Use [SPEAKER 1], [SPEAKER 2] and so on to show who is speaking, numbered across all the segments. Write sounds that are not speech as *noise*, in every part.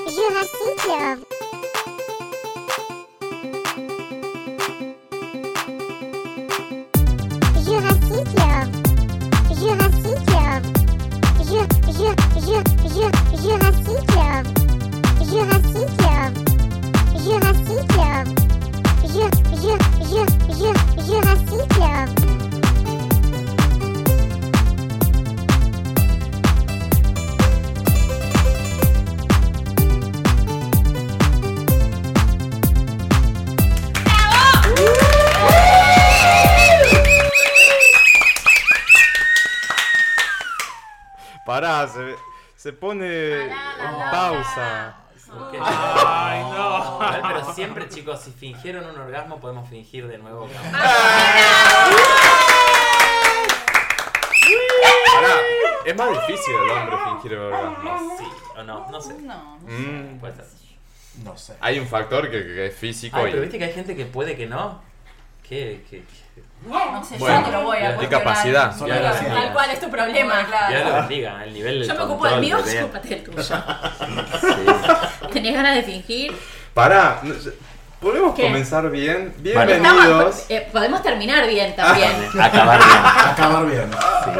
[SPEAKER 1] Jurassic. Jurassic. Jurassic. Ju- ju- ju- ju- Jurassic. Jurassic. Jurassic. Ju- ju- ju- ju- Jurassic.
[SPEAKER 2] Pará, se, se pone pausa.
[SPEAKER 3] Ok.
[SPEAKER 4] Ay, no.
[SPEAKER 3] Igual, Pero siempre, chicos, si fingieron un orgasmo, podemos fingir de nuevo.
[SPEAKER 2] Pará, es más difícil el hombre fingir el orgasmo.
[SPEAKER 3] Sí, o no, no sé.
[SPEAKER 5] No.
[SPEAKER 2] Mm,
[SPEAKER 3] Puede ser.
[SPEAKER 4] No sé.
[SPEAKER 2] hay un factor que, que es físico
[SPEAKER 3] Ay,
[SPEAKER 2] y-
[SPEAKER 3] pero viste que hay gente que puede que no. ¿Qué? ¿Qué? qué?
[SPEAKER 5] No sé,
[SPEAKER 2] Bueno,
[SPEAKER 5] yo no te lo voy a
[SPEAKER 2] y
[SPEAKER 5] cuestionar.
[SPEAKER 2] capacidad.
[SPEAKER 4] Son
[SPEAKER 5] Claro,
[SPEAKER 4] las
[SPEAKER 5] Tal
[SPEAKER 4] ideas.
[SPEAKER 5] cual es tu problema,
[SPEAKER 3] Ya
[SPEAKER 5] claro.
[SPEAKER 3] lo diga, el nivel
[SPEAKER 6] Yo
[SPEAKER 3] del
[SPEAKER 6] me ocupo del
[SPEAKER 3] control
[SPEAKER 6] mío,
[SPEAKER 3] que tenía.
[SPEAKER 6] ocúpate del
[SPEAKER 3] *laughs*
[SPEAKER 6] tuyo. *laughs*
[SPEAKER 3] Sí.
[SPEAKER 6] ¿Tenés ganas de fingir?
[SPEAKER 2] Pará, no sé, ¿podemos
[SPEAKER 6] ¿Qué?
[SPEAKER 2] comenzar bien?
[SPEAKER 3] Vale.
[SPEAKER 2] Bienvenidos. Ah,
[SPEAKER 6] Eh, podemos terminar bien también.
[SPEAKER 3] Acabar
[SPEAKER 4] Acabar bien.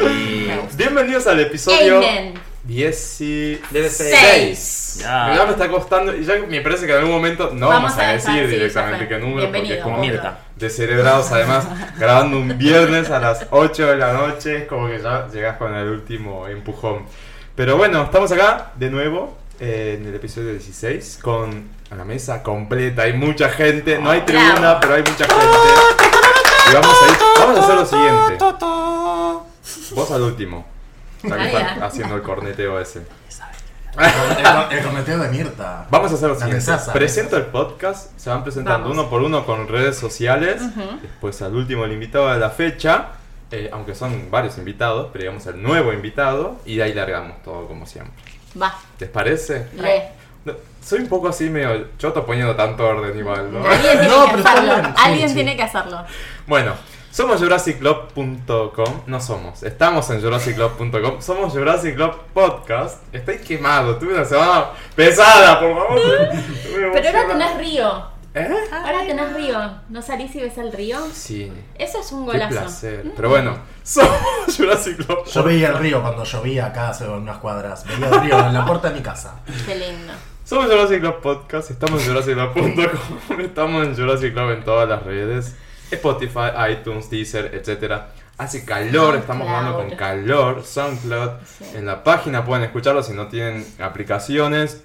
[SPEAKER 3] bien. Sí.
[SPEAKER 2] Bienvenidos al episodio
[SPEAKER 6] Amen.
[SPEAKER 2] 16.
[SPEAKER 3] Debe ser.
[SPEAKER 6] Seis.
[SPEAKER 2] Ya me
[SPEAKER 3] Ya.
[SPEAKER 2] está costando y ya me parece que en algún momento no
[SPEAKER 6] Vamos
[SPEAKER 2] vamos,
[SPEAKER 6] a
[SPEAKER 2] a
[SPEAKER 6] dejar,
[SPEAKER 2] decir
[SPEAKER 6] sí,
[SPEAKER 2] directamente
[SPEAKER 6] está
[SPEAKER 2] qué
[SPEAKER 6] bien.
[SPEAKER 2] número porque es
[SPEAKER 6] Bienvenido.
[SPEAKER 2] como
[SPEAKER 3] Como Mirta.
[SPEAKER 2] descerebrados además *laughs* grabando un viernes a las 8 de la noche es como que ya llegás con el último empujón pero bueno estamos acá de nuevo eh, en el episodio 16 con la mesa completa hay mucha gente no hay tribuna
[SPEAKER 6] Bravo. ¡Oh,
[SPEAKER 2] pero hay mucha gente y vamos a ir vamos a hacer lo siguiente vos al último ya que
[SPEAKER 6] Ah,
[SPEAKER 2] están
[SPEAKER 6] ya.
[SPEAKER 2] haciendo el corneteo ese
[SPEAKER 4] El cor- El corneteo de Mirta.
[SPEAKER 2] Vamos a hacer lo siguiente.
[SPEAKER 4] mesaza.
[SPEAKER 2] Presento el podcast, se van presentando
[SPEAKER 6] Vamos.
[SPEAKER 2] uno por uno con redes sociales. Después al último el invitado de la fecha. eh, aunque son varios invitados, pero digamos el nuevo invitado. Y de ahí largamos todo como siempre.
[SPEAKER 6] Va.
[SPEAKER 2] ¿Les parece?
[SPEAKER 6] Re.
[SPEAKER 2] No, soy un poco así medio choto poniendo tanto orden igual, ¿no?
[SPEAKER 6] Alguien tiene
[SPEAKER 4] No,
[SPEAKER 6] que
[SPEAKER 4] pero está
[SPEAKER 6] hacerlo.
[SPEAKER 4] bueno, sí,
[SPEAKER 6] Alguien
[SPEAKER 4] sí.
[SPEAKER 6] tiene que hacerlo.
[SPEAKER 2] Bueno, somos JurassicClub.com. No somos, estamos en JurassicClub.com. Somos Jurassic Club Podcast. Estoy quemado, tuve una semana pesada, por
[SPEAKER 6] *laughs*
[SPEAKER 2] favor.
[SPEAKER 6] Pero ahora tenés río.
[SPEAKER 2] ¿Eh?
[SPEAKER 6] Ahora tenés río. ¿No salís y ves el río?
[SPEAKER 2] Sí.
[SPEAKER 6] Eso es un
[SPEAKER 2] Qué
[SPEAKER 6] golazo. Mm.
[SPEAKER 2] placer. Pero bueno, *laughs* somos Jurassic Club.
[SPEAKER 4] Yo veía el río cuando llovía acá hace unas cuadras. Veía el río en la puerta de mi casa.
[SPEAKER 6] Qué lindo.
[SPEAKER 2] Somos Jurassic Club Podcast, estamos en JurassicClub.com, *laughs* estamos en Jurassic Club en todas las redes, Spotify, iTunes, Deezer, etc. Hace calor, estamos hablando con calor, SoundCloud,
[SPEAKER 6] Sí.
[SPEAKER 2] en la página pueden escucharlo si no tienen aplicaciones.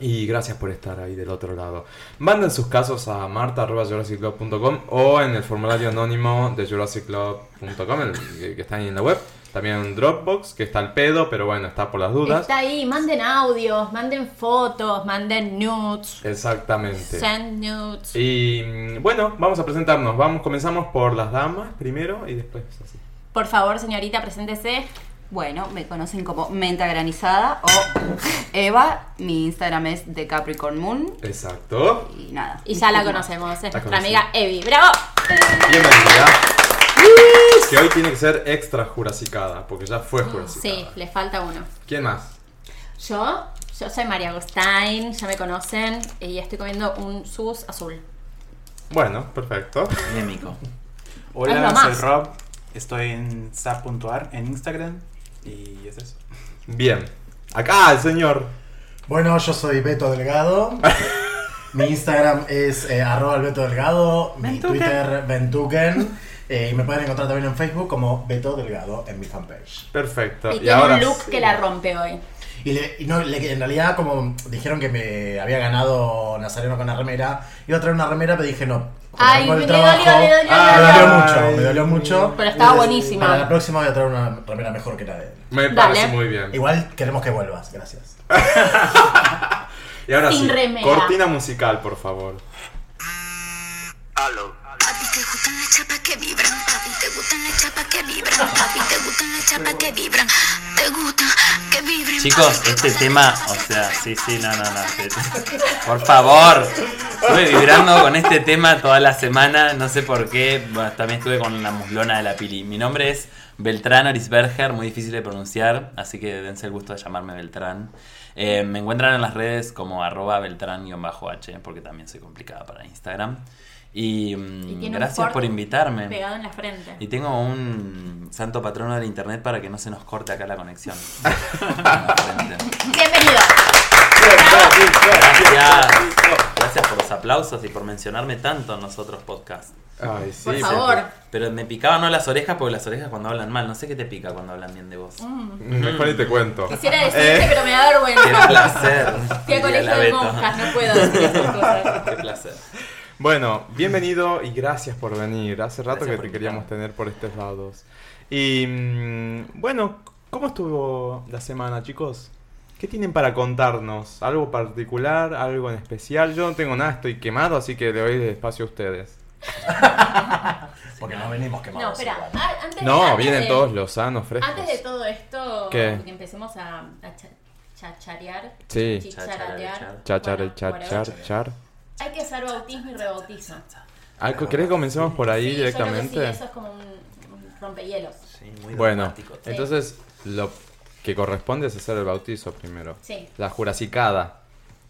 [SPEAKER 2] Y gracias por estar ahí del otro lado. Manden sus casos a marta.jurassicclub.com o en el formulario anónimo de jurassicclub.com, el que- que está ahí en la web. También en Dropbox, que está al pedo, pero bueno, está por las dudas.
[SPEAKER 6] Está ahí. Manden audios, manden fotos, manden nudes.
[SPEAKER 2] Exactamente.
[SPEAKER 6] Send nudes.
[SPEAKER 2] Y mm, bueno, vamos a presentarnos. Vamos, comenzamos por las damas primero y después así.
[SPEAKER 6] Por favor, señorita, preséntese.
[SPEAKER 7] Bueno, me conocen como Menta Granizada o *laughs* Eva. Mi Instagram es de Capricorn Moon.
[SPEAKER 2] Exacto.
[SPEAKER 7] Y nada.
[SPEAKER 6] Y ya la
[SPEAKER 7] muchísimas.
[SPEAKER 6] conocemos. Es
[SPEAKER 2] La
[SPEAKER 6] nuestra
[SPEAKER 2] conocí.
[SPEAKER 6] amiga Evi. ¡Bravo!
[SPEAKER 2] Bienvenida. Que hoy tiene que ser extra jurasicada, porque ya fue jurasicada.
[SPEAKER 6] Sí, le falta uno.
[SPEAKER 2] ¿Quién más?
[SPEAKER 6] Yo, yo soy María Agustín, ya me conocen y estoy comiendo un sus azul.
[SPEAKER 2] Bueno, perfecto.
[SPEAKER 3] Anémico.
[SPEAKER 6] Hazlo
[SPEAKER 8] Hola,
[SPEAKER 6] más.
[SPEAKER 8] soy Rob. Estoy en sap.ar en Instagram. Y es eso.
[SPEAKER 2] Bien. Acá el señor.
[SPEAKER 4] Bueno, yo soy Beto Delgado. Mi Instagram es eh, arroba el Beto Delgado. Mi
[SPEAKER 8] Ventuken.
[SPEAKER 4] Twitter, Ventuken. Eh, y me pueden encontrar también en Facebook como Beto Delgado en mi fanpage.
[SPEAKER 2] Perfecto.
[SPEAKER 6] Y, tiene un look que la rompe hoy.
[SPEAKER 4] Y, le- y no, le- en realidad, como dijeron que me había ganado Nazareno con la remera, iba a traer una remera, pero dije no. Como
[SPEAKER 6] Ay,
[SPEAKER 4] vengo del
[SPEAKER 6] me dolió, me dolió,
[SPEAKER 2] Ah,
[SPEAKER 4] me
[SPEAKER 6] me
[SPEAKER 4] dolió
[SPEAKER 6] dolió.
[SPEAKER 4] mucho, me dolió mucho.
[SPEAKER 6] Pero estaba
[SPEAKER 4] Para la
[SPEAKER 6] buenísima.
[SPEAKER 4] próxima voy a traer una remera mejor que la de él.
[SPEAKER 2] Me
[SPEAKER 6] Dale.
[SPEAKER 2] parece muy bien.
[SPEAKER 4] Igual queremos que vuelvas, gracias.
[SPEAKER 2] Y ahora
[SPEAKER 6] Sin
[SPEAKER 2] sí,
[SPEAKER 6] remera.
[SPEAKER 2] cortina musical, por favor.
[SPEAKER 9] Papi, te gustan las chapas que vibran, papi, te gustan las chapas que vibran, papi, te gustan las chapas que vibran, te
[SPEAKER 7] te gusta que vibren
[SPEAKER 5] Chicos, este tema, o sea, sí, sí, no, no, no. sí, sí. Por favor. Estuve vibrando con este tema toda la semana, no sé por qué. Bueno, también estuve con la muslona de la pili. Mi nombre es Beltrán Orisberger, muy difícil de pronunciar, así que dense el gusto de llamarme Beltrán. Eh, me encuentran en las redes como arroba beltrán-h, porque también soy complicada para Instagram. Y, mm,
[SPEAKER 6] Y tiene un
[SPEAKER 5] gracias
[SPEAKER 6] Ford
[SPEAKER 5] por invitarme.
[SPEAKER 6] Pegado en la frente.
[SPEAKER 5] Y tengo un santo patrono del internet para que no se nos corte acá la conexión. Gracias.
[SPEAKER 6] Bienvenido.
[SPEAKER 5] Gracias por los aplausos y por mencionarme tanto en nosotros podcast.
[SPEAKER 2] Ay, sí.
[SPEAKER 6] Por
[SPEAKER 2] pero-
[SPEAKER 6] favor.
[SPEAKER 5] Pero me picaban no las orejas porque las orejas cuando hablan mal, no sé qué te pica cuando hablan bien de vos.
[SPEAKER 6] Mm.
[SPEAKER 2] Mejor ni te cuento.
[SPEAKER 6] Quisiera decirte,
[SPEAKER 2] Eh.
[SPEAKER 6] pero me da
[SPEAKER 5] Qué
[SPEAKER 6] *laughs* vergüenza. Fui
[SPEAKER 5] placer.
[SPEAKER 6] a
[SPEAKER 5] Diría la
[SPEAKER 6] colegio de
[SPEAKER 5] Beto.
[SPEAKER 6] monjas, no
[SPEAKER 5] *laughs*
[SPEAKER 6] puedo decir esas cosas.
[SPEAKER 5] Qué placer.
[SPEAKER 2] Bueno, bienvenido y gracias por venir. Hace rato
[SPEAKER 5] Gracias
[SPEAKER 2] que
[SPEAKER 5] por
[SPEAKER 2] te
[SPEAKER 5] invitarme.
[SPEAKER 2] queríamos tener por estos lados. Y mm, bueno, ¿cómo estuvo la semana, chicos? ¿Qué tienen para contarnos? ¿Algo particular? ¿Algo en especial? Yo no tengo nada, estoy quemado, así que le doy el espacio a ustedes.
[SPEAKER 4] Porque no venimos quemados.
[SPEAKER 6] No, espera.
[SPEAKER 4] igual.
[SPEAKER 6] Ah, Antes,
[SPEAKER 2] No,
[SPEAKER 6] antes
[SPEAKER 2] vienen
[SPEAKER 6] de-
[SPEAKER 2] todos los sanos, frescos.
[SPEAKER 6] Antes de todo esto,
[SPEAKER 2] ¿Qué?
[SPEAKER 6] que empecemos a, a cha- chacharear,
[SPEAKER 2] Sí.
[SPEAKER 6] chicharatear,
[SPEAKER 2] Chachar,
[SPEAKER 6] bueno,
[SPEAKER 2] char,
[SPEAKER 6] whatever,
[SPEAKER 2] char, char.
[SPEAKER 6] hay que hacer bautismo y rebautismo.
[SPEAKER 2] Ah, ¿Querés que comencemos por ahí
[SPEAKER 6] Sí, yo creo que
[SPEAKER 2] directamente?
[SPEAKER 6] sí, eso es como un, un rompehielos.
[SPEAKER 5] Sí, muy
[SPEAKER 2] Bueno,
[SPEAKER 5] dramático.
[SPEAKER 6] Sí.
[SPEAKER 2] entonces lo que corresponde es hacer el bautizo primero.
[SPEAKER 6] Sí.
[SPEAKER 2] La jurasicada.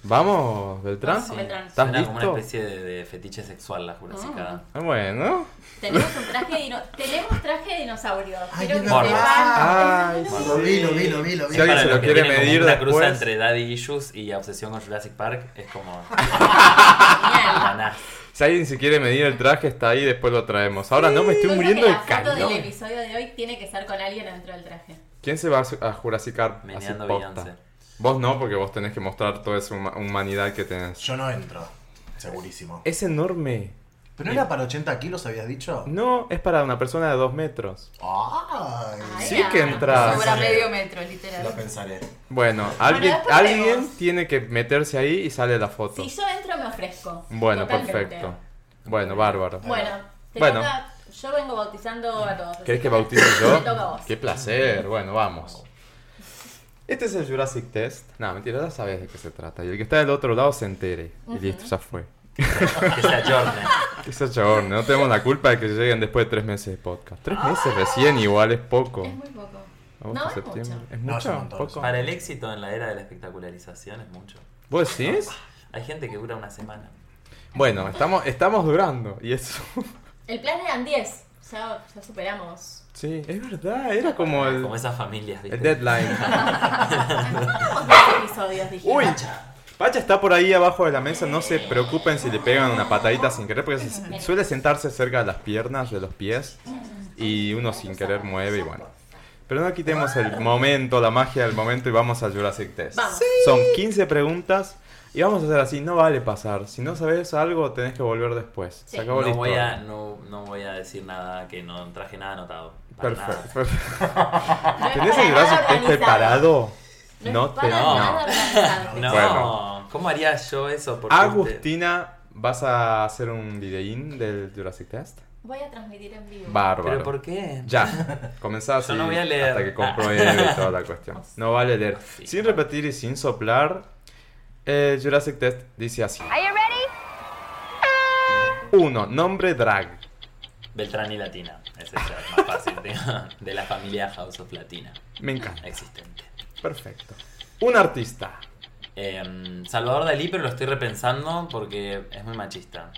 [SPEAKER 2] ¿Vamos,
[SPEAKER 5] Ah,
[SPEAKER 2] Beltrán?
[SPEAKER 6] Vamos, Beltrán.
[SPEAKER 2] ¿Estás
[SPEAKER 5] Suena como una
[SPEAKER 2] listo?
[SPEAKER 5] especie de, de fetiche sexual la
[SPEAKER 6] Mm.
[SPEAKER 5] jurasicada.
[SPEAKER 2] Ah, Bueno.
[SPEAKER 6] Tenemos un traje de dino- tenemos traje de dinosaurio.
[SPEAKER 4] Ay,
[SPEAKER 6] Creo
[SPEAKER 4] qué
[SPEAKER 6] que
[SPEAKER 5] Por
[SPEAKER 6] te
[SPEAKER 5] favor.
[SPEAKER 6] va-
[SPEAKER 2] Ay,
[SPEAKER 4] Sí, Lo vi, lo vi, lo vi, lo vi.
[SPEAKER 2] Si alguien
[SPEAKER 5] Para
[SPEAKER 2] se
[SPEAKER 5] los
[SPEAKER 2] lo
[SPEAKER 5] que
[SPEAKER 2] quiere
[SPEAKER 5] tienen como
[SPEAKER 2] medir
[SPEAKER 5] una cruza
[SPEAKER 2] después.
[SPEAKER 5] entre Daddy Issues y obsesión con Jurassic Park es como
[SPEAKER 6] genial.
[SPEAKER 5] Maná.
[SPEAKER 2] Si alguien se quiere medir el traje, está ahí, después lo traemos. Ahora no, me
[SPEAKER 6] Yo
[SPEAKER 2] estoy
[SPEAKER 6] creo
[SPEAKER 2] muriendo de
[SPEAKER 6] que la foto
[SPEAKER 2] calor.
[SPEAKER 6] del episodio de hoy tiene que ser con alguien dentro del traje.
[SPEAKER 2] ¿Quién se va a su- a jurasicar así
[SPEAKER 5] Meneando
[SPEAKER 2] posta?
[SPEAKER 5] Beyoncé.
[SPEAKER 2] Vos no, porque vos tenés que mostrar toda esa huma- humanidad que tenés.
[SPEAKER 4] Yo no entro, segurísimo.
[SPEAKER 2] Es enorme.
[SPEAKER 4] ¿Pero no era para 80 kilos, habías dicho?
[SPEAKER 2] No, es para una persona de dos metros.
[SPEAKER 4] Ay,
[SPEAKER 2] Sí que entras.
[SPEAKER 10] Sobra medio metro, literal.
[SPEAKER 4] lo pensaré.
[SPEAKER 2] Bueno, alguien,
[SPEAKER 6] después
[SPEAKER 2] alguien
[SPEAKER 6] vemos.
[SPEAKER 2] tiene que meterse ahí y sale la foto.
[SPEAKER 6] Si yo entro me ofrezco.
[SPEAKER 2] Bueno,
[SPEAKER 6] Totalmente.
[SPEAKER 2] perfecto. Bueno, bárbaro.
[SPEAKER 6] Bueno, te
[SPEAKER 2] Bueno.
[SPEAKER 6] toca- yo vengo bautizando a todos.
[SPEAKER 2] ¿Querés
[SPEAKER 6] así
[SPEAKER 2] que bautice yo?
[SPEAKER 6] *laughs* Me toca a vos.
[SPEAKER 2] Qué placer. Bueno, vamos. Este es el Jurassic Test. No, mentira, ya sabes de qué se trata. Y el que está del otro lado se entere. Y listo, ya fue.
[SPEAKER 5] Que sea Jordan.
[SPEAKER 2] Qué chabón, no tenemos la culpa de que lleguen después de tres meses de podcast. Tres meses recién igual es poco.
[SPEAKER 6] Es muy poco.
[SPEAKER 2] Agosto,
[SPEAKER 6] No, es
[SPEAKER 2] septiembre.
[SPEAKER 6] mucho.
[SPEAKER 2] ¿Es
[SPEAKER 4] No, es un
[SPEAKER 2] mucho?
[SPEAKER 4] montón.
[SPEAKER 2] ¿Poco?
[SPEAKER 5] Para el éxito en la era de la espectacularización es mucho.
[SPEAKER 2] ¿Vos decís?
[SPEAKER 5] Hay gente que dura una semana.
[SPEAKER 2] Bueno, estamos, estamos durando. Y eso.
[SPEAKER 6] El plan eran 10. Ya, ya superamos.
[SPEAKER 2] Sí, es verdad, era como el,
[SPEAKER 5] Como esas familias, ¿viste?
[SPEAKER 2] Este el deadline.
[SPEAKER 6] Vamos
[SPEAKER 2] *laughs*
[SPEAKER 6] 10 episodios, dije.
[SPEAKER 2] Uy, Pacha está por ahí abajo de la mesa, no se preocupen si le pegan una patadita sin querer, porque se- suele sentarse cerca de las piernas, de los pies, y uno sin querer mueve y bueno. Pero no quitemos el momento, la magia del momento y vamos al Jurassic Test.
[SPEAKER 6] Vamos.
[SPEAKER 2] Son 15 preguntas y vamos a hacer así, no vale pasar. Si no sabes algo, tenés que volver después.
[SPEAKER 6] Sí.
[SPEAKER 2] Se acabó la
[SPEAKER 5] No voy,
[SPEAKER 2] historia.
[SPEAKER 5] a, no, no voy a decir nada que no traje nada anotado. Para
[SPEAKER 2] Perfecto.
[SPEAKER 5] nada.
[SPEAKER 6] *laughs*
[SPEAKER 2] perfecto.
[SPEAKER 6] No es
[SPEAKER 2] ¿Tenés
[SPEAKER 6] para
[SPEAKER 2] el Jurassic
[SPEAKER 6] nada
[SPEAKER 2] Test preparado?
[SPEAKER 6] organizado.
[SPEAKER 2] No
[SPEAKER 6] es
[SPEAKER 2] te...
[SPEAKER 6] para
[SPEAKER 5] no.
[SPEAKER 6] nada organizado.
[SPEAKER 5] No,
[SPEAKER 2] Bueno.
[SPEAKER 5] ¿cómo haría yo eso? Porque
[SPEAKER 2] Agustina, ¿vas a hacer un videín del Jurassic Test?
[SPEAKER 6] Voy a transmitir en vivo.
[SPEAKER 2] Bárbaro.
[SPEAKER 5] ¿Pero por qué? *laughs*
[SPEAKER 2] Ya, comenzá así
[SPEAKER 5] Yo no voy a leer.
[SPEAKER 2] hasta que compruebe toda la cuestión.
[SPEAKER 5] *laughs*
[SPEAKER 2] No vale leer.
[SPEAKER 5] Sí.
[SPEAKER 2] Sin repetir y sin soplar, el Jurassic Test dice así. 1. Nombre drag.
[SPEAKER 5] Beltrán y Latina. Ese es el más fácil *laughs* de, de la familia House of Latina
[SPEAKER 2] Me encanta.
[SPEAKER 5] existente.
[SPEAKER 2] Perfecto. Un artista.
[SPEAKER 5] Eh, Salvador Dalí, pero lo estoy repensando porque es muy machista.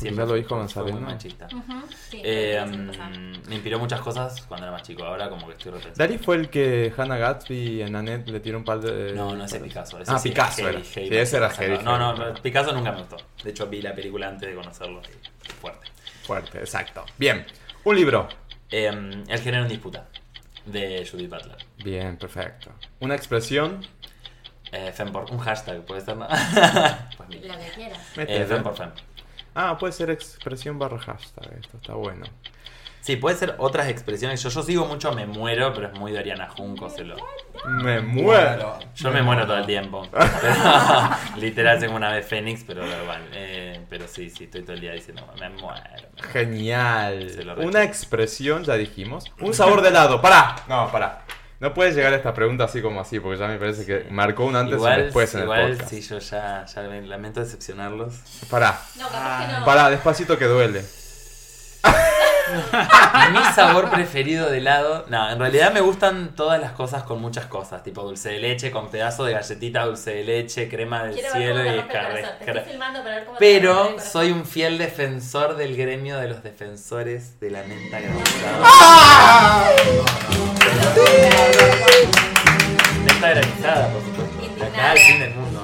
[SPEAKER 2] ya lo dijo
[SPEAKER 5] fue
[SPEAKER 2] Gonzalo,
[SPEAKER 5] muy
[SPEAKER 2] ¿no?
[SPEAKER 5] machista.
[SPEAKER 6] Ujú, sí,
[SPEAKER 5] Eh,
[SPEAKER 6] sí, sí, sí, pasa.
[SPEAKER 5] mm, me inspiró muchas cosas cuando era más chico. Ahora como que estoy repensando.
[SPEAKER 2] Dari fue el que Hannah Gatsby en Annette le tiró un par de...
[SPEAKER 5] No, no ese es Picasso. ese
[SPEAKER 2] ah,
[SPEAKER 5] sí,
[SPEAKER 2] Picasso
[SPEAKER 5] Heavy,
[SPEAKER 2] era.
[SPEAKER 5] Heavy,
[SPEAKER 2] sí, ese era
[SPEAKER 5] Picasso.
[SPEAKER 2] Heavy,
[SPEAKER 5] No, no,
[SPEAKER 2] Heavy.
[SPEAKER 5] no, Picasso nunca me gustó. De hecho, vi la película antes de conocerlo. y Fuerte.
[SPEAKER 2] Fuerte, exacto. Bien. Un libro.
[SPEAKER 5] Eh, el género en disputa. De Judith Butler.
[SPEAKER 2] Bien, perfecto. Una expresión.
[SPEAKER 5] Eh, fem por un hashtag, puede ser, ¿no? *laughs* pues mira.
[SPEAKER 6] Lo que quieras.
[SPEAKER 5] Eh, fem por fem.
[SPEAKER 2] Ah, puede ser expresión barra hashtag. Esto está bueno.
[SPEAKER 5] Sí, puede ser otras expresiones. Yo, yo sigo mucho Me Muero, pero es muy de Ariana Junco. Se lo...
[SPEAKER 2] Me muero.
[SPEAKER 5] Yo me muero todo
[SPEAKER 2] *laughs*
[SPEAKER 5] el tiempo. *laughs* literal, soy como una vez Fénix, pero verbal. Eh, pero sí, sí, estoy todo el día diciendo, me muero. me muero".
[SPEAKER 2] Genial.
[SPEAKER 5] Se lo rechazo.
[SPEAKER 2] Una expresión, ya dijimos. Un sabor de helado. Pará. No, pará. No puedes llegar a esta pregunta así como así, porque ya me parece que marcó un antes y
[SPEAKER 5] igual,
[SPEAKER 2] un después en el
[SPEAKER 5] igual
[SPEAKER 2] podcast.
[SPEAKER 5] sí, yo ya, ya me lamento decepcionarlos.
[SPEAKER 2] Pará,
[SPEAKER 6] No, capaz que no.
[SPEAKER 2] pará, despacito que duele.
[SPEAKER 5] Mi sabor preferido de helado. No, en realidad me gustan todas las cosas con muchas cosas. Tipo dulce de leche, con pedazo de galletita, dulce de leche, crema del
[SPEAKER 6] Quiero ver
[SPEAKER 5] cielo
[SPEAKER 6] cómo
[SPEAKER 5] y
[SPEAKER 6] te rompe el corazón. Te
[SPEAKER 5] escarre-
[SPEAKER 6] estoy filmando para ver cómo te rompe el
[SPEAKER 5] Pero
[SPEAKER 6] corazón.
[SPEAKER 5] soy un fiel defensor del gremio de los defensores de la menta granizada. Menta granizada, por supuesto. De acá al fin del mundo.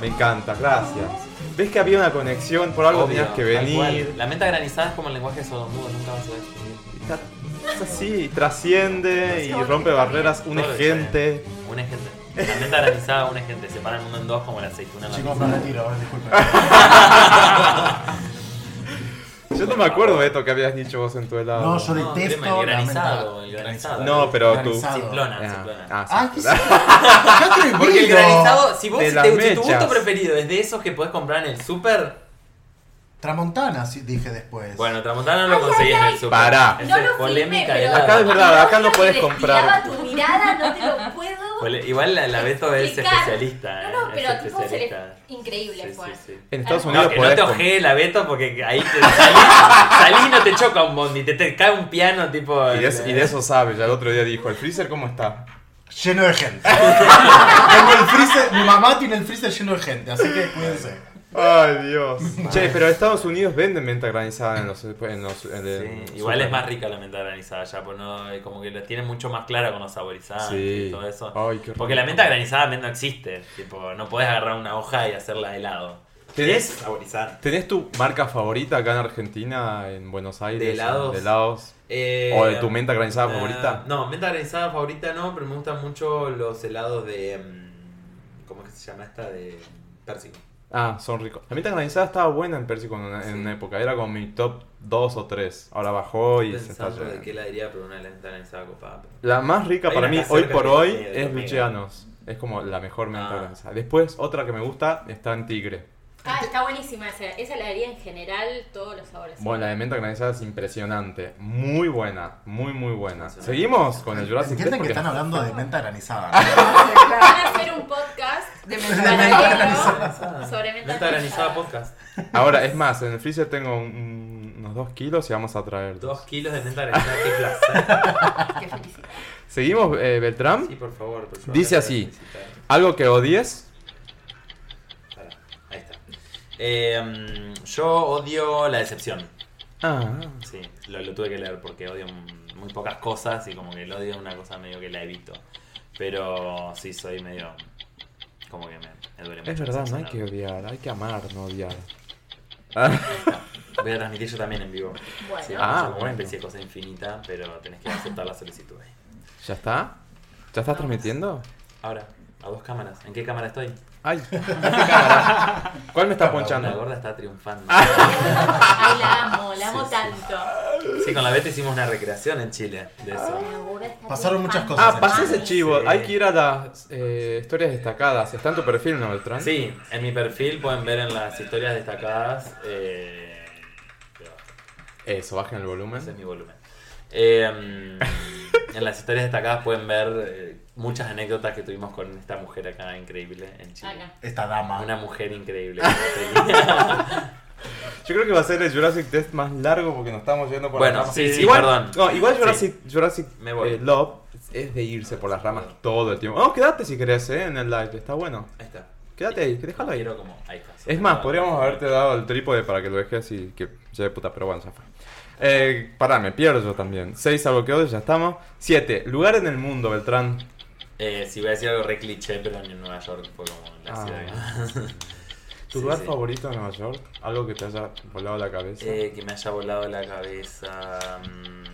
[SPEAKER 2] Me encanta, gracias. ¿Ves que había una conexión? Por algo
[SPEAKER 5] Obvio,
[SPEAKER 2] tenías que
[SPEAKER 5] tal
[SPEAKER 2] venir.
[SPEAKER 5] cual. La menta granizada es como el lenguaje sordomudo, nunca vas a ver.
[SPEAKER 2] Está- Es así, trasciende y rompe barreras, une
[SPEAKER 5] Todo
[SPEAKER 2] gente.
[SPEAKER 5] Un ejente. La menta granizada, un ejente. Separa el mundo en dos como la aceituna. en la
[SPEAKER 4] Chicos,
[SPEAKER 5] pizza.
[SPEAKER 4] me retiro, *laughs* disculpen.
[SPEAKER 2] Yo no me acuerdo de esto que habías dicho vos en tu helado.
[SPEAKER 4] No, yo
[SPEAKER 5] No,
[SPEAKER 4] detesto.
[SPEAKER 5] crema, el
[SPEAKER 4] la
[SPEAKER 5] granizado,
[SPEAKER 4] menta-
[SPEAKER 5] el granizado.
[SPEAKER 2] No, pero tú-
[SPEAKER 4] Granizado.
[SPEAKER 5] Simplona,
[SPEAKER 2] Ah,
[SPEAKER 5] simplona.
[SPEAKER 2] ah, sí.
[SPEAKER 4] Ah, qué sé-
[SPEAKER 5] Porque
[SPEAKER 4] qué
[SPEAKER 5] el
[SPEAKER 4] atrevido.
[SPEAKER 5] granizado, si vos
[SPEAKER 2] De
[SPEAKER 5] te,
[SPEAKER 2] las
[SPEAKER 5] si tu
[SPEAKER 2] mechas.
[SPEAKER 5] gusto preferido es de esos que podés comprar en el súper,
[SPEAKER 4] Tramontana, sí, dije después.
[SPEAKER 5] bueno, Tramontana no lo conseguís en el súper.
[SPEAKER 2] Pará.
[SPEAKER 5] Esa
[SPEAKER 6] No
[SPEAKER 5] es
[SPEAKER 6] lo
[SPEAKER 5] polémica
[SPEAKER 6] filmé,
[SPEAKER 5] del
[SPEAKER 6] pero-
[SPEAKER 2] Acá es
[SPEAKER 5] agua.
[SPEAKER 2] verdad, acá no
[SPEAKER 6] Lo que
[SPEAKER 2] puedes
[SPEAKER 6] destilaba
[SPEAKER 2] comprar.
[SPEAKER 6] tu mirada, no te lo puedo.
[SPEAKER 5] Pole- Igual Pues la, la Beto es
[SPEAKER 6] explicar.
[SPEAKER 5] especialista. eh,
[SPEAKER 6] No, no,
[SPEAKER 5] es
[SPEAKER 6] pero tipo se le...
[SPEAKER 5] especialista.
[SPEAKER 6] Increíble
[SPEAKER 5] Sí,
[SPEAKER 6] fue.
[SPEAKER 5] sí, sí.
[SPEAKER 2] *laughs* En Estados
[SPEAKER 6] No,
[SPEAKER 5] No,
[SPEAKER 2] Unidos
[SPEAKER 5] que no
[SPEAKER 2] podés
[SPEAKER 5] te
[SPEAKER 2] com-
[SPEAKER 5] ojee la Beto porque ahí te salís, salís y no te choca un bondi, te, te cae un piano tipo.
[SPEAKER 2] Y de, eso- y de eso sabe, ya el otro día dijo, ¿el freezer cómo está?
[SPEAKER 4] Lleno de gente. *laughs* Tengo el freezer, mi mamá tiene el freezer lleno de gente, así que cuídense.
[SPEAKER 2] Ay, Dios. Che, pero Estados Unidos venden menta granizada en los... En los en el-
[SPEAKER 5] Sí,
[SPEAKER 2] super-
[SPEAKER 5] igual es más rica la menta granizada ya, pues no, eh, como que la tiene mucho más clara con los saborizantes
[SPEAKER 2] Sí.
[SPEAKER 5] y todo eso.
[SPEAKER 2] Ay, qué rico.
[SPEAKER 5] Porque la menta granizada no existe, tipo, no podés agarrar una hoja y hacerla de helado.
[SPEAKER 2] ¿Tenés?
[SPEAKER 5] Es saborizar.
[SPEAKER 2] ¿Tenés tu marca favorita acá en Argentina, en Buenos Aires?
[SPEAKER 5] ¿De helados?
[SPEAKER 2] ¿De helados?
[SPEAKER 5] Eh,
[SPEAKER 2] ¿O de tu menta granizada
[SPEAKER 5] eh,
[SPEAKER 2] favorita?
[SPEAKER 5] No, menta granizada favorita no, pero me gustan mucho los helados de... mm, ¿Cómo es que se llama esta? De pérsico.
[SPEAKER 2] Ah, son ricos. La menta granizada estaba buena en Persico en una, en una época. Era como mi top 2 o 3. Ahora bajó y se está
[SPEAKER 5] Pensando de
[SPEAKER 2] yendo.
[SPEAKER 5] qué heladería, pero una de la menta granizada copada. pero-
[SPEAKER 2] La más rica
[SPEAKER 5] Hay
[SPEAKER 2] para
[SPEAKER 5] una
[SPEAKER 2] mí
[SPEAKER 5] acá
[SPEAKER 2] hoy
[SPEAKER 5] cerca
[SPEAKER 2] por
[SPEAKER 5] que
[SPEAKER 2] hoy
[SPEAKER 5] tiene de
[SPEAKER 2] es
[SPEAKER 5] comida.
[SPEAKER 2] Lucianos. Es como la mejor menta
[SPEAKER 5] Ah.
[SPEAKER 2] granizada. Después, otra que me gusta está en Tigre.
[SPEAKER 6] Ah, está buenísima esa. Esa heladería en general, todos los sabores.
[SPEAKER 2] Bueno, la de menta granizada es impresionante. Muy buena. Muy, muy buena.
[SPEAKER 5] Sí.
[SPEAKER 2] Seguimos con el Jurassic
[SPEAKER 4] Entienden que
[SPEAKER 2] Test?
[SPEAKER 4] están
[SPEAKER 2] Porque-
[SPEAKER 4] hablando de menta granizada.
[SPEAKER 7] *laughs*
[SPEAKER 4] ¿no?
[SPEAKER 6] Van a hacer un podcast
[SPEAKER 7] De
[SPEAKER 6] paralelo sobre mentas
[SPEAKER 5] Menta granizada
[SPEAKER 6] granizadas.
[SPEAKER 5] podcast.
[SPEAKER 2] Ahora, es más, en el freezer tengo un- unos 2 kilos y vamos a traer.
[SPEAKER 5] Dos kilos de menta granizada, qué placer.
[SPEAKER 7] Qué felicidad.
[SPEAKER 2] Seguimos, eh, Beltrán.
[SPEAKER 5] Sí, por favor. por favor,
[SPEAKER 2] Dice
[SPEAKER 5] no te
[SPEAKER 2] así.
[SPEAKER 5] voy a felicitar.
[SPEAKER 2] Algo que odies.
[SPEAKER 5] Pará, Ahí está. Eh, mm, yo odio la decepción.
[SPEAKER 2] Ah,
[SPEAKER 5] Sí, lo, lo tuve que leer porque odio m- muy pocas cosas y como que el odio es una cosa medio que la evito. Pero sí, soy medio... Como que me, me duele mucho.
[SPEAKER 2] es verdad, no hay
[SPEAKER 5] decepcionar.
[SPEAKER 2] que odiar. Hay que amar, no odiar.
[SPEAKER 5] Voy a transmitir yo también en vivo.
[SPEAKER 6] Bueno.
[SPEAKER 5] Sí,
[SPEAKER 2] Ah,
[SPEAKER 5] ah, una
[SPEAKER 2] bueno.
[SPEAKER 5] especie de cosa infinita, pero tenés que aceptar la solicitud ahí.
[SPEAKER 2] *laughs* ¿Ya está? ¿Ya estás transmitiendo?
[SPEAKER 5] Ahora, a dos cámaras. ¿En qué cámara estoy?
[SPEAKER 2] Ay, ¿qué cámara? *laughs* ¿Cuál me está
[SPEAKER 5] La
[SPEAKER 2] ponchando? Ah.
[SPEAKER 5] gorda está triunfando.
[SPEAKER 6] *laughs* Ay, la amo, la amo
[SPEAKER 5] Sí, sí.
[SPEAKER 6] tanto.
[SPEAKER 5] Sí, con la Beta hicimos una recreación en Chile de eso.
[SPEAKER 6] La gorda está
[SPEAKER 4] Pasaron muchas
[SPEAKER 6] triunfando.
[SPEAKER 4] cosas
[SPEAKER 2] Ah, pasé ese chivo.
[SPEAKER 5] Sí.
[SPEAKER 2] Hay que ir a las eh, historias destacadas. ¿Está en tu perfil, no, Beltrán?
[SPEAKER 5] Sí, en mi perfil pueden ver en las historias destacadas. Eh, pero
[SPEAKER 2] Eso, bajen el
[SPEAKER 5] ese es
[SPEAKER 2] volumen.
[SPEAKER 5] mi volumen. Eh, en las historias destacadas pueden ver eh, muchas anécdotas que tuvimos con esta mujer acá increíble en Chile.
[SPEAKER 6] Acá.
[SPEAKER 4] Esta dama.
[SPEAKER 5] Una mujer increíble. Una
[SPEAKER 2] Yo creo que va a ser el Jurassic Test más largo porque nos estamos yendo por
[SPEAKER 5] Bueno,
[SPEAKER 2] las ramas.
[SPEAKER 5] sí, sí,
[SPEAKER 2] igual,
[SPEAKER 5] perdón.
[SPEAKER 2] No, igual
[SPEAKER 5] Sí.
[SPEAKER 2] Jurassic, Jurassic
[SPEAKER 5] Me voy.
[SPEAKER 2] eh, Love es de irse por las ramas todo el tiempo. No, quédate si querés, eh, en el live. Está bueno.
[SPEAKER 5] ahí está.
[SPEAKER 2] Quédate ahí, que déjalo ahí.
[SPEAKER 5] Quiero como- ahí está.
[SPEAKER 2] Es más, podríamos haberte dado el trípode para que lo dejes y que se dé puta, pero bueno, ya fue. Eh, pará, me pierdo yo también. 6 algo que odio, ya estamos. 7. Lugar en el mundo, Beltrán.
[SPEAKER 5] Eh, si voy a decir algo re cliché, pero en Nueva York fue como la
[SPEAKER 2] Ah.
[SPEAKER 5] ciudad.
[SPEAKER 2] ¿Tu
[SPEAKER 5] Sí,
[SPEAKER 2] lugar
[SPEAKER 5] sí.
[SPEAKER 2] favorito en Nueva York? Algo que te haya volado la cabeza.
[SPEAKER 5] *laughs* Eh, que me haya volado la cabeza. mm.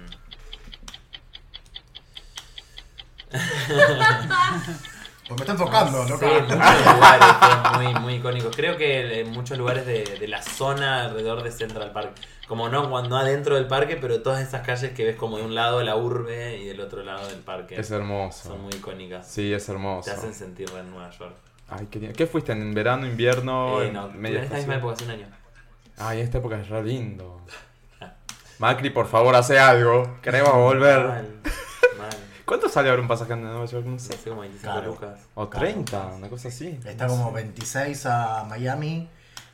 [SPEAKER 4] Pues me están tocando,
[SPEAKER 5] Ah, Sí,
[SPEAKER 4] loca.
[SPEAKER 5] muchos *laughs* lugares fueron muy, muy icónicos. Creo que en muchos lugares de, de la zona alrededor de Central Park. Como no, cuando adentro del parque, pero todas esas calles que ves como de un lado la urbe y del otro lado del parque.
[SPEAKER 2] es hermoso.
[SPEAKER 5] Son muy icónicas.
[SPEAKER 2] Sí, es hermoso.
[SPEAKER 5] Te hacen sentir en Nueva York.
[SPEAKER 2] Ay, qué, lindo. ¿Qué fuiste? ¿En verano, invierno?
[SPEAKER 5] Eh,
[SPEAKER 2] en
[SPEAKER 5] no, en
[SPEAKER 2] media
[SPEAKER 5] esta misma
[SPEAKER 2] estación?
[SPEAKER 5] época, hace un año.
[SPEAKER 2] Ay, esta época es re
[SPEAKER 5] *laughs* *laughs*
[SPEAKER 2] lindo. Macri, por favor, hace algo. Queremos volver.
[SPEAKER 5] Mal, mal.
[SPEAKER 2] ¿Cuánto sale ahora un pasaje a Nueva York? No sé.
[SPEAKER 5] Hace como 25
[SPEAKER 4] Claro.
[SPEAKER 5] lucas.
[SPEAKER 2] O 30, una cosa así.
[SPEAKER 4] Está como 26 a Miami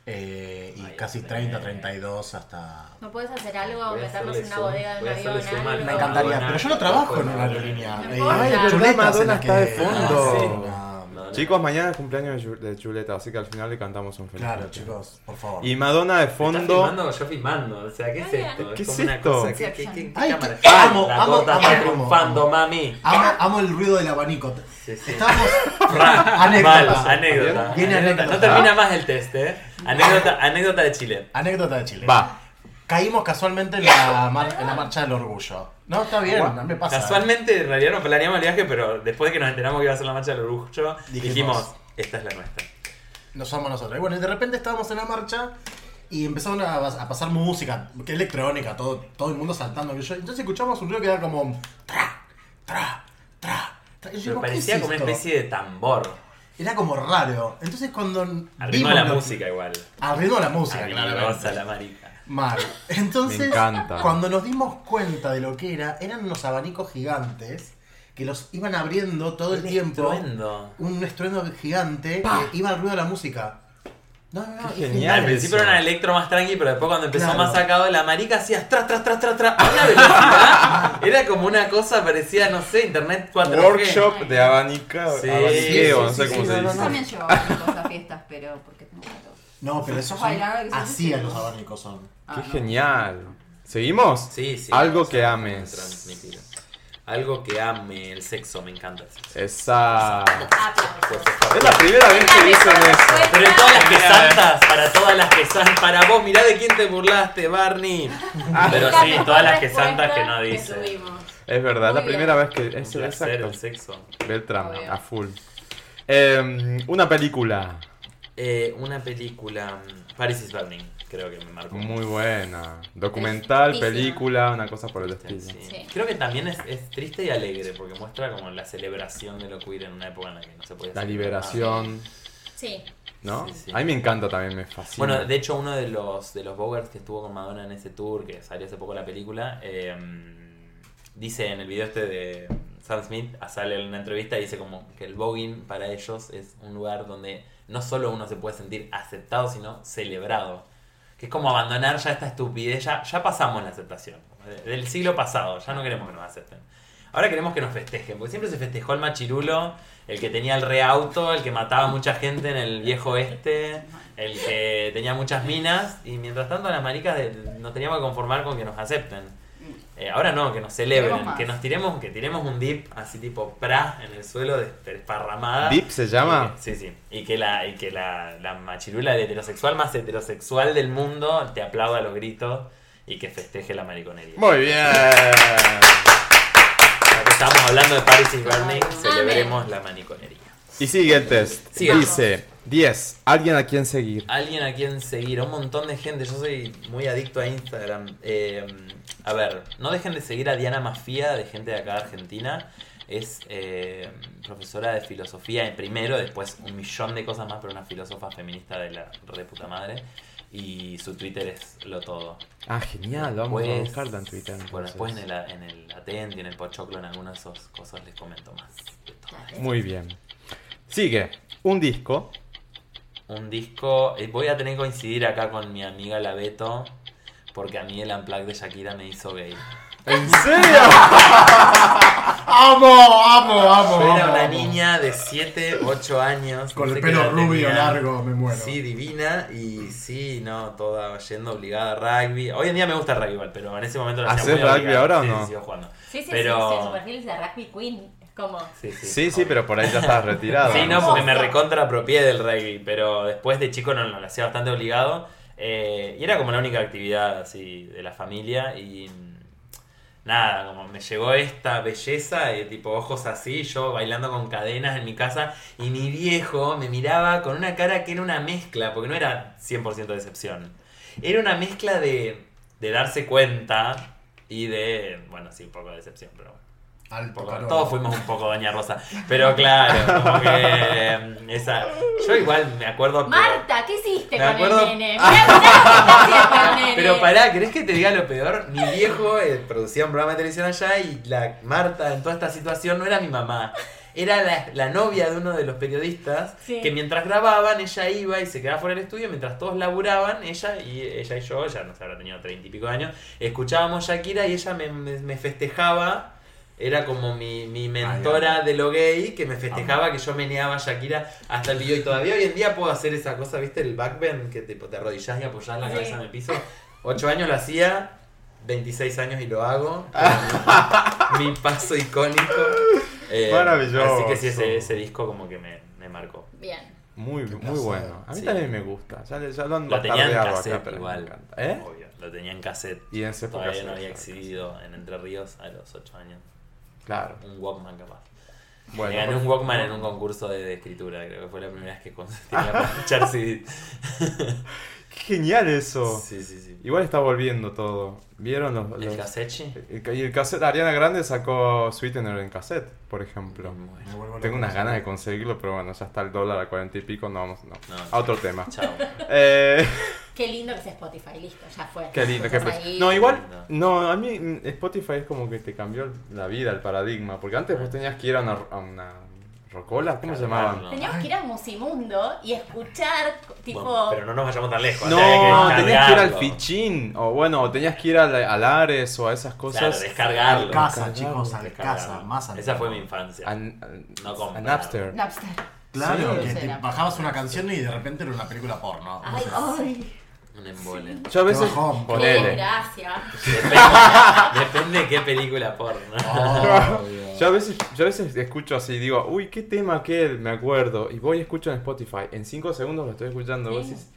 [SPEAKER 4] eh, y
[SPEAKER 11] Miami.
[SPEAKER 4] casi 30, 32 hasta...
[SPEAKER 6] ¿No puedes hacer algo?
[SPEAKER 5] Voy a
[SPEAKER 6] ¿Meternos
[SPEAKER 5] hacerle
[SPEAKER 6] en una
[SPEAKER 5] zoom,
[SPEAKER 6] bodega de un
[SPEAKER 5] voy a
[SPEAKER 6] avión?
[SPEAKER 5] hacerle zoom al-
[SPEAKER 6] algo?
[SPEAKER 4] Me encantaría,
[SPEAKER 5] Madonna,
[SPEAKER 4] pero yo no trabajo en
[SPEAKER 5] Madonna.
[SPEAKER 4] una aerolínea.
[SPEAKER 6] No
[SPEAKER 4] Eh,
[SPEAKER 6] importa.
[SPEAKER 4] hay
[SPEAKER 6] Ay,
[SPEAKER 4] chuletas
[SPEAKER 2] Madonna
[SPEAKER 4] en las
[SPEAKER 2] está
[SPEAKER 4] que-
[SPEAKER 2] de fondo.
[SPEAKER 4] Ah, sí.
[SPEAKER 5] Madonna.
[SPEAKER 2] Chicos, mañana es cumpleaños de Ju- de Julieta, así que al final le cantamos un feliz
[SPEAKER 4] Claro,
[SPEAKER 2] cumpleaños.
[SPEAKER 4] chicos, por favor.
[SPEAKER 2] Y Madonna de
[SPEAKER 5] ¿Estás
[SPEAKER 2] fondo.
[SPEAKER 5] filmando? Yo filmando. O sea, ¿qué es esto?
[SPEAKER 2] ¿Qué es
[SPEAKER 5] como una
[SPEAKER 2] esto?
[SPEAKER 5] cosa que- que- que-
[SPEAKER 4] Ay,
[SPEAKER 5] cámara.
[SPEAKER 4] qué- amo,
[SPEAKER 5] La
[SPEAKER 4] amo,
[SPEAKER 5] gorda
[SPEAKER 4] amo,
[SPEAKER 5] está
[SPEAKER 4] amo.
[SPEAKER 5] triunfando, mami.
[SPEAKER 4] Amo, amo el ruido del abanico.
[SPEAKER 5] Sí, sí.
[SPEAKER 4] Estamos...
[SPEAKER 5] *laughs* Mal,
[SPEAKER 4] anécdota.
[SPEAKER 5] anécdota.
[SPEAKER 4] Viene
[SPEAKER 5] anécdota.
[SPEAKER 4] anécdota.
[SPEAKER 5] No termina más el test, ¿eh? Anécdota, anécdota de Chile.
[SPEAKER 4] Anécdota de Chile.
[SPEAKER 2] Va.
[SPEAKER 4] Caímos casualmente en la, mar- en la marcha del orgullo. No, está bien, a mí me pasa. ¿eh?
[SPEAKER 5] Casualmente, en realidad no planeamos el viaje, pero después de que nos enteramos que iba a ser la marcha del orgullo,
[SPEAKER 4] Dijimos,
[SPEAKER 5] dijimos, esta es la nuestra.
[SPEAKER 4] No somos nosotros. Y bueno, y de repente estábamos en la marcha y empezaron a, a pasar música, que electrónica, todo, todo el mundo saltando. que yo- Entonces escuchamos un ruido que era como tra, tra, tra, tra. Y
[SPEAKER 5] Pero
[SPEAKER 4] yo digo, ¿qué
[SPEAKER 5] parecía
[SPEAKER 4] es
[SPEAKER 5] como una
[SPEAKER 4] esto?
[SPEAKER 5] especie de tambor.
[SPEAKER 4] Era como raro. Entonces cuando
[SPEAKER 5] Al ritmo
[SPEAKER 4] vimos
[SPEAKER 5] de la
[SPEAKER 4] lo-
[SPEAKER 5] música igual.
[SPEAKER 4] Al ritmo de la música,
[SPEAKER 5] Habilidosa
[SPEAKER 4] claramente.
[SPEAKER 5] la marica.
[SPEAKER 4] Mal. Entonces,
[SPEAKER 2] Me encanta.
[SPEAKER 4] cuando nos dimos cuenta de lo que era, eran unos abanicos gigantes que los iban abriendo todo el
[SPEAKER 5] Un
[SPEAKER 4] tiempo.
[SPEAKER 5] estruendo.
[SPEAKER 4] Un estruendo gigante que iba al ruido de la música. No, no, no.
[SPEAKER 2] Qué
[SPEAKER 4] es
[SPEAKER 2] genial.
[SPEAKER 5] Al principio
[SPEAKER 2] Eso.
[SPEAKER 5] era una electro más tranqui, pero después cuando empezó
[SPEAKER 4] Claro.
[SPEAKER 5] más sacado, la marica hacía tras, tras, tras, tras, tras. A una
[SPEAKER 4] *laughs*
[SPEAKER 5] velocidad. Era como una cosa parecía, no sé, internet 4G.
[SPEAKER 2] Workshop de abanica,
[SPEAKER 5] Sí,
[SPEAKER 2] abaniqueo,
[SPEAKER 4] sí,
[SPEAKER 2] no sé
[SPEAKER 4] sí,
[SPEAKER 2] cómo
[SPEAKER 4] sí,
[SPEAKER 2] se dice.
[SPEAKER 4] no, no,
[SPEAKER 7] Yo también llevo abanicos a fiestas, pero porque tengo gatos.
[SPEAKER 4] No, pero esos son
[SPEAKER 7] Bailar, que son
[SPEAKER 4] así a
[SPEAKER 7] así.
[SPEAKER 4] los abanicos son.
[SPEAKER 7] Ah,
[SPEAKER 2] Qué
[SPEAKER 7] no.
[SPEAKER 2] genial. ¿Seguimos?
[SPEAKER 5] Sí, sí.
[SPEAKER 2] Algo
[SPEAKER 5] o sea,
[SPEAKER 2] que ames.
[SPEAKER 5] transmitir. Algo que ame, el sexo, me encanta. el sexo.
[SPEAKER 2] Esa.
[SPEAKER 5] Pues,
[SPEAKER 6] Ah, Aplausos.
[SPEAKER 2] Es la primera vez que dicen eso.
[SPEAKER 5] Pero en todas las que santas, para todas las que santas, para vos, mirá de quién te burlaste, Barney. Pero sí, todas las que santas Ah. que no dicen.
[SPEAKER 2] Es verdad, es la
[SPEAKER 6] Muy bien.
[SPEAKER 2] primera vez que. Es
[SPEAKER 5] Un placer, el
[SPEAKER 2] exacto.
[SPEAKER 5] sexo.
[SPEAKER 2] Beltrán,
[SPEAKER 6] Obvio.
[SPEAKER 2] a full. Eh, una película
[SPEAKER 5] Eh, una película, mm, Paris is Burning, creo que me marcó.
[SPEAKER 2] muy buena. Documental,
[SPEAKER 6] Tristísima.
[SPEAKER 2] película, una cosa por el
[SPEAKER 5] Sí,
[SPEAKER 2] estilo.
[SPEAKER 5] sí.
[SPEAKER 6] Sí.
[SPEAKER 5] Creo que también es, es triste y alegre porque muestra como la celebración de lo queer en una época en la que no se podía
[SPEAKER 2] La
[SPEAKER 5] celebrar
[SPEAKER 2] liberación,
[SPEAKER 6] Sí.
[SPEAKER 2] ¿no?
[SPEAKER 5] Sí, sí.
[SPEAKER 2] A mí me encanta también, me fascina.
[SPEAKER 5] Bueno, de hecho, uno de los, de los Bogers que estuvo con Madonna en ese tour, que salió hace poco la película, eh, dice en el video este de Sam Smith, sale en una entrevista y dice como que el voguing para ellos es un lugar donde no solo uno se puede sentir aceptado, sino celebrado. Que es como abandonar ya esta estupidez, ya, ya pasamos la aceptación, de- del siglo pasado, ya no queremos que nos acepten. Ahora queremos que nos festejen, porque siempre se festejó el machirulo, el que tenía el reauto, el que mataba a mucha gente en el viejo este, el que tenía muchas minas, y mientras tanto las maricas de- nos teníamos que conformar con que nos acepten. Eh, ahora no, que nos celebren,
[SPEAKER 7] Queremos más.
[SPEAKER 5] que nos tiremos, que tiremos un dip así tipo pra en el suelo de desparramada.
[SPEAKER 2] ¿Deep se llama?
[SPEAKER 5] Sí, sí. Y que la, y que la, la machirula de heterosexual más heterosexual del mundo te aplauda a los gritos y que festeje la mariconería.
[SPEAKER 2] Muy bien.
[SPEAKER 5] Ya que estábamos hablando de Paris y Burning, celebremos la mariconería.
[SPEAKER 2] Y sigue el test.
[SPEAKER 5] Sigue.
[SPEAKER 2] Dice: 10. Alguien a quien seguir.
[SPEAKER 5] Alguien a quien seguir, un montón de gente. Yo soy muy adicto a Instagram. Eh, a ver, no dejen de seguir a Diana Mafía, de gente de acá de Argentina. Es eh, profesora de filosofía en primero, después un millón de cosas más, pero una filósofa feminista de la reputa madre. Y su Twitter es lo todo.
[SPEAKER 2] Ah, genial, vamos a
[SPEAKER 5] Después-
[SPEAKER 2] buscarla en Twitter.
[SPEAKER 5] Bueno,
[SPEAKER 2] entonces.
[SPEAKER 5] después en el, en el Atent y en el Pochoclo, en algunas de esas cosas les comento más. de todo.
[SPEAKER 2] Muy bien. Sigue. Un disco.
[SPEAKER 5] un disco. eh, Voy a tener que coincidir acá con mi amiga La Beto, porque a mí el unplug de Shakira me hizo gay.
[SPEAKER 2] ¿En *laughs* serio?
[SPEAKER 4] ¡Amo, amo, amo!
[SPEAKER 5] Yo era
[SPEAKER 4] amo,
[SPEAKER 5] una
[SPEAKER 4] amo.
[SPEAKER 5] niña de 7, 8 años.
[SPEAKER 4] Con
[SPEAKER 5] no
[SPEAKER 4] el
[SPEAKER 5] sé qué
[SPEAKER 4] pelo
[SPEAKER 5] edad
[SPEAKER 4] rubio
[SPEAKER 5] tenía.
[SPEAKER 4] largo, me muero.
[SPEAKER 5] Sí, divina y sí, no, toda yendo obligada a rugby. Hoy en día me gusta el rugby igual, pero en ese momento lo hacía
[SPEAKER 2] ¿Hacés
[SPEAKER 5] muy
[SPEAKER 2] rugby
[SPEAKER 5] obligada.
[SPEAKER 2] ahora o
[SPEAKER 5] Sí,
[SPEAKER 2] no?
[SPEAKER 5] sí, sigo jugando.
[SPEAKER 6] Sí, sí,
[SPEAKER 5] Pero-
[SPEAKER 6] sí, sí, su perfil es de Rugby Queen. Es como...
[SPEAKER 5] Sí, sí,
[SPEAKER 2] Sí, sí,
[SPEAKER 5] obvio.
[SPEAKER 2] pero por ahí ya estás retirado.
[SPEAKER 5] Sí, no,
[SPEAKER 6] Hermoso.
[SPEAKER 5] porque me recontra apropié del rugby, pero después de chico no, no lo hacía bastante obligado. eh, y era como la única actividad así de la familia. Y mm, nada, como me llegó esta belleza de tipo ojos así, yo bailando con cadenas en mi casa. Y mi viejo me miraba con una cara que era una mezcla, porque no era 100% decepción. Era una mezcla de, de darse cuenta y de, bueno, sí, un poco de decepción, pero
[SPEAKER 4] Al
[SPEAKER 5] Bueno,
[SPEAKER 4] porcarón.
[SPEAKER 5] Todos fuimos un poco Doña Rosa. Pero claro, como que. mm, Esa, yo igual me acuerdo. que-
[SPEAKER 6] Marta, ¿qué hiciste
[SPEAKER 5] Me
[SPEAKER 6] con
[SPEAKER 5] acuerdo-
[SPEAKER 6] el nene? Mirá, mirá lo que está haciendo el nene.
[SPEAKER 5] Pero pará, ¿querés que te diga lo peor? Mi viejo eh, producía un programa de televisión allá y la Marta en toda esta situación no era mi mamá. Era la, la novia de uno de los periodistas
[SPEAKER 6] Sí.
[SPEAKER 5] que mientras grababan ella iba y se quedaba fuera del estudio mientras todos laburaban, ella y ella y yo, ella no sé, habrá tenido treinta y pico de años, escuchábamos Shakira y ella me, me- me festejaba, era como mi, mi mentora de lo gay que me festejaba que yo meneaba a Shakira hasta el video y todavía hoy en día puedo hacer esa cosa, ¿viste? El backbend que tipo, te arrodillás y apoyás la
[SPEAKER 6] Sí.
[SPEAKER 5] cabeza en el piso. Ocho años lo hacía, 26 años y lo hago. mi paso icónico. Eh,
[SPEAKER 2] Ah. Maravilloso.
[SPEAKER 5] Así que sí, ese, ese disco como que me, me marcó.
[SPEAKER 6] Bien.
[SPEAKER 2] Muy, muy
[SPEAKER 4] pasa?
[SPEAKER 2] bueno. A mí
[SPEAKER 5] Sí.
[SPEAKER 2] también me gusta. Ya, le- ya lo ando
[SPEAKER 5] Lo tenía en
[SPEAKER 2] tardeado
[SPEAKER 5] cassette
[SPEAKER 2] pero me
[SPEAKER 5] igual.
[SPEAKER 2] encanta. ¿Eh?
[SPEAKER 5] Obvio, lo tenía en cassette.
[SPEAKER 2] Y en esa época
[SPEAKER 5] Todavía
[SPEAKER 2] se
[SPEAKER 5] no había
[SPEAKER 2] usaba cassette.
[SPEAKER 5] exhibido en Entre Ríos a los 8 años.
[SPEAKER 2] Claro.
[SPEAKER 5] Un Walkman capaz.
[SPEAKER 2] Bueno, pues,
[SPEAKER 5] Me gané un Walkman en un concurso de, de escritura, creo que fue la primera vez que
[SPEAKER 2] *laughs*
[SPEAKER 5] con- tenía para escuchar CD.
[SPEAKER 2] Qué genial eso.
[SPEAKER 5] Sí, sí, sí.
[SPEAKER 2] Igual está volviendo todo. ¿Vieron los, Oh. los-
[SPEAKER 5] ¿El Cassechi?
[SPEAKER 2] el ca- y el cassette? Ariana Grande sacó Sweetener en cassette, por ejemplo.
[SPEAKER 4] Me vuelvo loco.
[SPEAKER 2] Tengo unas ganas de conseguirlo, pero bueno, ya está el dólar a cuarenta y pico, no vamos, no.
[SPEAKER 5] No.
[SPEAKER 2] A otro tema.
[SPEAKER 5] Chao.
[SPEAKER 2] *laughs* Eh,
[SPEAKER 6] Qué lindo que sea Spotify, listo, ya fue.
[SPEAKER 2] qué lindo, qué
[SPEAKER 6] Estás
[SPEAKER 2] pres-
[SPEAKER 6] ahí.
[SPEAKER 2] No, igual,
[SPEAKER 5] lindo.
[SPEAKER 2] no, a mí mm, Spotify es como que te cambió la vida, el paradigma, porque antes vos tenías que ir a una, a una rocola, ¿cómo se llamaban?
[SPEAKER 5] Cargarlo.
[SPEAKER 6] Teníamos que ir a Musimundo y escuchar, tipo.
[SPEAKER 5] Bueno, pero no nos vayamos tan lejos.
[SPEAKER 2] No, tenías que ir al
[SPEAKER 5] fichín
[SPEAKER 2] fichín, o bueno, o tenías que ir al, al Ares o a esas
[SPEAKER 5] Claro,
[SPEAKER 2] cosas.
[SPEAKER 5] descargarlo.
[SPEAKER 4] Casa, chicos, al
[SPEAKER 5] Descargarlo.
[SPEAKER 4] casa, más al
[SPEAKER 5] Esa fue mi infancia.
[SPEAKER 2] a, a-
[SPEAKER 5] No
[SPEAKER 2] a
[SPEAKER 5] comprar.
[SPEAKER 2] Napster.
[SPEAKER 7] Napster.
[SPEAKER 4] Claro,
[SPEAKER 7] Sí,
[SPEAKER 4] que
[SPEAKER 7] sí,
[SPEAKER 4] te
[SPEAKER 7] la-
[SPEAKER 4] bajabas una canción y de repente era una película porno.
[SPEAKER 6] Ay, ay.
[SPEAKER 5] Un embole.
[SPEAKER 2] Yo a veces.
[SPEAKER 4] bajón.
[SPEAKER 6] Qué
[SPEAKER 2] Ponele.
[SPEAKER 6] gracia.
[SPEAKER 2] *laughs*
[SPEAKER 5] Depende, depende de qué película porno. *laughs*
[SPEAKER 4] Oh,
[SPEAKER 2] Yo a, veces, yo a veces escucho así y digo, uy, qué tema aquel, me acuerdo. Y voy y escucho en Spotify. En 5 segundos lo estoy escuchando. Vos
[SPEAKER 6] Sí.
[SPEAKER 2] decís,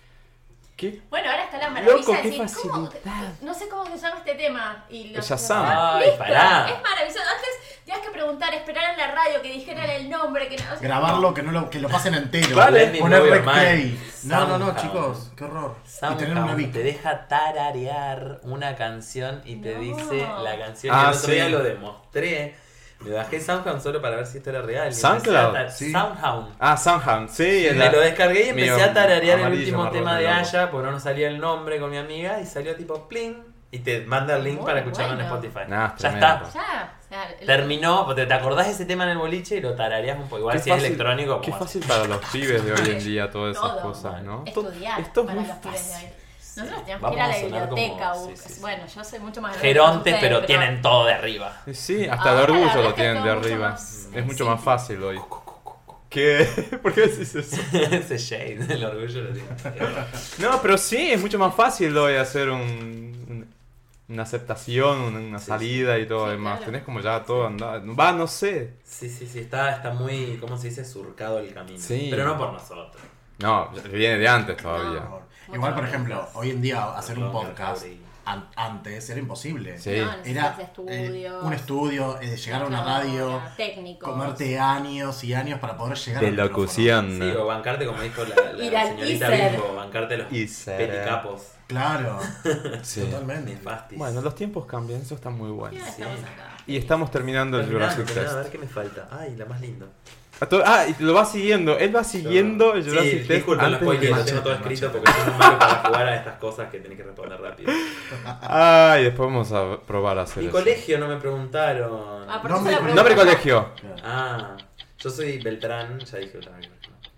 [SPEAKER 2] ¿qué?
[SPEAKER 6] Bueno, ahora está la maravilla
[SPEAKER 2] Loco,
[SPEAKER 6] de
[SPEAKER 2] qué
[SPEAKER 6] decir, ¿cómo-
[SPEAKER 2] facilidad.
[SPEAKER 6] no sé cómo se llama este tema. Y lo-
[SPEAKER 2] Shazam.
[SPEAKER 6] Ah,
[SPEAKER 5] Ay,
[SPEAKER 6] listo.
[SPEAKER 5] pará.
[SPEAKER 6] Es maravilloso. Antes tenías que preguntar, esperar en la radio que dijeran el nombre, que no.
[SPEAKER 4] Grabarlo, que, no lo, que lo pasen entero.
[SPEAKER 5] Vale, mi
[SPEAKER 4] Poner
[SPEAKER 5] novio,
[SPEAKER 4] rec
[SPEAKER 5] man.
[SPEAKER 4] play. No, no, no,
[SPEAKER 5] Soundhound.
[SPEAKER 4] chicos, qué horror. Y tener una
[SPEAKER 5] Soundhound
[SPEAKER 4] bic.
[SPEAKER 5] te deja tararear una canción y te
[SPEAKER 6] No.
[SPEAKER 5] dice la canción.
[SPEAKER 2] Ah,
[SPEAKER 5] el otro
[SPEAKER 2] sí.
[SPEAKER 5] día lo demostré. Me bajé Soundhound solo para ver si esto era real. Y empecé
[SPEAKER 2] ¿Soundcloud?
[SPEAKER 5] a tar-
[SPEAKER 4] Sí.
[SPEAKER 5] Soundhound.
[SPEAKER 2] Ah, Sunhound, sí. en
[SPEAKER 5] Me
[SPEAKER 2] la-
[SPEAKER 5] lo descargué y empecé
[SPEAKER 2] medio
[SPEAKER 5] a tararear el
[SPEAKER 2] amarillo,
[SPEAKER 5] último
[SPEAKER 2] marrón,
[SPEAKER 5] tema de
[SPEAKER 2] loco.
[SPEAKER 5] Aya, porque no nos salía el nombre con mi amiga, y salió tipo pling, y te manda el link
[SPEAKER 6] Muy
[SPEAKER 5] para escucharlo
[SPEAKER 6] bueno.
[SPEAKER 5] en Spotify.
[SPEAKER 2] Nah,
[SPEAKER 5] ya
[SPEAKER 2] tremendo.
[SPEAKER 5] está.
[SPEAKER 6] Ya, o sea, el-
[SPEAKER 5] Terminó, porque te acordás de ese tema en el boliche y lo tarareas un poco. Igual
[SPEAKER 2] Qué
[SPEAKER 5] si es
[SPEAKER 2] fácil-
[SPEAKER 5] electrónico,
[SPEAKER 2] Qué
[SPEAKER 5] como así.
[SPEAKER 2] fácil para los pibes de hoy en día todas esas
[SPEAKER 6] Todo.
[SPEAKER 2] cosas, ¿no?
[SPEAKER 6] estudiar
[SPEAKER 2] Esto es
[SPEAKER 6] para
[SPEAKER 2] muy
[SPEAKER 6] los pibes de hoy. Nosotros teníamos que
[SPEAKER 5] Vamos
[SPEAKER 6] ir a la
[SPEAKER 5] a sonar como-
[SPEAKER 6] biblioteca.
[SPEAKER 5] sí,
[SPEAKER 6] u-
[SPEAKER 5] sí, sí.
[SPEAKER 6] Bueno, yo soy mucho más grande que
[SPEAKER 5] Gerontes,
[SPEAKER 6] ustedes,
[SPEAKER 5] pero tienen todo de arriba. *laughs*
[SPEAKER 2] Sí, hasta el
[SPEAKER 6] Ahora la
[SPEAKER 2] orgullo
[SPEAKER 6] verdad
[SPEAKER 2] lo
[SPEAKER 6] es Ah, que
[SPEAKER 2] tienen de
[SPEAKER 6] todo mucho
[SPEAKER 2] arriba.
[SPEAKER 6] más-
[SPEAKER 2] es mucho
[SPEAKER 6] sí.
[SPEAKER 2] más fácil hoy. ¿Qué? *laughs* ¿Por qué decís eso?
[SPEAKER 5] Ese shade, el orgullo lo tiene.
[SPEAKER 2] No, pero sí, es mucho más fácil hoy hacer un- un- una aceptación, una, una
[SPEAKER 5] Sí,
[SPEAKER 2] salida y todo
[SPEAKER 6] Sí,
[SPEAKER 2] demás.
[SPEAKER 6] claro.
[SPEAKER 2] Tenés como ya todo andado. Va, no sé.
[SPEAKER 5] Sí, sí, sí, está, está muy, ¿cómo se dice? Surcado el camino.
[SPEAKER 2] Sí.
[SPEAKER 5] Pero no por nosotros.
[SPEAKER 2] No, viene de antes todavía.
[SPEAKER 6] No.
[SPEAKER 4] Igual, por ejemplo, hoy en día hacer un
[SPEAKER 5] Perdón,
[SPEAKER 4] podcast
[SPEAKER 5] Gabriel.
[SPEAKER 4] an- antes era imposible.
[SPEAKER 2] Sí.
[SPEAKER 6] No, necesitas
[SPEAKER 4] Era eh,
[SPEAKER 6] estudios,
[SPEAKER 4] un estudio, eh, llegar a una radio,
[SPEAKER 6] técnicos.
[SPEAKER 4] comerte años y años para poder llegar
[SPEAKER 2] De
[SPEAKER 4] al micrófono.
[SPEAKER 2] locución.
[SPEAKER 5] Sí, o bancarte, como dijo la, la
[SPEAKER 6] Ir al
[SPEAKER 5] señorita
[SPEAKER 6] Iser.
[SPEAKER 5] Bimbo, bancarte los
[SPEAKER 2] Iser.
[SPEAKER 5] peticapos.
[SPEAKER 4] Claro,
[SPEAKER 2] *laughs* Sí.
[SPEAKER 4] totalmente.
[SPEAKER 5] Nefastis.
[SPEAKER 2] Bueno, los tiempos cambian, eso está muy
[SPEAKER 6] Y
[SPEAKER 2] bueno.
[SPEAKER 6] ahora
[SPEAKER 5] Sí.
[SPEAKER 6] estamos acá.
[SPEAKER 2] Y estamos terminando el
[SPEAKER 5] Terminando,
[SPEAKER 2] Jurassic
[SPEAKER 5] terminando, a
[SPEAKER 2] Test.
[SPEAKER 5] ver qué me falta. Ay, la más linda.
[SPEAKER 2] A to- Ah, y lo va siguiendo, él va siguiendo el Jurassic
[SPEAKER 5] sí,
[SPEAKER 2] Test.
[SPEAKER 5] disculpa, los
[SPEAKER 2] antes de-
[SPEAKER 5] spoilers, lo tengo todo
[SPEAKER 4] Machete,
[SPEAKER 5] escrito porque soy muy malo para jugar a estas cosas que tenés que responder rápido.
[SPEAKER 2] Ah, y después vamos a probar a hacer
[SPEAKER 5] Mi
[SPEAKER 2] eso.
[SPEAKER 5] colegio no me preguntaron.
[SPEAKER 6] Ah, por
[SPEAKER 4] No
[SPEAKER 6] eso
[SPEAKER 4] me-
[SPEAKER 6] la
[SPEAKER 4] no
[SPEAKER 6] pregunta-
[SPEAKER 2] Nombre y colegio.
[SPEAKER 5] Ah, yo soy Beltrán, ya dije Beltrán.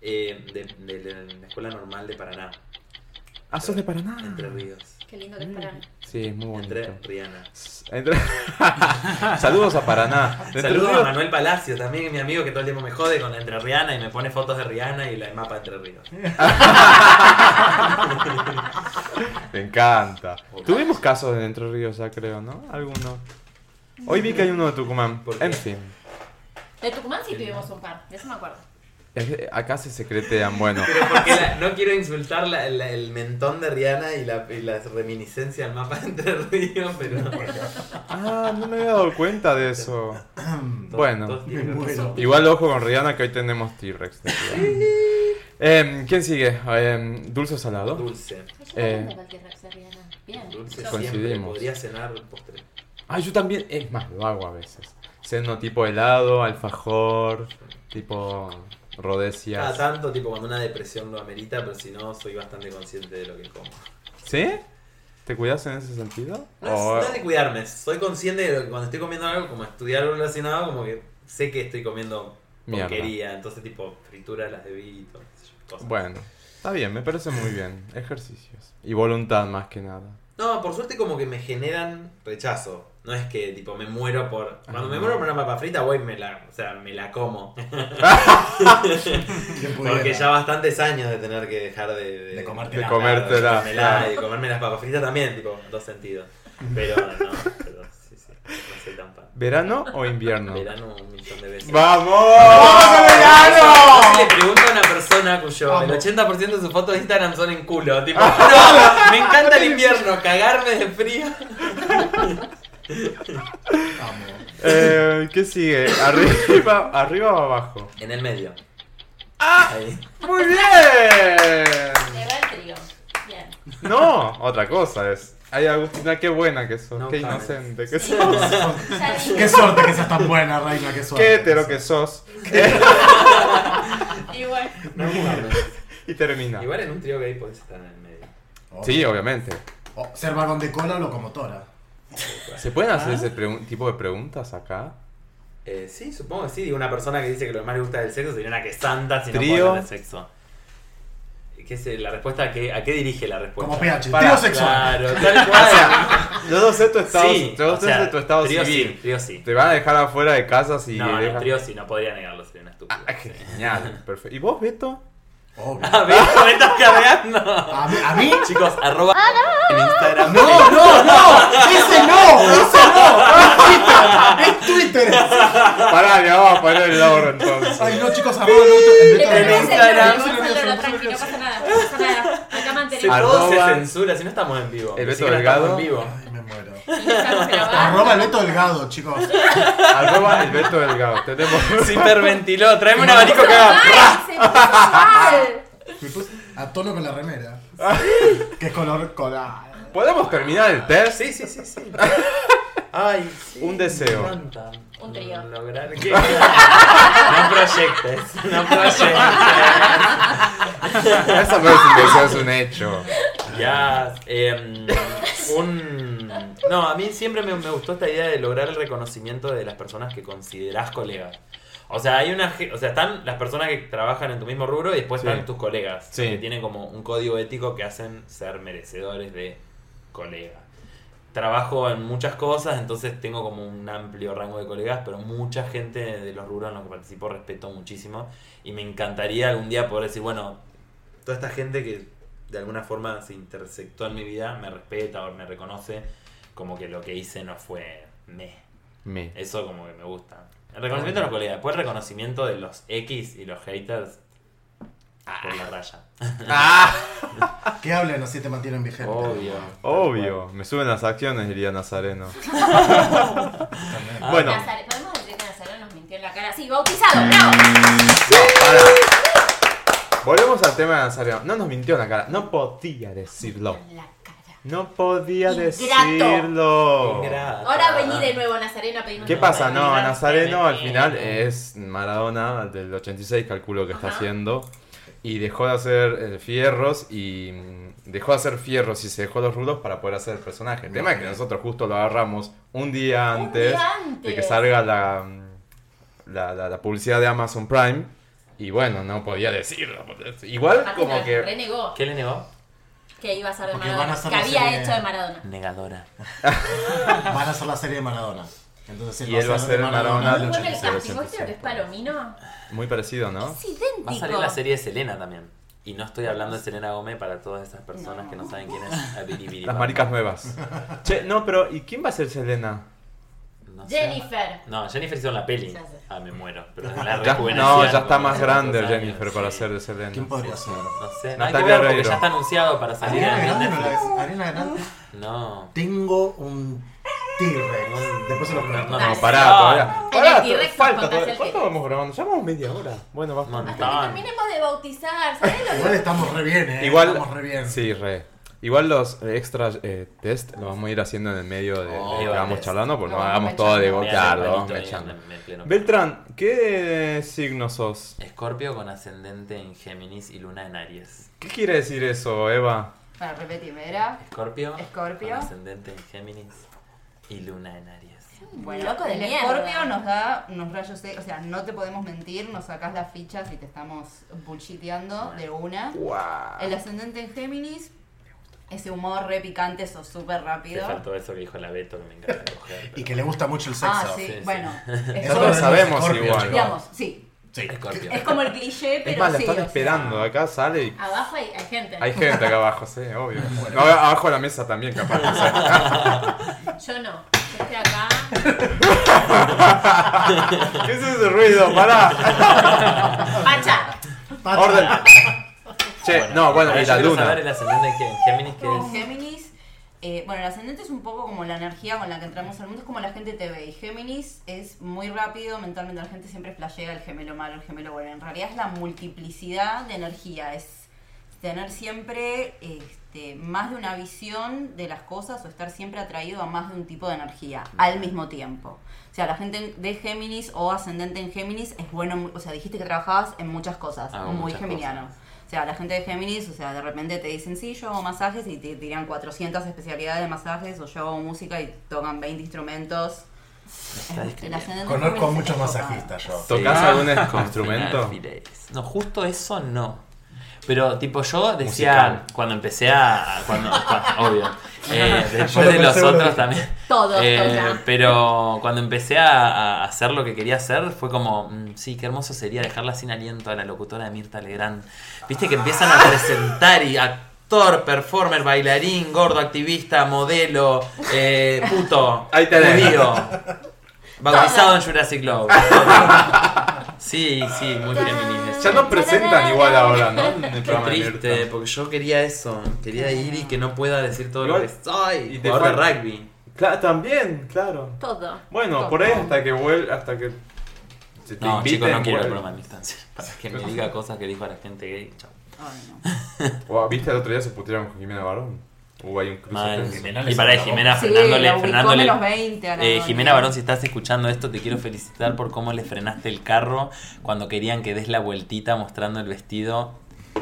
[SPEAKER 5] Eh, de, de- de la Escuela Normal de Paraná,
[SPEAKER 2] Ah, sos de Paraná.
[SPEAKER 5] Entre Ríos.
[SPEAKER 6] Qué lindo que es Paraná.
[SPEAKER 2] Sí, es muy bonito.
[SPEAKER 5] Entre Rihanna.
[SPEAKER 2] Entre- *laughs* Saludos a Paraná. Entre
[SPEAKER 5] Saludos a
[SPEAKER 2] Ríos-
[SPEAKER 5] Manuel Palacio, también mi amigo que todo el tiempo me jode con la Entre Rihanna y me pone fotos de Rihanna y la el mapa de Entre Ríos.
[SPEAKER 2] Me encanta. Tuvimos casos de Entre Ríos ya, creo, ¿no? Algunos. Hoy vi que hay uno de Tucumán.
[SPEAKER 5] ¿Por qué?
[SPEAKER 2] En fin.
[SPEAKER 6] De Tucumán sí tuvimos un par, de eso me acuerdo.
[SPEAKER 2] Es que Acá se secretean,
[SPEAKER 5] *laughs*
[SPEAKER 2] bueno.
[SPEAKER 5] Pero porque la- no quiero insultar la- la- el mentón de Rihanna y la, y la reminiscencia al mapa de Entre Ríos, pero.
[SPEAKER 2] Ah, no me había dado cuenta de eso. Bueno.
[SPEAKER 5] Todos
[SPEAKER 4] Me
[SPEAKER 5] tienen
[SPEAKER 4] muero.
[SPEAKER 5] razón.
[SPEAKER 2] Igual ojo con Rihanna que hoy tenemos T-Rex. de Rihanna. Em, ¿Quién sigue? Em, ¿Dulce o salado?
[SPEAKER 5] Dulce.
[SPEAKER 6] Yo
[SPEAKER 2] Eh.
[SPEAKER 6] no cualquier repsariana. Bien.
[SPEAKER 5] Dulce
[SPEAKER 6] Yo-
[SPEAKER 5] siempre
[SPEAKER 2] Coincidimos.
[SPEAKER 5] podría cenar un postre.
[SPEAKER 2] Ah, yo también. Es más, lo hago a veces. Sendo tipo helado, alfajor, tipo rodesias.
[SPEAKER 5] Cada tanto, tipo cuando una depresión lo amerita, pero si no, soy bastante consciente de lo que como.
[SPEAKER 2] ¿Sí? ¿Te cuidas en ese sentido?
[SPEAKER 5] No es,
[SPEAKER 2] O-
[SPEAKER 5] no es de cuidarme, soy consciente de lo que cuando estoy comiendo algo, como estudiar algo relacionado, como que sé que estoy comiendo
[SPEAKER 2] Mierda.
[SPEAKER 5] porquería, entonces tipo fritura las debito, qué sé yo, cosas.
[SPEAKER 2] Bueno, está bien, me parece muy bien. Ejercicios. Y voluntad más que nada.
[SPEAKER 5] No, por suerte como que me generan rechazo. No es que tipo me muero por. Cuando me
[SPEAKER 2] Ah.
[SPEAKER 5] muero por una papa frita, voy y me la. O sea, me la como.
[SPEAKER 4] ¿Quién pudiera?
[SPEAKER 5] Porque ya bastantes años de tener que dejar de.
[SPEAKER 4] De comerte
[SPEAKER 2] De
[SPEAKER 4] la-
[SPEAKER 2] comértela,
[SPEAKER 5] de comérmela
[SPEAKER 2] claro.
[SPEAKER 5] y comerme las papas fritas también, tipo, en dos sentidos. Pero no, pero sí, sí. No soy tan fan.
[SPEAKER 2] ¿Verano o invierno?
[SPEAKER 5] *laughs* Verano un millón de veces.
[SPEAKER 2] ¡Vamos!
[SPEAKER 5] Entonces le pregunto a una persona cuyo el 80% de sus fotos de Instagram son en culo. Tipo, no, me encanta *laughs* el invierno, cagarme de frío.
[SPEAKER 4] Vamos.
[SPEAKER 2] Eh, ¿Qué sigue? ¿Arriba, ¿Arriba o abajo?
[SPEAKER 5] En el medio. Ahí.
[SPEAKER 2] ¡Muy bien!
[SPEAKER 6] Le va el trío. Bien.
[SPEAKER 2] No, otra cosa es. Ay, Agustina, qué buena que sos,
[SPEAKER 5] No
[SPEAKER 2] qué
[SPEAKER 5] comments.
[SPEAKER 2] inocente que sos,
[SPEAKER 6] Ya dije.
[SPEAKER 4] Qué suerte que seas tan buena, Reina, qué suerte.
[SPEAKER 2] qué hetero que sos.
[SPEAKER 6] Igual.
[SPEAKER 5] No, no, no.
[SPEAKER 2] Y termina.
[SPEAKER 5] Igual en un trío gay podés estar en el medio.
[SPEAKER 4] Oh.
[SPEAKER 2] Sí, obviamente.
[SPEAKER 4] O ser varón de cola o locomotora.
[SPEAKER 2] ¿Se pueden hacer
[SPEAKER 5] Ah.
[SPEAKER 2] ese pregun- tipo de preguntas acá?
[SPEAKER 5] Eh, sí, supongo que sí. Digo, una persona que dice que lo que más le gusta del sexo sería una que es santa si no
[SPEAKER 2] Trío.
[SPEAKER 5] puede hablar de sexo. ¿Qué es eh, la respuesta? ¿A qué, a qué dirige la respuesta?
[SPEAKER 4] Como PH,
[SPEAKER 5] Para-
[SPEAKER 4] trío sexual.
[SPEAKER 5] Claro,
[SPEAKER 4] *laughs*
[SPEAKER 5] tal cual.
[SPEAKER 2] Yo no sé tu estado,
[SPEAKER 5] sí,
[SPEAKER 2] yo no
[SPEAKER 5] o sea,
[SPEAKER 2] sé tu estado
[SPEAKER 5] trío
[SPEAKER 2] civil.
[SPEAKER 5] sí, trío sí.
[SPEAKER 2] Te van a dejar afuera de casa si
[SPEAKER 5] no, no,
[SPEAKER 2] dejas-
[SPEAKER 5] trío sí, no podría negarlo, sería una estúpida.
[SPEAKER 2] Ah, genial, perfecto. ¿Y vos, Beto?
[SPEAKER 4] Obvio.
[SPEAKER 5] A ver, *laughs* me estás cargando.
[SPEAKER 4] A mí,
[SPEAKER 2] *laughs*
[SPEAKER 4] a mí-
[SPEAKER 5] Chicos, arroba en Instagram.
[SPEAKER 4] No, no, no. Ese no, ese no. Es Twitter. Es Twitter.
[SPEAKER 2] Pará, le vamos a poner el logro entonces.
[SPEAKER 4] Ay, no, chicos, arroba el
[SPEAKER 6] Le
[SPEAKER 4] Beto.
[SPEAKER 5] En
[SPEAKER 6] ponemos el
[SPEAKER 4] El Beto.
[SPEAKER 5] Instagram.
[SPEAKER 6] trío, le ponemos el trío, tranqui, no pasa nada, no pasa nada. Acá
[SPEAKER 5] Si
[SPEAKER 6] mantenemos.
[SPEAKER 5] todo se
[SPEAKER 2] Arroba-
[SPEAKER 5] censura, si no estamos en vivo.
[SPEAKER 2] El
[SPEAKER 5] Ni
[SPEAKER 2] Beto
[SPEAKER 5] siquiera estamos
[SPEAKER 2] Delgado.
[SPEAKER 5] en vivo.
[SPEAKER 4] Ay, me muero.
[SPEAKER 6] Estamos grabando.
[SPEAKER 4] Arroba el Beto Delgado, chicos.
[SPEAKER 2] Arroba el Beto Delgado. Tenemos... *laughs*
[SPEAKER 9] Se hiperventiló, tráeme un abanico que haga.
[SPEAKER 6] ¡Ay, se puso mal!
[SPEAKER 4] Me puse a tono con
[SPEAKER 2] *laughs*
[SPEAKER 4] la remera. Que es color cola.
[SPEAKER 2] ¿Podemos terminar el test?
[SPEAKER 5] Sí, sí, sí, sí. *laughs* Ay, sí,
[SPEAKER 2] Un deseo.
[SPEAKER 5] me encanta.
[SPEAKER 6] Un trío.
[SPEAKER 5] *laughs* Lograr que... no proyectes, no proyectes.
[SPEAKER 2] Eso no es un deseo, es un hecho.
[SPEAKER 5] Ya, em, un... No, a mí siempre me, me gustó esta idea de lograr el reconocimiento de las personas que considerás colegas. O sea, hay una, ge- o sea, están las personas que trabajan en tu mismo rubro y después
[SPEAKER 2] Sí.
[SPEAKER 5] están tus colegas,
[SPEAKER 2] Sí.
[SPEAKER 5] que tienen como un código ético que hacen ser merecedores de colega. Trabajo en muchas cosas, entonces tengo como un amplio rango de colegas, pero mucha gente de los rubros en los que participo respeto muchísimo y me encantaría algún día poder decir, bueno, toda esta gente que de alguna forma se intersectó en mi vida me respeta o me reconoce como que lo que hice no fue me.
[SPEAKER 2] Me.
[SPEAKER 5] Eso como que me gusta. El reconocimiento de los colegas, después el reconocimiento de los X y los haters por la raya. Ah.
[SPEAKER 4] Que hablen así te mantienen vigente.
[SPEAKER 5] Obvio.
[SPEAKER 2] Obvio. Me suben las acciones, diría Nazareno.
[SPEAKER 4] También.
[SPEAKER 5] Ah,
[SPEAKER 2] Bueno.
[SPEAKER 6] Nazare- Podemos decir que Nazareno nos mintió en la cara. Sí, bautizado, bravo.
[SPEAKER 2] Pará. Volvemos al tema de Nazareno. No nos mintió en la cara. No podía decirlo.
[SPEAKER 6] En la cara.
[SPEAKER 2] No podía
[SPEAKER 6] Ingrato.
[SPEAKER 2] decirlo.
[SPEAKER 5] Ingrata.
[SPEAKER 6] Ahora vení de nuevo, Nazareno, a pedirnos
[SPEAKER 2] ¿Qué
[SPEAKER 6] una
[SPEAKER 2] pasa? No,
[SPEAKER 6] oportunidad.
[SPEAKER 2] Nazareno al final es Maradona del 86, calculo que está
[SPEAKER 6] Ajá.
[SPEAKER 2] haciendo. Y dejó de hacer eh, fierros y mm, dejó de hacer fierros y se dejó los rulos para poder hacer el personaje. El tema es que nosotros justo lo agarramos un día
[SPEAKER 6] Un
[SPEAKER 2] antes,
[SPEAKER 6] día antes.
[SPEAKER 2] de que salga la, mm, la, la- la publicidad de Amazon Prime. Y bueno, no podía decirlo. Igual
[SPEAKER 6] Aparte
[SPEAKER 2] como
[SPEAKER 6] la
[SPEAKER 2] que...
[SPEAKER 6] renegó
[SPEAKER 5] ¿Qué le negó?
[SPEAKER 6] que iba a ser de
[SPEAKER 4] Porque
[SPEAKER 6] Maradona,
[SPEAKER 4] van a ser
[SPEAKER 6] que
[SPEAKER 4] la
[SPEAKER 6] había
[SPEAKER 4] serie-
[SPEAKER 6] hecho de Maradona.
[SPEAKER 5] Negadora.
[SPEAKER 4] Van a hacer la serie de Maradona. Entonces
[SPEAKER 2] Y él va a ser
[SPEAKER 4] de
[SPEAKER 2] el Maradona
[SPEAKER 6] Muy
[SPEAKER 2] del
[SPEAKER 6] bueno el
[SPEAKER 2] 86,
[SPEAKER 6] casting, ¿viste lo que es
[SPEAKER 2] 86.
[SPEAKER 6] Palomino?
[SPEAKER 2] Muy parecido, ¿no?
[SPEAKER 6] Es
[SPEAKER 5] Va a salir
[SPEAKER 6] idéntico.
[SPEAKER 5] la serie de Selena también. Y no estoy hablando de Selena Gómez para todas esas personas que no saben quién es a Biribiri.
[SPEAKER 2] Las maricas nuevas. Che, no, pero ¿y quién va a ser Selena?
[SPEAKER 5] No sé.
[SPEAKER 6] Jennifer.
[SPEAKER 5] No, Jennifer hicieron la peli.
[SPEAKER 6] Ya sé.
[SPEAKER 5] Ah, me muero. Pero la
[SPEAKER 2] Ya-
[SPEAKER 5] rejuvenecieron
[SPEAKER 2] no, ya está
[SPEAKER 5] con
[SPEAKER 2] más
[SPEAKER 5] tantos
[SPEAKER 2] grande
[SPEAKER 5] años,
[SPEAKER 2] Jennifer para
[SPEAKER 5] sí.
[SPEAKER 2] ser de Selena.
[SPEAKER 4] ¿Quién podría ser?
[SPEAKER 5] No sé, no hay que
[SPEAKER 2] Natalia
[SPEAKER 5] ver porque
[SPEAKER 2] Oreiro.
[SPEAKER 5] ya está anunciado para salir
[SPEAKER 4] Ariana
[SPEAKER 5] en
[SPEAKER 4] Grande no la
[SPEAKER 5] Netflix.
[SPEAKER 4] es. Ariana Grande.
[SPEAKER 5] No.
[SPEAKER 4] Tengo un T-Rex. Después se lo
[SPEAKER 5] No,
[SPEAKER 4] pregunto.
[SPEAKER 5] no,
[SPEAKER 2] No,
[SPEAKER 6] Dale.
[SPEAKER 2] pará,
[SPEAKER 5] No.
[SPEAKER 2] todavía.
[SPEAKER 6] En
[SPEAKER 2] Pará,
[SPEAKER 6] el T-Rex
[SPEAKER 2] to- falta
[SPEAKER 6] nos contás
[SPEAKER 2] todavía.
[SPEAKER 6] el
[SPEAKER 2] ¿Cuánto
[SPEAKER 6] T-Rex?
[SPEAKER 2] vamos grabando? Ya vamos media hora. Bueno,
[SPEAKER 5] Un
[SPEAKER 2] basta.
[SPEAKER 6] Hasta que
[SPEAKER 5] montón.
[SPEAKER 4] *laughs*
[SPEAKER 6] terminemos de bautizar, ¿sabés lo que
[SPEAKER 4] Igual estamos re bien, eh.
[SPEAKER 2] Igual.
[SPEAKER 4] Estamos re bien.
[SPEAKER 2] Sí, re. Igual los extra eh, test lo vamos a ir haciendo en el medio de, de
[SPEAKER 4] Oh,
[SPEAKER 2] que
[SPEAKER 5] va,
[SPEAKER 2] vamos
[SPEAKER 5] test.
[SPEAKER 2] charlando, porque no,
[SPEAKER 6] No,
[SPEAKER 2] hagamos
[SPEAKER 6] me
[SPEAKER 2] todo de
[SPEAKER 6] echando.
[SPEAKER 5] Me hace el
[SPEAKER 2] bocardo.
[SPEAKER 5] palito
[SPEAKER 2] me
[SPEAKER 5] ahí
[SPEAKER 2] echando.
[SPEAKER 5] en- en pleno-
[SPEAKER 2] Beltrán, ¿qué signo sos?
[SPEAKER 5] Escorpio con ascendente en Géminis y luna en Aries.
[SPEAKER 2] ¿Qué quiere decir eso, Eva?
[SPEAKER 7] Para repetirme, era.
[SPEAKER 5] Escorpio.
[SPEAKER 7] Escorpio.
[SPEAKER 5] Con ascendente en Géminis y luna en Aries.
[SPEAKER 7] Bueno,
[SPEAKER 6] Loco de
[SPEAKER 7] el
[SPEAKER 6] mierda.
[SPEAKER 7] Escorpio nos da unos rayos, de- o sea, no te podemos mentir, nos sacas las fichas y te estamos bullshiteando de una. El ascendente en Géminis, ese humor re picante, eso súper
[SPEAKER 5] Te
[SPEAKER 7] rápido.
[SPEAKER 5] faltó eso que dijo la Beto que me encanta coger.
[SPEAKER 4] *laughs* Y que le gusta mucho el sexo.
[SPEAKER 7] Ah, sí,
[SPEAKER 5] Sí, sí.
[SPEAKER 7] bueno. es
[SPEAKER 2] Nosotros
[SPEAKER 7] como-
[SPEAKER 4] Escorpio,
[SPEAKER 2] sabemos
[SPEAKER 4] Escorpio,
[SPEAKER 2] igual.
[SPEAKER 4] chicos.
[SPEAKER 7] Digamos, sí.
[SPEAKER 4] Sí.
[SPEAKER 5] Escorpio.
[SPEAKER 7] Es como el cliché, pero
[SPEAKER 2] es más, la
[SPEAKER 7] sí.
[SPEAKER 2] están
[SPEAKER 7] o sea,
[SPEAKER 2] esperando. Acá sale y
[SPEAKER 6] Abajo hay, hay gente.
[SPEAKER 2] hay gente acá abajo, sí, obvio. No, abajo de la mesa también, capaz. no sé.
[SPEAKER 6] Yo no. Yo estoy acá.
[SPEAKER 2] ¿Qué es ese ruido? ¡Para!
[SPEAKER 6] ¡Pacha!
[SPEAKER 2] ¡Orden! Che, no, bueno,
[SPEAKER 5] Ahora
[SPEAKER 2] y
[SPEAKER 5] yo
[SPEAKER 2] la
[SPEAKER 5] quiero saber
[SPEAKER 2] luna.
[SPEAKER 5] el ascendente en Gé- Géminis que
[SPEAKER 7] Con
[SPEAKER 5] es.
[SPEAKER 7] Géminis, eh, bueno, el ascendente es un poco como la energía con la que entramos al mundo, es como la gente te ve. Y Géminis es muy rápido, mentalmente la gente siempre flashea el gemelo malo, el gemelo bueno. En realidad es la multiplicidad de energía, es tener siempre este, más de una visión de las cosas o estar siempre atraído a más de un tipo de energía al mismo tiempo. O sea, la gente de Géminis o ascendente en Géminis es bueno, o sea, dijiste que trabajabas en muchas cosas,
[SPEAKER 5] Hago
[SPEAKER 7] muy
[SPEAKER 5] muchas
[SPEAKER 7] geminiano. O sea, la gente de Géminis, o sea, de repente te dicen, sí, yo hago masajes y te tiran 400 especialidades de masajes, o yo hago música y tocan 20 instrumentos. El ascendente
[SPEAKER 4] Conozco a
[SPEAKER 7] Géminis
[SPEAKER 4] muchos
[SPEAKER 7] es copado.
[SPEAKER 4] masajistas yo.
[SPEAKER 2] ¿Tocás
[SPEAKER 5] *laughs* Sí.
[SPEAKER 2] algún
[SPEAKER 5] Con
[SPEAKER 2] instrumento?
[SPEAKER 5] Finales. No, justo eso no. Pero tipo yo decía
[SPEAKER 2] Musical.
[SPEAKER 5] cuando empecé a cuando, cua- obvio. Eh,
[SPEAKER 4] Yo
[SPEAKER 5] después
[SPEAKER 4] lo
[SPEAKER 5] de los
[SPEAKER 4] pensé, boludo.
[SPEAKER 5] otros también.
[SPEAKER 6] Todos
[SPEAKER 5] Eh,
[SPEAKER 6] tocan.
[SPEAKER 5] pero cuando empecé a, a hacer lo que quería hacer fue como, mm, sí, qué hermoso sería dejarla sin aliento a la locutora de Mirta Legrand. Viste que empiezan a presentar y actor, performer, bailarín, gordo, activista, modelo, eh, puto,
[SPEAKER 2] Ahí tenés.
[SPEAKER 5] judío,
[SPEAKER 2] Ah,
[SPEAKER 5] bautizado en
[SPEAKER 2] *laughs*
[SPEAKER 5] Jurassic Globe. Sí, sí, muy feminista.
[SPEAKER 2] Ya no presentan igual ahora, ¿no? En el
[SPEAKER 5] Qué
[SPEAKER 2] programa de
[SPEAKER 5] triste,
[SPEAKER 2] Mirta.
[SPEAKER 5] porque yo quería eso, quería ir y que no pueda decir todo lo
[SPEAKER 2] Igual-
[SPEAKER 5] que soy.
[SPEAKER 2] y
[SPEAKER 5] Y
[SPEAKER 2] te
[SPEAKER 5] te de
[SPEAKER 2] fue-
[SPEAKER 5] rugby.
[SPEAKER 2] Claro, también, claro.
[SPEAKER 6] Todo.
[SPEAKER 2] Bueno, por ahí hasta que vuel hasta que se te
[SPEAKER 5] No, chicos, no
[SPEAKER 2] inviten,
[SPEAKER 5] quiero el
[SPEAKER 2] vuel-
[SPEAKER 5] programa de distancia. *laughs* Para que me diga cosas que dijo a la gente gay. Chao.
[SPEAKER 7] Ay, no.
[SPEAKER 2] Guau, ¿Viste el otro día se putearon con Jimena Barón? Hubo ahí un cruce.
[SPEAKER 5] Mal.
[SPEAKER 2] tenso.
[SPEAKER 4] Jimena le
[SPEAKER 5] Y para
[SPEAKER 4] sacó.
[SPEAKER 5] Jimena,
[SPEAKER 7] Sí,
[SPEAKER 5] frenándole,
[SPEAKER 7] la ubicó
[SPEAKER 5] frenándole.
[SPEAKER 7] menos 20 a la
[SPEAKER 5] Eh,
[SPEAKER 7] doña.
[SPEAKER 5] Jimena Barón, si estás escuchando esto, te quiero felicitar por cómo le frenaste el carro cuando querían que des la vueltita mostrando el vestido.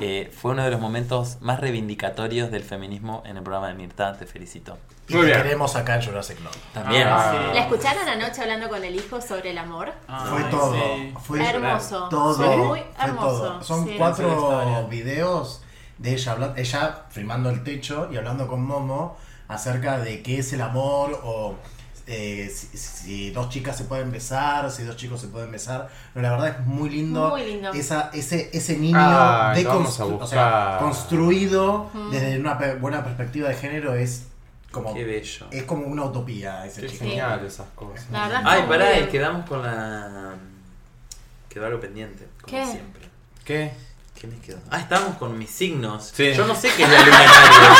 [SPEAKER 5] Eh, fue uno de los momentos más reivindicatorios del feminismo en el programa de Mirta. Te felicito.
[SPEAKER 4] Y
[SPEAKER 2] Muy
[SPEAKER 4] te
[SPEAKER 2] bien.
[SPEAKER 4] queremos acá en Jurassic Club.
[SPEAKER 5] También.
[SPEAKER 8] Ah,
[SPEAKER 6] ¿La escucharon anoche hablando con el hijo sobre el amor?
[SPEAKER 4] Fue todo.
[SPEAKER 8] *laughs*
[SPEAKER 4] Fue
[SPEAKER 6] Hermoso.
[SPEAKER 4] todo.
[SPEAKER 6] Fue muy
[SPEAKER 4] fue
[SPEAKER 6] hermoso,
[SPEAKER 4] todo. Son
[SPEAKER 6] sí.
[SPEAKER 8] Sí, la
[SPEAKER 4] cuatro
[SPEAKER 8] historia.
[SPEAKER 4] videos de ella hablando, ella filmando el techo y hablando con Momo acerca de qué es el amor o eh, si, si dos chicas se pueden besar, si dos chicos se pueden besar. Pero la verdad es muy lindo.
[SPEAKER 6] Muy lindo.
[SPEAKER 4] Esa, ese, ese niño
[SPEAKER 2] Ay,
[SPEAKER 4] de
[SPEAKER 2] lo vamos a
[SPEAKER 4] constru- o
[SPEAKER 2] buscar.
[SPEAKER 4] sea, construido desde una pe- buena perspectiva de género es como
[SPEAKER 5] Qué bello.
[SPEAKER 4] es como una utopía ese
[SPEAKER 2] Qué
[SPEAKER 4] chico.
[SPEAKER 2] genial esas cosas.
[SPEAKER 6] La verdad.
[SPEAKER 5] Ay,
[SPEAKER 6] estuvo muy
[SPEAKER 5] pará, y
[SPEAKER 6] bien.
[SPEAKER 5] quedamos con la. Quedó algo pendiente, como
[SPEAKER 6] ¿Qué?
[SPEAKER 5] siempre.
[SPEAKER 2] ¿Qué?
[SPEAKER 5] ¿Qué me quedó? Ah, estábamos con mis signos.
[SPEAKER 2] Sí.
[SPEAKER 5] Yo no sé qué es la luna en Aries.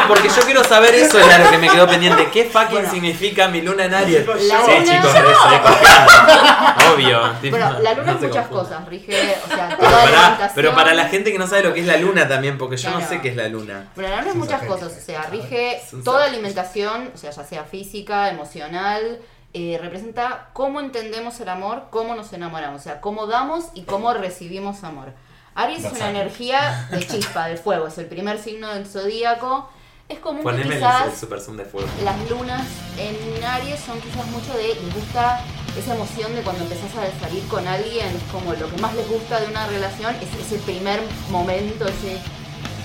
[SPEAKER 5] No, porque yo quiero saber eso, es lo que me quedó pendiente. ¿Qué fucking
[SPEAKER 7] Bueno.
[SPEAKER 5] significa mi luna en Aries?
[SPEAKER 2] La
[SPEAKER 5] sí,
[SPEAKER 2] luna
[SPEAKER 5] chicos,
[SPEAKER 6] yo.
[SPEAKER 5] re- re copiado. Obvio. tipo,
[SPEAKER 7] Pero la luna
[SPEAKER 5] no
[SPEAKER 7] es
[SPEAKER 5] se
[SPEAKER 7] muchas
[SPEAKER 5] confunda.
[SPEAKER 7] cosas, rige, o sea,
[SPEAKER 5] Pero
[SPEAKER 7] toda la
[SPEAKER 5] para,
[SPEAKER 7] orientación.
[SPEAKER 5] pero para la gente que no sabe lo que es la luna también, porque yo no
[SPEAKER 7] Claro.
[SPEAKER 5] sé qué es la luna.
[SPEAKER 7] Bueno, la luna es
[SPEAKER 4] Son
[SPEAKER 7] muchas
[SPEAKER 4] satélites.
[SPEAKER 7] cosas, o sea, rige
[SPEAKER 5] Son
[SPEAKER 7] toda
[SPEAKER 5] satélites.
[SPEAKER 7] alimentación, o sea, ya sea física, emocional, eh, representa cómo entendemos el amor, cómo nos enamoramos, o sea, cómo damos y cómo recibimos amor. Aries es
[SPEAKER 4] Los
[SPEAKER 7] una
[SPEAKER 4] Aries.
[SPEAKER 7] energía de chispa, del fuego, es el primer signo del zodíaco. Es común que
[SPEAKER 5] Poneme el, el
[SPEAKER 7] quizás
[SPEAKER 5] super zoom de fuego.
[SPEAKER 7] las lunas en Aries son quizás mucho de les gusta esa emoción de cuando empezás a salir con alguien, es como lo que más les gusta de una relación es ese primer momento, ese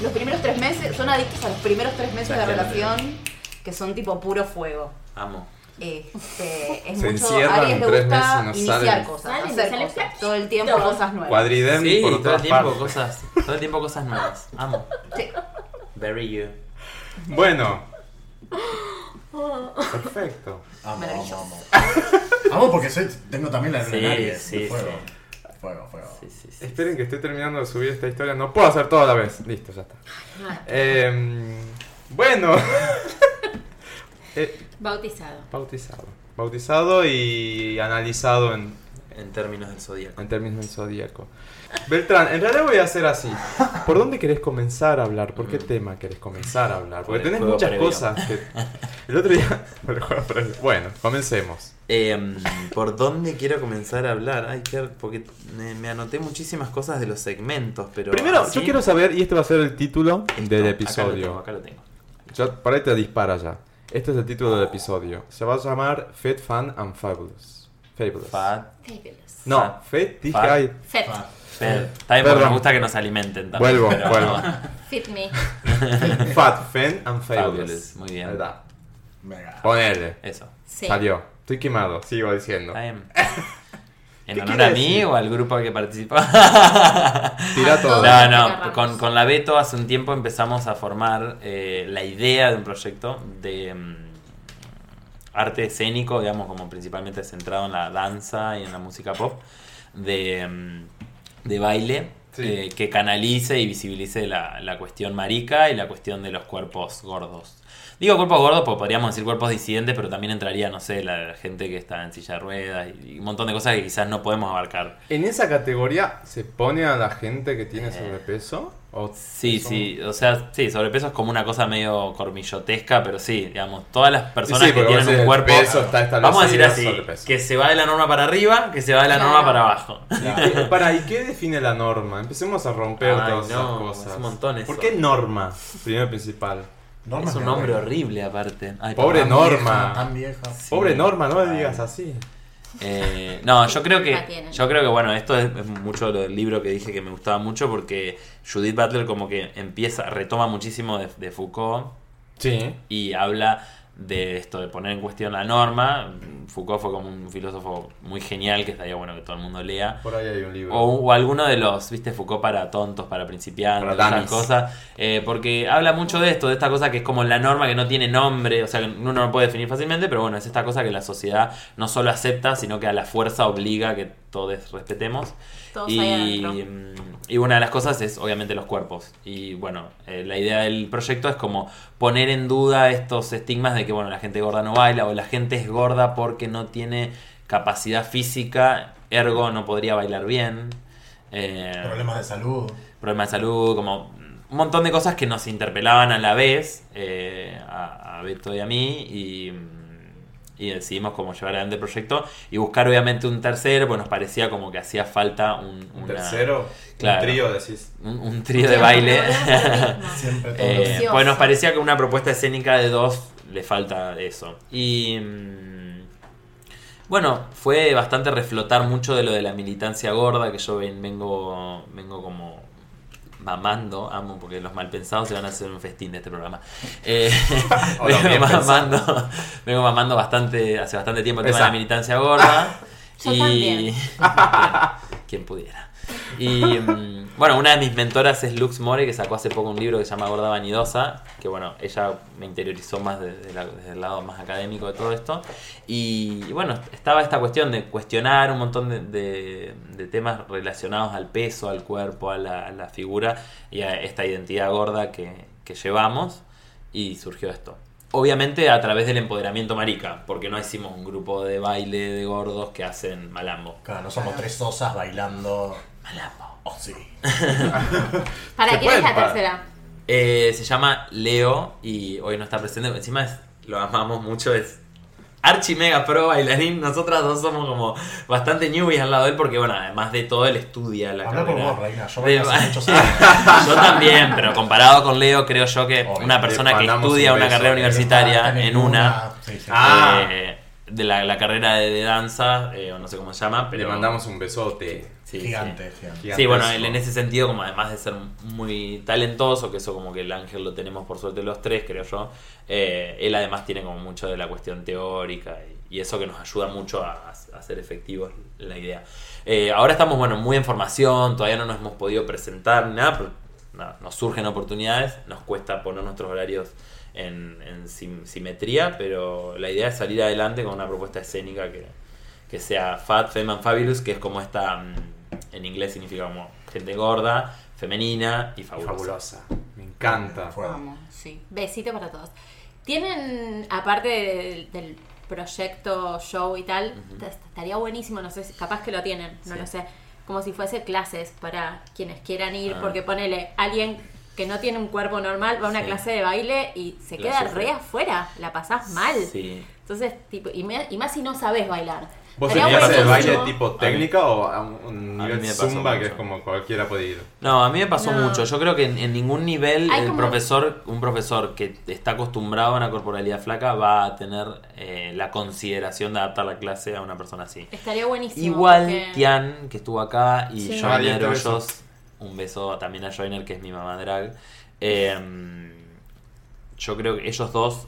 [SPEAKER 7] los primeros tres meses, son adictos a los primeros tres meses de
[SPEAKER 5] Claro.
[SPEAKER 7] relación que son tipo puro fuego.
[SPEAKER 5] Amo.
[SPEAKER 7] Este, es
[SPEAKER 2] Se
[SPEAKER 7] mucho,
[SPEAKER 2] encierran
[SPEAKER 7] Aries le
[SPEAKER 2] tres
[SPEAKER 7] gusta
[SPEAKER 2] meses y no
[SPEAKER 7] iniciar
[SPEAKER 2] salen.
[SPEAKER 7] cosas,
[SPEAKER 6] Salen,
[SPEAKER 7] hacer
[SPEAKER 6] salen
[SPEAKER 7] cosas, todo el tiempo
[SPEAKER 6] flaquitos.
[SPEAKER 7] cosas nuevas.
[SPEAKER 2] Cuadridem
[SPEAKER 5] Sí,
[SPEAKER 2] por
[SPEAKER 5] todo el
[SPEAKER 2] todas
[SPEAKER 5] tiempo
[SPEAKER 2] partes.
[SPEAKER 5] cosas. Todo el tiempo cosas nuevas. Amo.
[SPEAKER 7] Sí.
[SPEAKER 5] Very you.
[SPEAKER 2] Bueno. *laughs* Perfecto.
[SPEAKER 4] Amo,
[SPEAKER 7] Maravilloso.
[SPEAKER 4] amo, amo. Amo porque soy, tengo también la luna en
[SPEAKER 5] Sí,
[SPEAKER 4] Aries,
[SPEAKER 5] sí,
[SPEAKER 4] de fuego. Fuego, fuego.
[SPEAKER 5] Sí, sí, sí.
[SPEAKER 2] Esperen que estoy terminando de subir esta historia. No puedo hacer todo a la vez. Listo, ya está. Eh, bueno. *laughs* Eh,
[SPEAKER 6] Bautizado.
[SPEAKER 2] bautizado. Bautizado y analizado en,
[SPEAKER 5] en términos del zodíaco.
[SPEAKER 2] En términos del zodíaco. Beltrán, en realidad voy a hacer así. ¿Por dónde querés comenzar a hablar? ¿Por qué tema querés comenzar a hablar?
[SPEAKER 5] Por
[SPEAKER 2] Porque
[SPEAKER 5] Mm. el
[SPEAKER 2] tenés
[SPEAKER 5] juego
[SPEAKER 2] muchas
[SPEAKER 5] previo.
[SPEAKER 2] cosas que. El otro día. *laughs* por el juego previo. Bueno, comencemos.
[SPEAKER 5] Em, ¿Por dónde quiero comenzar a hablar? Ay, qué- porque me, me anoté muchísimas cosas de los segmentos, pero.
[SPEAKER 2] Primero,
[SPEAKER 5] así-
[SPEAKER 2] yo quiero saber, y este va a ser el título
[SPEAKER 5] Esto,
[SPEAKER 2] del
[SPEAKER 5] Acá
[SPEAKER 2] episodio.
[SPEAKER 5] lo tengo. Acá
[SPEAKER 2] Ya, por ahí te dispara ya. Este es el título del episodio. Se va a llamar Fed, Fan and Fabulous. Fabulous.
[SPEAKER 5] Fat,
[SPEAKER 6] Fabulous.
[SPEAKER 2] no, Fed, dije
[SPEAKER 5] Fa- *laughs*
[SPEAKER 2] ay.
[SPEAKER 6] Fit.
[SPEAKER 4] Ah,
[SPEAKER 5] fed. Está bien porque
[SPEAKER 2] Eh, Perdón.
[SPEAKER 5] me gusta que nos alimenten también.
[SPEAKER 2] Vuelvo,
[SPEAKER 5] pero- *laughs*
[SPEAKER 2] vuelvo.
[SPEAKER 6] Fit me.
[SPEAKER 2] Fat, Fan and Fabulous.
[SPEAKER 5] Fabulous, muy bien.
[SPEAKER 2] ¿Verdad?
[SPEAKER 4] Venga.
[SPEAKER 2] Ponele.
[SPEAKER 5] Eso.
[SPEAKER 6] Sí.
[SPEAKER 2] Salió. Estoy quemado, sigo diciendo.
[SPEAKER 5] Está bien.
[SPEAKER 2] *laughs*
[SPEAKER 5] ¿En
[SPEAKER 2] ¿Qué
[SPEAKER 5] honor
[SPEAKER 2] quiere
[SPEAKER 5] a mí
[SPEAKER 2] decir?
[SPEAKER 5] o al grupo que participó?
[SPEAKER 2] *laughs* Tira todo.
[SPEAKER 5] No,
[SPEAKER 6] Ramos.
[SPEAKER 5] no, con, con la Beto hace un tiempo empezamos a formar eh, la idea de un proyecto de mm, arte escénico, digamos, como principalmente centrado en la danza y en la música pop, de, mm, de baile,
[SPEAKER 2] Sí.
[SPEAKER 5] eh, que canalice y visibilice la, la cuestión marica y la cuestión de los cuerpos gordos. Digo cuerpos gordos porque podríamos decir cuerpos disidentes, pero también entraría, no sé, la gente que está en silla de ruedas y, y un montón de cosas que quizás no podemos abarcar.
[SPEAKER 2] ¿En esa categoría se pone a la gente que tiene
[SPEAKER 5] Eh.
[SPEAKER 2] sobrepeso? ¿O
[SPEAKER 5] Sí,
[SPEAKER 2] son-
[SPEAKER 5] sí, o sea, sí, sobrepeso es como una cosa medio cormillotesca, pero sí, digamos, todas las personas
[SPEAKER 2] Sí, sí,
[SPEAKER 5] que
[SPEAKER 2] porque
[SPEAKER 5] tienen
[SPEAKER 2] vos decís,
[SPEAKER 5] un cuerpo,
[SPEAKER 2] el peso está establecido,
[SPEAKER 5] vamos a decir así,
[SPEAKER 2] sobrepeso.
[SPEAKER 5] que se va de la norma para arriba, que se va de la norma
[SPEAKER 6] Claro.
[SPEAKER 5] para abajo.
[SPEAKER 2] ¿Y qué- Para, ¿y qué define la norma? Empecemos a romper
[SPEAKER 5] Ay,
[SPEAKER 2] todas
[SPEAKER 5] no,
[SPEAKER 2] esas cosas.
[SPEAKER 5] es un montón eso.
[SPEAKER 2] ¿Por qué norma? Primero y principal.
[SPEAKER 4] Norma
[SPEAKER 5] es un
[SPEAKER 4] me
[SPEAKER 5] nombre
[SPEAKER 4] arruina.
[SPEAKER 5] horrible aparte. Ay,
[SPEAKER 2] Pobre
[SPEAKER 5] perdón.
[SPEAKER 2] no-
[SPEAKER 4] Tan
[SPEAKER 2] Norma.
[SPEAKER 4] vieja, Tan vieja.
[SPEAKER 5] Sí.
[SPEAKER 2] Pobre norma, no me digas así.
[SPEAKER 5] Eh, no, yo creo
[SPEAKER 6] La
[SPEAKER 5] que
[SPEAKER 6] tienen.
[SPEAKER 5] yo creo que bueno, esto es, es mucho lo del libro que dije que me gustaba mucho porque Judith Butler como que empieza, retoma muchísimo de- de Foucault.
[SPEAKER 2] Sí.
[SPEAKER 5] y habla de esto de poner en cuestión la norma. Foucault fue como un filósofo muy genial que estaría bueno que todo el mundo lea.
[SPEAKER 2] Por ahí hay un libro.
[SPEAKER 5] O, o alguno de los, viste, Foucault para tontos, para principiantes,
[SPEAKER 2] Para
[SPEAKER 5] esas
[SPEAKER 2] dummies.
[SPEAKER 5] cosas. Eh, porque habla mucho de esto, de esta cosa que es como la norma que no tiene nombre, o sea, que uno no lo puede definir fácilmente, pero bueno, es esta cosa que la sociedad no solo acepta, sino que a la fuerza obliga que todos respetemos.
[SPEAKER 6] Todos ahí
[SPEAKER 5] Y,
[SPEAKER 6] adentro.
[SPEAKER 5] mm, y una de las cosas es obviamente los cuerpos. Y bueno, eh, la idea del proyecto es como poner en duda estos estigmas de que bueno, la gente gorda no baila o la gente es gorda porque no tiene capacidad física, ergo no podría bailar bien. Eh,
[SPEAKER 4] Problemas de salud.
[SPEAKER 5] problemas de salud, como un montón de cosas que nos interpelaban a la vez, eh, a, a Beto y a mí, y, mm, y decidimos como llevar adelante el proyecto y buscar obviamente un tercero, pues nos parecía como que hacía falta un,
[SPEAKER 2] un
[SPEAKER 5] una-
[SPEAKER 2] tercero,
[SPEAKER 5] Claro.
[SPEAKER 2] un trío, decís.
[SPEAKER 5] un, un trío de baile. *laughs*
[SPEAKER 4] Siempre todo.
[SPEAKER 5] Eh,
[SPEAKER 6] Delicioso.
[SPEAKER 5] pues nos parecía que una propuesta escénica de dos le falta eso. Y mm, bueno, fue bastante reflotar mucho de lo de la militancia gorda que yo ven- vengo, vengo como mamando, amo, porque los malpensados se van a hacer un festín de este programa. Eh,
[SPEAKER 2] *laughs* O los
[SPEAKER 5] *laughs* vengo,
[SPEAKER 2] bien
[SPEAKER 5] mamando, vengo mamando bastante, hace bastante tiempo el tema
[SPEAKER 2] Esa.
[SPEAKER 5] de la
[SPEAKER 2] *laughs*
[SPEAKER 5] militancia gorda.
[SPEAKER 6] Yo también.
[SPEAKER 5] *laughs* quien pudiera. Y mm, bueno, una de mis mentoras es Lux More, que sacó hace poco un libro que se llama Gorda Vanidosa, que bueno, ella me interiorizó más de- de la- desde el lado más académico de todo esto. Y, y, bueno, estaba esta cuestión de cuestionar un montón de, de- de temas relacionados al peso, al cuerpo, a la, a la figura y a esta identidad gorda que, que llevamos. Y surgió esto. Obviamente a través del empoderamiento marica, porque no hicimos un grupo de baile de gordos que hacen malambo.
[SPEAKER 4] Claro, no somos tres sosas bailando.
[SPEAKER 5] Malambo.
[SPEAKER 4] Oh, sí.
[SPEAKER 2] Se
[SPEAKER 6] ¿Para quién es
[SPEAKER 2] pueden
[SPEAKER 6] la
[SPEAKER 2] parar.
[SPEAKER 6] tercera?
[SPEAKER 5] Eh, se llama Leo y hoy no está presente, pero encima es- lo amamos mucho, es archi mega pro bailarín, nosotras dos somos como bastante newbies al lado de él porque bueno, además de todo él estudia la
[SPEAKER 4] Habla por
[SPEAKER 5] carrera.
[SPEAKER 4] vos, Reina. Yo
[SPEAKER 5] De-
[SPEAKER 4] bailo hace muchos años.
[SPEAKER 5] *laughs*
[SPEAKER 4] Ah,
[SPEAKER 5] Yo también, pero comparado con Leo creo yo que
[SPEAKER 4] Obvio,
[SPEAKER 5] una
[SPEAKER 2] le
[SPEAKER 5] persona que
[SPEAKER 2] mandamos
[SPEAKER 5] estudia
[SPEAKER 2] un
[SPEAKER 5] una
[SPEAKER 2] beso.
[SPEAKER 5] carrera universitaria
[SPEAKER 4] Están
[SPEAKER 5] en una,
[SPEAKER 4] Sí, sí.
[SPEAKER 2] Ah,
[SPEAKER 5] eh, de la, la carrera de, de danza, eh, o no sé cómo se llama, pero
[SPEAKER 2] Le mandamos un besote.
[SPEAKER 5] Sí, sí.
[SPEAKER 4] gigante, gigante.
[SPEAKER 5] Sí, bueno,
[SPEAKER 2] Gigantesco.
[SPEAKER 5] él en ese sentido, como además de ser muy talentoso, que eso como que el ángel lo tenemos por suerte los tres, creo yo, eh, él además tiene como mucho de la cuestión teórica y, y eso que nos ayuda mucho a, a hacer efectivos la idea. Eh, ahora estamos, bueno, muy en formación, todavía no nos hemos podido presentar ni nada, pero nada, nos surgen oportunidades, nos cuesta poner nuestros horarios en, en sim- simetría, pero la idea es salir adelante con una propuesta escénica que, que sea Fat, Fem and Fabulous, que es como esta, mm, en inglés significa como gente gorda, femenina y fabulosa.
[SPEAKER 2] Fabulosa. Me encanta.
[SPEAKER 4] Fuego.
[SPEAKER 7] Vamos, sí.
[SPEAKER 6] Besito para todos. Tienen, aparte del, del proyecto, show y tal, t- estaría buenísimo, no sé, si- capaz que lo tienen, no
[SPEAKER 5] Sí.
[SPEAKER 6] lo sé, como si fuese clases para quienes quieran ir,
[SPEAKER 5] Ah.
[SPEAKER 6] porque ponele, alguien que no tiene un cuerpo normal va a una
[SPEAKER 5] Sí.
[SPEAKER 6] clase de baile y se
[SPEAKER 5] La
[SPEAKER 6] queda
[SPEAKER 5] sufre.
[SPEAKER 6] re afuera, la pasás mal.
[SPEAKER 5] Sí.
[SPEAKER 6] Entonces, tipo, y, me- y más si no sabes bailar.
[SPEAKER 2] ¿Vos
[SPEAKER 6] Estaría
[SPEAKER 2] tenías clase de
[SPEAKER 6] buenísimo.
[SPEAKER 2] baile tipo técnica o a un- un
[SPEAKER 5] a
[SPEAKER 2] nivel
[SPEAKER 5] mí me pasó
[SPEAKER 2] zumba que
[SPEAKER 5] mucho.
[SPEAKER 2] es como cualquiera puede ir?
[SPEAKER 5] No, a mí me pasó
[SPEAKER 6] No.
[SPEAKER 5] mucho. Yo creo que en, en ningún nivel
[SPEAKER 6] Hay
[SPEAKER 5] el
[SPEAKER 6] como-
[SPEAKER 5] profesor, un profesor que está acostumbrado a una corporalidad flaca va a tener eh, la consideración de adaptar la clase a una persona así.
[SPEAKER 6] Estaría buenísimo.
[SPEAKER 5] Igual
[SPEAKER 6] porque-
[SPEAKER 5] Tian, que estuvo acá, y
[SPEAKER 6] Sí.
[SPEAKER 2] María,
[SPEAKER 5] Joyner
[SPEAKER 2] te beso.
[SPEAKER 5] Hoyos. Un beso también a Joyner, que es mi mamá drag. Eh, yo creo que ellos dos,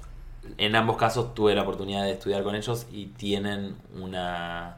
[SPEAKER 5] en ambos casos, tuve la oportunidad de estudiar con ellos y tienen una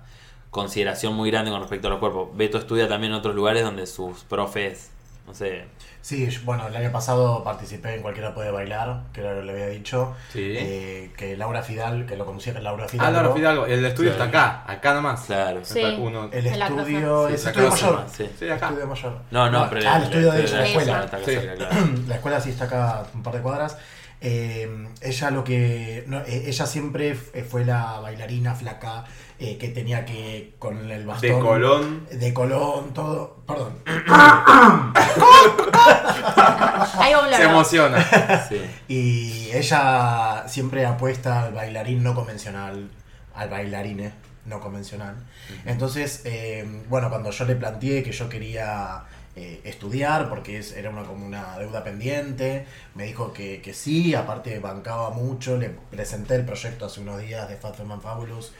[SPEAKER 5] consideración muy grande con respecto a los cuerpos. Beto estudia también en otros lugares donde sus profes, no sé,
[SPEAKER 4] Sí, yo- bueno, el año pasado participé en Cualquiera Puede Bailar, que era lo que le había dicho.
[SPEAKER 2] Sí.
[SPEAKER 4] Eh, que Laura Fidal, que lo conocía que Laura Fidal.
[SPEAKER 2] Ah, Laura Fidalgo, el estudio
[SPEAKER 5] Sí.
[SPEAKER 2] está acá, acá nomás.
[SPEAKER 5] claro.
[SPEAKER 6] Sí.
[SPEAKER 2] Está uno-
[SPEAKER 4] El
[SPEAKER 6] En la
[SPEAKER 4] estudio
[SPEAKER 2] Sí,
[SPEAKER 4] es
[SPEAKER 2] la
[SPEAKER 4] estudio
[SPEAKER 2] casa,
[SPEAKER 4] mayor.
[SPEAKER 5] Sí.
[SPEAKER 2] Sí, acá.
[SPEAKER 4] Estudio mayor.
[SPEAKER 5] No, no, pero...
[SPEAKER 4] Ah, el estudio de
[SPEAKER 5] de
[SPEAKER 4] la escuela. *clears throat*
[SPEAKER 5] está acá
[SPEAKER 2] Sí.
[SPEAKER 5] cerca, claro.
[SPEAKER 4] la escuela sí está acá a un par de cuadras. Eh, ella lo que no, eh, ella siempre f- eh, fue la bailarina flaca eh, que tenía que con el bastón
[SPEAKER 2] De Colón.
[SPEAKER 4] de Colón todo perdón
[SPEAKER 6] Ahí va un
[SPEAKER 2] Se
[SPEAKER 6] loro.
[SPEAKER 2] emociona.
[SPEAKER 4] *laughs*
[SPEAKER 5] Sí.
[SPEAKER 4] y ella siempre apuesta al bailarín no convencional al bailarine no convencional entonces eh, bueno cuando yo le planteé que yo quería eh, estudiar porque es, era una como una deuda pendiente me dijo que, que sí aparte bancaba mucho le presenté el proyecto hace unos días de Fat Man Fabulous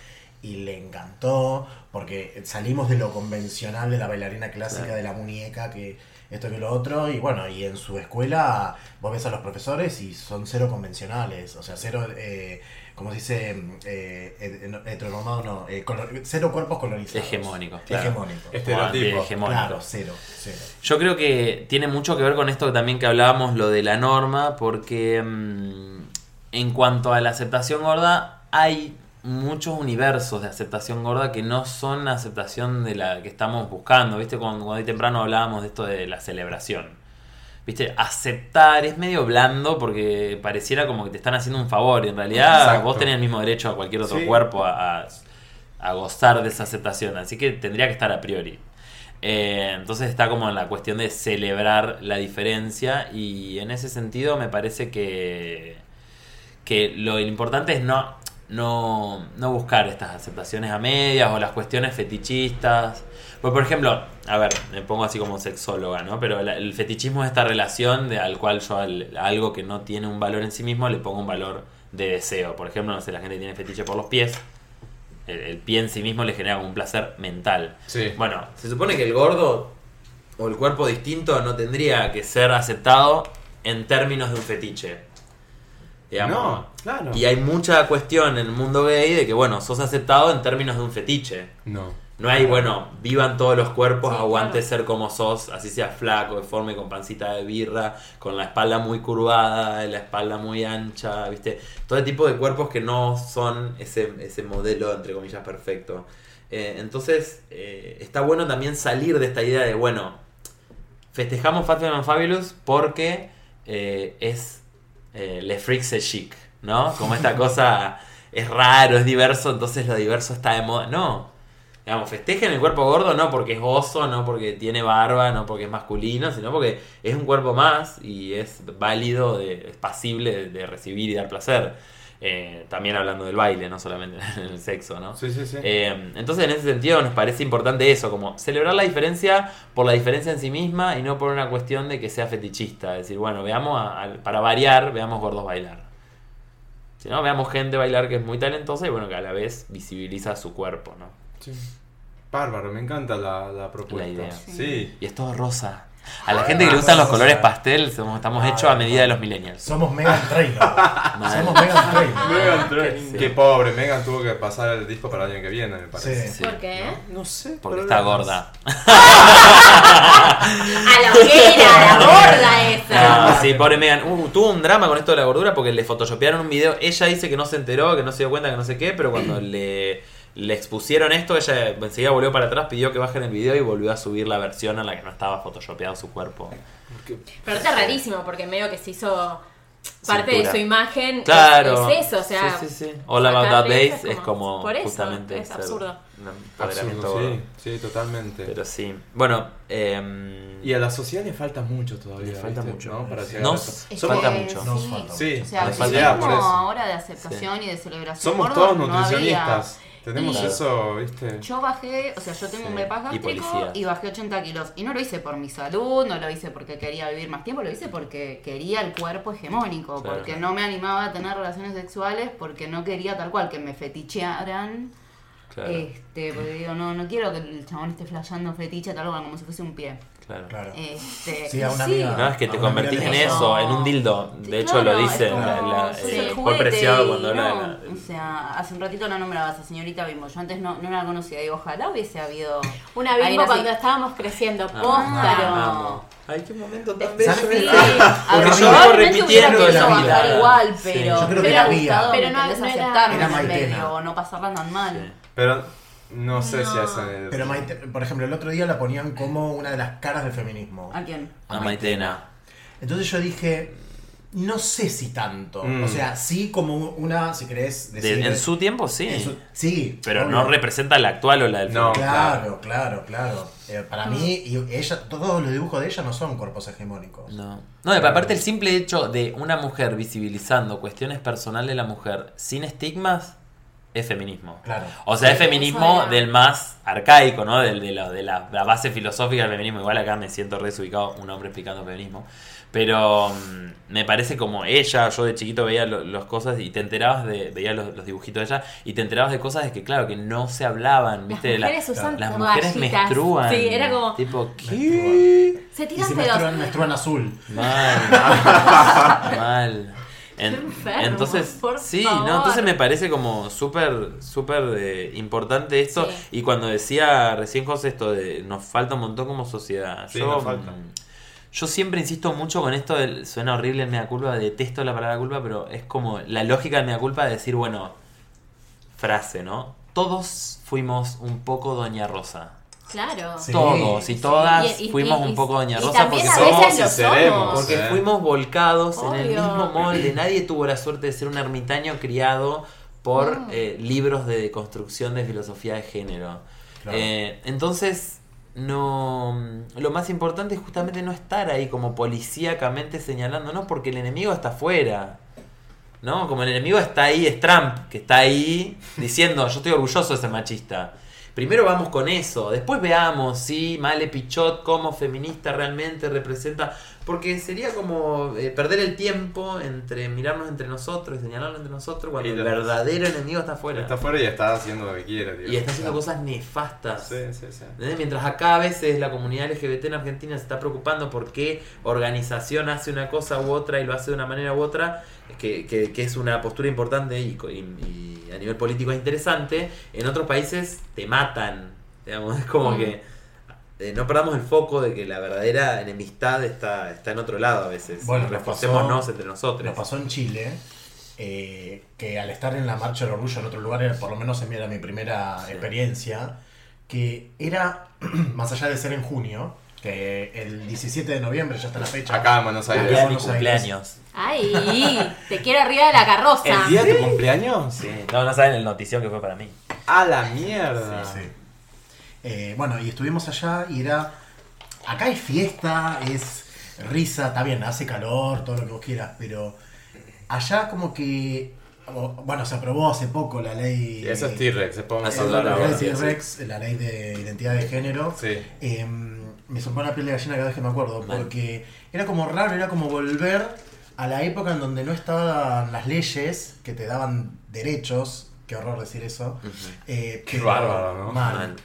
[SPEAKER 4] y le encantó porque salimos de lo convencional de la bailarina clásica de la muñeca que esto que lo otro y bueno y en su escuela vos ves a los profesores y son cero convencionales o sea cero eh, como se dice eh, het- heteronormado no eh, color- cero cuerpos colorizados
[SPEAKER 5] Hegemónico, claro.
[SPEAKER 4] hegemónico
[SPEAKER 2] Este-
[SPEAKER 5] Como
[SPEAKER 2] Estereotipo.
[SPEAKER 5] antihegemónico.
[SPEAKER 4] claro cero cero
[SPEAKER 5] Yo creo que tiene mucho que ver con esto también que hablábamos, lo de la norma, porque mm, en cuanto a la aceptación gorda, hay muchos universos de aceptación gorda que no son la aceptación de la que estamos buscando, ¿viste? Cuando, cuando ahí temprano hablábamos de esto de la celebración. ¿Viste? Aceptar es medio blando porque pareciera como que te están haciendo un favor. y En realidad,
[SPEAKER 2] Exacto.
[SPEAKER 5] vos tenés el mismo derecho a cualquier otro
[SPEAKER 2] Sí.
[SPEAKER 5] cuerpo a- a a gozar de esa aceptación. Así que tendría que estar a priori. Eh, entonces está como en la cuestión de celebrar la diferencia y en ese sentido me parece que, que lo importante es no, no, no buscar estas aceptaciones a medias o las cuestiones fetichistas. Pues, por ejemplo, a ver, me pongo así como sexóloga, ¿no? Pero la- el fetichismo es esta relación de, al cual yo al- a algo que no tiene un valor en sí mismo le pongo un valor de deseo. Por ejemplo, no sé, la gente tiene fetiche por los pies. El, el pie en sí mismo le genera como un placer mental.
[SPEAKER 2] Sí.
[SPEAKER 5] Bueno, se supone que el gordo o el cuerpo distinto no tendría que ser aceptado en términos de un fetiche. Digamos.
[SPEAKER 2] No, claro.
[SPEAKER 5] Y hay mucha cuestión en el mundo gay de que, bueno, sos aceptado en términos de un fetiche.
[SPEAKER 2] No.
[SPEAKER 5] No hay, bueno, vivan todos los cuerpos,
[SPEAKER 6] Sí,
[SPEAKER 5] aguante
[SPEAKER 6] claro.
[SPEAKER 5] ser como sos, así seas flaco, deforme, con pancita de birra, con la espalda muy curvada, la espalda muy ancha, ¿viste? Todo tipo de cuerpos que no son ese, ese modelo, entre comillas, perfecto. Eh, entonces, eh, está bueno también salir de esta idea de, bueno, festejamos Fat Man Fabulous porque eh, es eh, Le Freak c'est chic, ¿no? Como esta cosa es raro, es diverso, entonces lo diverso está de moda. No. Digamos, festejen el cuerpo gordo no porque es oso, no porque tiene barba, no porque es masculino, sino porque es un cuerpo más y es válido, de- es pasible de, de recibir y dar placer. Eh, también hablando del baile, no solamente *laughs* del sexo, ¿no?
[SPEAKER 2] Sí, sí, sí.
[SPEAKER 5] Eh, entonces, en ese sentido, nos parece importante eso, como celebrar la diferencia por la diferencia en sí misma y no por una cuestión de que sea fetichista. Es decir, bueno, veamos, a- a- para variar, veamos gordos bailar. Si no, veamos gente bailar que es muy talentosa y bueno, que a la vez visibiliza su cuerpo, ¿no?
[SPEAKER 2] Sí. Bárbaro, me encanta la, la propuesta.
[SPEAKER 5] La idea.
[SPEAKER 2] Sí.
[SPEAKER 5] Y es todo rosa. A la gente que le gustan los
[SPEAKER 4] rosa.
[SPEAKER 5] colores pastel, somos- estamos
[SPEAKER 4] Ah,
[SPEAKER 5] hechos a medida de
[SPEAKER 4] no.
[SPEAKER 5] los millennials.
[SPEAKER 4] somos Megan Trainor
[SPEAKER 5] Mal.
[SPEAKER 4] somos Megan
[SPEAKER 2] *laughs*
[SPEAKER 7] Ah,
[SPEAKER 4] Trainor
[SPEAKER 2] Megan
[SPEAKER 5] sí.
[SPEAKER 2] Qué pobre, Megan tuvo que pasar el disco para el año que viene, me parece.
[SPEAKER 4] Sí.
[SPEAKER 6] ¿Por qué?
[SPEAKER 2] No sé.
[SPEAKER 5] Porque
[SPEAKER 2] pero-
[SPEAKER 5] está gorda.
[SPEAKER 6] A la hoguera, a la gorda esa.
[SPEAKER 5] Ah, sí, pobre Megan. Uh, tuvo un drama con esto de la gordura porque le photoshopearon un video. Ella dice que no se enteró, que no se dio cuenta, que no sé qué,
[SPEAKER 6] *clears throat*
[SPEAKER 5] pero cuando le, le expusieron esto, ella enseguida volvió para atrás, pidió que bajen el video y volvió a subir la versión en la que no estaba photoshopeado su cuerpo.
[SPEAKER 6] Pero está rarísimo porque medio que se hizo parte de
[SPEAKER 5] Cintura.
[SPEAKER 6] su imagen es-
[SPEAKER 5] Claro.
[SPEAKER 6] es, eso, o sea,
[SPEAKER 5] sí, sí, sí. All
[SPEAKER 6] sacar
[SPEAKER 5] About That
[SPEAKER 6] de
[SPEAKER 5] Bass
[SPEAKER 6] eso
[SPEAKER 5] es
[SPEAKER 6] es como-
[SPEAKER 5] como
[SPEAKER 6] por eso,
[SPEAKER 5] justamente
[SPEAKER 6] es
[SPEAKER 5] ser
[SPEAKER 6] absurdo.
[SPEAKER 5] un empoderamiento
[SPEAKER 2] Absurdo, sí,
[SPEAKER 5] gordo.
[SPEAKER 2] sí, totalmente.
[SPEAKER 5] Pero sí. Bueno, eh,
[SPEAKER 2] Y a la sociedad le falta mucho todavía.
[SPEAKER 5] Le falta
[SPEAKER 2] ¿viste?
[SPEAKER 5] mucho.
[SPEAKER 2] ¿No? Para llegar a
[SPEAKER 5] nos
[SPEAKER 2] eso.
[SPEAKER 7] Es
[SPEAKER 5] falta
[SPEAKER 7] que
[SPEAKER 5] mucho.
[SPEAKER 4] Nos
[SPEAKER 7] sí.
[SPEAKER 4] falta.
[SPEAKER 2] Sí,
[SPEAKER 7] O sea,
[SPEAKER 2] la
[SPEAKER 5] sociedad,
[SPEAKER 7] si
[SPEAKER 2] sociedad,
[SPEAKER 7] mismo
[SPEAKER 2] por eso.
[SPEAKER 7] ahora de aceptación y de celebración.
[SPEAKER 2] Somos
[SPEAKER 7] gordos,
[SPEAKER 2] todos
[SPEAKER 7] no
[SPEAKER 2] nutricionistas. Tenemos
[SPEAKER 7] Y-
[SPEAKER 2] eso, ¿viste?
[SPEAKER 7] había. Yo bajé, o sea, yo tengo
[SPEAKER 5] Sí,
[SPEAKER 7] un bypass
[SPEAKER 5] y
[SPEAKER 7] gástrico
[SPEAKER 5] policías.
[SPEAKER 7] y, bajé 80 kilos. Y no lo hice por mi salud, no lo hice porque quería vivir más tiempo, lo hice porque quería el cuerpo hegemónico,
[SPEAKER 5] Claro.
[SPEAKER 7] porque no me animaba a tener relaciones sexuales, porque no quería tal cual que me fetichearan.
[SPEAKER 5] claro,
[SPEAKER 7] Este, porque digo, no, no quiero que el chabón esté flasheando fetiche tal cual como si fuese un pie.
[SPEAKER 5] claro.
[SPEAKER 4] Claro.
[SPEAKER 7] Este,
[SPEAKER 4] Sí, a una
[SPEAKER 7] y
[SPEAKER 4] amiga.
[SPEAKER 5] No, es que te
[SPEAKER 4] Ahora
[SPEAKER 5] convertís en
[SPEAKER 4] Ah, mira
[SPEAKER 7] eso.
[SPEAKER 5] eso, en un dildo. De hecho, lo
[SPEAKER 7] Claro,
[SPEAKER 5] dice
[SPEAKER 7] es como,
[SPEAKER 5] la, la-
[SPEAKER 7] sos
[SPEAKER 5] eh,
[SPEAKER 7] el
[SPEAKER 5] Paul
[SPEAKER 7] juguete
[SPEAKER 5] Preciado
[SPEAKER 7] y
[SPEAKER 5] cuando habla
[SPEAKER 7] no,
[SPEAKER 5] de la-
[SPEAKER 7] O sea, hace un ratito la nombrabas a señorita Bimbo. Yo antes no, no la conocía. Digo, ojalá hubiese habido.
[SPEAKER 6] Una
[SPEAKER 7] Ahí
[SPEAKER 6] bimbo
[SPEAKER 7] nací.
[SPEAKER 6] cuando estábamos creciendo,
[SPEAKER 5] Ah,
[SPEAKER 6] póstalo.
[SPEAKER 5] amo. Ay, qué momento tan
[SPEAKER 4] ¿Sabes
[SPEAKER 5] bello.
[SPEAKER 4] qué?
[SPEAKER 7] Sí,
[SPEAKER 4] Porque
[SPEAKER 7] a-
[SPEAKER 4] yo
[SPEAKER 5] vengo
[SPEAKER 7] probablemente hubiera
[SPEAKER 5] repitiendo
[SPEAKER 7] querido
[SPEAKER 4] la
[SPEAKER 7] bajar
[SPEAKER 5] vida.
[SPEAKER 7] igual,
[SPEAKER 5] Sí,
[SPEAKER 4] yo
[SPEAKER 7] pero.
[SPEAKER 4] creo
[SPEAKER 7] me
[SPEAKER 4] que
[SPEAKER 7] hubiera
[SPEAKER 4] la había.
[SPEAKER 7] gustado,
[SPEAKER 6] Pero
[SPEAKER 7] ¿me
[SPEAKER 6] no-
[SPEAKER 7] entendés?
[SPEAKER 6] no era-
[SPEAKER 7] aceptarme
[SPEAKER 4] Era
[SPEAKER 7] en el
[SPEAKER 4] Maitena.
[SPEAKER 7] medio o no pasarla tan mal.
[SPEAKER 5] Sí.
[SPEAKER 2] Pero no sé si a esa edad.
[SPEAKER 4] Pero Maite, por ejemplo, el otro día la ponían como una de las caras del feminismo.
[SPEAKER 7] ¿A quién?
[SPEAKER 5] A Maitena.
[SPEAKER 4] Entonces yo dije, no sé si tanto.
[SPEAKER 2] Mm.
[SPEAKER 4] O sea, sí como una, si querés
[SPEAKER 5] De-
[SPEAKER 4] decir...
[SPEAKER 5] en su tiempo sí.
[SPEAKER 4] en su- sí.
[SPEAKER 5] Pero
[SPEAKER 4] obvio.
[SPEAKER 5] no representa la actual o la del
[SPEAKER 2] No.
[SPEAKER 5] futuro.
[SPEAKER 4] Claro, claro, claro. Eh, para
[SPEAKER 6] Mm.
[SPEAKER 4] mí, y ella, todos los dibujos de ella no son cuerpos hegemónicos.
[SPEAKER 5] No. No, y aparte el simple hecho de una mujer visibilizando cuestiones personales de la mujer sin estigmas es feminismo.
[SPEAKER 4] Claro.
[SPEAKER 5] O sea, es
[SPEAKER 6] Sí, eso
[SPEAKER 5] feminismo
[SPEAKER 6] era.
[SPEAKER 5] del más arcaico, ¿no? Del, de la, de la, la base filosófica del feminismo. Igual acá me siento re desubicado un hombre explicando feminismo. Pero mm, me parece como ella, yo de chiquito veía lo- las cosas y te enterabas de, veía los, los dibujitos de ella y te enterabas de cosas de que, claro, que no se hablaban,
[SPEAKER 6] Las
[SPEAKER 5] ¿viste? De la-
[SPEAKER 6] mujeres usan
[SPEAKER 5] las mujeres
[SPEAKER 6] toallitas.
[SPEAKER 5] menstruan.
[SPEAKER 6] Sí, era como,
[SPEAKER 5] Tipo,
[SPEAKER 4] Menstruan.
[SPEAKER 5] ¿qué?
[SPEAKER 6] se
[SPEAKER 4] Y
[SPEAKER 6] tiran
[SPEAKER 4] si
[SPEAKER 6] pedos.
[SPEAKER 4] menstruan, menstruan azul.
[SPEAKER 2] *laughs*
[SPEAKER 5] Mal. Mal. En-
[SPEAKER 6] Qué enfermo,
[SPEAKER 5] entonces,
[SPEAKER 6] por
[SPEAKER 5] sí,
[SPEAKER 6] favor.
[SPEAKER 5] no, entonces me parece como súper, súper eh, importante esto.
[SPEAKER 6] Sí.
[SPEAKER 5] Y cuando decía recién José esto de nos falta un montón como sociedad.
[SPEAKER 2] Sí,
[SPEAKER 5] yo,
[SPEAKER 2] nos falta.
[SPEAKER 5] mm, yo siempre insisto mucho con esto, del- suena horrible el mea culpa, detesto la palabra culpa, pero es como la lógica del mea culpa de decir, bueno, frase, ¿no? Todos fuimos un poco Doña Rosa.
[SPEAKER 6] Claro.
[SPEAKER 4] Sí.
[SPEAKER 5] Todos y todas
[SPEAKER 6] Y- y-
[SPEAKER 5] fuimos
[SPEAKER 6] y-
[SPEAKER 5] un poco Doña
[SPEAKER 6] y
[SPEAKER 5] Rosa
[SPEAKER 6] también
[SPEAKER 5] porque
[SPEAKER 6] a
[SPEAKER 5] somos
[SPEAKER 6] veces lo
[SPEAKER 2] y seremos.
[SPEAKER 6] somos.
[SPEAKER 5] porque
[SPEAKER 2] Sí.
[SPEAKER 5] fuimos volcados en el
[SPEAKER 6] Obvio.
[SPEAKER 5] mismo molde. Nadie tuvo la suerte de ser un ermitaño criado por eh, libros de construcción de filosofía de género.
[SPEAKER 4] Claro.
[SPEAKER 5] Eh, entonces, no mm, lo más importante es justamente no estar ahí como policíacamente señalando, ¿no? Porque el enemigo está afuera. ¿No? Como el enemigo está ahí, es Trump, que está ahí diciendo, yo estoy orgulloso de ser machista. Primero vamos con eso, después veamos si Male Pichot como feminista realmente representa, porque sería como eh, perder el tiempo entre mirarnos entre nosotros y señalarnos entre nosotros cuando
[SPEAKER 2] Y
[SPEAKER 5] el
[SPEAKER 2] la-
[SPEAKER 5] verdadero enemigo está afuera
[SPEAKER 2] Está afuera y está haciendo lo que quiera, tío.
[SPEAKER 5] y está haciendo cosas nefastas.
[SPEAKER 2] Sí, sí, sí.
[SPEAKER 5] ¿Entendés? Mientras acá a veces la comunidad LGBT en Argentina se está preocupando por qué organización hace una cosa u otra y lo hace de una manera u otra, que, que- que es una postura importante y, co- y- y a nivel político es interesante, en otros países te matan. Digamos, *laughs* es como
[SPEAKER 6] Mm.
[SPEAKER 5] que eh, no perdamos el foco de que la verdadera enemistad está, está en otro lado a veces.
[SPEAKER 4] Bueno, nos
[SPEAKER 5] reforcémonos
[SPEAKER 4] pasó-
[SPEAKER 5] entre nosotros.
[SPEAKER 4] Nos pasó en Chile, eh, que al estar en la Marcha del Orgullo en otro lugar, era- por lo menos en mí era mi primera
[SPEAKER 5] Sí.
[SPEAKER 4] experiencia, que era, *clears throat* más allá de ser en junio, que el 17 de noviembre ya está la fecha.
[SPEAKER 2] Acá en Buenos
[SPEAKER 5] El
[SPEAKER 4] Acá
[SPEAKER 5] día de
[SPEAKER 2] Aires.
[SPEAKER 5] mi
[SPEAKER 4] en Buenos Aires.
[SPEAKER 5] cumpleaños. *laughs*
[SPEAKER 6] Ay, te quiero arriba de la carroza.
[SPEAKER 2] ¿El día de tu cumpleaños?
[SPEAKER 5] Sí. No, no saben el notición que fue para mí.
[SPEAKER 2] A la mierda.
[SPEAKER 4] Sí. Eh, bueno, y estuvimos allá y era. Acá hay fiesta, es risa, está bien, hace calor, todo lo que vos quieras, pero allá como que. o- Bueno, se aprobó hace poco la ley.
[SPEAKER 2] Eso es T-Rex, podemos
[SPEAKER 4] eh,
[SPEAKER 2] hablar
[SPEAKER 4] la ley
[SPEAKER 2] ahora.
[SPEAKER 4] de T-Rex, la ley de identidad de género.
[SPEAKER 2] Sí.
[SPEAKER 4] Eh, me soltó la piel de gallina cada vez que me acuerdo, porque era como raro, era como volver a la época en donde no estaban las leyes que te daban derechos. Qué horror decir eso. Eh,
[SPEAKER 2] Qué
[SPEAKER 4] pero-
[SPEAKER 2] bárbaro, ¿no?
[SPEAKER 4] mal.
[SPEAKER 5] Mal.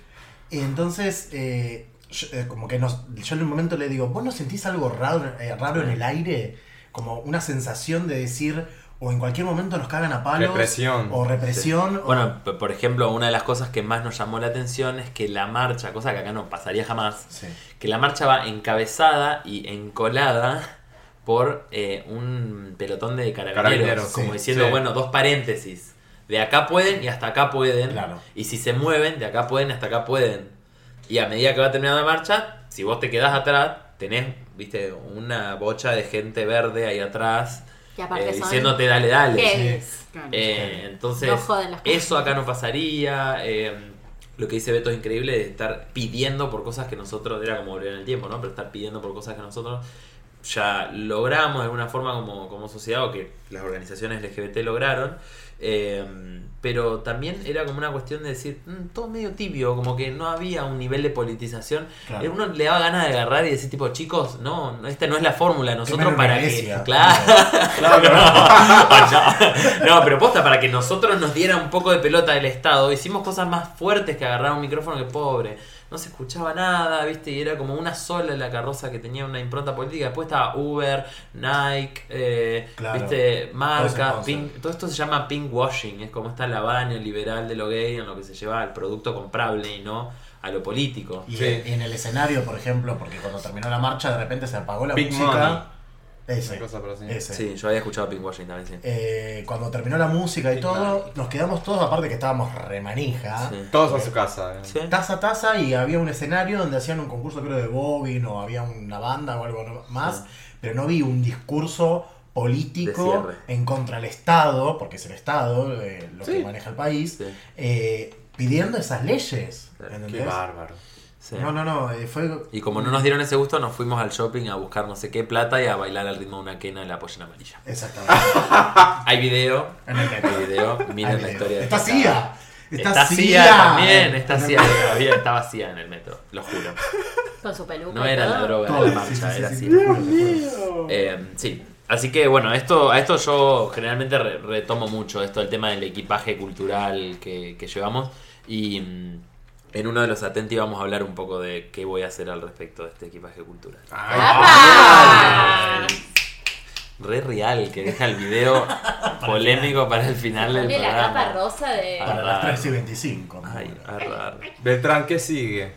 [SPEAKER 4] Entonces, eh, yo, eh, como que nos- yo en un momento le digo, ¿vos no sentís algo raro, eh, raro en el aire? Como una sensación de decir, o en cualquier momento nos cagan a palos.
[SPEAKER 2] Represión.
[SPEAKER 4] O represión. o-
[SPEAKER 5] Bueno, p- por ejemplo, una de las cosas que más nos llamó la atención es que la marcha, cosa que acá no pasaría jamás,
[SPEAKER 4] Sí.
[SPEAKER 5] que la marcha va encabezada y encolada por eh, un pelotón de carabineros,
[SPEAKER 2] Carabineros,
[SPEAKER 5] como
[SPEAKER 4] sí,
[SPEAKER 5] diciendo,
[SPEAKER 2] sí.
[SPEAKER 5] bueno, dos paréntesis, de acá pueden y hasta acá pueden,
[SPEAKER 4] Claro.
[SPEAKER 5] y si se mueven, de acá pueden y hasta acá pueden. Y a medida que va terminando la marcha, si vos te quedás atrás, tenés, viste, una bocha de gente verde ahí atrás
[SPEAKER 6] Que aparte
[SPEAKER 5] eh,
[SPEAKER 6] son-
[SPEAKER 5] diciéndote dale, dale.
[SPEAKER 6] ¿Qué?
[SPEAKER 5] Eh, entonces,
[SPEAKER 6] No joden las cosas.
[SPEAKER 5] eso acá no pasaría. eh, lo que dice Beto es increíble de estar pidiendo por cosas que nosotros, era como volver en el tiempo, ¿no? Pero estar pidiendo por cosas que nosotros ya logramos de alguna forma como, como sociedad o que las organizaciones LGBT lograron. eh, pero también era como una cuestión de decir, "Mm, todo medio tibio, como que no había un nivel de politización.
[SPEAKER 4] Claro.
[SPEAKER 5] Eh, Uno le daba ganas de agarrar y decir, tipo, chicos, no, no, esta no es la fórmula, nosotros
[SPEAKER 4] menos
[SPEAKER 5] para que... *laughs*
[SPEAKER 4] Grecia.
[SPEAKER 5] Claro, *laughs* no, no, pero posta, para que nosotros nos diera un poco de pelota del Estado, hicimos cosas más fuertes que agarrar un micrófono que pobre. No se escuchaba nada, ¿viste? Y era como una sola la carroza que tenía una impronta política. Después estaba Uber, Nike, eh,
[SPEAKER 4] Claro.
[SPEAKER 5] ¿viste? Marcas,
[SPEAKER 4] Todo ese
[SPEAKER 5] pink- todo esto se llama pinkwashing. Es como esta lavada neoliberal de lo gay en lo que se lleva al producto comprable y no a lo político.
[SPEAKER 4] *laughs* Y
[SPEAKER 2] Sí.
[SPEAKER 4] en el escenario, por ejemplo, porque cuando terminó la marcha de repente se apagó la
[SPEAKER 2] Big
[SPEAKER 4] música.
[SPEAKER 2] Una
[SPEAKER 4] Ese,
[SPEAKER 2] cosa por así.
[SPEAKER 4] ese.
[SPEAKER 5] Sí, yo había escuchado pinkwashing también, sí.
[SPEAKER 4] Eh, cuando terminó la música y todo, nos quedamos todos, aparte que estábamos remanija.
[SPEAKER 5] Sí.
[SPEAKER 2] Todos a su casa. eh.
[SPEAKER 5] Sí.
[SPEAKER 4] Taza a taza y había un escenario donde hacían un concurso creo de bobin o había una banda o algo no- más, pero no vi un discurso político
[SPEAKER 5] De cierre.
[SPEAKER 4] en contra del Estado, porque es el Estado eh, lo que
[SPEAKER 2] Sí.
[SPEAKER 4] maneja el país,
[SPEAKER 5] Sí.
[SPEAKER 4] eh, pidiendo esas leyes.
[SPEAKER 5] Claro,
[SPEAKER 2] Qué
[SPEAKER 4] ¿entendés?
[SPEAKER 2] bárbaro.
[SPEAKER 5] sí.
[SPEAKER 4] No, no, no, eh, fue...
[SPEAKER 5] Y como no nos dieron ese gusto, nos fuimos al shopping a buscar no sé qué plata y a bailar al ritmo de una quena de la pollina amarilla.
[SPEAKER 4] Exactamente.
[SPEAKER 5] *laughs* Hay video,
[SPEAKER 4] En el que-
[SPEAKER 5] hay
[SPEAKER 4] *laughs*
[SPEAKER 5] video, miren la
[SPEAKER 4] Ahí,
[SPEAKER 5] historia. de
[SPEAKER 4] Está
[SPEAKER 5] esta.
[SPEAKER 4] CIA.
[SPEAKER 5] Está,
[SPEAKER 4] Está
[SPEAKER 5] Sia
[SPEAKER 4] CIA.
[SPEAKER 5] también, está Sia. Todavía está vacía en el metro, lo juro.
[SPEAKER 6] Con su peluca.
[SPEAKER 5] No
[SPEAKER 6] y
[SPEAKER 5] era
[SPEAKER 6] todo.
[SPEAKER 5] la droga,
[SPEAKER 4] Ah, Todo,
[SPEAKER 5] era la
[SPEAKER 4] sí, sí,
[SPEAKER 5] marcha,
[SPEAKER 4] sí,
[SPEAKER 5] era
[SPEAKER 4] sí.
[SPEAKER 5] así.
[SPEAKER 4] Dios mío.
[SPEAKER 5] Eh, sí. Así que bueno, esto, a esto yo generalmente re- retomo mucho, esto el tema del equipaje cultural que, que llevamos. Y mm, en uno de los Atenti vamos a hablar un poco de qué voy a hacer al respecto de este equipaje cultural.
[SPEAKER 2] Ah.
[SPEAKER 6] ¡Apa!
[SPEAKER 5] Ah. Re real, que deja el video polémico para el final del
[SPEAKER 6] Tiene la capa
[SPEAKER 5] programa.
[SPEAKER 6] rosa de.
[SPEAKER 5] Ah.
[SPEAKER 4] Para las 3 y 25.
[SPEAKER 5] Ay, arre, arre.
[SPEAKER 2] Beltrán, ¿qué sigue?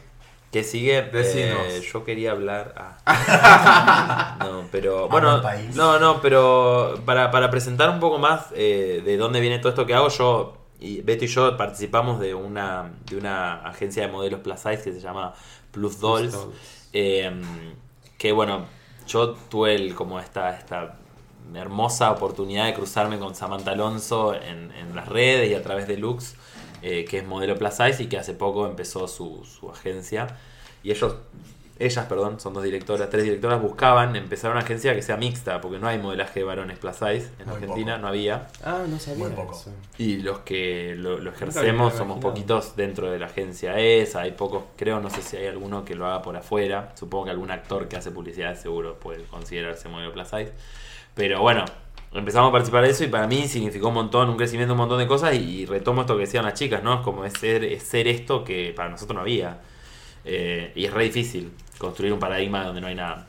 [SPEAKER 5] ¿Qué sigue?
[SPEAKER 2] Decinos.
[SPEAKER 5] Eh, yo quería hablar. ah. no, pero.
[SPEAKER 4] Amo
[SPEAKER 5] Bueno,
[SPEAKER 4] el país.
[SPEAKER 5] no, no, pero para, para presentar un poco más eh, de dónde viene todo esto que hago, yo, y Beto y yo participamos de una, de una agencia de modelos plus size que se llama Plus Dolls. Eh, que bueno, yo tuve el- como esta, esta hermosa oportunidad de cruzarme con Samantha Alonso en, en las redes y a través de Lux, eh, que es modelo plus size y que hace poco empezó su, su agencia. Y ellos, ellas, perdón, son dos directoras, tres directoras, buscaban empezar una agencia que sea mixta, porque no hay modelaje de varones plus size en
[SPEAKER 4] Muy
[SPEAKER 5] Argentina,
[SPEAKER 4] poco.
[SPEAKER 5] no había.
[SPEAKER 2] Ah, no sabía.
[SPEAKER 4] Muy poco.
[SPEAKER 5] *laughs*
[SPEAKER 2] eso.
[SPEAKER 5] Y los que lo, lo
[SPEAKER 2] Nunca me
[SPEAKER 5] ejercemos
[SPEAKER 2] había
[SPEAKER 5] somos
[SPEAKER 2] imaginado.
[SPEAKER 5] poquitos dentro de la agencia esa, hay pocos, creo, no sé si hay alguno que lo haga por afuera, supongo que algún actor que hace publicidad seguro puede considerarse modelo plus size, pero bueno, empezamos a participar de eso y para mí significó un montón, un crecimiento, un montón de cosas y, y retomo esto que decían las chicas, ¿no? Es como es ser, es ser esto que para nosotros no había Eh, y es re difícil construir un paradigma donde no hay nada.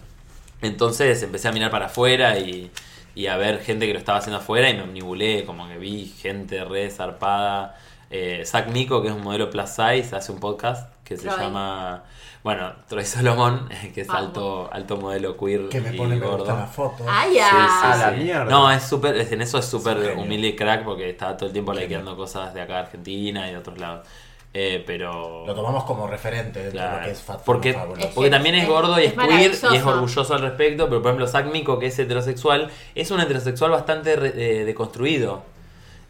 [SPEAKER 5] Entonces empecé a mirar para afuera y, y a ver gente que lo estaba haciendo afuera y me omnibulé, como que vi gente re zarpada. Eh, Zach Mico, que es un modelo plus size, hace un podcast que se
[SPEAKER 6] Troy.
[SPEAKER 5] llama, bueno, Troy Solomon, *laughs* que es
[SPEAKER 6] Ah,
[SPEAKER 5] alto, alto modelo queer
[SPEAKER 4] Que me
[SPEAKER 5] y
[SPEAKER 4] pone me
[SPEAKER 5] gordo.
[SPEAKER 4] gusta en las fotos.
[SPEAKER 6] ¡Ay, ah.
[SPEAKER 5] Sí, sí,
[SPEAKER 2] A
[SPEAKER 6] ya!
[SPEAKER 2] la
[SPEAKER 5] sí.
[SPEAKER 2] mierda.
[SPEAKER 5] No, es súper, es- en eso es
[SPEAKER 4] Es un
[SPEAKER 5] súper
[SPEAKER 4] genio.
[SPEAKER 5] humilde y crack porque está todo el tiempo
[SPEAKER 4] Genio.
[SPEAKER 5] likeando cosas de acá de Argentina y de otros lados. Eh, pero.
[SPEAKER 4] Lo tomamos como referente dentro de
[SPEAKER 5] Claro.
[SPEAKER 4] lo que es Fat
[SPEAKER 5] porque,
[SPEAKER 4] Fabulous.
[SPEAKER 6] Es
[SPEAKER 5] porque también es
[SPEAKER 6] es-
[SPEAKER 5] gordo y
[SPEAKER 6] es
[SPEAKER 5] es, queer
[SPEAKER 6] maravilloso.
[SPEAKER 5] y es orgulloso al respecto, pero por ejemplo Zach Mico, que es heterosexual, es un heterosexual bastante re- eh, deconstruido.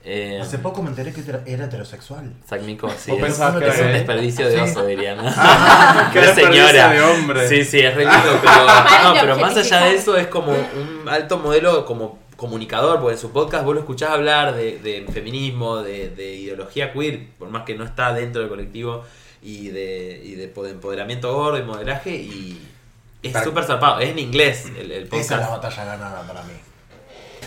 [SPEAKER 5] Eh,
[SPEAKER 4] Hace poco me enteré que era- era heterosexual.
[SPEAKER 5] Zach Mico, sí,
[SPEAKER 2] ¿Vos
[SPEAKER 5] es,
[SPEAKER 2] pensabas
[SPEAKER 5] es
[SPEAKER 2] que era
[SPEAKER 5] un
[SPEAKER 2] gay?
[SPEAKER 5] desperdicio *laughs* de
[SPEAKER 4] Sí.
[SPEAKER 5] oso,
[SPEAKER 4] *laughs*
[SPEAKER 5] dirían.
[SPEAKER 2] Qué
[SPEAKER 5] De
[SPEAKER 2] desperdicio
[SPEAKER 5] señora.
[SPEAKER 2] de hombre.
[SPEAKER 5] Sí, sí, es re
[SPEAKER 4] Ah.
[SPEAKER 5] lindo, pero, no,
[SPEAKER 6] de
[SPEAKER 5] pero más allá
[SPEAKER 6] objetificar.
[SPEAKER 5] de eso es como un alto modelo como comunicador, porque en su podcast vos lo escuchás hablar de, de feminismo, de, de ideología queer, por más que no está dentro del colectivo, y de, y de po- empoderamiento gordo y modelaje, y es
[SPEAKER 2] Para-
[SPEAKER 5] súper zarpado, es en inglés el, el
[SPEAKER 4] Esa es la
[SPEAKER 5] podcast.
[SPEAKER 4] batalla ganada para mí.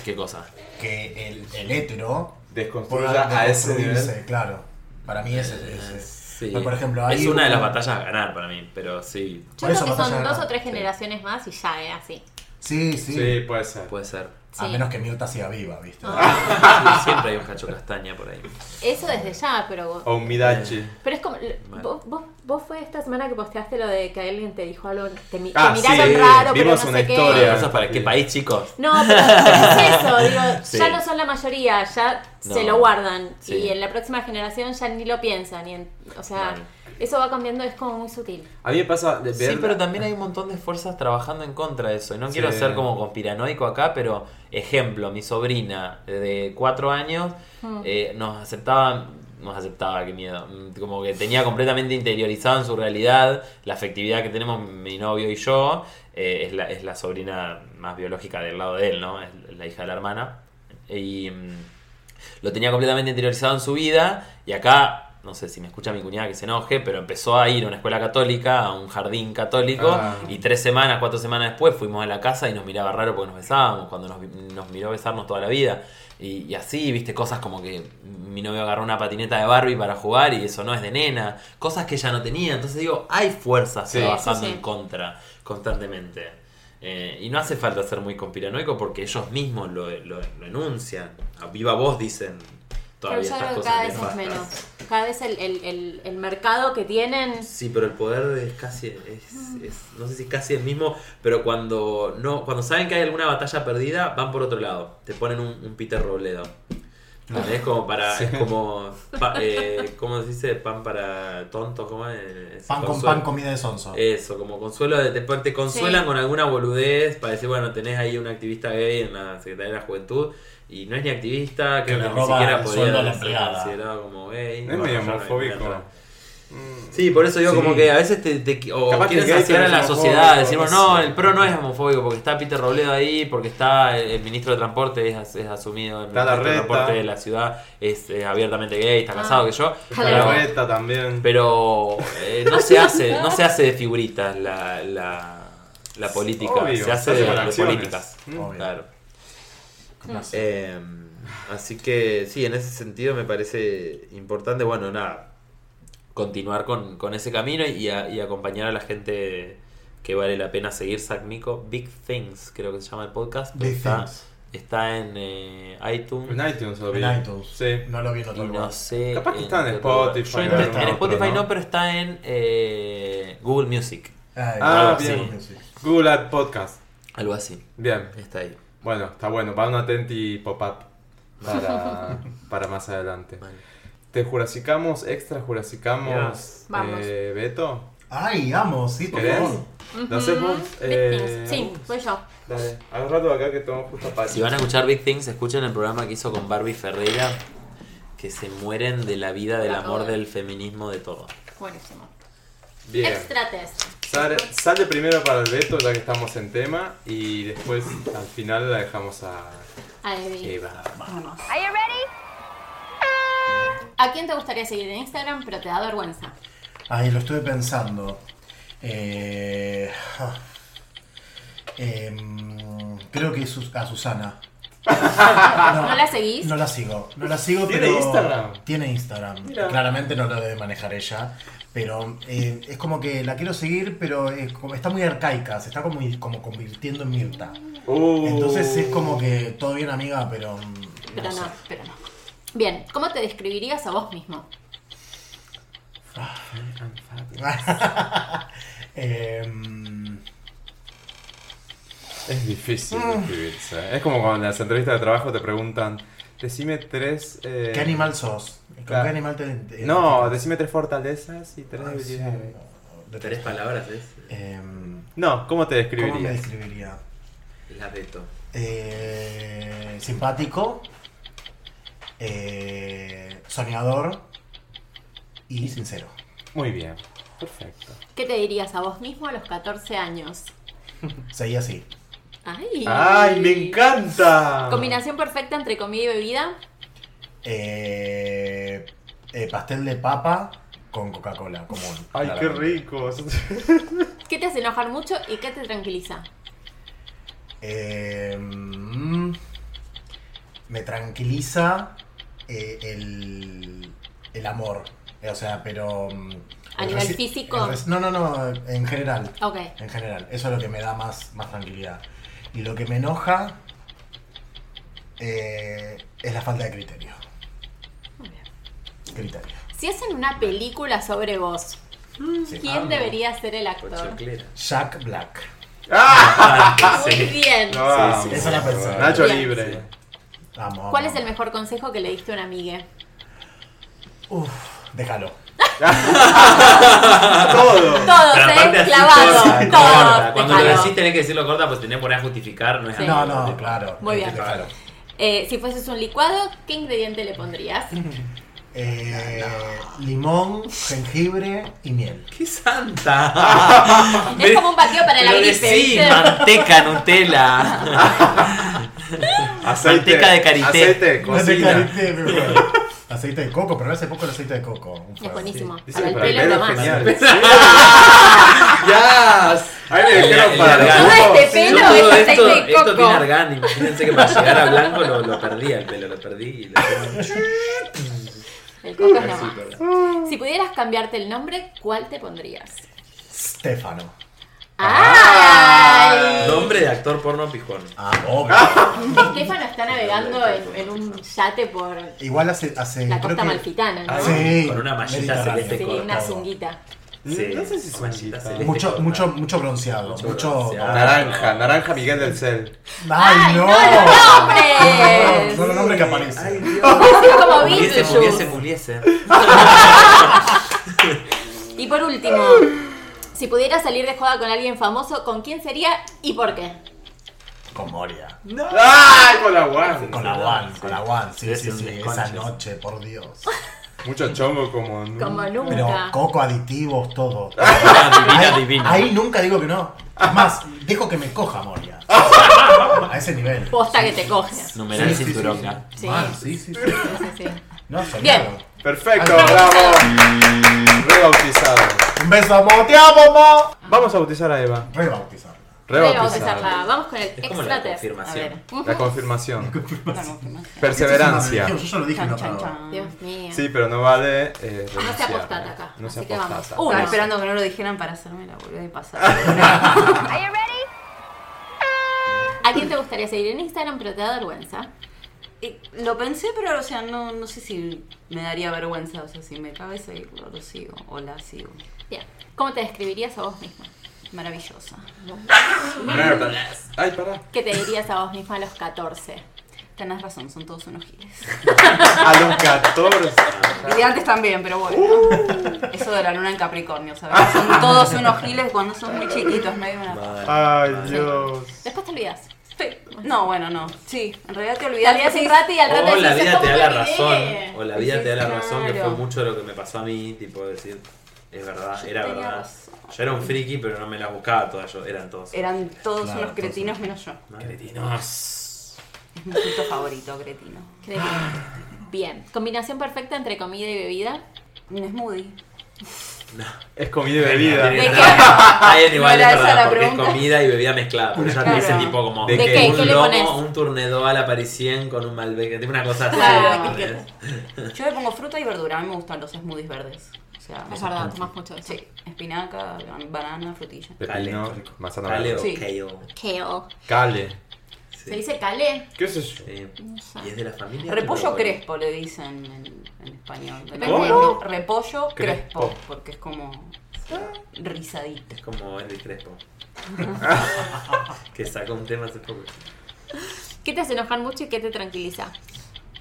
[SPEAKER 5] ¿Qué cosa?
[SPEAKER 4] Que el, el hétero
[SPEAKER 2] Desconstruida
[SPEAKER 4] pueda
[SPEAKER 2] a ese
[SPEAKER 4] deconstruirse,
[SPEAKER 2] nivel.
[SPEAKER 4] claro. Para mí ese es ese.
[SPEAKER 5] Sí.
[SPEAKER 4] Pero, por ejemplo, hay
[SPEAKER 5] es una de
[SPEAKER 4] un-
[SPEAKER 5] las batallas a ganar para mí, pero sí,
[SPEAKER 6] Yo
[SPEAKER 4] Por eso
[SPEAKER 6] creo que
[SPEAKER 4] batalla
[SPEAKER 6] son
[SPEAKER 4] ganada.
[SPEAKER 6] dos o tres generaciones más y ya es así.
[SPEAKER 4] Sí, sí.
[SPEAKER 2] Sí, puede ser.
[SPEAKER 5] puede ser.
[SPEAKER 4] *laughs*
[SPEAKER 6] Sí.
[SPEAKER 4] A menos que Mirta siga viva, ¿viste?
[SPEAKER 6] Ah,
[SPEAKER 5] Sí, siempre hay un cacho castaña por ahí.
[SPEAKER 6] Eso desde ya, pero.
[SPEAKER 2] O un Midachi.
[SPEAKER 6] Pero es como.
[SPEAKER 5] Mal.
[SPEAKER 6] Vos, vos Vos fue esta semana que posteaste lo de que alguien te dijo algo, te, mi-
[SPEAKER 2] Ah,
[SPEAKER 6] te miraron
[SPEAKER 2] sí,
[SPEAKER 6] raro, pero no
[SPEAKER 2] vimos
[SPEAKER 6] sé
[SPEAKER 2] una
[SPEAKER 6] qué.
[SPEAKER 2] historia.
[SPEAKER 5] Eso es para qué país, chicos.
[SPEAKER 6] No, pero, pero
[SPEAKER 2] *laughs*
[SPEAKER 6] es eso, digo,
[SPEAKER 5] Sí.
[SPEAKER 6] ya no son la mayoría, ya se
[SPEAKER 5] No.
[SPEAKER 6] lo guardan.
[SPEAKER 5] Sí.
[SPEAKER 6] Y en la próxima generación ya ni lo piensan. Y en- o sea,
[SPEAKER 5] Mal.
[SPEAKER 6] eso va cambiando, es como muy sutil.
[SPEAKER 2] A mí me pasa de ver...
[SPEAKER 5] Sí, pero también hay un montón de fuerzas trabajando en contra de eso. Y no
[SPEAKER 2] Sí.
[SPEAKER 5] quiero ser como conspiranoico acá, pero ejemplo, mi sobrina de cuatro años eh, nos aceptaba, nos aceptaba, qué miedo, mm, como que tenía completamente interiorizado en su realidad la afectividad que tenemos mi novio y yo. eh, es, la, es la sobrina más biológica del lado de él, ¿no? Es la hija de la hermana. Y... mm, lo tenía completamente interiorizado en su vida y acá, no sé si me escucha mi cuñada que se enoje, pero empezó a ir a una escuela católica, a un jardín católico
[SPEAKER 2] Ah.
[SPEAKER 5] y tres semanas, cuatro semanas después fuimos a la casa y nos miraba raro porque nos besábamos, cuando nos, nos miró besarnos toda la vida. Y, y así, viste, cosas como que mi novio agarró una patineta de Barbie para jugar y eso no es de nena, cosas que ella no tenía, entonces digo, hay fuerzas
[SPEAKER 2] Sí.
[SPEAKER 5] trabajando
[SPEAKER 6] Sí, sí.
[SPEAKER 5] en contra constantemente. Eh, y no hace falta ser muy conspiranoico porque ellos mismos lo, lo, lo enuncian. A viva voz dicen
[SPEAKER 6] pero yo
[SPEAKER 5] todavía estas
[SPEAKER 6] creo que
[SPEAKER 5] cosas
[SPEAKER 6] cada
[SPEAKER 5] bien
[SPEAKER 6] vez es
[SPEAKER 5] vastas.
[SPEAKER 6] menos. Cada vez el, el- el- el mercado que tienen.
[SPEAKER 5] Sí, pero el poder es casi. Es,
[SPEAKER 6] Mm.
[SPEAKER 5] es- no sé si es casi el mismo, pero cuando no cuando saben que hay alguna batalla perdida, van por otro lado. Te ponen un, un Peter Robledo.
[SPEAKER 4] Ah.
[SPEAKER 5] Es como para. Es como. pa- eh, ¿Cómo se dice? Pan para tontos. ¿cómo es?
[SPEAKER 4] Pan con
[SPEAKER 5] Consuelo.
[SPEAKER 4] pan, comida de sonso.
[SPEAKER 5] Eso, como consuelo, de- te, te consuelan
[SPEAKER 6] Sí.
[SPEAKER 5] con alguna boludez para decir, bueno, tenés ahí un activista gay en la Secretaría de la Juventud y no es ni activista, creo
[SPEAKER 4] Que
[SPEAKER 5] que,
[SPEAKER 4] le
[SPEAKER 5] ni
[SPEAKER 4] roba
[SPEAKER 5] siquiera
[SPEAKER 4] el
[SPEAKER 5] podía
[SPEAKER 4] sueldo a la
[SPEAKER 5] ser
[SPEAKER 4] empleada.
[SPEAKER 5] considerado como gay.
[SPEAKER 2] Es
[SPEAKER 5] Bueno,
[SPEAKER 2] medio
[SPEAKER 5] ya no hay
[SPEAKER 2] homofóbico. Mm.
[SPEAKER 5] nada. Sí, por eso digo
[SPEAKER 2] Sí.
[SPEAKER 5] como que a veces te, te- o
[SPEAKER 2] Capaz que es
[SPEAKER 5] quieren
[SPEAKER 2] gay,
[SPEAKER 5] saciar
[SPEAKER 2] pero
[SPEAKER 5] a la
[SPEAKER 2] es
[SPEAKER 5] sociedad,
[SPEAKER 2] homofóbico,
[SPEAKER 5] decir, bueno,
[SPEAKER 2] no
[SPEAKER 5] no,
[SPEAKER 2] sé.
[SPEAKER 5] el PRO no es homofóbico porque está Peter Robledo ahí, porque está el, el ministro de Transporte, es, as- es asumido, el
[SPEAKER 2] Está la
[SPEAKER 5] ministro de
[SPEAKER 2] reta.
[SPEAKER 5] Transporte de la ciudad es eh, abiertamente gay, está
[SPEAKER 6] Ah.
[SPEAKER 5] casado que yo.
[SPEAKER 6] Está la
[SPEAKER 5] pero-
[SPEAKER 2] reta también.
[SPEAKER 5] pero eh, no se hace, no se hace de figuritas la, la, la política,
[SPEAKER 2] Obvio,
[SPEAKER 5] se hace de,
[SPEAKER 2] con
[SPEAKER 5] de
[SPEAKER 2] acciones.
[SPEAKER 5] políticas.
[SPEAKER 2] Mm.
[SPEAKER 4] Obvio.
[SPEAKER 5] Claro.
[SPEAKER 6] Mm.
[SPEAKER 4] Con razón.
[SPEAKER 5] Eh, así que sí, en ese sentido me parece importante, bueno, nada, continuar con, con ese camino y, a- y acompañar a la gente que vale la pena seguir, Sac Mico. Big Things, creo que se llama el podcast. pero
[SPEAKER 4] Big
[SPEAKER 5] está,
[SPEAKER 4] Things.
[SPEAKER 5] está en eh, iTunes.
[SPEAKER 2] En iTunes lo vi.
[SPEAKER 4] En iTunes.
[SPEAKER 2] Sí.
[SPEAKER 4] No lo vi en
[SPEAKER 5] Y
[SPEAKER 4] otro
[SPEAKER 5] no
[SPEAKER 4] lugar.
[SPEAKER 5] sé.
[SPEAKER 2] Capaz que está en
[SPEAKER 5] qué otro lugar.
[SPEAKER 2] Spotify,
[SPEAKER 5] Yo
[SPEAKER 2] en
[SPEAKER 5] en,
[SPEAKER 2] algún
[SPEAKER 5] en
[SPEAKER 2] otro,
[SPEAKER 5] Spotify no,
[SPEAKER 2] ¿no?
[SPEAKER 5] pero está en eh, Google Music.
[SPEAKER 2] Ah,
[SPEAKER 4] sí,
[SPEAKER 2] bien.
[SPEAKER 4] sí, sí.
[SPEAKER 2] Google Ad Podcast.
[SPEAKER 5] Algo así.
[SPEAKER 2] Bien.
[SPEAKER 5] Está ahí.
[SPEAKER 2] Bueno, está bueno. Va un atenti pop-up
[SPEAKER 6] *laughs*
[SPEAKER 2] para, para más adelante.
[SPEAKER 5] Vale.
[SPEAKER 2] ¿Te jurasicamos, extra jurasicamos,
[SPEAKER 5] Yes.
[SPEAKER 6] Vamos.
[SPEAKER 2] eh, Beto?
[SPEAKER 4] Ay, amo, sí, por
[SPEAKER 2] ¿Querés?
[SPEAKER 4] favor.
[SPEAKER 2] ¿Lo haces vos? Eh,
[SPEAKER 6] Victims. Sí,
[SPEAKER 2] vos.
[SPEAKER 6] voy yo.
[SPEAKER 2] Dale, al rato acá que tomamos justo para
[SPEAKER 5] Si van a escuchar Big Things, escuchen el programa que hizo con Barbie Ferreira. Que se mueren de la vida, del amor, del feminismo, de todo.
[SPEAKER 6] Buenísimo.
[SPEAKER 2] Bien.
[SPEAKER 6] Extra test.
[SPEAKER 2] Sale, sale primero para el Beto, ya que estamos en tema, y después al final la dejamos a
[SPEAKER 6] Ahí.
[SPEAKER 2] Eva.
[SPEAKER 6] Vamos. Ah. ¿A quién te gustaría seguir en Instagram, pero te da vergüenza?
[SPEAKER 4] Ay, lo estuve pensando. Eh, ah. Em, creo que Sus- a
[SPEAKER 6] *laughs*
[SPEAKER 4] Susana.
[SPEAKER 6] ¿No, la seguís?
[SPEAKER 4] No la sigo, no la sigo,
[SPEAKER 2] ¿Tiene
[SPEAKER 4] pero.
[SPEAKER 2] Instagram?
[SPEAKER 4] Tiene Instagram.
[SPEAKER 2] Mira.
[SPEAKER 4] Claramente no lo debe manejar ella. Pero eh, es como que la quiero seguir, pero es como- está muy arcaica, se está como, como convirtiendo en Mirta.
[SPEAKER 2] Uh.
[SPEAKER 4] Entonces es como que todo bien, amiga, pero. mm,
[SPEAKER 6] pero no,
[SPEAKER 4] sé.
[SPEAKER 6] pero no. Bien, ¿cómo te describirías a vos mismo?
[SPEAKER 4] *laughs* Em,
[SPEAKER 2] Es difícil describirse. Es como cuando en las entrevistas de trabajo te preguntan, decime tres... eh,
[SPEAKER 4] ¿Qué animal sos? ¿Con
[SPEAKER 2] claro.
[SPEAKER 4] qué animal te.? te-
[SPEAKER 2] No, decime tres fortalezas y tres
[SPEAKER 4] Ay, Ah, sí,
[SPEAKER 2] debilidades.
[SPEAKER 4] no, no,
[SPEAKER 5] Tres palabras es
[SPEAKER 4] Em,
[SPEAKER 2] No, ¿cómo te describirías?
[SPEAKER 4] ¿Cómo me describiría?
[SPEAKER 5] la reto.
[SPEAKER 4] Eh, simpático, eh, soñador y sincero.
[SPEAKER 2] Muy bien, perfecto.
[SPEAKER 6] ¿Qué te dirías a vos mismo a los 14 años?
[SPEAKER 4] Seguí así.
[SPEAKER 6] ¡Ay!
[SPEAKER 2] ¡Ay, me encanta!
[SPEAKER 6] Combinación perfecta entre comida y bebida.
[SPEAKER 4] Eh, eh, pastel de papa con Coca-Cola común.
[SPEAKER 2] ¡Ay, qué
[SPEAKER 4] claramente.
[SPEAKER 2] rico! *laughs*
[SPEAKER 6] ¿Qué te hace enojar mucho y qué te tranquiliza?
[SPEAKER 4] Eh, mm, me tranquiliza eh, el, el amor. Eh, O sea, pero... mm,
[SPEAKER 6] ¿A
[SPEAKER 4] el
[SPEAKER 6] nivel
[SPEAKER 4] reci-
[SPEAKER 6] físico?
[SPEAKER 4] el reci- No, no, no, en general.
[SPEAKER 6] Ok.
[SPEAKER 4] En general, eso es lo que me da más, más tranquilidad. Y lo que me enoja eh, es la falta de criterio.
[SPEAKER 6] Muy bien.
[SPEAKER 4] Criterio.
[SPEAKER 6] Si hacen una película sobre vos, ¿Quién debería ser el actor?
[SPEAKER 5] *laughs* Pochoclera.
[SPEAKER 4] Jack Black.
[SPEAKER 5] Ah,
[SPEAKER 6] Muy bien.
[SPEAKER 2] Ah,
[SPEAKER 4] sí, esa es la persona.
[SPEAKER 2] Nacho
[SPEAKER 6] Bien.
[SPEAKER 2] Libre. *laughs*
[SPEAKER 4] Vamos.
[SPEAKER 6] ¿Cuál es el mejor consejo que le diste a una amiga?
[SPEAKER 4] Uf, déjalo.
[SPEAKER 2] Todo.
[SPEAKER 6] Todo,
[SPEAKER 5] Pero aparte
[SPEAKER 6] ¿eh?
[SPEAKER 5] así
[SPEAKER 6] Clavado.
[SPEAKER 5] corta, corta.
[SPEAKER 6] Todo.
[SPEAKER 5] Cuando lo
[SPEAKER 6] dejalo.
[SPEAKER 5] decís tenés que decirlo corta, pues tenés que poner a justificar, no es
[SPEAKER 6] Sí.
[SPEAKER 4] No, no, claro.
[SPEAKER 6] Muy bien.
[SPEAKER 4] Déjalo.
[SPEAKER 6] Eh, si fueses un licuado, ¿qué ingrediente le
[SPEAKER 5] *laughs*
[SPEAKER 6] pondrías?
[SPEAKER 4] Eh, Limón, jengibre y miel.
[SPEAKER 5] ¡Qué santa!
[SPEAKER 6] es como un batido para la
[SPEAKER 5] Pero
[SPEAKER 6] gripe.
[SPEAKER 5] decí,
[SPEAKER 6] ¿viste?
[SPEAKER 5] manteca, Nutella.
[SPEAKER 2] *laughs* Aceite.
[SPEAKER 5] Manteca de karité.
[SPEAKER 2] Aceite,
[SPEAKER 4] No sé,
[SPEAKER 2] cocina.
[SPEAKER 4] Carité, me acuerdo. Aceite de coco, pero hace poco el aceite de coco. Un
[SPEAKER 6] Es
[SPEAKER 4] fuego.
[SPEAKER 6] buenísimo.
[SPEAKER 2] Dicen
[SPEAKER 6] Para
[SPEAKER 2] que
[SPEAKER 6] el pelo es lo más. *laughs*
[SPEAKER 2] genial. Ahí me dijeron para
[SPEAKER 5] Y
[SPEAKER 2] los
[SPEAKER 5] larga.
[SPEAKER 6] Ay, este
[SPEAKER 2] grupos.
[SPEAKER 6] de pelo
[SPEAKER 5] No,
[SPEAKER 6] es aceite
[SPEAKER 5] esto,
[SPEAKER 6] de
[SPEAKER 5] esto tiene
[SPEAKER 6] coco.
[SPEAKER 5] argán, imagínense que para llegar a blanco lo, lo perdí el pelo, lo perdí y lo tengo-
[SPEAKER 6] El coco es lo más. Si pudieras cambiarte el nombre, ¿cuál te pondrías?
[SPEAKER 4] Stefano.
[SPEAKER 5] Ah.
[SPEAKER 6] ¡Ay!
[SPEAKER 5] Nombre de actor porno pijón.
[SPEAKER 4] Ah, obvio.
[SPEAKER 6] Estefano está navegando en, en un yate por
[SPEAKER 4] Igual hace. hace
[SPEAKER 6] la
[SPEAKER 4] Eh, creo
[SPEAKER 6] costa
[SPEAKER 4] que- Ah,
[SPEAKER 6] malfitana, ¿no?
[SPEAKER 4] Sí.
[SPEAKER 5] Con una mallita
[SPEAKER 4] Mediterráneo.
[SPEAKER 5] celeste
[SPEAKER 6] Sí,
[SPEAKER 5] corta.
[SPEAKER 6] una
[SPEAKER 4] cortado.
[SPEAKER 6] cinguita.
[SPEAKER 2] No sé si es machista.
[SPEAKER 5] celeste
[SPEAKER 4] Mucho,
[SPEAKER 5] corta.
[SPEAKER 4] mucho, mucho bronceado. Mucho.
[SPEAKER 5] bronceado.
[SPEAKER 2] Naranja, naranja Miguel del
[SPEAKER 6] *laughs*
[SPEAKER 2] Cel.
[SPEAKER 4] ¡Ay, no!
[SPEAKER 6] ¡Nombres!
[SPEAKER 4] *laughs* No, no, nombre que aparece.
[SPEAKER 6] Es como
[SPEAKER 5] Puliese,
[SPEAKER 2] *laughs*
[SPEAKER 6] Beetlejuice.
[SPEAKER 5] puliese, puliese. Ah,
[SPEAKER 6] Y por último, si pudieras salir de joda con alguien famoso, ¿con quién sería y por qué?
[SPEAKER 4] Con Moria.
[SPEAKER 2] ¡Ay, con la guan!
[SPEAKER 4] Con la Wan, con la Wan. Sí,
[SPEAKER 5] Debe
[SPEAKER 4] sí,
[SPEAKER 5] ser un
[SPEAKER 4] sí. Esa
[SPEAKER 5] desconche.
[SPEAKER 4] noche, por Dios.
[SPEAKER 2] Mucho chongo como.
[SPEAKER 6] Como nunca.
[SPEAKER 4] Mm, Pero coco, aditivos, todo.
[SPEAKER 5] Divina,
[SPEAKER 4] Ahí-
[SPEAKER 5] divina.
[SPEAKER 4] Ahí nunca digo que no. Es más, dejo que me coja Moria. A ese nivel.
[SPEAKER 6] Posta que te coges.
[SPEAKER 5] Numeral
[SPEAKER 4] Sí, sí, sí,
[SPEAKER 5] cinturonga.
[SPEAKER 6] Sí,
[SPEAKER 4] Ah, sí, sí, sí.
[SPEAKER 6] sí, sí, sí.
[SPEAKER 4] No, soñado.
[SPEAKER 6] Bien.
[SPEAKER 2] Perfecto, bravo. Rebautizado.
[SPEAKER 4] Un beso, Mo. Te amo, Mo.
[SPEAKER 2] Vamos a bautizar a Eva.
[SPEAKER 4] Rebautizar.
[SPEAKER 6] Pero vamos a
[SPEAKER 2] Rebautizar.
[SPEAKER 6] empezarla. Vamos con el
[SPEAKER 5] Es como la
[SPEAKER 6] extra test. A
[SPEAKER 5] confirmación.
[SPEAKER 6] ver. Ujú.
[SPEAKER 2] La confirmación.
[SPEAKER 7] La confirmación.
[SPEAKER 2] Perseverancia.
[SPEAKER 4] Yo ya lo dije en
[SPEAKER 7] Chan,
[SPEAKER 4] otra
[SPEAKER 7] chan,
[SPEAKER 4] hora.
[SPEAKER 7] chan.
[SPEAKER 6] Dios mío.
[SPEAKER 2] Sí, pero no vale. eh,
[SPEAKER 6] No se
[SPEAKER 2] renunciar.
[SPEAKER 6] apostata acá.
[SPEAKER 2] No se
[SPEAKER 6] Así que vamos.
[SPEAKER 2] apostata.
[SPEAKER 6] Uno.
[SPEAKER 7] Estaba esperando que no lo dijeran para hacerme la boluda y pasar. *laughs*
[SPEAKER 6] ¿A quién te gustaría seguir en Instagram, pero te da vergüenza?
[SPEAKER 7] Y lo pensé, pero o sea, no, no sé si me daría vergüenza. O sea, si me cabe seguirlo, lo sigo. O la sigo.
[SPEAKER 6] Bien. ¿Cómo te describirías a vos misma?
[SPEAKER 7] Maravillosa.
[SPEAKER 2] Mierda. Ay, pará.
[SPEAKER 6] ¿Qué te dirías a vos misma a los 14?
[SPEAKER 7] Tenés razón, son todos unos giles.
[SPEAKER 2] A los 14.
[SPEAKER 7] Y de antes también, pero bueno.
[SPEAKER 4] Uh.
[SPEAKER 7] Eso de la luna en Capricornio, ¿sabes? Son todos unos giles cuando son muy chiquitos, medio una...
[SPEAKER 4] Ah,
[SPEAKER 2] Ay, Dios.
[SPEAKER 6] Después te olvidas.
[SPEAKER 7] Sí. No, bueno, no. Sí, en realidad te
[SPEAKER 6] Te
[SPEAKER 7] olvidás.
[SPEAKER 6] olvidas
[SPEAKER 7] sí,
[SPEAKER 6] un rato y al rato
[SPEAKER 5] O Oh, la
[SPEAKER 6] decís,
[SPEAKER 5] vida te da la
[SPEAKER 6] "Esto me
[SPEAKER 5] razón.
[SPEAKER 6] olvidé".
[SPEAKER 5] O la vida te da la razón, que fue
[SPEAKER 6] Claro.
[SPEAKER 5] mucho de lo que me pasó a mí. Tipo, decir, es verdad, era
[SPEAKER 7] tenía
[SPEAKER 5] verdad.
[SPEAKER 7] razón.
[SPEAKER 5] Yo era un friki, pero no me las buscaba todas yo. Eran todos.
[SPEAKER 7] Eran todos
[SPEAKER 4] Claro,
[SPEAKER 7] unos
[SPEAKER 4] todos
[SPEAKER 7] cretinos menos yo.
[SPEAKER 5] Malditos.
[SPEAKER 7] Es mi punto favorito, cretino.
[SPEAKER 6] Creo que- Bien. Combinación perfecta entre comida y bebida.
[SPEAKER 7] Un smoothie.
[SPEAKER 2] Es comida y bebida.
[SPEAKER 6] ¿De qué?
[SPEAKER 5] Está bien, igual
[SPEAKER 7] No era
[SPEAKER 5] es
[SPEAKER 7] esa
[SPEAKER 5] verdad,
[SPEAKER 7] la
[SPEAKER 5] porque
[SPEAKER 7] pregunta.
[SPEAKER 5] es comida y bebida mezclada. Pero ya te
[SPEAKER 7] Claro.
[SPEAKER 5] dicen tipo como
[SPEAKER 2] ¿De
[SPEAKER 6] ¿De qué? qué? ¿Qué
[SPEAKER 5] un
[SPEAKER 6] le pones?
[SPEAKER 5] lomo, un turnedo a la parisien con un malbec, tipo una cosa así.
[SPEAKER 6] Claro.
[SPEAKER 5] ¿entendés?
[SPEAKER 7] Yo le pongo fruta y verdura. A mí me gustan los smoothies verdes. O sea,
[SPEAKER 6] Es verdad, tomás mucho de eso.
[SPEAKER 7] Sí, espinaca, banana, frutilla.
[SPEAKER 2] Pepino,
[SPEAKER 5] Cale.
[SPEAKER 2] manzana
[SPEAKER 5] Dale,
[SPEAKER 2] verde.
[SPEAKER 7] Sí.
[SPEAKER 5] ok.
[SPEAKER 6] Kale.
[SPEAKER 2] Cale.
[SPEAKER 6] ¿Se dice cale?
[SPEAKER 2] ¿Qué es eso?
[SPEAKER 5] Sí.
[SPEAKER 6] sé.
[SPEAKER 5] Eh, Y es de la familia.
[SPEAKER 7] Repollo
[SPEAKER 5] pero bueno.
[SPEAKER 7] crespo le dicen en, en español.
[SPEAKER 6] ¿Cómo?
[SPEAKER 7] No, Repollo
[SPEAKER 2] Crespo.
[SPEAKER 7] crespo, porque es como
[SPEAKER 4] Ah.
[SPEAKER 7] risadito.
[SPEAKER 5] Es como
[SPEAKER 6] *laughs*
[SPEAKER 5] Henry Crespo. que sacó un tema hace poco.
[SPEAKER 6] ¿Qué te hace enojar mucho y qué te tranquiliza?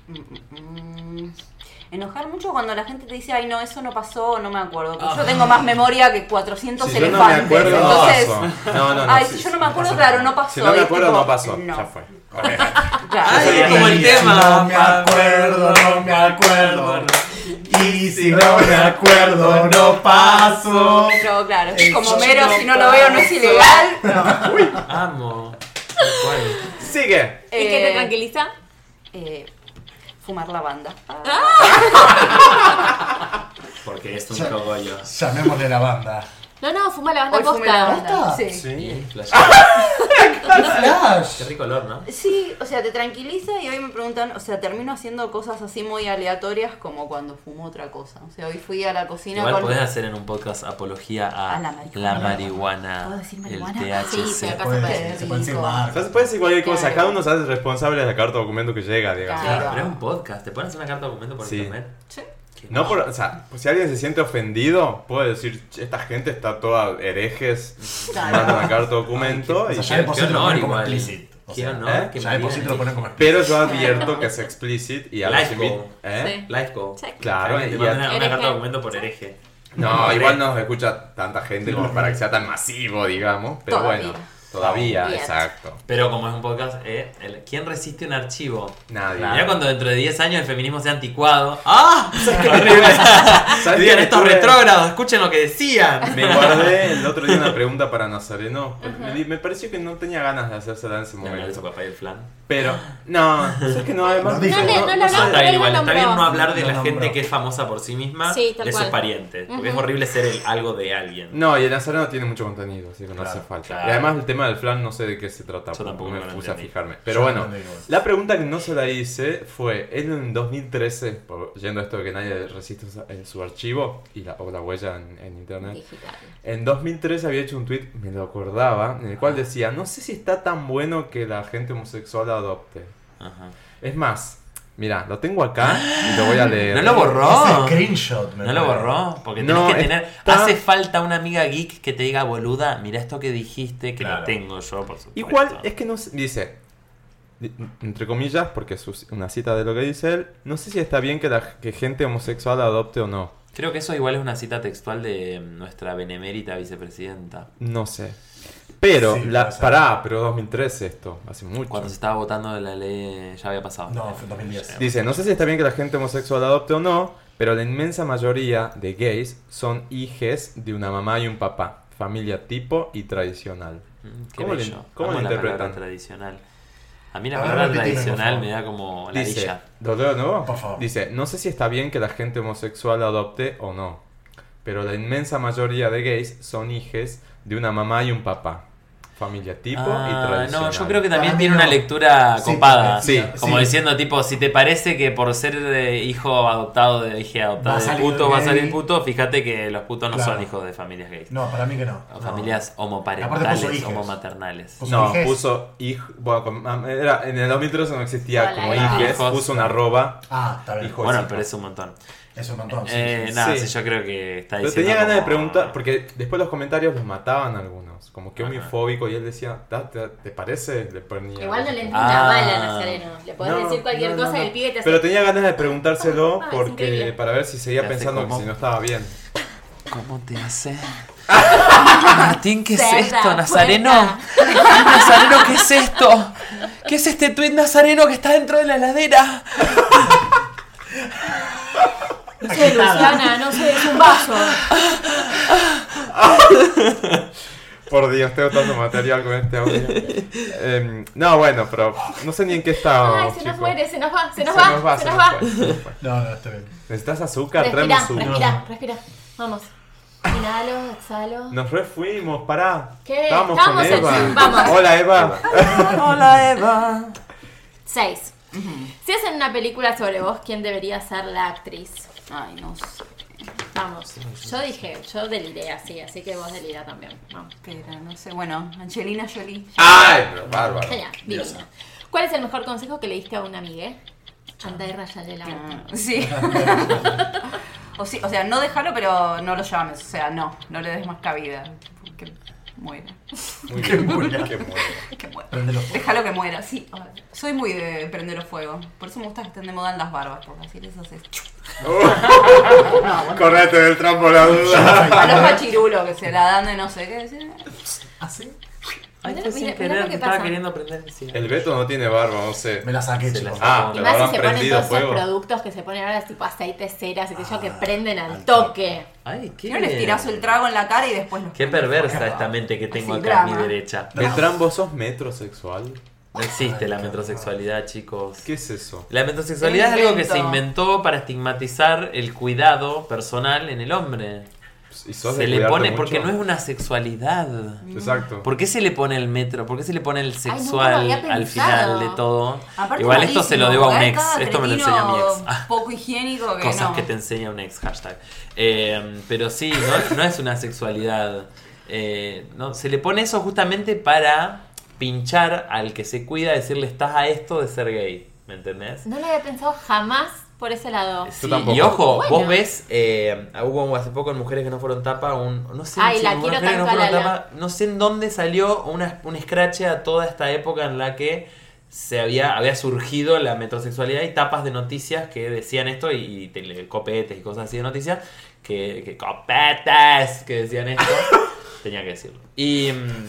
[SPEAKER 7] Mm, mm, mm. Enojar mucho cuando la gente te dice, ay no, eso no pasó, no me acuerdo. Pues Yo tengo más memoria que 400
[SPEAKER 2] Ah. Si yo no me
[SPEAKER 7] elefantes.
[SPEAKER 2] acuerdo, no
[SPEAKER 7] entonces,
[SPEAKER 2] pasó. No, no, no.
[SPEAKER 7] ay,
[SPEAKER 2] sí,
[SPEAKER 7] si yo no me acuerdo, claro, no pasó.
[SPEAKER 2] Si no
[SPEAKER 7] y
[SPEAKER 2] me
[SPEAKER 7] es
[SPEAKER 2] acuerdo,
[SPEAKER 7] tipo,
[SPEAKER 2] no pasó.
[SPEAKER 7] no.
[SPEAKER 2] Ya fue. *laughs*
[SPEAKER 7] Claro.
[SPEAKER 5] Ay,
[SPEAKER 4] Soy
[SPEAKER 5] es como el
[SPEAKER 4] feliz,
[SPEAKER 5] tema.
[SPEAKER 4] No me acuerdo, no me acuerdo. Y si no me acuerdo, no paso.
[SPEAKER 7] Yo, claro, es
[SPEAKER 4] El
[SPEAKER 7] como
[SPEAKER 4] yo
[SPEAKER 7] mero,
[SPEAKER 4] no
[SPEAKER 7] si no lo veo no es
[SPEAKER 4] paso.
[SPEAKER 7] ilegal.
[SPEAKER 5] Amo. Tal cual.
[SPEAKER 2] Sigue.
[SPEAKER 6] ¿Y qué te
[SPEAKER 7] Eh,
[SPEAKER 6] tranquiliza?
[SPEAKER 7] eh, fumar lavanda.
[SPEAKER 6] Ah,
[SPEAKER 5] Porque es un cogollo.
[SPEAKER 4] Llamémosle la banda.
[SPEAKER 6] No, no, fuma la banda
[SPEAKER 7] Hoy fumé
[SPEAKER 6] posta.
[SPEAKER 4] ¿Posta?
[SPEAKER 7] Sí.
[SPEAKER 5] Sí, flash. Qué
[SPEAKER 4] Flash.
[SPEAKER 5] rico olor, ¿no?
[SPEAKER 7] Sí, o sea, te tranquiliza y hoy me preguntan, o sea, termino haciendo cosas así muy aleatorias como cuando fumo otra cosa. O sea, hoy fui a la cocina
[SPEAKER 5] Igual
[SPEAKER 7] con...
[SPEAKER 5] podés hacer en un podcast apología a,
[SPEAKER 7] A la marihuana.
[SPEAKER 5] marihuana,
[SPEAKER 7] ¿Puedo decir marihuana?
[SPEAKER 5] El THC.
[SPEAKER 6] Sí, pero acá se
[SPEAKER 4] Puede-
[SPEAKER 6] puede.
[SPEAKER 4] se puede decir
[SPEAKER 7] rico.
[SPEAKER 2] O
[SPEAKER 4] marca.
[SPEAKER 2] sea, se puede decir cualquier cosa.
[SPEAKER 7] Claro.
[SPEAKER 2] Cada uno se hace responsable de cada documento que llega, digamos.
[SPEAKER 5] Claro,
[SPEAKER 7] Claro.
[SPEAKER 5] pero es un podcast. Te pones una carta de documento por
[SPEAKER 2] Sí.
[SPEAKER 5] internet.
[SPEAKER 7] Sí.
[SPEAKER 2] No por, o sea, pues si alguien se siente ofendido, puede decir, "Che, esta gente está toda herejes,
[SPEAKER 7] Claro.
[SPEAKER 2] mandan a sacar documento
[SPEAKER 4] O sea,
[SPEAKER 2] y
[SPEAKER 4] ya de por sí te lo ponen como
[SPEAKER 5] igual.
[SPEAKER 4] explícito. O
[SPEAKER 5] Qué
[SPEAKER 4] sea,
[SPEAKER 5] honor.
[SPEAKER 2] ¿eh?
[SPEAKER 5] que
[SPEAKER 4] Ya de por sí
[SPEAKER 5] María-
[SPEAKER 4] te lo ponen como explícito.
[SPEAKER 2] Pero yo advierto que es explicit y a los
[SPEAKER 5] Laico.
[SPEAKER 2] invi- ¿eh?
[SPEAKER 5] Life goal.
[SPEAKER 6] Check.
[SPEAKER 2] Claro,
[SPEAKER 5] Te
[SPEAKER 2] y a-
[SPEAKER 5] mandan una- una
[SPEAKER 6] Hereje.
[SPEAKER 5] carta de documento por hereje.
[SPEAKER 2] no, igual no nos escucha tanta gente como para que sea tan masivo, digamos, pero
[SPEAKER 6] Todavía.
[SPEAKER 2] bueno, todavía,
[SPEAKER 6] Todavía.
[SPEAKER 2] exacto.
[SPEAKER 5] Pero como es un podcast, eh, el- ¿quién resiste un archivo?
[SPEAKER 2] Nadie.
[SPEAKER 5] Mirá cuando dentro de 10 años el feminismo sea anticuado. *laughs* ¡Ah!
[SPEAKER 2] ¿Sabes
[SPEAKER 5] Digan
[SPEAKER 2] que
[SPEAKER 5] estos
[SPEAKER 2] estuve-
[SPEAKER 5] retrógrados, escuchen lo que decían.
[SPEAKER 2] Me guardé el otro día una pregunta para Nazareno. porque me, di- me pareció que no tenía ganas de hacérsela en ese
[SPEAKER 5] Voy a hablar de
[SPEAKER 2] momento.
[SPEAKER 5] su papá y el flan.
[SPEAKER 2] Pero, no, es que no, además.
[SPEAKER 4] No dijo. No le-
[SPEAKER 6] no le habló,
[SPEAKER 2] sé.
[SPEAKER 5] está bien
[SPEAKER 6] él lo
[SPEAKER 5] igual, está bien
[SPEAKER 6] nombró.
[SPEAKER 5] no hablar de
[SPEAKER 4] Lo
[SPEAKER 5] la
[SPEAKER 4] nombró.
[SPEAKER 5] gente que es famosa por sí misma,
[SPEAKER 6] Sí, tal
[SPEAKER 5] de sus
[SPEAKER 6] cual.
[SPEAKER 5] parientes. Porque es
[SPEAKER 6] Ujú.
[SPEAKER 5] horrible ser el algo de alguien.
[SPEAKER 2] No, y el Nazareno tiene mucho contenido, así que no hace falta.
[SPEAKER 5] claro.
[SPEAKER 2] Y además el tema del flan no sé de qué se trata,
[SPEAKER 5] Yo tampoco
[SPEAKER 2] porque
[SPEAKER 5] me
[SPEAKER 2] me
[SPEAKER 5] lo
[SPEAKER 2] puse a
[SPEAKER 5] entendí.
[SPEAKER 2] fijarme. Pero
[SPEAKER 4] Yo
[SPEAKER 2] bueno,
[SPEAKER 4] no entendí igual.
[SPEAKER 2] la pregunta que no se la hice fue, él en 2013, por- yendo a esto de que nadie resiste su- en su archivo y la, o la huella en, en internet,
[SPEAKER 6] Digital.
[SPEAKER 2] en 2013 había hecho un tweet, me lo acordaba, en el
[SPEAKER 5] Ah.
[SPEAKER 2] cual decía, no sé si está tan bueno que la gente homosexual adopte.
[SPEAKER 5] Ajá.
[SPEAKER 2] Es más, mira, lo tengo acá y lo voy a leer.
[SPEAKER 5] *gasps* No lo borró.
[SPEAKER 4] Ese screenshot, me
[SPEAKER 5] No lo
[SPEAKER 4] parece.
[SPEAKER 5] borró, porque
[SPEAKER 2] No,
[SPEAKER 5] tenés que tener.
[SPEAKER 2] está-
[SPEAKER 5] Hace falta una amiga geek que te diga, boluda, mira esto que dijiste, que
[SPEAKER 4] Claro.
[SPEAKER 5] lo tengo yo, por supuesto.
[SPEAKER 2] Igual es que no sé- dice, di- entre comillas, porque es sus- una cita de lo que dice él, no sé si está bien que, la, que gente homosexual adopte o no.
[SPEAKER 5] Creo que eso igual es una cita textual de mm, nuestra benemérita vicepresidenta.
[SPEAKER 2] No sé. Pero,
[SPEAKER 4] Sí,
[SPEAKER 2] la,
[SPEAKER 4] puede ser.
[SPEAKER 2] pará, pero 2013 esto, hace mucho.
[SPEAKER 5] Cuando se estaba votando de la ley, ya había pasado.
[SPEAKER 4] No, fue en 2010.
[SPEAKER 2] Dice, no sé si está bien que la gente homosexual adopte o no, pero la inmensa mayoría de gays son hijes de una mamá y un papá, familia tipo y tradicional.
[SPEAKER 5] Mm, qué
[SPEAKER 2] ¿Cómo le-
[SPEAKER 5] bello.
[SPEAKER 2] cómo
[SPEAKER 5] Amo
[SPEAKER 2] le
[SPEAKER 5] la palabra
[SPEAKER 2] interpretan?
[SPEAKER 5] tradicional. A mí la
[SPEAKER 4] A ver,
[SPEAKER 5] palabra
[SPEAKER 4] repetime, por
[SPEAKER 5] tradicional
[SPEAKER 4] favor.
[SPEAKER 5] me da como la
[SPEAKER 2] Dice,
[SPEAKER 5] villa.
[SPEAKER 2] ¿lo leo de nuevo?
[SPEAKER 4] Por favor.
[SPEAKER 2] Dice, no sé si está bien que la gente homosexual adopte o no, pero la inmensa mayoría de gays son hijes de una mamá y un papá. Familia tipo
[SPEAKER 5] Ah,
[SPEAKER 2] y tradicional.
[SPEAKER 5] No, yo creo que
[SPEAKER 4] Para
[SPEAKER 5] también
[SPEAKER 4] mí
[SPEAKER 5] tiene
[SPEAKER 4] no.
[SPEAKER 5] una lectura
[SPEAKER 4] Sí,
[SPEAKER 5] copada.
[SPEAKER 2] sí,
[SPEAKER 5] Como
[SPEAKER 4] sí.
[SPEAKER 5] diciendo, tipo, si te parece que por ser de hijo adoptado de hija
[SPEAKER 4] Va a
[SPEAKER 5] adoptada de
[SPEAKER 4] salir
[SPEAKER 5] puto va a
[SPEAKER 4] gay.
[SPEAKER 5] salir puto, fíjate que los putos no
[SPEAKER 4] Claro.
[SPEAKER 5] son hijos de familias gays.
[SPEAKER 4] No, para mí que no.
[SPEAKER 5] O
[SPEAKER 4] No.
[SPEAKER 5] familias
[SPEAKER 4] Aparte puso
[SPEAKER 5] homoparentales,
[SPEAKER 4] hijes.
[SPEAKER 5] homomaternales.
[SPEAKER 4] Puso
[SPEAKER 2] No,
[SPEAKER 4] hijes.
[SPEAKER 2] puso hijo. Bueno, con- ah, era- en el 2013 no existía
[SPEAKER 6] Hola,
[SPEAKER 2] como
[SPEAKER 6] hijos.
[SPEAKER 2] hijes, puso una arroba.
[SPEAKER 4] Ah, está bien.
[SPEAKER 2] Hijo.
[SPEAKER 5] Bueno,
[SPEAKER 2] hijo.
[SPEAKER 5] pero es un montón.
[SPEAKER 4] Es un montón. sí,
[SPEAKER 5] Eh,
[SPEAKER 4] sí.
[SPEAKER 5] nada,
[SPEAKER 2] Sí.
[SPEAKER 5] sí, yo creo que está
[SPEAKER 2] Pero
[SPEAKER 5] diciendo.
[SPEAKER 2] tenía ganas de
[SPEAKER 5] como-
[SPEAKER 2] preguntar, porque después los comentarios los mataban algunos, como que
[SPEAKER 5] Ajá.
[SPEAKER 2] homofóbico, y él decía, "Da- ¿te, te parece? Le ponía-
[SPEAKER 6] Igual no le entra
[SPEAKER 5] Ah.
[SPEAKER 6] una mala a Nazareno. Le podés
[SPEAKER 2] No,
[SPEAKER 6] decir cualquier
[SPEAKER 2] no, no,
[SPEAKER 6] cosa y
[SPEAKER 2] no.
[SPEAKER 6] el pibe te hace.
[SPEAKER 2] Pero tenía ganas de preguntárselo
[SPEAKER 6] Ah, es
[SPEAKER 2] porque
[SPEAKER 6] increíble.
[SPEAKER 2] para ver si seguía
[SPEAKER 5] Te hace
[SPEAKER 2] pensando que
[SPEAKER 5] como-
[SPEAKER 2] si no estaba bien.
[SPEAKER 5] ¿Cómo te hace?
[SPEAKER 6] *laughs*
[SPEAKER 5] Martín, ¿qué es
[SPEAKER 6] Cerda,
[SPEAKER 5] esto, Nazareno? Nazareno, ¿qué es esto? ¿Qué es este tuit Nazareno que está dentro de la heladera?
[SPEAKER 6] No sé, Luciana, ah, no sé, es un vaso.
[SPEAKER 2] Por Dios, tengo tanto material con este audio. *laughs* Em, no, bueno, pero *laughs* no sé ni en qué
[SPEAKER 6] Ay,
[SPEAKER 2] estábamos,
[SPEAKER 6] se nos
[SPEAKER 2] chicos.
[SPEAKER 6] muere, se nos va, se nos
[SPEAKER 2] Se nos va,
[SPEAKER 6] va, se nos va.
[SPEAKER 2] se nos fue.
[SPEAKER 4] No, no, está bien.
[SPEAKER 2] ¿Necesitas azúcar?
[SPEAKER 6] Respira,
[SPEAKER 2] Traemos uno.
[SPEAKER 6] respira, respira. Vamos. Inhalo, exhalo.
[SPEAKER 2] Nos refuimos, pará.
[SPEAKER 6] ¿Qué?
[SPEAKER 2] Estábamos
[SPEAKER 6] Estábamos
[SPEAKER 2] con
[SPEAKER 6] en
[SPEAKER 2] Eva.
[SPEAKER 6] Zoom, vamos.
[SPEAKER 2] Hola, *laughs* Eva.
[SPEAKER 5] Hola, Eva.
[SPEAKER 6] 6. Si hacen una película sobre vos, ¿quién debería ser la actriz?
[SPEAKER 7] Ay, no sé.
[SPEAKER 6] Vamos. Yo dije, yo deliré así, así que vos delirá también. Vamos.
[SPEAKER 7] Pero no sé. Bueno, Angelina Jolie.
[SPEAKER 5] Ah.
[SPEAKER 2] Ay, pero bárbaro.
[SPEAKER 6] Genial, divina. ¿Cuál es el mejor consejo que le diste a una amiga? Andá y rayale la
[SPEAKER 2] Ah,
[SPEAKER 6] boca.
[SPEAKER 7] Sí. *laughs* o sí. O sea, no dejarlo, pero no lo llames. O sea, no. No le des más cabida. Que muera. *laughs*
[SPEAKER 2] Muy
[SPEAKER 4] Qué
[SPEAKER 2] bien.
[SPEAKER 4] buena.
[SPEAKER 2] Qué *laughs* buena.
[SPEAKER 7] Que muera.
[SPEAKER 4] Prende los focos.
[SPEAKER 7] Déjalo que muera, sí. Ah, Soy muy de prender los fuego. Por eso me gusta que estén de moda en las barbas, porque así les haces.
[SPEAKER 2] Uh. *laughs* Correte del trampo la *laughs* duda.
[SPEAKER 7] A los machirulos que se la dan de no sé qué. sí.
[SPEAKER 4] ¿Así?
[SPEAKER 5] Ay,
[SPEAKER 6] Mirá,
[SPEAKER 5] fue sin
[SPEAKER 6] mirá, mirá
[SPEAKER 5] querer,
[SPEAKER 6] lo que
[SPEAKER 5] estaba
[SPEAKER 6] pasa.
[SPEAKER 5] queriendo aprender. sí.
[SPEAKER 2] El Beto no tiene barba, no sé.
[SPEAKER 4] Me la saqué,
[SPEAKER 5] Se la
[SPEAKER 4] chicos.
[SPEAKER 5] saqué.
[SPEAKER 2] Ah,
[SPEAKER 6] Y
[SPEAKER 2] pero
[SPEAKER 6] más
[SPEAKER 2] habrán
[SPEAKER 6] si se ponen
[SPEAKER 2] prendido
[SPEAKER 6] todos esos
[SPEAKER 2] fuego.
[SPEAKER 6] productos que se ponen ahora, tipo aceite, ceras y que yo, que
[SPEAKER 4] Ah,
[SPEAKER 6] prenden al
[SPEAKER 4] al
[SPEAKER 6] toque.
[SPEAKER 5] Ay, qué.
[SPEAKER 7] Y no les tiras el trago en la cara y después los.
[SPEAKER 5] Qué perversa esta mente que tengo
[SPEAKER 7] Así,
[SPEAKER 5] acá a mi
[SPEAKER 7] drama.
[SPEAKER 5] derecha.
[SPEAKER 4] No.
[SPEAKER 2] Beltrán, vos sos metrosexual.
[SPEAKER 5] No existe la metrosexualidad, chicos.
[SPEAKER 2] ¿Qué es eso?
[SPEAKER 5] La metrosexualidad
[SPEAKER 7] Un
[SPEAKER 5] es algo que se
[SPEAKER 7] invento.
[SPEAKER 5] inventó para estigmatizar el cuidado personal en el hombre.
[SPEAKER 2] ¿Y sos de
[SPEAKER 5] Se le
[SPEAKER 2] cuidarte
[SPEAKER 5] pone
[SPEAKER 2] mucho?
[SPEAKER 5] porque no es una sexualidad.
[SPEAKER 2] Exacto.
[SPEAKER 5] ¿Por qué se le pone el metro? ¿Por qué se le pone el
[SPEAKER 6] nunca lo
[SPEAKER 5] sexual
[SPEAKER 6] había
[SPEAKER 5] al
[SPEAKER 6] pensado.
[SPEAKER 5] final de todo?
[SPEAKER 7] Aparte
[SPEAKER 5] Igual esto
[SPEAKER 7] malísimo,
[SPEAKER 5] se lo debo a un
[SPEAKER 7] porque hay
[SPEAKER 5] ex.
[SPEAKER 7] cada
[SPEAKER 5] Esto me lo
[SPEAKER 7] cretino
[SPEAKER 5] enseña mi ex. Ah,
[SPEAKER 7] Poco higiénico
[SPEAKER 5] *laughs*
[SPEAKER 7] que
[SPEAKER 5] Cosas
[SPEAKER 7] no.
[SPEAKER 5] que te enseña un ex hashtag. Eh, pero sí, no, no es una sexualidad. Eh, no, se le pone eso justamente para pinchar al que se cuida, decirle estás a esto de ser gay. ¿Me entendés?
[SPEAKER 6] No lo había pensado jamás por ese lado.
[SPEAKER 5] Sí,
[SPEAKER 2] tampoco.
[SPEAKER 5] Y ojo,
[SPEAKER 6] Bueno.
[SPEAKER 5] vos ves, eh, hubo hace poco en Mujeres que no fueron tapa, un, no sé,
[SPEAKER 6] Ay,
[SPEAKER 5] si
[SPEAKER 6] la
[SPEAKER 5] en
[SPEAKER 6] quiero
[SPEAKER 5] Mujeres que no
[SPEAKER 6] tanto a
[SPEAKER 5] fueron
[SPEAKER 6] Lala.
[SPEAKER 5] tapa, no sé en dónde salió una, un escrache a toda esta época en la que se había, había surgido la metrosexualidad y tapas de noticias que decían esto y, y tele- copetes y cosas así de noticias, que, que copetes, que
[SPEAKER 6] *laughs*
[SPEAKER 5] decían esto, tenía que decirlo. Y, mm,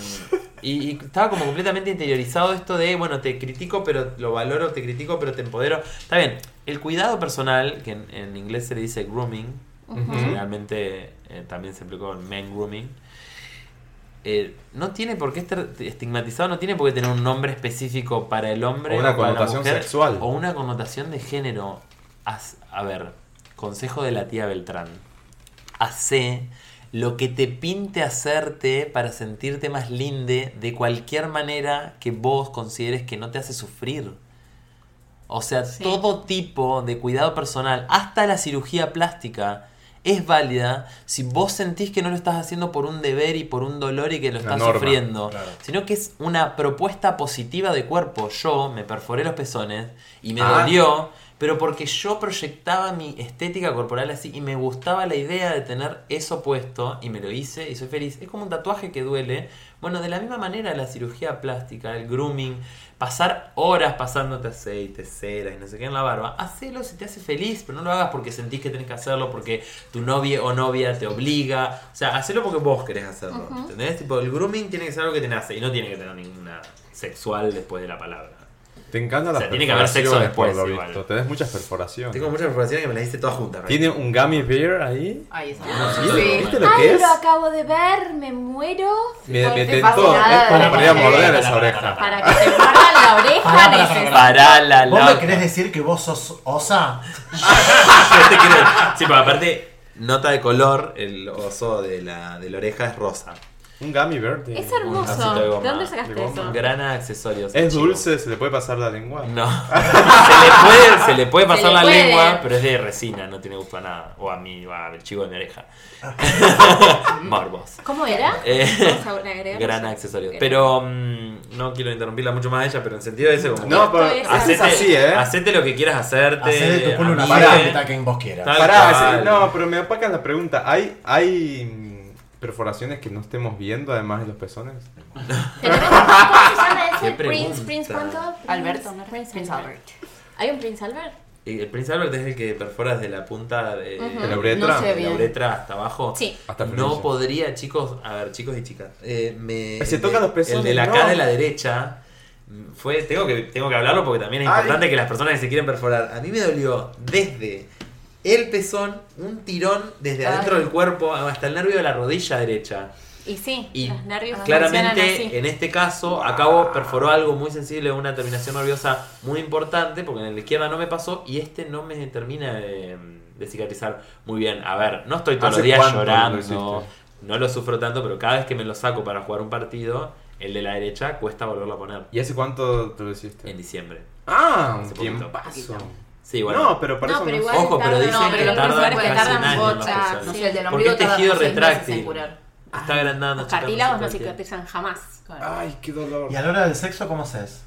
[SPEAKER 5] y, y estaba como completamente interiorizado esto de, bueno, te critico, pero lo valoro, te critico, pero te empodero. Está bien, el cuidado personal, que en, en inglés se le dice grooming,
[SPEAKER 2] Ujú.
[SPEAKER 5] generalmente eh, también se aplicó en men grooming, eh, no tiene por qué estar estigmatizado, no tiene por qué tener un nombre específico para el hombre.
[SPEAKER 2] O una
[SPEAKER 5] para la
[SPEAKER 2] connotación
[SPEAKER 5] mujer,
[SPEAKER 2] sexual.
[SPEAKER 5] O una connotación de género. Haz- a ver, consejo de la tía Beltrán. Hacé lo que te pinte hacerte para sentirte más linde de cualquier manera que vos consideres que no te hace sufrir. O sea,
[SPEAKER 6] Sí.
[SPEAKER 5] todo tipo de cuidado personal, hasta la cirugía plástica, es válida si vos sentís que no lo estás haciendo por un deber y por un dolor y que
[SPEAKER 2] Una
[SPEAKER 5] lo estás
[SPEAKER 2] norma,
[SPEAKER 5] sufriendo,
[SPEAKER 4] claro.
[SPEAKER 5] sino que es una propuesta positiva de cuerpo. Yo me perforé los pezones y me
[SPEAKER 2] Ah.
[SPEAKER 5] dolió, pero porque yo proyectaba mi estética corporal así y me gustaba la idea de tener eso puesto y me lo hice y soy feliz. Es como un tatuaje que duele. Bueno, de la misma manera la cirugía plástica, el grooming, pasar horas pasándote aceite, cera y no sé qué en la barba, hacelo si te hace feliz, pero no lo hagas porque sentís que tenés que hacerlo, porque tu novio o novia te obliga. O sea, hacelo porque vos querés hacerlo. ¿Entendés? Tipo, el grooming tiene que ser algo que te nace y no tiene que tener ninguna sexual después de la palabra.
[SPEAKER 2] Te encantan
[SPEAKER 5] O sea,
[SPEAKER 2] las
[SPEAKER 5] tiene que haber sexo
[SPEAKER 2] perforaciones, por
[SPEAKER 5] después,
[SPEAKER 2] lo
[SPEAKER 5] igual.
[SPEAKER 2] visto. Tenés muchas perforaciones.
[SPEAKER 5] Tengo muchas informaciones que me las diste todas juntas.
[SPEAKER 2] Tiene un gummy bear ahí.
[SPEAKER 7] Ay, eso.
[SPEAKER 2] ¿Viste,
[SPEAKER 7] Sí.
[SPEAKER 2] ¿Viste lo
[SPEAKER 6] Ay,
[SPEAKER 2] que es?
[SPEAKER 6] lo acabo de ver, me muero.
[SPEAKER 2] Me, me
[SPEAKER 6] Estoy
[SPEAKER 2] tentó. Es
[SPEAKER 6] fascinada
[SPEAKER 2] como
[SPEAKER 6] de-
[SPEAKER 2] para ir a morder
[SPEAKER 5] Para,
[SPEAKER 2] esa
[SPEAKER 5] para,
[SPEAKER 2] oreja.
[SPEAKER 6] Para que te muerdan la oreja
[SPEAKER 4] Pará, pará,
[SPEAKER 6] neces-
[SPEAKER 5] Pará la
[SPEAKER 4] ¿Vos
[SPEAKER 5] loca. *laughs*
[SPEAKER 4] me querés decir que vos sos osa?
[SPEAKER 5] Yo te quiero- Sí, pero aparte, nota de color, el oso de la, de la oreja es rosa.
[SPEAKER 2] Un gummy bear. de-
[SPEAKER 6] Es
[SPEAKER 5] Un
[SPEAKER 6] hermoso.
[SPEAKER 5] vasito de goma.
[SPEAKER 6] ¿De dónde
[SPEAKER 2] De
[SPEAKER 6] sacaste
[SPEAKER 2] goma.
[SPEAKER 6] eso?
[SPEAKER 5] Grana accesorios.
[SPEAKER 2] Es
[SPEAKER 5] chivo.
[SPEAKER 2] dulce, se le puede pasar la lengua.
[SPEAKER 5] No. *laughs* se, le puede, se le puede
[SPEAKER 6] Se
[SPEAKER 5] pasar
[SPEAKER 6] le
[SPEAKER 5] la
[SPEAKER 6] puede.
[SPEAKER 5] lengua, pero es de resina, no tiene gusto a nada. O a mí, o al chivo de
[SPEAKER 6] *laughs*
[SPEAKER 5] mi oreja. Morbos.
[SPEAKER 6] ¿Cómo era?
[SPEAKER 5] Eh,
[SPEAKER 6] Vamos a agregar.
[SPEAKER 5] gran accesorio.
[SPEAKER 6] Gran.
[SPEAKER 5] Pero mm, no quiero interrumpirla mucho más a ella, pero en sentido de ese como.
[SPEAKER 2] No, pero
[SPEAKER 6] Esto es
[SPEAKER 2] es así, ¿eh?
[SPEAKER 5] hacete lo que quieras hacerte.
[SPEAKER 4] Hacé de tu culo una
[SPEAKER 5] amiga.
[SPEAKER 4] marioneta que vos quieras.
[SPEAKER 5] Tal
[SPEAKER 2] Pará,
[SPEAKER 5] cual.
[SPEAKER 2] sí, no, pero me opacan la pregunta. ¿Hay, hay mm, perforaciones que no estemos viendo además de los pezones?
[SPEAKER 6] Tenemos- ¿Cómo se llama
[SPEAKER 5] Qué
[SPEAKER 6] ese? Prince,
[SPEAKER 5] pregunta.
[SPEAKER 6] Prince, ¿cuánto?
[SPEAKER 7] Alberto,
[SPEAKER 6] Prince-
[SPEAKER 7] Prince Albert.
[SPEAKER 6] ¿Hay un Prince Albert?
[SPEAKER 5] Y El Prince Albert es el que perforas de la punta de,
[SPEAKER 6] Ujú.
[SPEAKER 2] ¿De la
[SPEAKER 5] de
[SPEAKER 2] uretra?
[SPEAKER 7] No se ve.
[SPEAKER 5] la uretra hasta abajo.
[SPEAKER 6] Sí.
[SPEAKER 2] Hasta el
[SPEAKER 5] no
[SPEAKER 2] frenillo.
[SPEAKER 5] podría, chicos, a ver, chicos y chicas. eh, me,
[SPEAKER 2] Se
[SPEAKER 5] el
[SPEAKER 2] tocan
[SPEAKER 5] de-
[SPEAKER 2] los pezones,
[SPEAKER 5] El de la
[SPEAKER 2] no.
[SPEAKER 5] cara de la derecha. mm, Fue, tengo, que, tengo que hablarlo porque también es
[SPEAKER 2] Ay.
[SPEAKER 5] importante que las personas que se quieren perforar. A mí me dolió desde el pezón, un tirón desde
[SPEAKER 7] Ay.
[SPEAKER 5] adentro del cuerpo hasta el nervio de la rodilla derecha.
[SPEAKER 6] Y sí,
[SPEAKER 5] Y
[SPEAKER 6] los nervios funcionan así.
[SPEAKER 5] Claramente, en este caso, acabo perforó algo muy sensible, una terminación nerviosa muy importante, porque en el de izquierda no me pasó y este no me termina de, de cicatrizar muy bien. A ver, no estoy todos los
[SPEAKER 2] ¿Hace
[SPEAKER 5] días
[SPEAKER 2] cuánto lo
[SPEAKER 5] llorando,
[SPEAKER 2] hiciste?
[SPEAKER 5] no lo sufro tanto, pero cada vez que me lo saco para jugar un partido, el de la derecha cuesta volverlo a poner
[SPEAKER 2] ¿Y hace cuánto te lo
[SPEAKER 5] en
[SPEAKER 2] hiciste?
[SPEAKER 5] diciembre.
[SPEAKER 2] Ah, un
[SPEAKER 5] Hace poquito.
[SPEAKER 2] tiempazo.
[SPEAKER 5] Sí, bueno.
[SPEAKER 2] No, pero para
[SPEAKER 6] No,
[SPEAKER 2] eso
[SPEAKER 6] pero
[SPEAKER 2] no-
[SPEAKER 6] igual
[SPEAKER 5] Ojo, pero
[SPEAKER 6] tardan-
[SPEAKER 5] dicen
[SPEAKER 6] no,
[SPEAKER 5] que
[SPEAKER 6] pero los
[SPEAKER 5] tardan
[SPEAKER 6] profesores que
[SPEAKER 5] casi
[SPEAKER 6] tardan
[SPEAKER 5] un año en los
[SPEAKER 6] bocha,
[SPEAKER 5] procesos.
[SPEAKER 7] No
[SPEAKER 6] sí.
[SPEAKER 7] sé, el del
[SPEAKER 5] Porque este
[SPEAKER 7] ombligo
[SPEAKER 5] es tejido
[SPEAKER 7] tarda seis meses en
[SPEAKER 5] retráctil.
[SPEAKER 7] curar.
[SPEAKER 5] Está agrandando.
[SPEAKER 6] Los
[SPEAKER 5] chicas, no sé
[SPEAKER 6] cartílagos no
[SPEAKER 5] cuál tiene.
[SPEAKER 6] cicatrizan jamás.
[SPEAKER 2] Ay, qué dolor.
[SPEAKER 4] ¿Y a la hora del sexo cómo haces?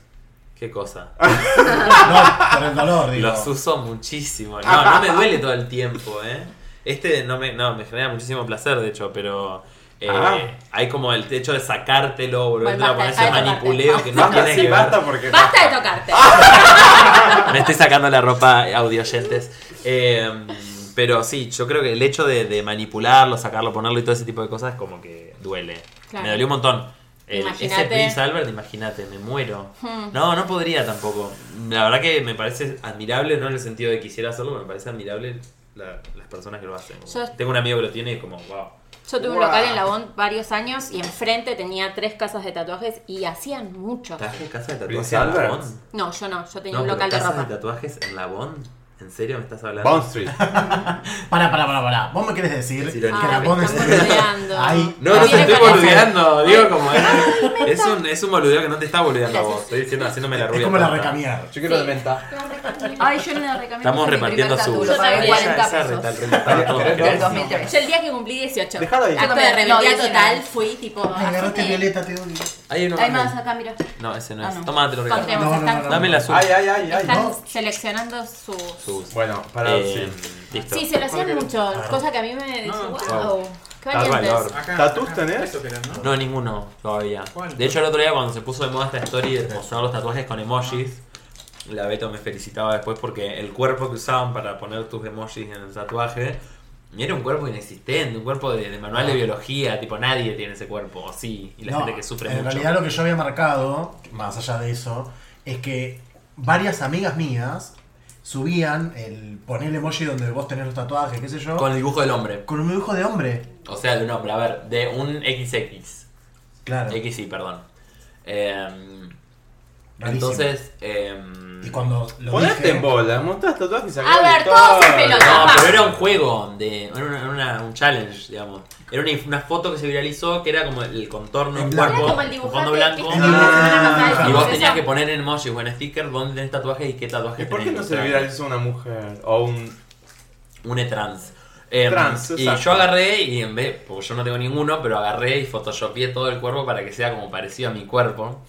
[SPEAKER 5] ¿Qué cosa?
[SPEAKER 4] No, por el dolor, digo.
[SPEAKER 5] Los uso muchísimo. No, no me duele todo el tiempo, ¿eh? Este no me, no, me genera muchísimo placer, de hecho, pero eh,
[SPEAKER 2] Ah.
[SPEAKER 5] hay como el hecho de sacártelo, volvértelo a
[SPEAKER 6] basta,
[SPEAKER 5] poner ese
[SPEAKER 6] deja de
[SPEAKER 5] manipuleo
[SPEAKER 6] tocarte.
[SPEAKER 5] que no
[SPEAKER 2] Basta,
[SPEAKER 5] tiene
[SPEAKER 2] sí,
[SPEAKER 5] que ver.
[SPEAKER 2] basta porque...
[SPEAKER 6] ¡Basta de tocarte!
[SPEAKER 5] *laughs* Me estoy sacando la ropa audio oyentes. Eh, pero sí, yo creo que el hecho de, de manipularlo, sacarlo, ponerlo y todo ese tipo de cosas como que duele.
[SPEAKER 6] Claro.
[SPEAKER 5] Me dolió un montón. El- ese
[SPEAKER 6] Imagínate.
[SPEAKER 5] Prince Albert, imagínate, me muero.
[SPEAKER 6] Hmm.
[SPEAKER 5] No, no podría tampoco. La verdad que me parece admirable, no en el sentido de quisiera hacerlo, me parece admirable la- las personas que lo hacen. Como,
[SPEAKER 6] Yo-
[SPEAKER 5] Tengo un amigo que lo tiene y es como, wow.
[SPEAKER 6] Yo tuve un local en Labón varios años y enfrente tenía tres casas de tatuajes y hacían muchos.
[SPEAKER 5] ¿Estás en casa de tatuajes
[SPEAKER 2] Prince
[SPEAKER 5] en
[SPEAKER 2] Albert.
[SPEAKER 5] Labón?
[SPEAKER 6] No, yo no, yo tenía
[SPEAKER 5] No,
[SPEAKER 6] un
[SPEAKER 5] pero
[SPEAKER 6] local de
[SPEAKER 5] casas de
[SPEAKER 6] ropa.
[SPEAKER 5] tatuajes en Labón. ¿En serio me estás hablando?
[SPEAKER 2] Bond Street.
[SPEAKER 4] Pará, pará, pará, pará. ¿Vos me querés decir
[SPEAKER 5] Sí,
[SPEAKER 4] que
[SPEAKER 5] irónico.
[SPEAKER 4] la
[SPEAKER 6] Ay,
[SPEAKER 4] Bond
[SPEAKER 6] estás
[SPEAKER 4] Street-
[SPEAKER 6] boludeando.
[SPEAKER 4] Ay,
[SPEAKER 5] No, no
[SPEAKER 6] Viene
[SPEAKER 5] te estoy
[SPEAKER 6] con esa-
[SPEAKER 5] boludeando, digo como es. Es un, es un boludeo que no te está boludeando a vos. Estoy diciendo, haciéndome la rubia.
[SPEAKER 4] Es como la
[SPEAKER 5] tonta.
[SPEAKER 4] recamiar.
[SPEAKER 2] Yo quiero de venta.
[SPEAKER 7] Ay, yo no la recomiendo.
[SPEAKER 5] Estamos
[SPEAKER 7] ese es mi
[SPEAKER 5] repartiendo
[SPEAKER 7] primer
[SPEAKER 5] su.
[SPEAKER 7] tatu, lo pagué
[SPEAKER 6] Yo también.
[SPEAKER 7] 40
[SPEAKER 5] Esa
[SPEAKER 7] pesos.
[SPEAKER 5] reta- repartaba todo,
[SPEAKER 2] Pero-
[SPEAKER 5] ¿querés?
[SPEAKER 7] Del 2003.
[SPEAKER 6] Yo el día que cumplí 18,
[SPEAKER 2] Dejalo ahí.
[SPEAKER 6] acto de
[SPEAKER 7] No,
[SPEAKER 6] rebeldía
[SPEAKER 7] 19.
[SPEAKER 6] total, fui tipo...
[SPEAKER 4] Me agarraste
[SPEAKER 6] haceme-
[SPEAKER 4] violeta, te odio.
[SPEAKER 5] Hay uno
[SPEAKER 7] Hay
[SPEAKER 5] más
[SPEAKER 7] más
[SPEAKER 5] ahí.
[SPEAKER 7] acá, mira.
[SPEAKER 5] No, ese no
[SPEAKER 7] Ah,
[SPEAKER 5] es.
[SPEAKER 7] no.
[SPEAKER 5] Toma, te lo regalo.
[SPEAKER 6] Encontremos,
[SPEAKER 4] No, no,
[SPEAKER 6] están,
[SPEAKER 4] no, no.
[SPEAKER 5] Dame el azul.
[SPEAKER 2] Ay, ay, ay, ay.
[SPEAKER 6] están
[SPEAKER 4] no.
[SPEAKER 6] seleccionando sus...
[SPEAKER 5] Sus.
[SPEAKER 2] Bueno, para
[SPEAKER 5] Eh,
[SPEAKER 2] sí.
[SPEAKER 5] Listo.
[SPEAKER 6] Sí, se lo hacían
[SPEAKER 4] Porque-
[SPEAKER 6] mucho, cosa que a mí me dice,
[SPEAKER 8] No,
[SPEAKER 6] wow, qué
[SPEAKER 5] Ah. Tal valor.
[SPEAKER 6] valientes.
[SPEAKER 8] Acá,
[SPEAKER 2] ¿Tatús
[SPEAKER 8] acá,
[SPEAKER 2] tenés?
[SPEAKER 8] esto que era, ¿no?
[SPEAKER 5] No, ninguno todavía.
[SPEAKER 8] ¿Cuál?
[SPEAKER 5] De hecho, el otro día cuando se puso de moda esta story de mostrar los tatuajes con emojis, la Beto me felicitaba después porque el cuerpo que usaban para poner tus emojis en el tatuaje era un cuerpo inexistente, un cuerpo de, de manual de biología, tipo nadie tiene ese cuerpo, o sí, y la
[SPEAKER 4] No,
[SPEAKER 5] gente que sufre
[SPEAKER 4] en
[SPEAKER 5] mucho.
[SPEAKER 4] realidad lo que yo había marcado, más allá de eso, es que varias amigas mías subían el poner el emoji donde vos tenés los tatuajes, qué sé yo,
[SPEAKER 5] Con
[SPEAKER 4] con,
[SPEAKER 5] el dibujo del hombre,
[SPEAKER 4] un dibujo de hombre.
[SPEAKER 5] o sea, de un hombre, a ver, de un XX,
[SPEAKER 4] Claro.
[SPEAKER 5] XY, perdón. Eh,
[SPEAKER 4] Rarísimo.
[SPEAKER 5] entonces, em,
[SPEAKER 4] Y cuando lo
[SPEAKER 2] Ponerte
[SPEAKER 4] dije,
[SPEAKER 2] en bola, montás tatuajes y sacás
[SPEAKER 6] A ver,
[SPEAKER 2] la
[SPEAKER 6] todos en
[SPEAKER 2] historia.
[SPEAKER 6] pelota.
[SPEAKER 5] No,
[SPEAKER 6] Ajá.
[SPEAKER 5] pero era un juego, de, era, una- era una- un challenge, digamos. Era una, una foto que se viralizó que era como el contorno de un
[SPEAKER 4] Era
[SPEAKER 5] cuerpo,
[SPEAKER 6] como el
[SPEAKER 5] un
[SPEAKER 6] dibujante
[SPEAKER 5] fondo
[SPEAKER 6] que
[SPEAKER 5] blanco.
[SPEAKER 6] hicimos la semana
[SPEAKER 4] Ah,
[SPEAKER 6] pasada.
[SPEAKER 5] Y vos
[SPEAKER 6] Eso.
[SPEAKER 5] tenías que poner en emojis o en sticker dónde tenés tatuajes y qué tatuajes
[SPEAKER 2] ¿Y por
[SPEAKER 5] tenés.
[SPEAKER 2] qué no se
[SPEAKER 5] Claro.
[SPEAKER 2] viralizó una mujer o un
[SPEAKER 5] Une trans. Em,
[SPEAKER 2] Trans,
[SPEAKER 5] y
[SPEAKER 2] exacto.
[SPEAKER 5] yo agarré y en vez, porque yo no tengo ninguno, pero agarré y photoshopeé todo el cuerpo para que sea como parecido a mi cuerpo.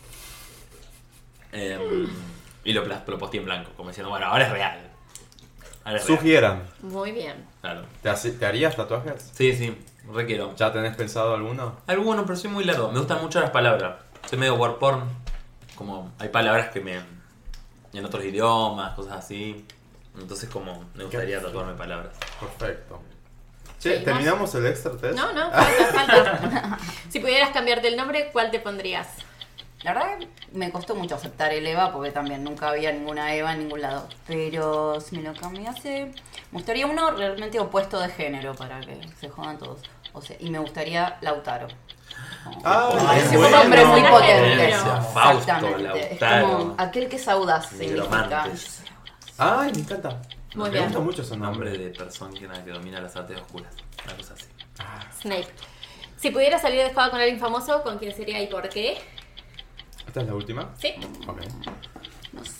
[SPEAKER 5] Em, y lo, plas- lo posteé en blanco, como diciendo, bueno, ahora es real. Ahora es real.
[SPEAKER 2] sugieran?
[SPEAKER 6] Muy bien.
[SPEAKER 5] Claro.
[SPEAKER 2] ¿Te, hace- te harías tatuajes?
[SPEAKER 5] Sí, sí, requiero.
[SPEAKER 2] ¿Ya tenés pensado alguno?
[SPEAKER 5] Algunos, pero soy muy largo. Me gustan mucho las palabras. Soy medio word porn. Como hay palabras que me. en otros idiomas, cosas así. Entonces, como me gustaría tatuarme palabras.
[SPEAKER 2] Perfecto. Che,
[SPEAKER 6] Sí,
[SPEAKER 2] ¿terminamos el extra test?
[SPEAKER 6] No, no, falta, falta. Si pudieras cambiarte el nombre, ¿cuál te pondrías?
[SPEAKER 7] La verdad que me costó mucho aceptar el Eva porque también nunca había ninguna Eva en ningún lado. Pero si me lo cambiase, me gustaría uno realmente opuesto de género para que se jodan todos. O sea, y me gustaría Lautaro.
[SPEAKER 2] Ah,
[SPEAKER 7] Parece
[SPEAKER 2] es
[SPEAKER 7] un hombre muy
[SPEAKER 6] Bueno.
[SPEAKER 7] potente.
[SPEAKER 6] Pero-
[SPEAKER 5] Fausto,
[SPEAKER 7] Exactamente. Es
[SPEAKER 5] Lautaro.
[SPEAKER 7] como aquel que es audaz, significa.
[SPEAKER 5] Nigromantes.
[SPEAKER 2] Ay, me encanta.
[SPEAKER 6] Muy
[SPEAKER 2] Me
[SPEAKER 6] bien.
[SPEAKER 2] gusta mucho ese
[SPEAKER 5] Nombre
[SPEAKER 2] nombre.
[SPEAKER 5] de persona que, que domina las artes oscuras. Una cosa así.
[SPEAKER 6] Snape. Si pudieras salir de espada con alguien famoso, ¿con quién sería y por qué?
[SPEAKER 2] ¿Esta es la última?
[SPEAKER 6] ¿Sí?
[SPEAKER 2] Ok.
[SPEAKER 7] No sé.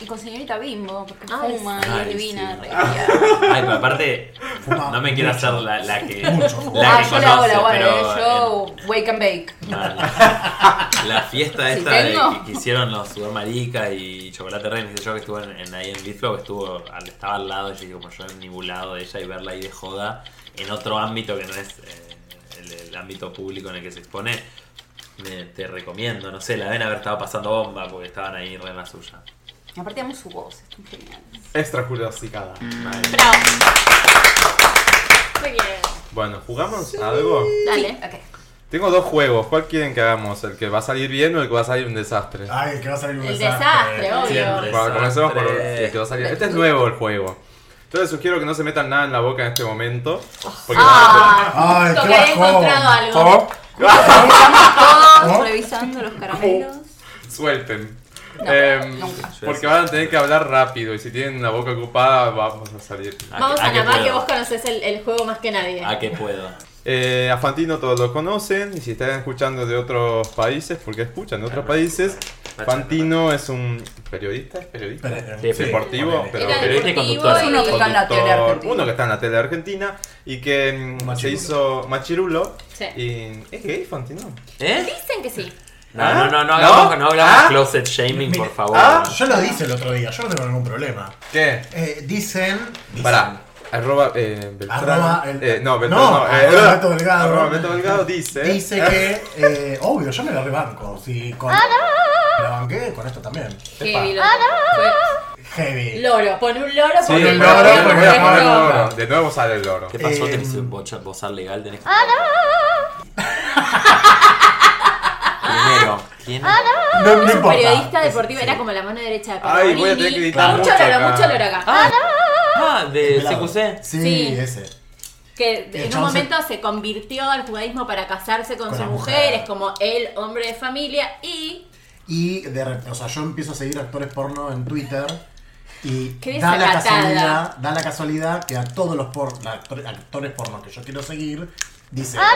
[SPEAKER 7] Y con señorita Bimbo, porque
[SPEAKER 6] Ay,
[SPEAKER 7] fuma
[SPEAKER 5] sí.
[SPEAKER 7] y es
[SPEAKER 5] Ay,
[SPEAKER 7] divina.
[SPEAKER 5] sí.
[SPEAKER 7] re tía.
[SPEAKER 5] Ay, pero aparte,
[SPEAKER 4] Fuma
[SPEAKER 5] no me quiero
[SPEAKER 4] mucho.
[SPEAKER 5] hacer la, la que. La
[SPEAKER 7] Ah,
[SPEAKER 5] que
[SPEAKER 7] yo la hago
[SPEAKER 5] conoce,
[SPEAKER 7] la bueno,
[SPEAKER 5] pero,
[SPEAKER 7] yo wake and bake.
[SPEAKER 6] *laughs*
[SPEAKER 5] Ah, La, la fiesta
[SPEAKER 7] Si
[SPEAKER 5] esta de
[SPEAKER 7] tengo.
[SPEAKER 5] que, que hicieron los Super Marica y Chocolate Rey, me dice yo que estuvo en, en- ahí en Bitflow, estuvo, al- estaba al lado, yo digo, como yo nibulado de ella y verla ahí de joda en otro ámbito que no es eh, el, el ámbito público en el que se expone, me- te recomiendo, no sé, la deben haber estado pasando bomba porque estaban ahí re en la suya.
[SPEAKER 7] Y aparte amo su voz, es tan genial.
[SPEAKER 2] Extra curiosidad.
[SPEAKER 6] Bravo. Muy bien.
[SPEAKER 2] Bueno, ¿jugamos algo?
[SPEAKER 6] Dale.
[SPEAKER 7] Ok.
[SPEAKER 2] Tengo dos juegos. ¿Cuál quieren que hagamos? ¿El que va a salir bien o el que va a salir un desastre?
[SPEAKER 4] Ay, el que va a salir un
[SPEAKER 6] El
[SPEAKER 4] Ah, desastre.
[SPEAKER 6] desastre, obvio.
[SPEAKER 5] Siempre.
[SPEAKER 2] Bueno, comencemos por
[SPEAKER 5] Desastre.
[SPEAKER 2] el que va a salir. Este es nuevo el juego. Entonces sugiero que no se metan nada en la boca en este momento. Porque
[SPEAKER 4] Ay,
[SPEAKER 6] Ah,
[SPEAKER 4] qué
[SPEAKER 6] tocaré
[SPEAKER 4] bajón.
[SPEAKER 6] encontrado algo.
[SPEAKER 7] Todos
[SPEAKER 4] ¿No?
[SPEAKER 7] revisando los caramelos.
[SPEAKER 5] Ah,
[SPEAKER 2] suelten.
[SPEAKER 7] No,
[SPEAKER 2] Em,
[SPEAKER 7] nunca.
[SPEAKER 2] porque van a tener que hablar rápido y si tienen la boca ocupada vamos a salir.
[SPEAKER 5] ¿A
[SPEAKER 6] Vamos
[SPEAKER 5] qué-
[SPEAKER 6] a
[SPEAKER 5] a qué
[SPEAKER 6] Namá, que
[SPEAKER 5] puedo?
[SPEAKER 6] vos conocés el, el juego más que nadie.
[SPEAKER 5] ¿A qué puedo?
[SPEAKER 2] Eh, a Fantino todos lo conocen y si están escuchando de otros países, porque escuchan de otros países, Fantino es un periodista, ¿es periodista.
[SPEAKER 4] Espere,
[SPEAKER 5] Sí.
[SPEAKER 2] Deportivo, pero
[SPEAKER 6] Era
[SPEAKER 5] pero este
[SPEAKER 6] deportivo
[SPEAKER 5] conductor.
[SPEAKER 6] y-
[SPEAKER 7] Uno que está en la tele
[SPEAKER 2] conductor,
[SPEAKER 7] argentina.
[SPEAKER 2] Uno que está en la tele argentina y que mm, se
[SPEAKER 4] Machirulo.
[SPEAKER 2] hizo machirulo.
[SPEAKER 6] Sí.
[SPEAKER 2] Y, ¿Es gay Fantino?
[SPEAKER 5] ¿Eh?
[SPEAKER 6] Dicen que sí.
[SPEAKER 5] No,
[SPEAKER 2] ¿Ah?
[SPEAKER 5] no, no, no
[SPEAKER 2] ¿No?
[SPEAKER 5] hagamos, no hagamos
[SPEAKER 2] ¿Ah?
[SPEAKER 5] closet shaming, por favor.
[SPEAKER 2] ¿Ah?
[SPEAKER 4] Yo lo dije el otro día, yo no tengo ningún problema.
[SPEAKER 2] ¿Qué?
[SPEAKER 4] Eh, dicen. dicen-
[SPEAKER 2] Pará. Arroba, eh, Beltrán.
[SPEAKER 4] Arroba el-
[SPEAKER 2] Eh, no, Beltrán
[SPEAKER 4] No,
[SPEAKER 2] no. eh,
[SPEAKER 4] arroba Beto Delgado.
[SPEAKER 2] Arroba Beto Delgado dice.
[SPEAKER 4] Dice que. eh, obvio, yo me lo rebanco. Si con.
[SPEAKER 6] Ah,
[SPEAKER 4] La banqué con esto también.
[SPEAKER 6] Heavy, loco. Fue-
[SPEAKER 4] Heavy.
[SPEAKER 6] Loro. Pon un loro
[SPEAKER 2] Sí,
[SPEAKER 6] porque
[SPEAKER 4] el
[SPEAKER 2] el
[SPEAKER 4] loro,
[SPEAKER 2] loro,
[SPEAKER 6] no
[SPEAKER 4] porque
[SPEAKER 6] tenemos
[SPEAKER 4] el loro.
[SPEAKER 6] loro.
[SPEAKER 2] loro. De nuevo sale el loro.
[SPEAKER 5] ¿Qué pasó?
[SPEAKER 4] Eh,
[SPEAKER 5] ¿Tenés un bocha- bozal legal? ¿Tenés que... Primero, ¿quién?
[SPEAKER 4] No, no
[SPEAKER 6] Es un
[SPEAKER 4] importa.
[SPEAKER 6] periodista
[SPEAKER 4] Es-
[SPEAKER 6] deportivo, era como la mano derecha de
[SPEAKER 2] Ay, voy a tener
[SPEAKER 6] Pergolini.
[SPEAKER 2] que editar
[SPEAKER 6] Mucho
[SPEAKER 2] mucho
[SPEAKER 6] loro,
[SPEAKER 2] acá.
[SPEAKER 6] mucho loro acá.
[SPEAKER 5] Ah,
[SPEAKER 2] Eh,
[SPEAKER 5] de
[SPEAKER 4] Pelado.
[SPEAKER 5] CQC.
[SPEAKER 4] Sí,
[SPEAKER 6] Sí.
[SPEAKER 4] ese.
[SPEAKER 6] Que
[SPEAKER 4] El
[SPEAKER 6] en un
[SPEAKER 4] chabón se-
[SPEAKER 6] momento se convirtió al judaísmo para casarse con,
[SPEAKER 4] Con
[SPEAKER 6] sus
[SPEAKER 4] la mujer.
[SPEAKER 6] mujeres, como el hombre de familia y
[SPEAKER 4] Y de repente, o sea, yo empiezo a seguir actores porno en Twitter. Y
[SPEAKER 6] Qué
[SPEAKER 4] da la,
[SPEAKER 6] desacatada.
[SPEAKER 4] casualidad, da la casualidad que a todos los por- la- actores porno que yo quiero seguir, dice.
[SPEAKER 6] Ah,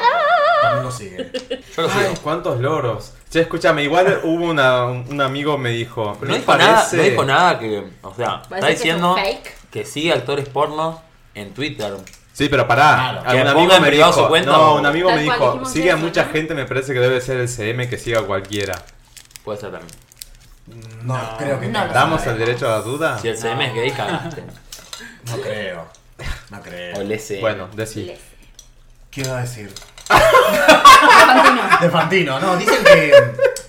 [SPEAKER 4] También lo sigue.
[SPEAKER 5] Yo lo
[SPEAKER 2] Ay,
[SPEAKER 5] sigo.
[SPEAKER 2] cuántos loros. Che, escúchame,
[SPEAKER 5] *laughs*
[SPEAKER 2] igual hubo una, un amigo me dijo.
[SPEAKER 5] No
[SPEAKER 2] me
[SPEAKER 5] dijo, nada, no dijo nada que. O sea, está
[SPEAKER 6] Parece que es un
[SPEAKER 5] diciendo
[SPEAKER 6] fake.
[SPEAKER 5] que sigue actores porno en Twitter.
[SPEAKER 2] Sí, pero pará.
[SPEAKER 4] Claro.
[SPEAKER 2] que
[SPEAKER 5] Que
[SPEAKER 2] un
[SPEAKER 5] la
[SPEAKER 2] amigo
[SPEAKER 5] ponga en
[SPEAKER 2] me
[SPEAKER 5] privado su
[SPEAKER 2] dijo,
[SPEAKER 5] cuenta
[SPEAKER 2] no,
[SPEAKER 5] o-
[SPEAKER 2] un amigo
[SPEAKER 6] Tal
[SPEAKER 2] me
[SPEAKER 6] cual,
[SPEAKER 2] dijo,
[SPEAKER 6] dijimos
[SPEAKER 2] sigue a
[SPEAKER 6] eso,
[SPEAKER 2] mucha
[SPEAKER 6] ¿no?
[SPEAKER 2] gente, me parece que debe ser el CM que siga a cualquiera.
[SPEAKER 5] Puede ser también.
[SPEAKER 4] No, creo que
[SPEAKER 7] No
[SPEAKER 4] tenga.
[SPEAKER 7] lo
[SPEAKER 2] ¿Damos el derecho a la duda?
[SPEAKER 5] Si el CM es gay, cagaste.
[SPEAKER 4] No creo. No creo.
[SPEAKER 5] O el SM.
[SPEAKER 2] Bueno, decí.
[SPEAKER 4] ¿Qué iba a decir? De Fantino. No, dicen que,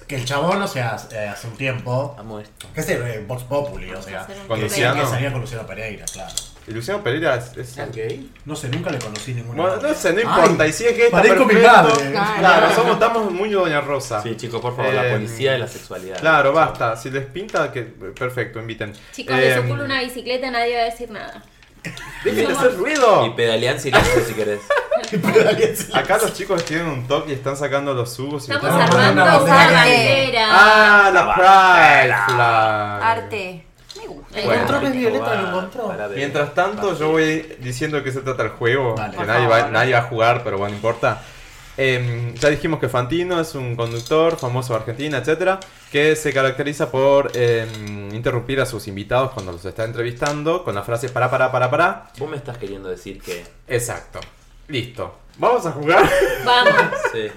[SPEAKER 4] que el chabón, o sea, eh, hace un tiempo.
[SPEAKER 5] Amo esto.
[SPEAKER 4] Que es el eh, Vox Populi, o sea.
[SPEAKER 6] Hacer un
[SPEAKER 4] Que decían
[SPEAKER 2] Luciano.
[SPEAKER 4] que salía con Luciano Pereira, claro.
[SPEAKER 2] Y Luciano Pereira es... es-
[SPEAKER 4] No sé, nunca le conocí ninguna.
[SPEAKER 2] Bueno, no
[SPEAKER 4] *laughs*
[SPEAKER 2] sé, no
[SPEAKER 4] Ay,
[SPEAKER 2] importa. y si es que está
[SPEAKER 4] Parezco mi
[SPEAKER 2] perfecto.
[SPEAKER 4] madre.
[SPEAKER 6] Claro.
[SPEAKER 2] Claro, somos, estamos muy Doña Rosa.
[SPEAKER 5] Sí, chicos, por favor, la
[SPEAKER 2] Eh,
[SPEAKER 5] policía de la sexualidad.
[SPEAKER 2] Claro, basta. Si les pinta, que perfecto, inviten.
[SPEAKER 6] Chicos, les
[SPEAKER 2] Em,
[SPEAKER 6] ocurre una bicicleta, nadie va a decir nada.
[SPEAKER 2] ¡Dejen de
[SPEAKER 6] Somos-
[SPEAKER 2] hacer
[SPEAKER 5] Y
[SPEAKER 2] ruido!
[SPEAKER 5] pedalean silencio si querés.
[SPEAKER 2] Acá los chicos tienen un toque y están sacando los subos. Y
[SPEAKER 6] Estamos
[SPEAKER 2] están-
[SPEAKER 4] armando
[SPEAKER 6] armando
[SPEAKER 4] una
[SPEAKER 6] una bandera.
[SPEAKER 4] bandera.
[SPEAKER 2] ¡Ah, la Pride Flag!
[SPEAKER 7] Arte. Me gusta.
[SPEAKER 6] Bueno.
[SPEAKER 4] Encontró que es
[SPEAKER 5] Tipo,
[SPEAKER 4] Violeta, lo
[SPEAKER 5] va,
[SPEAKER 4] encontró.
[SPEAKER 5] para ver.
[SPEAKER 2] Mientras tanto, yo voy diciendo de qué se trata el juego.
[SPEAKER 4] Dale.
[SPEAKER 2] que
[SPEAKER 7] Por
[SPEAKER 2] nadie va,
[SPEAKER 7] favor.
[SPEAKER 2] nadie va a jugar, pero bueno, no importa. Em, ya dijimos que Fantino es un conductor famoso de Argentina, etcétera, que se caracteriza por em, interrumpir a sus invitados cuando los está entrevistando con la frase para, para, para, para.
[SPEAKER 5] Vos me estás queriendo decir que.
[SPEAKER 2] Exacto. Listo. Vamos a jugar.
[SPEAKER 6] Vamos.
[SPEAKER 5] Sí.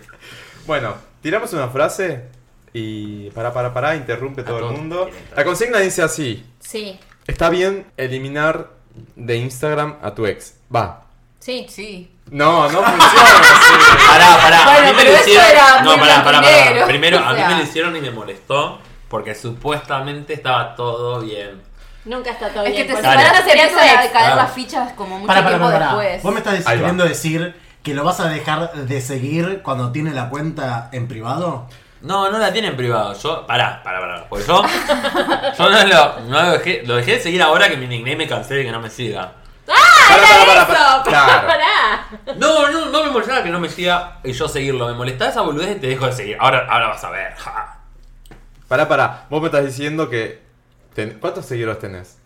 [SPEAKER 2] Bueno, tiramos una frase y para, para, para, interrumpe todo,
[SPEAKER 5] todo.
[SPEAKER 2] el mundo. La consigna dice así:
[SPEAKER 6] Sí,
[SPEAKER 2] Está bien eliminar de Instagram a tu ex. Va.
[SPEAKER 6] sí.
[SPEAKER 7] Sí.
[SPEAKER 2] No,
[SPEAKER 6] *laughs*
[SPEAKER 2] no funciona así.
[SPEAKER 5] Pará, pará.
[SPEAKER 7] Ah, Bueno,
[SPEAKER 5] a mí me
[SPEAKER 7] pero
[SPEAKER 5] lo
[SPEAKER 7] eso
[SPEAKER 5] hicieron.
[SPEAKER 7] era
[SPEAKER 5] no, pará,
[SPEAKER 7] muy
[SPEAKER 5] pará, pará, pará.
[SPEAKER 7] blanco y
[SPEAKER 5] Primero,
[SPEAKER 7] negro,
[SPEAKER 5] a
[SPEAKER 7] o
[SPEAKER 5] mí
[SPEAKER 7] sea.
[SPEAKER 5] me lo hicieron y me molestó porque supuestamente estaba todo bien.
[SPEAKER 6] Nunca está todo
[SPEAKER 7] Es que
[SPEAKER 6] bien.
[SPEAKER 7] te
[SPEAKER 6] por
[SPEAKER 5] Dale. Ah.
[SPEAKER 7] separas,
[SPEAKER 6] supuesto.
[SPEAKER 7] se empiezan a caer
[SPEAKER 5] Claro.
[SPEAKER 7] pues, las fichas como mucho
[SPEAKER 4] Para, para,
[SPEAKER 7] tiempo
[SPEAKER 4] para, para.
[SPEAKER 7] después.
[SPEAKER 4] Vos me estás
[SPEAKER 2] Ahí va.
[SPEAKER 4] queriendo decir que lo vas a dejar de seguir cuando tiene la cuenta en privado.
[SPEAKER 5] No, no la tiene en privado. Yo, pará, pará, pará. Porque
[SPEAKER 7] *laughs*
[SPEAKER 5] yo, yo no, lo, no lo dejé, lo dejé de seguir ahora que mi nickname me cancele y que no me siga.
[SPEAKER 2] Para, para, para, para.
[SPEAKER 6] Eso,
[SPEAKER 2] Claro.
[SPEAKER 6] pará.
[SPEAKER 5] No, no, no me molestaba que no me siga y yo seguirlo. Me molestaba esa boludez y te dejo de seguir. Ahora, ahora vas a ver. ja.
[SPEAKER 2] Pará, pará. Vos me estás diciendo que. ten- ¿Cuántos seguidores tenés?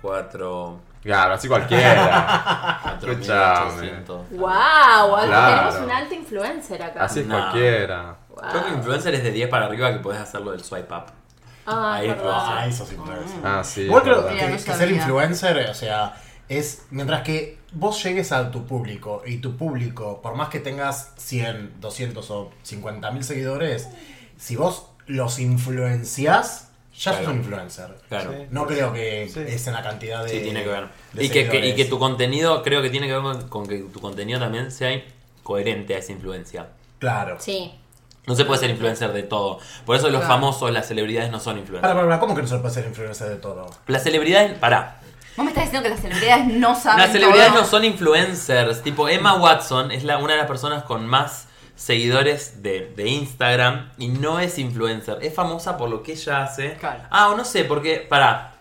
[SPEAKER 5] Cuatro.
[SPEAKER 2] Claro, así
[SPEAKER 6] *laughs*
[SPEAKER 2] cualquiera.
[SPEAKER 5] Cuatro mil
[SPEAKER 2] Escuchame.
[SPEAKER 5] ochocientos.
[SPEAKER 6] Wow,
[SPEAKER 2] Claro.
[SPEAKER 6] tenemos un alto influencer acá.
[SPEAKER 2] Así es
[SPEAKER 5] No.
[SPEAKER 2] cualquiera.
[SPEAKER 6] Guau.
[SPEAKER 5] Creo que influencer es de 10 para arriba que podés hacerlo del swipe up.
[SPEAKER 6] Ah,
[SPEAKER 5] Ahí
[SPEAKER 6] es
[SPEAKER 5] fue.
[SPEAKER 6] verdad.
[SPEAKER 4] Ah, eso sí puede ser.
[SPEAKER 2] Ah, sí.
[SPEAKER 4] Igual
[SPEAKER 2] es
[SPEAKER 4] creo
[SPEAKER 2] verdad.
[SPEAKER 4] que,
[SPEAKER 7] Mira, no
[SPEAKER 4] que ser
[SPEAKER 7] sabía.
[SPEAKER 4] influencer, o sea, es mientras que vos llegues a tu público y tu público, por más que tengas 100, 200 o 50 mil seguidores, si vos los influenciás, ya
[SPEAKER 5] Claro.
[SPEAKER 4] sos un influencer.
[SPEAKER 5] Claro.
[SPEAKER 2] Sí.
[SPEAKER 4] No creo que
[SPEAKER 2] Sí.
[SPEAKER 4] es en la cantidad de.
[SPEAKER 5] Sí, tiene que ver.
[SPEAKER 4] de
[SPEAKER 5] Eh, Y que, que- y
[SPEAKER 4] seguidores.
[SPEAKER 5] que tu contenido, creo que tiene que ver con, con que tu contenido también sea coherente a esa influencia.
[SPEAKER 4] Claro.
[SPEAKER 6] Sí.
[SPEAKER 5] No se puede ser influencer de todo. Por eso los
[SPEAKER 7] Claro.
[SPEAKER 5] famosos, las celebridades no son
[SPEAKER 4] Para,
[SPEAKER 5] influencers.
[SPEAKER 4] para, para, ¿cómo que no se puede ser influencer de todo?
[SPEAKER 5] Las celebridades, pará.
[SPEAKER 7] Vos me estás diciendo que las celebridades no saben.
[SPEAKER 5] Las celebridades
[SPEAKER 7] todo.
[SPEAKER 5] no son influencers. Tipo, Emma Watson es la, una de las personas con más seguidores de, de Instagram y no es influencer. Es famosa por lo que ella hace.
[SPEAKER 7] Claro.
[SPEAKER 5] Ah, o no sé, porque, pará.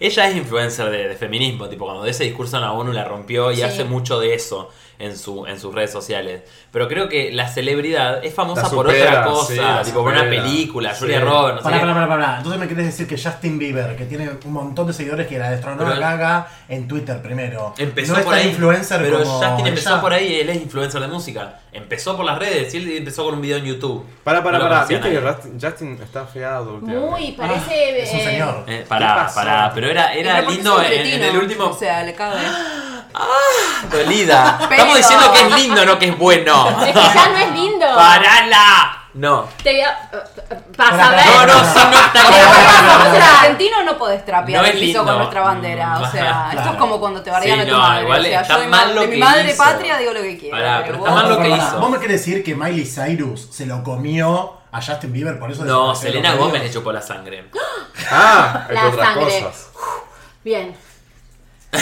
[SPEAKER 5] Ella es influencer de, de feminismo, tipo, cuando de ese discurso en la ONU la rompió y
[SPEAKER 6] Sí.
[SPEAKER 5] hace mucho de eso en, su, en sus redes sociales. Pero creo que la celebridad es famosa
[SPEAKER 2] La
[SPEAKER 5] por otra
[SPEAKER 2] supera,
[SPEAKER 5] cosa,
[SPEAKER 2] sí, la
[SPEAKER 5] tipo, por una
[SPEAKER 2] supera.
[SPEAKER 5] película,
[SPEAKER 2] Sí.
[SPEAKER 5] Julia Roberts, no sé
[SPEAKER 4] Pará,
[SPEAKER 5] qué.
[SPEAKER 4] pará, pará, pará. Entonces me querés decir que Justin Bieber, que tiene un montón de seguidores que la destronó
[SPEAKER 5] Pero-
[SPEAKER 4] la gaga en Twitter primero.
[SPEAKER 5] Empezó
[SPEAKER 4] no es
[SPEAKER 5] por
[SPEAKER 4] tan
[SPEAKER 5] ahí.
[SPEAKER 4] influencer
[SPEAKER 5] pero
[SPEAKER 4] como
[SPEAKER 5] Justin empezó
[SPEAKER 4] ella.
[SPEAKER 5] por ahí y él es influencer de música. Empezó por las redes y él empezó con un video en YouTube.
[SPEAKER 2] Pará, pará,
[SPEAKER 5] No lo
[SPEAKER 2] pará.
[SPEAKER 5] conocía
[SPEAKER 2] Viste que
[SPEAKER 5] nadie.
[SPEAKER 2] Justin, Justin está feado. últimamente.
[SPEAKER 6] Muy,
[SPEAKER 4] Ah,
[SPEAKER 6] parece.
[SPEAKER 4] es un
[SPEAKER 6] eh,
[SPEAKER 4] señor.
[SPEAKER 5] Eh,
[SPEAKER 2] ¿Qué
[SPEAKER 5] pará,
[SPEAKER 2] pasó?
[SPEAKER 5] pará. Pero era, era
[SPEAKER 7] Pero porque
[SPEAKER 5] lindo eh,
[SPEAKER 7] es un
[SPEAKER 5] en, en el
[SPEAKER 7] cretino.
[SPEAKER 5] último.
[SPEAKER 7] O *laughs* sea, le eh. cabe. *gasps*
[SPEAKER 5] Dolida.
[SPEAKER 7] Pero-
[SPEAKER 5] Estamos diciendo que es lindo, no que es bueno.
[SPEAKER 6] *laughs* Es que ya no es
[SPEAKER 5] *laughs*
[SPEAKER 6] lindo.
[SPEAKER 5] ¡Parala! No.
[SPEAKER 6] Te voy a.
[SPEAKER 7] uh,
[SPEAKER 6] Vas
[SPEAKER 4] Pará,
[SPEAKER 6] a
[SPEAKER 5] No, *laughs*
[SPEAKER 4] pará,
[SPEAKER 6] ver.
[SPEAKER 5] no, sí, no está
[SPEAKER 7] Pero
[SPEAKER 5] bien.
[SPEAKER 7] bueno, como ser argentino no podés trapear
[SPEAKER 5] No
[SPEAKER 7] el
[SPEAKER 5] es
[SPEAKER 7] piso
[SPEAKER 5] lindo.
[SPEAKER 7] con nuestra bandera. O sea,
[SPEAKER 5] *laughs* Claro.
[SPEAKER 7] esto es como cuando te bardean
[SPEAKER 5] Sí,
[SPEAKER 7] a tu
[SPEAKER 5] no,
[SPEAKER 7] madre.
[SPEAKER 5] igual
[SPEAKER 7] o sea,
[SPEAKER 5] está
[SPEAKER 7] yo de,
[SPEAKER 5] mal
[SPEAKER 7] ma-
[SPEAKER 5] lo
[SPEAKER 7] de
[SPEAKER 5] que
[SPEAKER 7] mi madre
[SPEAKER 5] hizo.
[SPEAKER 7] patria digo lo que quiero.
[SPEAKER 5] Pará, pero está
[SPEAKER 7] vos-
[SPEAKER 5] mal lo que
[SPEAKER 4] Pará, pará.
[SPEAKER 5] hizo.
[SPEAKER 4] ¿Vos me querés decir que Miley Cyrus se lo comió a Justin Bieber por eso?
[SPEAKER 5] No,
[SPEAKER 4] desapareció de
[SPEAKER 5] Selena
[SPEAKER 4] los
[SPEAKER 5] Gómez le
[SPEAKER 4] medios?
[SPEAKER 5] chupó la sangre.
[SPEAKER 2] Ah, es
[SPEAKER 6] La
[SPEAKER 2] otras
[SPEAKER 6] sangre.
[SPEAKER 2] cosas.
[SPEAKER 6] Bien.
[SPEAKER 4] *laughs*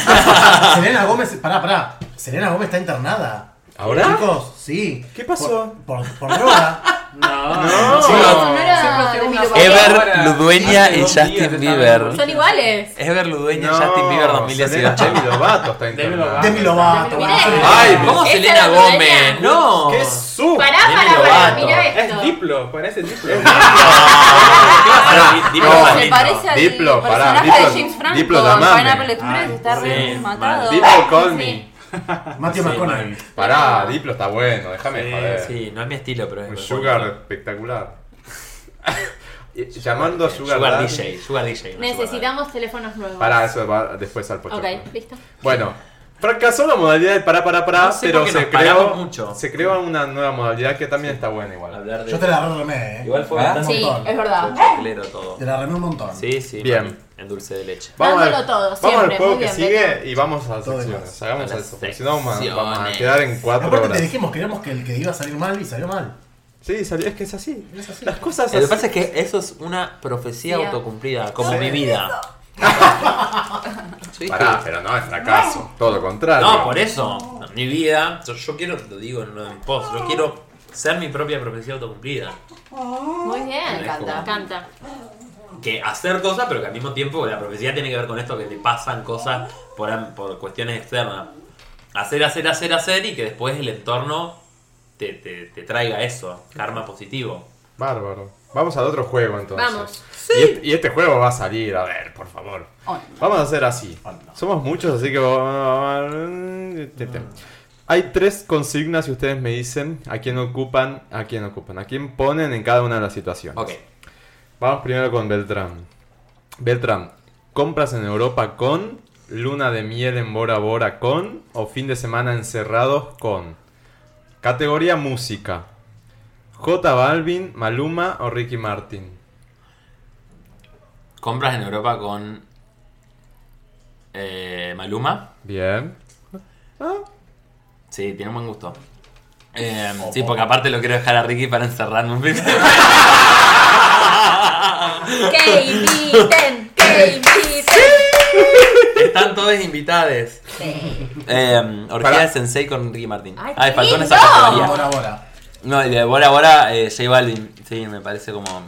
[SPEAKER 4] Selena Gómez, pará, pará. Selena Gómez está internada.
[SPEAKER 2] ¿Ahora?
[SPEAKER 4] Chicos, sí.
[SPEAKER 2] ¿Qué pasó?
[SPEAKER 4] Por, por, por droga.
[SPEAKER 5] *laughs*
[SPEAKER 2] Ah.
[SPEAKER 8] No.
[SPEAKER 6] Sí,
[SPEAKER 5] no.
[SPEAKER 6] eso no era
[SPEAKER 7] Siempre
[SPEAKER 6] de
[SPEAKER 7] una
[SPEAKER 6] Milo
[SPEAKER 7] Ever
[SPEAKER 6] Pagliaro.
[SPEAKER 5] *gasps* Ever Ludueña
[SPEAKER 8] Hace
[SPEAKER 5] y
[SPEAKER 8] dos días
[SPEAKER 5] Justin
[SPEAKER 8] estaba
[SPEAKER 5] Bieber.
[SPEAKER 8] hablando.
[SPEAKER 6] Son iguales.
[SPEAKER 5] Ever Ludueña y Justin Bieber
[SPEAKER 2] No,
[SPEAKER 5] 2018.
[SPEAKER 2] Selena Demi Lovato está
[SPEAKER 8] Demi
[SPEAKER 2] internada.
[SPEAKER 8] Lovato.
[SPEAKER 4] Demi Lovato.
[SPEAKER 6] Mirá.
[SPEAKER 5] Ay, ¿cómo
[SPEAKER 6] Esa
[SPEAKER 5] Selena
[SPEAKER 6] es la dueña.
[SPEAKER 5] Gómez? No.
[SPEAKER 2] ¡Qué su!
[SPEAKER 6] Pará,
[SPEAKER 5] Demi
[SPEAKER 6] pará, pará.
[SPEAKER 5] Lovato.
[SPEAKER 6] Mira
[SPEAKER 8] Es
[SPEAKER 6] esto.
[SPEAKER 8] Diplo, parece Diplo.
[SPEAKER 5] ¿Qué va a ser Di- Diplo
[SPEAKER 2] No.
[SPEAKER 5] más
[SPEAKER 7] Se
[SPEAKER 5] lindo?
[SPEAKER 7] parece al
[SPEAKER 2] Diplo, pará,
[SPEAKER 7] personaje
[SPEAKER 2] Diplo-
[SPEAKER 7] de James Franco
[SPEAKER 2] Diplo
[SPEAKER 7] en
[SPEAKER 2] Damame.
[SPEAKER 7] Pineapple Express. Está re
[SPEAKER 5] sí,
[SPEAKER 7] matado.
[SPEAKER 5] mal.
[SPEAKER 2] Diplo, call me.
[SPEAKER 6] Sí.
[SPEAKER 4] Matthew
[SPEAKER 5] Sí,
[SPEAKER 4] McConaughey.
[SPEAKER 2] Pará, Diplo está bueno, déjame
[SPEAKER 5] Sí,
[SPEAKER 2] joder.
[SPEAKER 5] Sí, no es mi estilo, pero es.
[SPEAKER 2] Un sugar
[SPEAKER 5] *laughs*
[SPEAKER 2] espectacular. Y- Llamando a Sugar,
[SPEAKER 5] Sugar
[SPEAKER 2] Daddy.
[SPEAKER 5] DJ. Sugar DJ. no Sugar Daddy.
[SPEAKER 6] Necesitamos teléfonos nuevos.
[SPEAKER 2] Pará, eso va después al pocho.
[SPEAKER 6] Ok, listo.
[SPEAKER 2] Bueno, Fracasó la modalidad del pará, pará, pará,
[SPEAKER 5] No sé
[SPEAKER 2] pero
[SPEAKER 5] por qué
[SPEAKER 2] se
[SPEAKER 5] nos paramos
[SPEAKER 2] creó,
[SPEAKER 5] mucho.
[SPEAKER 2] se creó una nueva modalidad que también está buena igual.
[SPEAKER 5] Hablar de.
[SPEAKER 4] Yo te la remé, eh.
[SPEAKER 5] Igual fue
[SPEAKER 4] Ah,
[SPEAKER 5] bastante-
[SPEAKER 4] un
[SPEAKER 6] Sí,
[SPEAKER 4] montón.
[SPEAKER 6] es verdad.
[SPEAKER 5] Claro, todo.
[SPEAKER 4] Te la remé un montón.
[SPEAKER 5] Sí, sí.
[SPEAKER 2] Bien.
[SPEAKER 5] mami, En dulce de leche.
[SPEAKER 6] Dándolo
[SPEAKER 2] al-
[SPEAKER 6] todo,
[SPEAKER 2] vamos al
[SPEAKER 6] siempre,
[SPEAKER 2] juego
[SPEAKER 6] muy
[SPEAKER 2] que
[SPEAKER 6] bien,
[SPEAKER 2] sigue
[SPEAKER 6] Beto.
[SPEAKER 2] y vamos a las
[SPEAKER 4] Todo
[SPEAKER 2] secciones.
[SPEAKER 4] bien.
[SPEAKER 2] Hagamos
[SPEAKER 5] A las
[SPEAKER 2] eso, porque si no vamos a, vamos a
[SPEAKER 5] secciones.
[SPEAKER 2] quedar en cuatro
[SPEAKER 4] Aparte te
[SPEAKER 2] horas.
[SPEAKER 4] dijimos, queríamos que el que iba a salir mal y salió mal.
[SPEAKER 2] Sí, salió- es que es así.
[SPEAKER 4] Es así.
[SPEAKER 2] Las cosas
[SPEAKER 5] Lo que
[SPEAKER 2] así.
[SPEAKER 5] pasa es que eso es una profecía
[SPEAKER 6] Sí.
[SPEAKER 5] autocumplida, como
[SPEAKER 2] Sí.
[SPEAKER 5] mi vida. Sí,
[SPEAKER 2] Pará,
[SPEAKER 5] que-
[SPEAKER 2] pero no es fracaso. Todo lo contrario.
[SPEAKER 5] No, por eso. Mi vida. Yo, yo quiero, lo digo en uno de mis posts, yo quiero ser mi propia profecía autocumplida.
[SPEAKER 6] Muy bien.
[SPEAKER 5] Me encanta.
[SPEAKER 6] Me encanta.
[SPEAKER 5] Que hacer cosas, pero que al mismo tiempo la profecía tiene que ver con esto, que te pasan cosas por, am- por cuestiones externas. Hacer, hacer, hacer, hacer y que después el entorno te, te- te traiga eso, karma positivo.
[SPEAKER 2] Bárbaro. Vamos al otro juego entonces.
[SPEAKER 6] Vamos.
[SPEAKER 2] Y, este, y este juego va a salir, a ver, por favor.
[SPEAKER 7] Oh, no.
[SPEAKER 2] Vamos a hacer así. Somos muchos, así que vamos- Este, Hay tres consignas y ustedes me dicen a quién ocupan, a quién ocupan, a quién ponen en cada una de las situaciones.
[SPEAKER 5] Ok.
[SPEAKER 2] Vamos primero con Beltrán. Beltrán, compras en Europa con, luna de miel en Bora Bora con, o fin de semana encerrados con. Categoría música. J Balvin, Maluma o Ricky Martin.
[SPEAKER 5] Compras en Europa con eh, Maluma.
[SPEAKER 2] Bien.
[SPEAKER 5] Sí, tiene un buen gusto. Eh, sí, porque aparte lo quiero dejar a Ricky para encerrarme un fin.
[SPEAKER 6] Que inviten, que inviten.
[SPEAKER 5] *laughs* Están todos invitados. Eh, Orquídea
[SPEAKER 2] Pará.
[SPEAKER 5] de Sensei con Ricky Martín.
[SPEAKER 6] Ay,
[SPEAKER 5] Ay,
[SPEAKER 6] qué
[SPEAKER 5] faltó en esa
[SPEAKER 6] lindo.
[SPEAKER 5] categoría.
[SPEAKER 4] Ahora, ahora.
[SPEAKER 5] No, el de Bora Bora, eh, J Balvin. Sí, me parece como.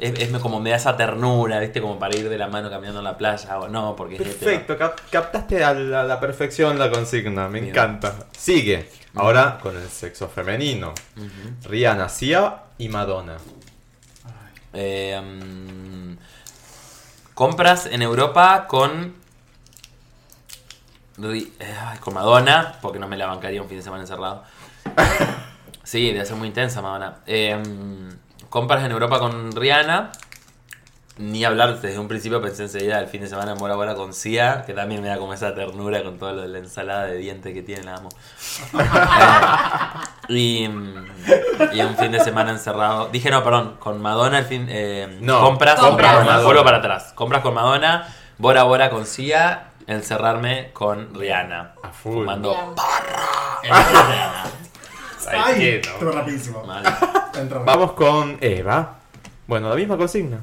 [SPEAKER 5] Es, es como me da esa ternura, ¿viste? Como para ir de la mano caminando en la playa. O no, porque es hetero.
[SPEAKER 2] Perfecto, cap- captaste a la, a la perfección la consigna, me
[SPEAKER 5] Bien.
[SPEAKER 2] encanta. Sigue, ahora con el sexo femenino. Rihanna, Sia y Madonna.
[SPEAKER 5] Eh, mm, compras en Europa con. Ri- eh, ay, con Madonna, porque no me la bancaría un fin de semana encerrado. sí, debe ser muy intensa Madonna. Eh, mm, compras en Europa con Rihanna. Ni hablar desde un principio, pensé enseguida el fin de semana en Bora Bora con Sia, que también me da como esa ternura con todo lo de la ensalada de dientes que tiene, la amo. Eh, y, mm, y un fin de semana encerrado. Dije, no, perdón, con Madonna el fin. eh,
[SPEAKER 2] No,
[SPEAKER 5] compras,
[SPEAKER 6] compras
[SPEAKER 5] compras
[SPEAKER 6] con
[SPEAKER 5] con Madonna.
[SPEAKER 2] Madonna.
[SPEAKER 5] Vuelvo para atrás. Compras con Madonna, Bora Bora con Sia, encerrarme con Rihanna.
[SPEAKER 2] A full.
[SPEAKER 5] Fumando
[SPEAKER 6] Bien.
[SPEAKER 5] Rihanna.
[SPEAKER 4] Ay,
[SPEAKER 2] qué, ¿no?
[SPEAKER 4] entró rapidísimo.
[SPEAKER 5] Mal.
[SPEAKER 7] *laughs*
[SPEAKER 4] Entró.
[SPEAKER 2] Vamos con Eva. Bueno, la misma consigna.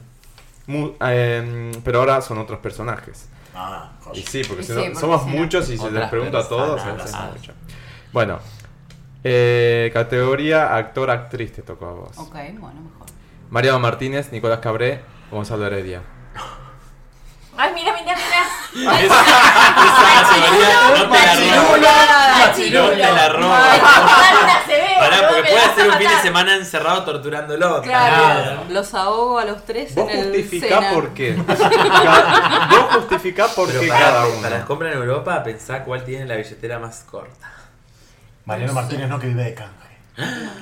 [SPEAKER 2] Mu- eh, pero ahora son otros personajes.
[SPEAKER 4] Ah,
[SPEAKER 2] Y
[SPEAKER 4] joya.
[SPEAKER 2] sí, porque
[SPEAKER 7] Y
[SPEAKER 2] si
[SPEAKER 7] sí,
[SPEAKER 2] no-
[SPEAKER 7] porque
[SPEAKER 2] somos
[SPEAKER 7] si no-
[SPEAKER 2] muchos y si les
[SPEAKER 5] Otras
[SPEAKER 2] pregunto a todos,
[SPEAKER 5] personas.
[SPEAKER 2] se hace mucho. Bueno, eh, categoría actor-actriz te tocó a vos.
[SPEAKER 7] Ok, bueno, mejor.
[SPEAKER 2] Mariano Martínez, Nicolás Cabré, Gonzalo Heredia.
[SPEAKER 6] Ay, mira, mira, mira.
[SPEAKER 5] Esa no te la robo.
[SPEAKER 6] Machirula,
[SPEAKER 5] No te la robo.
[SPEAKER 6] Ay, Marta se ve.
[SPEAKER 5] Pará,
[SPEAKER 7] Eh,
[SPEAKER 6] boludo,
[SPEAKER 5] porque
[SPEAKER 6] me
[SPEAKER 5] puede
[SPEAKER 6] vas a
[SPEAKER 5] hacer un fin de
[SPEAKER 6] matar.
[SPEAKER 5] semana encerrado torturándolo.
[SPEAKER 7] Claro, los ahogo a los tres
[SPEAKER 2] Vos
[SPEAKER 7] en el
[SPEAKER 2] justificá
[SPEAKER 7] Sena.
[SPEAKER 2] por qué. Cada- Vos justificá por
[SPEAKER 5] Pero
[SPEAKER 2] qué
[SPEAKER 5] para,
[SPEAKER 2] cada
[SPEAKER 5] para las
[SPEAKER 2] uno.
[SPEAKER 5] compras en Europa, pensá cuál tiene la billetera más corta.
[SPEAKER 4] Mariano Martínez no que vive de canje.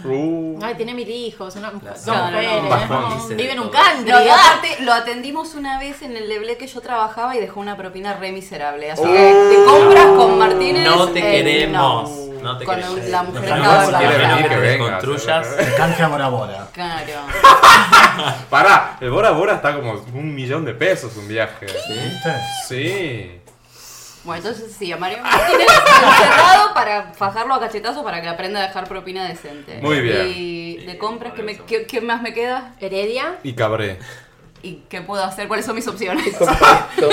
[SPEAKER 2] Uh,
[SPEAKER 6] Ay, tiene mil hijos. Son son
[SPEAKER 5] Las-
[SPEAKER 6] mujeres.
[SPEAKER 7] no,
[SPEAKER 6] ¿no?
[SPEAKER 5] bajón, dice
[SPEAKER 6] Viven en un
[SPEAKER 5] todo.
[SPEAKER 6] country.
[SPEAKER 7] No, y
[SPEAKER 6] ah.
[SPEAKER 7] aparte, lo atendimos una vez en el leblé que yo trabajaba y dejó una propina re miserable. Así que te compras con Martínez.
[SPEAKER 5] Oh. No te
[SPEAKER 7] eh,
[SPEAKER 5] queremos.
[SPEAKER 7] no.
[SPEAKER 5] No, te
[SPEAKER 7] Con
[SPEAKER 5] queremos.
[SPEAKER 7] la mujer
[SPEAKER 5] Ojalá
[SPEAKER 7] acaba de
[SPEAKER 5] si quiere
[SPEAKER 7] hablar.
[SPEAKER 5] venir, que
[SPEAKER 2] venga,
[SPEAKER 5] construyas.
[SPEAKER 4] De canje a Bora Bora.
[SPEAKER 7] Claro.
[SPEAKER 2] Pará, el Bora Bora está como un millón de pesos un viaje.
[SPEAKER 4] ¿Viste?
[SPEAKER 2] Sí.
[SPEAKER 7] Bueno, entonces sí, a Mario Martínez encerrado para fajarlo a cachetazo para que aprenda a dejar propina decente.
[SPEAKER 2] Muy bien.
[SPEAKER 7] Y de compras, ¿qué, me,
[SPEAKER 5] maravilloso.
[SPEAKER 7] qué- qué más me queda?
[SPEAKER 6] Heredia.
[SPEAKER 2] Y Cabré.
[SPEAKER 7] ¿Y qué puedo hacer? ¿Cuáles son mis opciones?
[SPEAKER 5] *laughs*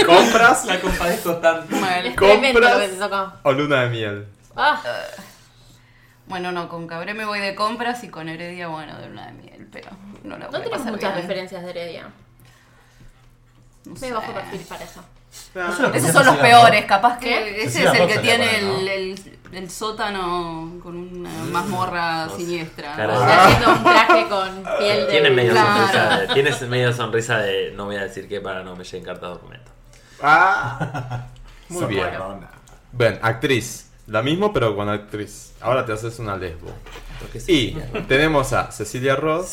[SPEAKER 2] ¿Compras
[SPEAKER 5] La compadezco tanto.
[SPEAKER 7] Bueno.
[SPEAKER 6] Tremendo lo que
[SPEAKER 2] ¿Compras?
[SPEAKER 6] te tocó.
[SPEAKER 2] o luna de miel?
[SPEAKER 6] Ah,
[SPEAKER 7] Bueno, no, con Cabré me voy de compras y con Heredia, bueno, de una de miel, pero no la voy
[SPEAKER 6] no
[SPEAKER 7] a
[SPEAKER 6] tenemos
[SPEAKER 7] pasar
[SPEAKER 6] muchas
[SPEAKER 7] bien.
[SPEAKER 6] referencias de Heredia.
[SPEAKER 7] No
[SPEAKER 6] Me
[SPEAKER 7] sé.
[SPEAKER 6] bajo perfil para eso.
[SPEAKER 4] Eso lo
[SPEAKER 7] Esos
[SPEAKER 4] querías
[SPEAKER 7] son los
[SPEAKER 4] decir,
[SPEAKER 7] peores, capaz que
[SPEAKER 6] ¿Qué?
[SPEAKER 7] ese
[SPEAKER 4] Cecilia
[SPEAKER 7] es el que
[SPEAKER 4] Roth
[SPEAKER 7] tiene
[SPEAKER 4] se le
[SPEAKER 7] el,
[SPEAKER 4] pone,
[SPEAKER 7] el- el sótano con una mazmorra siniestra.
[SPEAKER 5] Claro.
[SPEAKER 6] Estoy haciendo un traje con piel de.
[SPEAKER 5] Tiene medio
[SPEAKER 7] Claro.
[SPEAKER 5] sonrisa de, tienes medio sonrisa de no voy a decir qué para no me lleguen cartas documentos.
[SPEAKER 2] Ah.
[SPEAKER 4] ¿no?
[SPEAKER 2] Muy bien.
[SPEAKER 4] Socorrona.
[SPEAKER 2] Ven, actriz. La misma, pero con actriz. Ahora te haces una lesbo.
[SPEAKER 5] Porque sí.
[SPEAKER 2] Y tenemos a Cecilia Roth,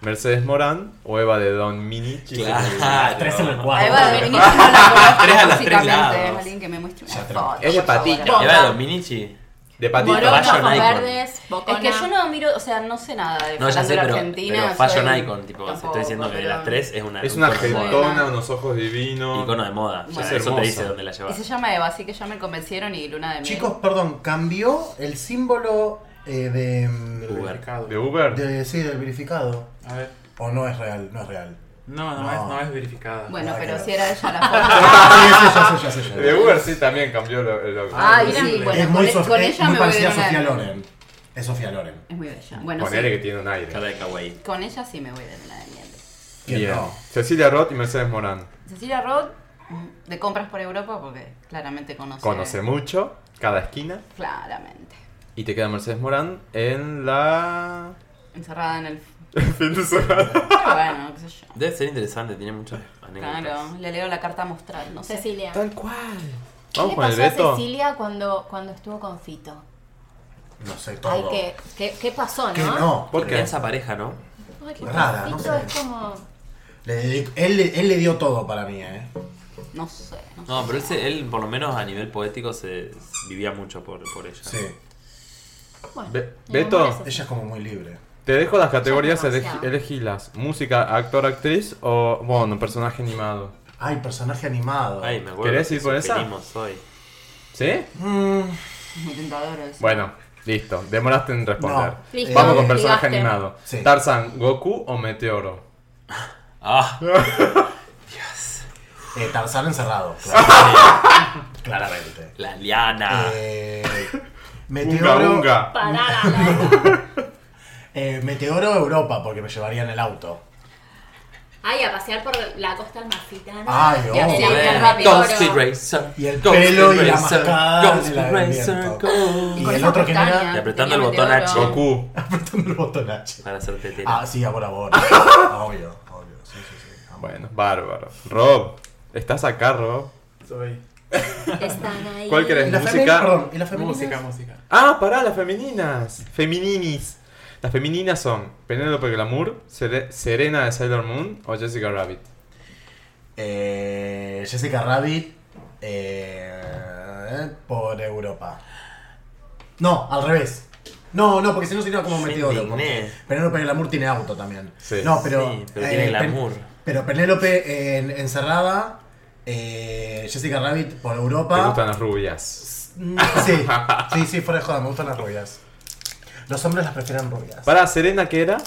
[SPEAKER 2] Mercedes Morán o Eva de Don Minichi.
[SPEAKER 5] Claro.
[SPEAKER 4] Tres en el
[SPEAKER 7] Ahí
[SPEAKER 4] cuadro.
[SPEAKER 7] va, de Dominici no la
[SPEAKER 5] Tres a los
[SPEAKER 7] conozco
[SPEAKER 5] tres
[SPEAKER 7] físicamente.
[SPEAKER 5] lados.
[SPEAKER 7] Alguien que me muestre una
[SPEAKER 4] Ya te-
[SPEAKER 7] foto.
[SPEAKER 2] Es de
[SPEAKER 7] por favor.
[SPEAKER 2] patita.
[SPEAKER 7] Boca.
[SPEAKER 5] ¿Eva Dominici?
[SPEAKER 2] De patito.
[SPEAKER 6] Morocho,
[SPEAKER 5] Fashion
[SPEAKER 6] ojos
[SPEAKER 5] icon.
[SPEAKER 6] verdes,
[SPEAKER 7] Es
[SPEAKER 6] bocona.
[SPEAKER 7] que yo no miro, o sea, no sé nada de
[SPEAKER 5] No, ya sé,
[SPEAKER 7] farándula
[SPEAKER 5] pero,
[SPEAKER 7] argentina.
[SPEAKER 5] pero Fashion
[SPEAKER 7] soy-
[SPEAKER 5] Icon, tipo, se
[SPEAKER 7] tampoco,
[SPEAKER 5] estoy diciendo que de
[SPEAKER 7] pero-
[SPEAKER 5] las tres es una
[SPEAKER 2] Es una
[SPEAKER 5] icono de moda.
[SPEAKER 2] gentona, unos ojos divinos.
[SPEAKER 5] Icono de moda. O sea,
[SPEAKER 2] Es
[SPEAKER 5] eso te
[SPEAKER 2] hermosa.
[SPEAKER 5] dice dónde la
[SPEAKER 7] Y
[SPEAKER 5] llevas.
[SPEAKER 7] se llama Eva, así que ya me convencieron y Luna de Miel.
[SPEAKER 4] Chicos, perdón, cambió el símbolo eh, de, mm,
[SPEAKER 5] Uber.
[SPEAKER 8] Verificado.
[SPEAKER 2] De Uber.
[SPEAKER 4] de- Sí, del verificado.
[SPEAKER 8] A ver.
[SPEAKER 4] O no es real, no
[SPEAKER 2] *laughs*
[SPEAKER 4] es real.
[SPEAKER 8] No, no,
[SPEAKER 4] No.
[SPEAKER 8] Es, no es verificada.
[SPEAKER 7] Bueno,
[SPEAKER 4] Ah,
[SPEAKER 7] pero
[SPEAKER 4] claro.
[SPEAKER 7] si era ella
[SPEAKER 4] *laughs*
[SPEAKER 7] la foto.
[SPEAKER 4] Ah, sí, ya sé, ya sé, ya
[SPEAKER 2] De
[SPEAKER 4] sé.
[SPEAKER 2] Uber sí también cambió lo, lo-
[SPEAKER 7] Ay,
[SPEAKER 8] Mira,
[SPEAKER 7] sí,
[SPEAKER 8] es
[SPEAKER 4] es
[SPEAKER 7] bueno, con, e-
[SPEAKER 4] muy,
[SPEAKER 7] con
[SPEAKER 4] Sof- es
[SPEAKER 7] ella
[SPEAKER 4] muy
[SPEAKER 7] me voy
[SPEAKER 4] parecida a
[SPEAKER 7] de
[SPEAKER 4] Sofía
[SPEAKER 7] una de
[SPEAKER 4] Loren. Es Sofía Loren.
[SPEAKER 7] Es muy bella. Bueno,
[SPEAKER 2] Ponele que
[SPEAKER 7] sí,
[SPEAKER 2] tiene un
[SPEAKER 5] Cara
[SPEAKER 2] aire.
[SPEAKER 5] de kawaii.
[SPEAKER 7] con ella sí me voy de Luna de Miel.
[SPEAKER 4] ¿Quién
[SPEAKER 2] Bien.
[SPEAKER 4] no?
[SPEAKER 2] Cecilia Roth y Mercedes Morán.
[SPEAKER 7] Cecilia Roth, mm, de compras por Europa, porque claramente conoce.
[SPEAKER 2] Conoce mucho, cada esquina.
[SPEAKER 7] Claramente.
[SPEAKER 2] Y te queda Mercedes Morán en
[SPEAKER 4] *laughs*
[SPEAKER 2] la.
[SPEAKER 7] Encerrada en el...
[SPEAKER 2] fin de semana.
[SPEAKER 7] *laughs* Pero bueno, qué sé yo.
[SPEAKER 5] Debe ser interesante, tiene muchas anécdotas.
[SPEAKER 7] Claro, le leo la carta mostral, no sé.
[SPEAKER 6] Cecilia.
[SPEAKER 2] Tal cual.
[SPEAKER 6] ¿Qué
[SPEAKER 2] Vamos
[SPEAKER 6] le
[SPEAKER 2] con el
[SPEAKER 6] pasó a
[SPEAKER 2] Beto.
[SPEAKER 6] Cecilia cuando, cuando estuvo con Fito?
[SPEAKER 4] No sé
[SPEAKER 6] Ay,
[SPEAKER 4] todo.
[SPEAKER 6] ¿qué, qué, qué pasó, no?
[SPEAKER 4] Que no.
[SPEAKER 2] ¿Por
[SPEAKER 5] Porque
[SPEAKER 2] qué?
[SPEAKER 5] esa pareja, ¿no?
[SPEAKER 6] Ay, que
[SPEAKER 4] Rara,
[SPEAKER 6] Fito
[SPEAKER 4] no sé.
[SPEAKER 6] es como...
[SPEAKER 4] Le dedico- él, le- él le dio todo para mí, ¿eh?
[SPEAKER 7] No sé. no sé.
[SPEAKER 5] No, pero él, se- él, por lo menos a nivel poético, se vivía mucho por, por ella.
[SPEAKER 4] Sí.
[SPEAKER 6] Bueno,
[SPEAKER 2] Be-
[SPEAKER 6] el
[SPEAKER 2] Beto.
[SPEAKER 6] amor es así.
[SPEAKER 4] Ella es como muy libre.
[SPEAKER 2] Te dejo las categorías,
[SPEAKER 6] Ya es
[SPEAKER 2] elegi-
[SPEAKER 6] demasiado.
[SPEAKER 2] elegilas. Música, actor, actriz o, bueno, personaje animado.
[SPEAKER 4] Ay, personaje animado.
[SPEAKER 5] Ay, me acuerdo.
[SPEAKER 2] ¿Querés
[SPEAKER 5] que
[SPEAKER 2] ir por esa?
[SPEAKER 5] sugerimos hoy.
[SPEAKER 2] ¿Sí?
[SPEAKER 4] Mm,
[SPEAKER 7] Es muy tentador eso.
[SPEAKER 2] Bueno, listo. Demoraste en responder.
[SPEAKER 4] No.
[SPEAKER 6] Listo,
[SPEAKER 2] Vamos con
[SPEAKER 6] eh,
[SPEAKER 2] personaje
[SPEAKER 6] ligaste.
[SPEAKER 2] animado.
[SPEAKER 4] Sí.
[SPEAKER 2] Tarzan, Goku o Meteoro.
[SPEAKER 5] Ah,
[SPEAKER 4] eh,
[SPEAKER 2] *laughs*
[SPEAKER 4] Tarzán encerrado. Claramente. claramente.
[SPEAKER 5] la liana.
[SPEAKER 4] Eh,
[SPEAKER 2] Ah. Unga,
[SPEAKER 4] meteoro.
[SPEAKER 2] unga.
[SPEAKER 6] *laughs* Pará, la- la-
[SPEAKER 4] eh, meteoro Europa, porque me llevaría en el auto.
[SPEAKER 6] Ay, a pasear por la costa almafitana.
[SPEAKER 7] Ah,
[SPEAKER 4] Ay,
[SPEAKER 6] Y así
[SPEAKER 4] oh.
[SPEAKER 6] al
[SPEAKER 5] Eh,
[SPEAKER 6] rapidoro.
[SPEAKER 5] Ghost Speed Racer.
[SPEAKER 4] Y el
[SPEAKER 5] Ghost
[SPEAKER 4] pelo
[SPEAKER 5] Speed
[SPEAKER 4] y la
[SPEAKER 5] Racer,
[SPEAKER 4] mascada
[SPEAKER 5] Ghost
[SPEAKER 4] y
[SPEAKER 5] Speed
[SPEAKER 4] la del
[SPEAKER 5] Racer.
[SPEAKER 4] viento.
[SPEAKER 5] Go.
[SPEAKER 4] Y
[SPEAKER 7] con
[SPEAKER 4] el
[SPEAKER 7] esa
[SPEAKER 4] otro que
[SPEAKER 7] pestaña.
[SPEAKER 4] era.
[SPEAKER 5] Y apretando el
[SPEAKER 7] Tenía
[SPEAKER 5] botón
[SPEAKER 7] meteoro.
[SPEAKER 5] H.
[SPEAKER 2] Goku.
[SPEAKER 4] Apretando el botón H.
[SPEAKER 5] Para hacerte tela.
[SPEAKER 4] Ah, sí, a
[SPEAKER 2] *laughs*
[SPEAKER 4] Bora Bora. obvio, obvio. Sí, sí, sí. Amo.
[SPEAKER 2] Bueno, bárbaro. Rob, estás acá, Rob.
[SPEAKER 8] Soy.
[SPEAKER 6] Están ahí.
[SPEAKER 2] ¿Cuál
[SPEAKER 4] ¿Y
[SPEAKER 2] querés?
[SPEAKER 4] la
[SPEAKER 2] Música.
[SPEAKER 4] femenina? Perdón, ¿y la femenina?
[SPEAKER 8] Música, música.
[SPEAKER 2] Ah, pará, las femeninas. Femininis. Las femeninas son Penélope Glamour, Sere- Serena de Sailor Moon o Jessica Rabbit.
[SPEAKER 4] Eh, Jessica Rabbit eh, por Europa. No, al revés. No, no, porque si no sería como
[SPEAKER 5] Me
[SPEAKER 4] meteoro.
[SPEAKER 5] indigné.
[SPEAKER 4] porque Penélope Glamour tiene auto también.
[SPEAKER 2] Sí.
[SPEAKER 4] no, pero. eh,
[SPEAKER 5] Sí, pero tiene
[SPEAKER 4] Pen-
[SPEAKER 5] glamour.
[SPEAKER 4] pero Penélope en- encerrada. eh, Jessica Rabbit por
[SPEAKER 2] Me
[SPEAKER 5] Ah.
[SPEAKER 4] Europa.
[SPEAKER 2] gustan las rubias.
[SPEAKER 4] Mm, Sí, sí, sí, fuera de joda, me gustan las rubias. Los hombres las prefieren rubias.
[SPEAKER 2] Pará, ¿Serena qué era?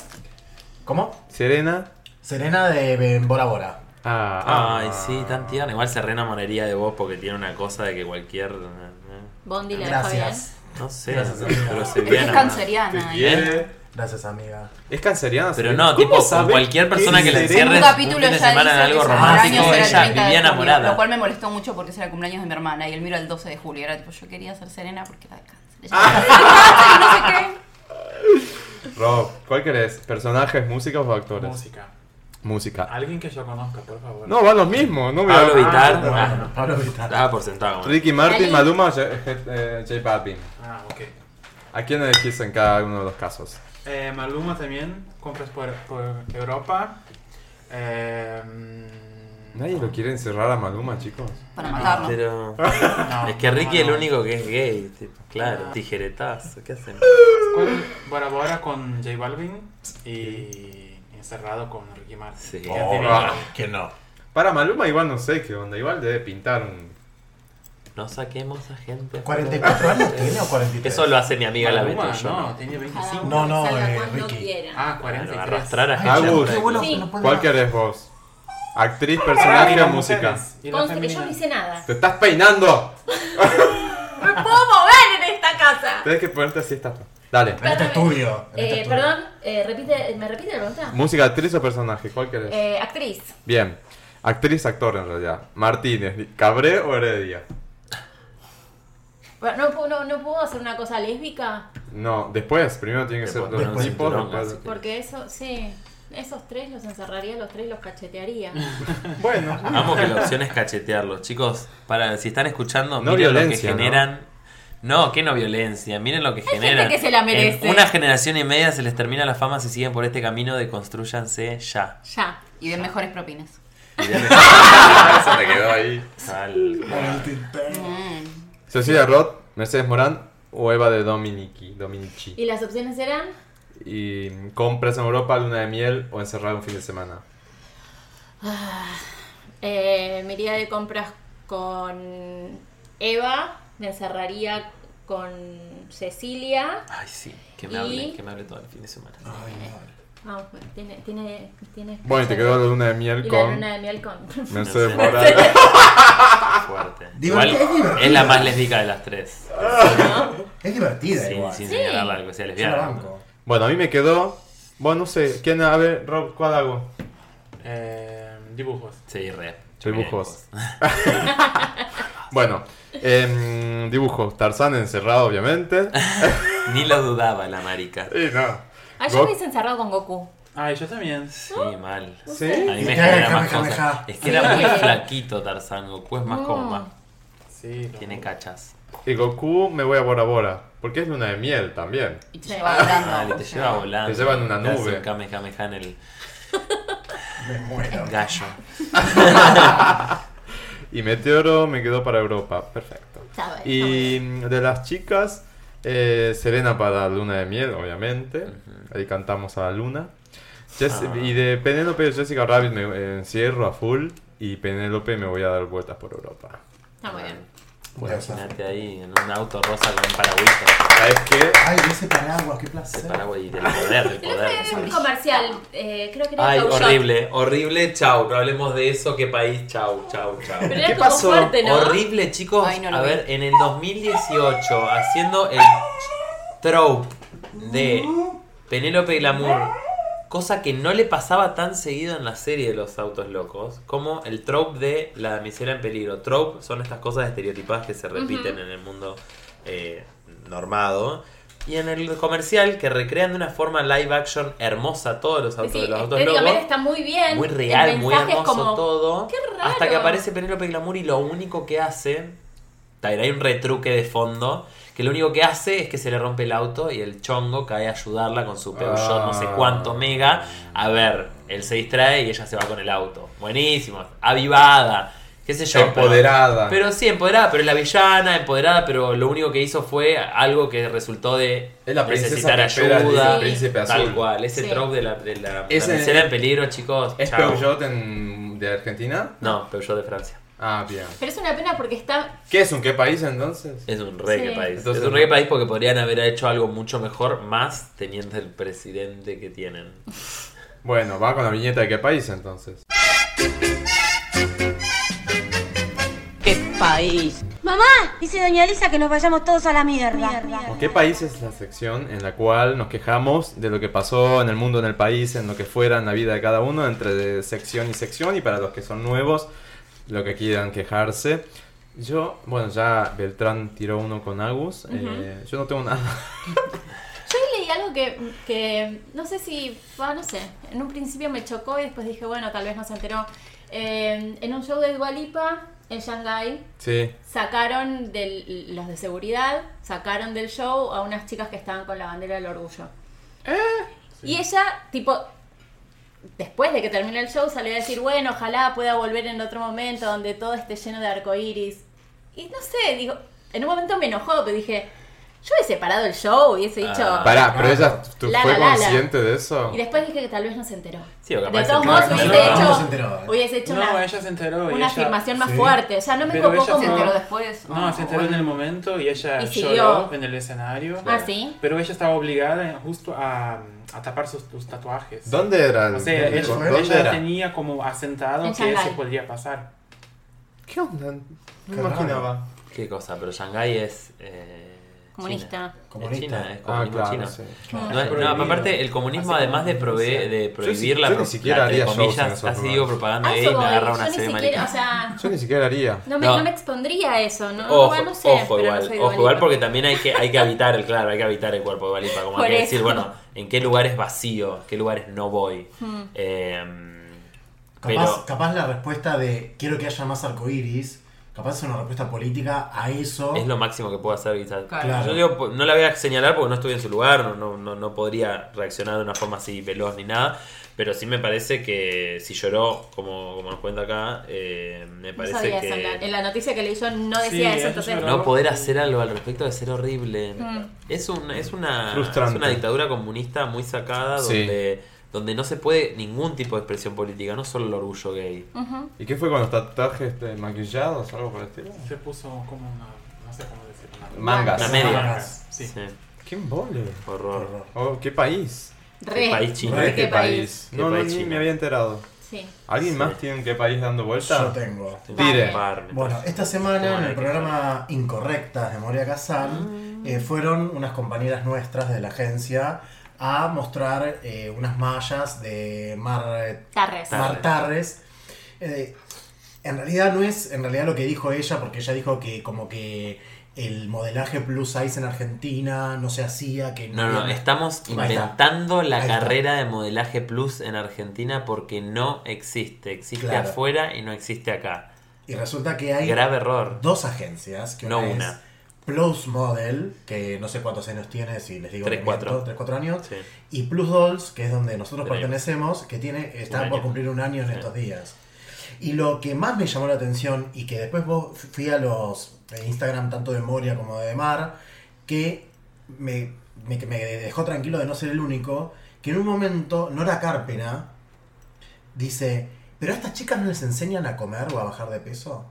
[SPEAKER 4] ¿Cómo?
[SPEAKER 2] ¿Serena?
[SPEAKER 4] Serena de de Bora Bora.
[SPEAKER 2] Ah, ah.
[SPEAKER 5] Ay, sí, tan tierna. Igual se monería de vos porque tiene una cosa de que cualquier. eh,
[SPEAKER 6] Bondi la dejó bien.
[SPEAKER 4] Gracias.
[SPEAKER 5] No sé,
[SPEAKER 4] Gracias, amiga.
[SPEAKER 5] pero se
[SPEAKER 7] Ella
[SPEAKER 5] ve
[SPEAKER 7] es
[SPEAKER 5] enamorada.
[SPEAKER 2] Te
[SPEAKER 7] canceriana. ¿eh?
[SPEAKER 2] quiere.
[SPEAKER 4] Gracias, amiga.
[SPEAKER 2] Es canceriana,
[SPEAKER 5] Pero
[SPEAKER 2] Serena.
[SPEAKER 5] no,
[SPEAKER 2] ¿Cómo
[SPEAKER 5] tipo, con
[SPEAKER 2] sabe
[SPEAKER 5] cualquier persona
[SPEAKER 2] es
[SPEAKER 5] que la
[SPEAKER 2] Serena?
[SPEAKER 5] encierres
[SPEAKER 7] Un capítulo
[SPEAKER 5] un fin de
[SPEAKER 7] ya
[SPEAKER 5] semana
[SPEAKER 7] dice
[SPEAKER 5] en algo
[SPEAKER 7] que su
[SPEAKER 5] romántico,
[SPEAKER 7] cumpleaños era el
[SPEAKER 5] ella
[SPEAKER 7] 30 de
[SPEAKER 5] vivía
[SPEAKER 7] junio,
[SPEAKER 5] enamorada.
[SPEAKER 7] Lo cual me molestó mucho porque ese era el cumpleaños de mi hermana y él miro el 12 de julio. Era tipo, yo quería ser serena porque era de cáncer. Ella
[SPEAKER 5] *laughs*
[SPEAKER 7] era de cáncer y no sé
[SPEAKER 2] Rob, ¿cuál querés? ¿Personajes, músicas o actores?
[SPEAKER 8] Música.
[SPEAKER 2] Música.
[SPEAKER 8] Alguien que yo conozca, por favor.
[SPEAKER 2] No, van los mismos, no me
[SPEAKER 5] Pablo
[SPEAKER 2] hagas-
[SPEAKER 5] Vittar.
[SPEAKER 4] Bueno,
[SPEAKER 5] ah,
[SPEAKER 4] Pablo Vittar.
[SPEAKER 5] Estaba por sentado. bueno.
[SPEAKER 2] Ricky Martin,
[SPEAKER 6] Ali.
[SPEAKER 2] Maluma, J, eh, J Balvin.
[SPEAKER 8] Ah, ok.
[SPEAKER 2] ¿A quién elegís en cada uno de los casos?
[SPEAKER 8] Eh, Maluma también. Compras por, por Europa. Eh, mm,
[SPEAKER 2] Nadie lo quiere encerrar a Maluma, chicos.
[SPEAKER 7] qué. Para matarlo.
[SPEAKER 5] Pero.
[SPEAKER 8] no,
[SPEAKER 5] Es que Ricky es el
[SPEAKER 8] no.
[SPEAKER 5] único que es gay, tipo, claro,
[SPEAKER 8] Ah.
[SPEAKER 5] tijeretazo, ¿qué hacen?
[SPEAKER 8] Con Bora Bora con J Balvin y encerrado con Ricky Martin.
[SPEAKER 5] Sí.
[SPEAKER 8] Que
[SPEAKER 4] Oh,
[SPEAKER 8] tiene-
[SPEAKER 2] Ah.
[SPEAKER 4] ¿Quién no?
[SPEAKER 2] Para Maluma igual no sé qué onda, igual debe pintar un...
[SPEAKER 5] No saquemos a gente. Eh,
[SPEAKER 4] 44 años tiene o 43?
[SPEAKER 5] Eso lo hace mi amiga la
[SPEAKER 8] Maluma,
[SPEAKER 5] Beto, yo
[SPEAKER 8] no,
[SPEAKER 5] no.
[SPEAKER 8] tiene
[SPEAKER 6] Cada
[SPEAKER 8] 25.
[SPEAKER 6] uno
[SPEAKER 4] No, no,
[SPEAKER 6] salga
[SPEAKER 4] eh,
[SPEAKER 6] cuando
[SPEAKER 4] Ricky.
[SPEAKER 6] quiera.
[SPEAKER 8] Ah,
[SPEAKER 5] Claro,
[SPEAKER 8] 43.
[SPEAKER 5] arrastrar a
[SPEAKER 4] Ay,
[SPEAKER 5] gente.
[SPEAKER 2] Agus,
[SPEAKER 5] por ahí.
[SPEAKER 4] qué bueno,
[SPEAKER 6] Sí.
[SPEAKER 4] no puedo
[SPEAKER 2] ¿Cuál
[SPEAKER 4] más.
[SPEAKER 2] querés vos? ¿Actriz,
[SPEAKER 8] Ah, y
[SPEAKER 2] personaje
[SPEAKER 8] las
[SPEAKER 2] o música?
[SPEAKER 8] mujeres, y las
[SPEAKER 6] Conste que yo no
[SPEAKER 8] femeninas.
[SPEAKER 6] hice nada.
[SPEAKER 4] *laughs*
[SPEAKER 2] ¡Te estás peinando!
[SPEAKER 6] ¡Me puedo mover en esta casa!
[SPEAKER 2] Tienes que ponerte así esta... Dale.
[SPEAKER 4] En este estudio. En este
[SPEAKER 6] Eh,
[SPEAKER 4] estudio.
[SPEAKER 6] perdón, eh, repite, ¿me repite la pregunta?
[SPEAKER 2] ¿Música, actriz o personaje? ¿Cuál querés?
[SPEAKER 6] Eh, actriz.
[SPEAKER 2] Bien. Actriz, actor en realidad. Martínez, Cabré o Heredia.
[SPEAKER 6] Bueno, ¿No, puedo- no, no puedo hacer una cosa lésbica?
[SPEAKER 2] No, después, primero tiene que
[SPEAKER 5] Te
[SPEAKER 2] ser
[SPEAKER 5] ponen
[SPEAKER 2] dos
[SPEAKER 4] un
[SPEAKER 2] tipos.
[SPEAKER 5] cinturón,
[SPEAKER 2] después-
[SPEAKER 5] así.
[SPEAKER 6] Porque eso, sí. Esos tres los encerraría, los tres los cachetearía.
[SPEAKER 5] *laughs*
[SPEAKER 2] Bueno,
[SPEAKER 5] Amo que la opción es cachetearlos. Chicos, para, si están escuchando,
[SPEAKER 2] No
[SPEAKER 5] miren lo que
[SPEAKER 2] violencia, ¿no?
[SPEAKER 5] generan. No, qué no violencia. Miren lo que
[SPEAKER 6] gente
[SPEAKER 5] genera.
[SPEAKER 6] que se la merece.
[SPEAKER 5] En una generación y media se les termina la fama si siguen por este camino de construyanse ya.
[SPEAKER 6] Ya.
[SPEAKER 7] Y de mejores propinas.
[SPEAKER 5] Y de-
[SPEAKER 6] *laughs*
[SPEAKER 2] Ah, Eso te quedó ahí.
[SPEAKER 5] Tal cual.
[SPEAKER 2] Cecilia Roth, Mercedes Morán o Eva de Dominici. Dominici.
[SPEAKER 6] ¿Y las opciones eran?
[SPEAKER 2] Y compras en Europa, luna de miel o encerrado un fin de semana.
[SPEAKER 6] Eh, me iría de compras con Eva, me encerraría con Cecilia.
[SPEAKER 5] Ay, sí. Que
[SPEAKER 6] Y-
[SPEAKER 5] me hable, que me hable todo el fin de semana.
[SPEAKER 6] Vamos, pues, tiene, tiene, tiene.
[SPEAKER 2] Bueno, y te quedó la luna de miel
[SPEAKER 6] Y la
[SPEAKER 2] con
[SPEAKER 6] luna de miel con.
[SPEAKER 2] Mercedes
[SPEAKER 5] Mercedes.
[SPEAKER 2] Morán.
[SPEAKER 5] Fuerte.
[SPEAKER 4] Ah, Digo,
[SPEAKER 5] Igual
[SPEAKER 4] es divertido.
[SPEAKER 5] es la más lesbica de las tres.
[SPEAKER 4] Es divertida
[SPEAKER 5] Sin,
[SPEAKER 4] igual.
[SPEAKER 5] sin
[SPEAKER 6] Sí.
[SPEAKER 5] señalarla que sea
[SPEAKER 4] Yo la
[SPEAKER 5] lesbiana.
[SPEAKER 4] banco.
[SPEAKER 2] Bueno, a mí me quedó. Bueno, no sé. ¿Quién? A ver, Rob, ¿cuál hago?
[SPEAKER 8] Eh, dibujos.
[SPEAKER 5] Sí, re.
[SPEAKER 2] Dibujos. *laughs* Bueno, em, dibujo. Tarzán encerrado, obviamente.
[SPEAKER 5] Ni lo dudaba la marica.
[SPEAKER 2] Y no.
[SPEAKER 6] *laughs* Ayer me
[SPEAKER 2] Go-
[SPEAKER 6] hice encerrado con Goku.
[SPEAKER 8] Ay, Ah, yo también.
[SPEAKER 5] Sí, mal. A
[SPEAKER 2] ¿Sí?
[SPEAKER 5] mí me
[SPEAKER 4] Ja,
[SPEAKER 5] genera
[SPEAKER 4] ja,
[SPEAKER 5] más
[SPEAKER 4] ja,
[SPEAKER 5] cosas.
[SPEAKER 4] ja.
[SPEAKER 5] Es que
[SPEAKER 6] Sí.
[SPEAKER 5] era muy flaquito Tarzán. Goku es más como
[SPEAKER 6] No.
[SPEAKER 5] más.
[SPEAKER 8] Sí. lo-
[SPEAKER 5] Tiene cachas.
[SPEAKER 2] Y Goku me voy a Bora Bora. Porque es luna de miel también.
[SPEAKER 7] Y te lleva volando.
[SPEAKER 5] Mal, y Ah, te lleva volando.
[SPEAKER 2] Te lleva en una
[SPEAKER 5] Te hace
[SPEAKER 2] nube.
[SPEAKER 5] un kamehameha en el
[SPEAKER 4] Me muero.
[SPEAKER 5] gallo.
[SPEAKER 2] Y Meteoro me quedó para Europa. Perfecto.
[SPEAKER 6] Está bien, está
[SPEAKER 2] Y de las chicas, eh, Serena para Luna de Miel, obviamente. Ahí cantamos a Luna. Jess-
[SPEAKER 5] Ah.
[SPEAKER 2] Y de Penélope y Jessica Rabbit me eh, encierro a full. Y Penélope me voy a dar vueltas por Europa.
[SPEAKER 6] Está Ah, muy bien.
[SPEAKER 4] Bueno,
[SPEAKER 5] Imagínate ahí en un auto rosa con un paragüita.
[SPEAKER 2] ¿Sabes qué?
[SPEAKER 4] Ay, ese paraguas, qué
[SPEAKER 5] Ese
[SPEAKER 4] placer.
[SPEAKER 5] paraguas y del poder, del
[SPEAKER 6] El otro día
[SPEAKER 5] poder.
[SPEAKER 6] vi un comercial, eh, creo que era
[SPEAKER 5] Ay,
[SPEAKER 6] de Peugeot.
[SPEAKER 5] horrible, horrible, chau, no hablemos de eso, qué país, chau, chau, chau.
[SPEAKER 6] Pero era como fuerte, ¿no?
[SPEAKER 5] Horrible, chicos.
[SPEAKER 7] Ay, no lo
[SPEAKER 5] a
[SPEAKER 7] vi.
[SPEAKER 5] ver, en el 2018, haciendo el trope de Penélope Glamour, cosa que no le pasaba tan seguido en la serie de los autos locos, como el trope de la damisela en peligro. Trope son estas cosas estereotipadas que se repiten en el mundo eh, normado. Y en el comercial que recrean de una forma live action hermosa todos los autos
[SPEAKER 6] Sí,
[SPEAKER 5] de los autos
[SPEAKER 6] estéticamente
[SPEAKER 5] locos
[SPEAKER 6] está muy bien.
[SPEAKER 5] muy
[SPEAKER 6] el
[SPEAKER 5] real, muy
[SPEAKER 6] mensaje es
[SPEAKER 5] hermoso
[SPEAKER 6] como,
[SPEAKER 5] todo.
[SPEAKER 6] "Qué raro".
[SPEAKER 5] Hasta que aparece Penélope Glamour y lo único que hace. Tyra, Hay un retruque de fondo. Que lo único que hace es que se le rompe el auto y el chongo cae a ayudarla con su Peugeot
[SPEAKER 2] Ah.
[SPEAKER 5] no sé cuánto mega. A ver, él se distrae y ella se va con el auto. Buenísimo, avivada, qué sé yo. pero-
[SPEAKER 2] Empoderada.
[SPEAKER 5] Pero, sí, empoderada, pero es la villana, empoderada, pero lo único que hizo fue algo que resultó de
[SPEAKER 2] Es la princesa
[SPEAKER 5] necesitar
[SPEAKER 2] que espera el
[SPEAKER 5] ayuda.
[SPEAKER 2] príncipe azul.
[SPEAKER 5] Tal cual, ese
[SPEAKER 6] Sí.
[SPEAKER 5] trope de la, de la,
[SPEAKER 2] Ese-
[SPEAKER 5] la escena en peligro, chicos.
[SPEAKER 2] ¿Es
[SPEAKER 5] chao.
[SPEAKER 2] Peugeot en- de Argentina?
[SPEAKER 5] No, Peugeot de Francia.
[SPEAKER 2] Ah, bien.
[SPEAKER 6] Pero es una pena porque está.
[SPEAKER 2] ¿Qué es un qué país
[SPEAKER 6] Eh.
[SPEAKER 2] entonces?
[SPEAKER 5] Es un reggae
[SPEAKER 6] Sí.
[SPEAKER 5] país.
[SPEAKER 2] Entonces,
[SPEAKER 5] es un reggae
[SPEAKER 2] no.
[SPEAKER 5] país porque podrían haber hecho algo mucho mejor, más teniendo el presidente que tienen.
[SPEAKER 2] Bueno, va con la viñeta de qué país entonces.
[SPEAKER 12] ¡Qué país!
[SPEAKER 13] Mamá, dice doña Lisa que nos vayamos todos a la mierda.
[SPEAKER 2] ¿Con qué país es la sección en la cual nos quejamos de lo que pasó en el mundo, en el país, en lo que fuera, en la vida de cada uno, entre sección y sección? Y para los que son nuevos, lo que quieran quejarse. Yo, bueno, ya Beltrán tiró uno con Agus. eh, yo no tengo nada. *laughs*
[SPEAKER 6] Yo hoy leí algo que, que no sé si. va, no sé. En un principio me chocó y después dije, bueno, tal vez no se enteró. Eh, en un show de Dualipa en Shanghái
[SPEAKER 2] Sí.
[SPEAKER 6] sacaron del, los de seguridad, sacaron del show a unas chicas que estaban con la bandera del orgullo. Y ella, tipo, después de que terminó el show, salió a decir, bueno, ojalá pueda volver en otro momento donde todo esté lleno de arcoíris. Y no sé, digo, en un momento me enojó, pero dije, yo he separado el show y he dicho...
[SPEAKER 5] Ah,
[SPEAKER 2] Pará, pero ella ¿tú
[SPEAKER 6] La,
[SPEAKER 2] fue
[SPEAKER 6] la, la, la.
[SPEAKER 2] consciente de eso.
[SPEAKER 6] Y después dije que tal vez no se enteró.
[SPEAKER 5] Sí, o capaz
[SPEAKER 6] de
[SPEAKER 5] se
[SPEAKER 6] todos
[SPEAKER 5] enteró.
[SPEAKER 6] modos
[SPEAKER 4] No,
[SPEAKER 6] hubiese
[SPEAKER 4] no, no se enteró,
[SPEAKER 6] hecho,
[SPEAKER 4] eh.
[SPEAKER 6] hubiese hecho
[SPEAKER 8] No,
[SPEAKER 6] una,
[SPEAKER 8] ella se enteró. y
[SPEAKER 6] una
[SPEAKER 8] ella-
[SPEAKER 6] afirmación más
[SPEAKER 4] sí.
[SPEAKER 6] fuerte. O sea, no me
[SPEAKER 8] Pero
[SPEAKER 6] copó
[SPEAKER 8] ella se
[SPEAKER 6] como...
[SPEAKER 7] Pero después.
[SPEAKER 8] No, se enteró en el momento y ella
[SPEAKER 6] Y siguió.
[SPEAKER 8] lloró en el escenario.
[SPEAKER 6] Ah, ¿sí?
[SPEAKER 8] Pero ella estaba obligada justo a, a tapar sus, sus tatuajes.
[SPEAKER 2] ¿Dónde era? el-
[SPEAKER 8] O sea,
[SPEAKER 2] dónde-
[SPEAKER 8] ella,
[SPEAKER 2] con-
[SPEAKER 8] ella
[SPEAKER 2] ¿Dónde era?
[SPEAKER 8] tenía como asentado
[SPEAKER 6] En
[SPEAKER 8] que eso
[SPEAKER 6] Shanghái.
[SPEAKER 8] podría pasar.
[SPEAKER 2] ¿Qué onda? No me
[SPEAKER 4] raro.
[SPEAKER 2] imaginaba.
[SPEAKER 5] Qué cosa, pero Shanghái es. eh,
[SPEAKER 6] Comunista.
[SPEAKER 5] China. Es
[SPEAKER 4] Comunista.
[SPEAKER 5] China, eh. es
[SPEAKER 2] Ah,
[SPEAKER 5] comunismo
[SPEAKER 2] claro,
[SPEAKER 5] chino.
[SPEAKER 2] sí.
[SPEAKER 6] Mm.
[SPEAKER 5] No, es- no,
[SPEAKER 4] Prohibido.
[SPEAKER 5] aparte, el comunismo,
[SPEAKER 4] Así
[SPEAKER 5] además de,
[SPEAKER 4] como
[SPEAKER 5] prove- de prohibir
[SPEAKER 2] yo
[SPEAKER 5] la
[SPEAKER 2] ni
[SPEAKER 5] pro-
[SPEAKER 2] siquiera
[SPEAKER 5] la- entre
[SPEAKER 2] haría shows en
[SPEAKER 5] comillas,
[SPEAKER 2] esos
[SPEAKER 5] así
[SPEAKER 2] lugares.
[SPEAKER 5] digo propaganda
[SPEAKER 6] A
[SPEAKER 5] gay
[SPEAKER 6] eso
[SPEAKER 5] y me
[SPEAKER 6] voy,
[SPEAKER 5] agarra una
[SPEAKER 6] yo ni
[SPEAKER 5] sede
[SPEAKER 6] siquiera, o
[SPEAKER 5] marica.
[SPEAKER 6] sea,
[SPEAKER 2] Yo ni siquiera haría.
[SPEAKER 6] no me,
[SPEAKER 5] No.
[SPEAKER 6] no. me expondría eso, ¿no?
[SPEAKER 5] Ojo,
[SPEAKER 6] Igual no sé,
[SPEAKER 5] ojo
[SPEAKER 6] pero no
[SPEAKER 5] igual,
[SPEAKER 6] soy
[SPEAKER 5] ojo igual
[SPEAKER 6] Dualipa.
[SPEAKER 5] porque también hay que, hay que habitar *laughs* el, claro, hay que habitar el cuerpo de Balipa, como hay
[SPEAKER 6] Por
[SPEAKER 5] que
[SPEAKER 6] eso.
[SPEAKER 5] decir, bueno, en qué lugares vacío, qué lugares no voy.
[SPEAKER 6] Hmm.
[SPEAKER 5] Eh,
[SPEAKER 4] Capaz,
[SPEAKER 5] pero
[SPEAKER 4] capaz la respuesta de quiero que haya más arcoíris Capaz es una respuesta política a eso.
[SPEAKER 5] Es lo máximo que puedo hacer, quizás.
[SPEAKER 7] Claro.
[SPEAKER 4] Claro.
[SPEAKER 5] Yo digo, po- no la voy a señalar porque no estoy en su lugar, no- no, no, no podría reaccionar de una forma así veloz ni nada. Pero sí me parece que si lloró, como, como nos cuenta acá, eh, me
[SPEAKER 6] No
[SPEAKER 5] parece
[SPEAKER 6] sabía eso. En la, en
[SPEAKER 5] que
[SPEAKER 6] la noticia que leí yo no decía
[SPEAKER 8] Sí,
[SPEAKER 6] eso,
[SPEAKER 8] eso
[SPEAKER 6] entonces.
[SPEAKER 8] lloró.
[SPEAKER 5] no poder hacer algo al respecto de ser horrible.
[SPEAKER 6] Mm.
[SPEAKER 5] Es, un, es, una,
[SPEAKER 2] Frustrante.
[SPEAKER 5] es una dictadura comunista muy sacada
[SPEAKER 2] Sí.
[SPEAKER 5] donde, donde no se puede ningún tipo de expresión política, no solo el orgullo gay.
[SPEAKER 6] Ujú.
[SPEAKER 2] ¿Y qué fue con los tatuajes este, maquillados algo por el estilo?
[SPEAKER 8] Se puso como una. No sé cómo decirlo. una-
[SPEAKER 2] Mangas.
[SPEAKER 5] Una
[SPEAKER 8] Una
[SPEAKER 5] media.
[SPEAKER 8] manga, Sí.
[SPEAKER 5] Sí.
[SPEAKER 2] ¿Qué embole?
[SPEAKER 5] Horror.
[SPEAKER 2] Oh, ¿Qué país?
[SPEAKER 6] Re.
[SPEAKER 5] Qué país chino.
[SPEAKER 4] Re,
[SPEAKER 6] qué país.
[SPEAKER 2] No,
[SPEAKER 5] Qué
[SPEAKER 2] no,
[SPEAKER 5] país
[SPEAKER 2] ni
[SPEAKER 5] chino.
[SPEAKER 2] me había enterado.
[SPEAKER 6] Sí.
[SPEAKER 2] ¿Alguien
[SPEAKER 5] Sí.
[SPEAKER 2] más tiene un qué país dando
[SPEAKER 4] Yo
[SPEAKER 2] vuelta?
[SPEAKER 4] tengo.
[SPEAKER 6] Tire.
[SPEAKER 5] Bar, me
[SPEAKER 4] Bueno,
[SPEAKER 5] parece.
[SPEAKER 4] esta semana en
[SPEAKER 5] Bueno,
[SPEAKER 4] el
[SPEAKER 5] que-
[SPEAKER 4] programa Incorrectas de Moria Kazan eh, fueron unas compañeras nuestras de la agencia a mostrar eh, unas mallas de Mar,
[SPEAKER 6] Tarres.
[SPEAKER 4] Mar Tarres. Eh, en realidad no es en realidad lo que dijo ella, porque ella dijo que como que el modelaje plus size en Argentina no se hacía, que
[SPEAKER 5] No, no,
[SPEAKER 4] había-
[SPEAKER 5] estamos
[SPEAKER 4] Ahí está.
[SPEAKER 5] inventando la
[SPEAKER 4] Ahí está.
[SPEAKER 5] carrera de modelaje plus en Argentina porque no existe. Existe
[SPEAKER 4] Claro.
[SPEAKER 5] afuera y no existe acá.
[SPEAKER 4] Y resulta que hay
[SPEAKER 5] Grave error.
[SPEAKER 4] dos agencias, que
[SPEAKER 5] No
[SPEAKER 4] una, es
[SPEAKER 5] una.
[SPEAKER 4] Plus Model, que no sé cuántos años tiene, si les digo
[SPEAKER 5] Tres,
[SPEAKER 4] que
[SPEAKER 5] cuatro.
[SPEAKER 4] miento, tres, cuatro años,
[SPEAKER 5] Sí.
[SPEAKER 4] y Plus Dolls, que es donde nosotros
[SPEAKER 5] Tenemos.
[SPEAKER 4] pertenecemos, que tiene
[SPEAKER 5] Un
[SPEAKER 4] está
[SPEAKER 5] año.
[SPEAKER 4] por cumplir un año en
[SPEAKER 5] Sí.
[SPEAKER 4] estos días. Y lo que más me llamó la atención y que después vos fui a los de Instagram, tanto de Moria como de Mar, que me, me, que me dejó tranquilo de no ser el único, que en un momento Nora Carpena dice, pero a estas chicas no les enseñan a comer o a bajar de peso.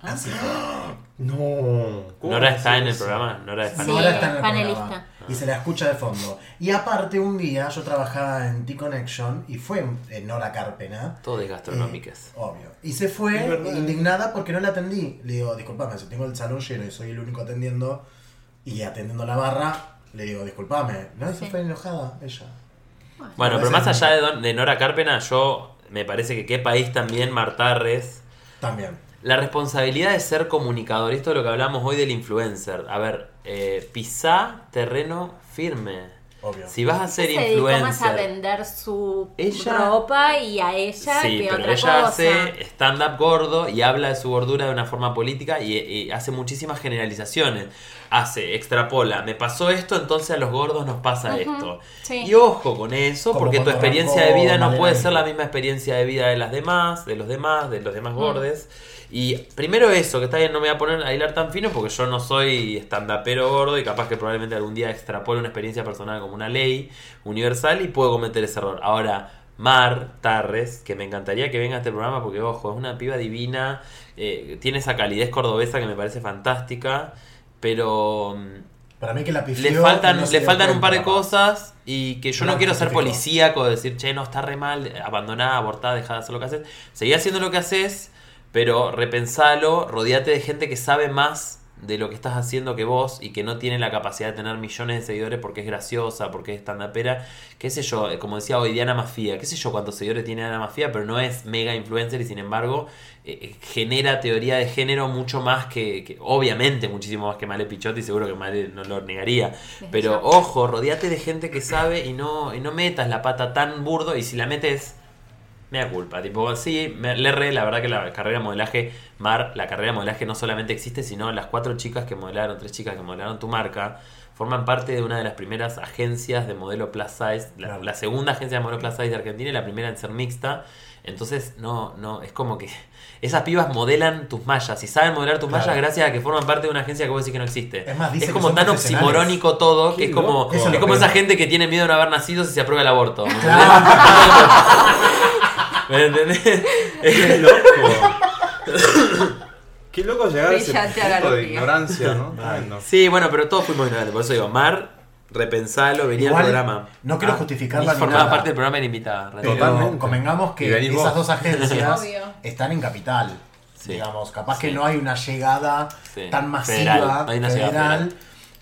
[SPEAKER 4] Así Ah.
[SPEAKER 2] No. ¿Cómo
[SPEAKER 5] Nora
[SPEAKER 2] hacer
[SPEAKER 5] está en el
[SPEAKER 2] eso?
[SPEAKER 5] programa. Nora
[SPEAKER 6] Sí,
[SPEAKER 5] está
[SPEAKER 4] Nora está en el
[SPEAKER 6] panelista.
[SPEAKER 4] programa. Y se la escucha de fondo. Y aparte, un día yo trabajaba en T-Connection y fue eh, en Nora Carpena.
[SPEAKER 5] Todo de gastronómicas.
[SPEAKER 4] Eh, obvio. Y se fue
[SPEAKER 2] Es verdad.
[SPEAKER 4] indignada porque no la atendí. Le digo, disculpame, si tengo el salón lleno y soy el único atendiendo y atendiendo la barra, le digo, disculpame. No, y se
[SPEAKER 6] Sí.
[SPEAKER 4] fue enojada ella.
[SPEAKER 5] Bueno,
[SPEAKER 4] Me
[SPEAKER 5] pero más
[SPEAKER 4] parece
[SPEAKER 5] allá de, Don- de Nora Carpena, yo me parece que qué país también, Martarres.
[SPEAKER 4] También.
[SPEAKER 5] La responsabilidad de ser comunicador, esto es lo que hablamos hoy del influencer. A ver, eh, pisá terreno firme.
[SPEAKER 4] Obvio.
[SPEAKER 5] Si vas a ser
[SPEAKER 6] se dedicó más a
[SPEAKER 5] influencer.
[SPEAKER 6] vender su
[SPEAKER 5] Ella-
[SPEAKER 6] ropa y a ella
[SPEAKER 5] Sí,
[SPEAKER 6] que
[SPEAKER 5] pero
[SPEAKER 6] otra
[SPEAKER 5] ella
[SPEAKER 6] cosa.
[SPEAKER 5] hace stand-up gordo y habla de su gordura de una forma política y, y hace muchísimas generalizaciones. Hace, extrapola, me pasó esto, entonces a los gordos nos pasa
[SPEAKER 6] Ujú,
[SPEAKER 5] esto.
[SPEAKER 6] sí.
[SPEAKER 5] Y ojo con eso,
[SPEAKER 4] Como
[SPEAKER 5] porque tu
[SPEAKER 4] cuando
[SPEAKER 5] experiencia de
[SPEAKER 4] arrancó
[SPEAKER 5] vida no
[SPEAKER 4] Malena
[SPEAKER 5] puede
[SPEAKER 4] Vélez.
[SPEAKER 5] ser la misma experiencia de vida de las demás, de los demás, de los demás
[SPEAKER 6] Mm.
[SPEAKER 5] gordes. Y primero eso, que está bien, no me voy a poner a hilar tan fino porque yo no soy stand-upero gordo y capaz que probablemente algún día extrapole una experiencia personal como una ley universal y puedo cometer ese error. Ahora, Mar Tarres, que me encantaría que venga a este programa porque, ojo, es una piba divina, eh, tiene esa calidez cordobesa que me parece fantástica, pero mm,
[SPEAKER 4] Para mí que la pifió.
[SPEAKER 5] le
[SPEAKER 4] y
[SPEAKER 5] faltan,
[SPEAKER 4] no se
[SPEAKER 5] le
[SPEAKER 4] dio
[SPEAKER 5] faltan un par de
[SPEAKER 4] cuenta.
[SPEAKER 5] cosas y que yo
[SPEAKER 4] No
[SPEAKER 5] no quiero ser
[SPEAKER 4] justificó.
[SPEAKER 5] policíaco, de decir, che, no, está re mal, abandonada, abortada, dejá de hacer lo que haces. Seguí haciendo lo que haces, pero repensalo, rodeate de gente que sabe más de lo que estás haciendo que vos y que no tiene la capacidad de tener millones de seguidores porque es graciosa, porque es stand-upera, qué sé yo, eh, como decía hoy Diana Mafía, qué sé yo cuántos seguidores tiene Diana Mafía, pero no es mega influencer y sin embargo eh, eh, genera teoría de género mucho más que, que- obviamente muchísimo más que Male Pichotti, seguro que Male no lo negaría, pero ojo, rodeate de gente que sabe y no, y no metas la pata tan burdo y si la metes... Me da culpa, tipo, sí, me, le erré, la verdad que la carrera de modelaje, Mar, la carrera de modelaje no solamente existe, sino las cuatro chicas que modelaron, tres chicas que modelaron tu marca, forman parte de una de las primeras agencias de modelo plus size, la,
[SPEAKER 4] Claro.
[SPEAKER 5] la segunda agencia de modelo plus size de Argentina y la primera en ser mixta. Entonces, no, no, es como que *laughs* esas pibas modelan tus mallas y saben modelar tus
[SPEAKER 4] Claro.
[SPEAKER 5] mallas gracias a que forman parte de una agencia que vos decís que no existe.
[SPEAKER 4] Es más, dice que
[SPEAKER 5] como
[SPEAKER 4] son
[SPEAKER 5] tan
[SPEAKER 4] profesionales.
[SPEAKER 5] oximorónico todo,
[SPEAKER 2] Qué
[SPEAKER 5] que es como,
[SPEAKER 2] loco.
[SPEAKER 4] Eso es
[SPEAKER 5] es
[SPEAKER 4] lo
[SPEAKER 5] como esa
[SPEAKER 4] peor.
[SPEAKER 5] gente que tiene miedo de no haber nacido si se aprueba el aborto. ¿me entendés? ¿Me entendés?
[SPEAKER 2] Qué loco. Qué loco llegar a ese
[SPEAKER 7] Brillante a la
[SPEAKER 2] punto de
[SPEAKER 7] lógica.
[SPEAKER 2] ignorancia,
[SPEAKER 5] *laughs*
[SPEAKER 2] ¿no? Tremendo.
[SPEAKER 5] Sí, bueno, pero todos fuimos ignorantes. Por eso digo, Mar, repensalo, venía al
[SPEAKER 4] Igual,
[SPEAKER 5] programa.
[SPEAKER 4] no quiero
[SPEAKER 5] Ah,
[SPEAKER 4] justificarla
[SPEAKER 5] y
[SPEAKER 4] ni
[SPEAKER 5] Formaba
[SPEAKER 4] nada.
[SPEAKER 5] parte del programa y era invitada. re-
[SPEAKER 4] Pero
[SPEAKER 2] Totalmente.
[SPEAKER 4] convengamos
[SPEAKER 2] Y
[SPEAKER 4] que
[SPEAKER 2] venís
[SPEAKER 4] esas
[SPEAKER 2] vos.
[SPEAKER 4] dos agencias
[SPEAKER 6] Obvio.
[SPEAKER 4] están en capital.
[SPEAKER 5] Sí.
[SPEAKER 4] Digamos, capaz
[SPEAKER 5] Sí.
[SPEAKER 4] que no hay una llegada
[SPEAKER 5] Sí.
[SPEAKER 4] tan masiva
[SPEAKER 5] Federal.
[SPEAKER 4] federal,
[SPEAKER 5] No hay una llegada federal.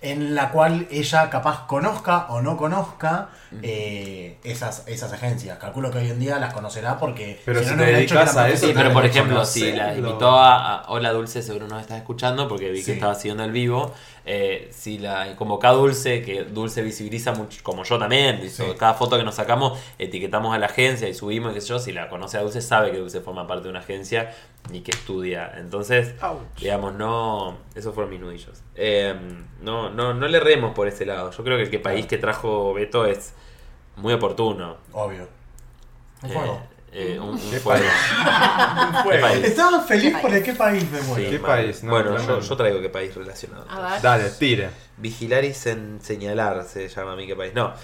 [SPEAKER 4] en la cual ella capaz conozca o no conozca eh, esas, esas agencias. Calculo que hoy en día las conocerá porque
[SPEAKER 2] Pero si
[SPEAKER 4] no,
[SPEAKER 2] te
[SPEAKER 4] hubiera hecho
[SPEAKER 2] dedicas
[SPEAKER 4] gran
[SPEAKER 2] a
[SPEAKER 4] propuesta,
[SPEAKER 2] eso,
[SPEAKER 5] Sí,
[SPEAKER 4] no
[SPEAKER 5] pero
[SPEAKER 4] hubiera
[SPEAKER 5] por
[SPEAKER 4] hecho
[SPEAKER 5] ejemplo,
[SPEAKER 4] nada.
[SPEAKER 5] si la
[SPEAKER 2] hacerlo.
[SPEAKER 5] invitó a, a- Hola Dulce, seguro no estás escuchando porque vi que
[SPEAKER 4] Sí.
[SPEAKER 5] estaba siguiendo el vivo. Eh, si la convocá a Dulce, que Dulce visibiliza mucho, como yo también, hizo-
[SPEAKER 4] Sí.
[SPEAKER 5] cada foto que nos sacamos etiquetamos a la agencia y subimos, y qué sé yo, si la conoce a Dulce sabe que Dulce forma parte de una agencia y que estudia. Entonces, digamos, no. Esos fueron mis nudillos. Eh, no, no, no le remos por ese lado. Yo creo que el que país que trajo Beto es muy oportuno.
[SPEAKER 4] Obvio. Un
[SPEAKER 5] Eh,
[SPEAKER 4] juego.
[SPEAKER 5] eh, un, un
[SPEAKER 2] ¿Qué
[SPEAKER 5] juego.
[SPEAKER 2] Un
[SPEAKER 5] Ah, ¿Qué
[SPEAKER 2] juego.
[SPEAKER 5] país?
[SPEAKER 4] Estaba feliz por el qué país me muero.
[SPEAKER 5] Sí,
[SPEAKER 2] ¿Qué
[SPEAKER 5] mal.
[SPEAKER 2] país? No,
[SPEAKER 5] bueno,
[SPEAKER 2] tremendo.
[SPEAKER 5] yo, yo traigo qué país relacionado.
[SPEAKER 7] Ah,
[SPEAKER 6] A ver.
[SPEAKER 2] Dale, tire.
[SPEAKER 5] Vigilar y sen- señalar se llama a mí que país. No,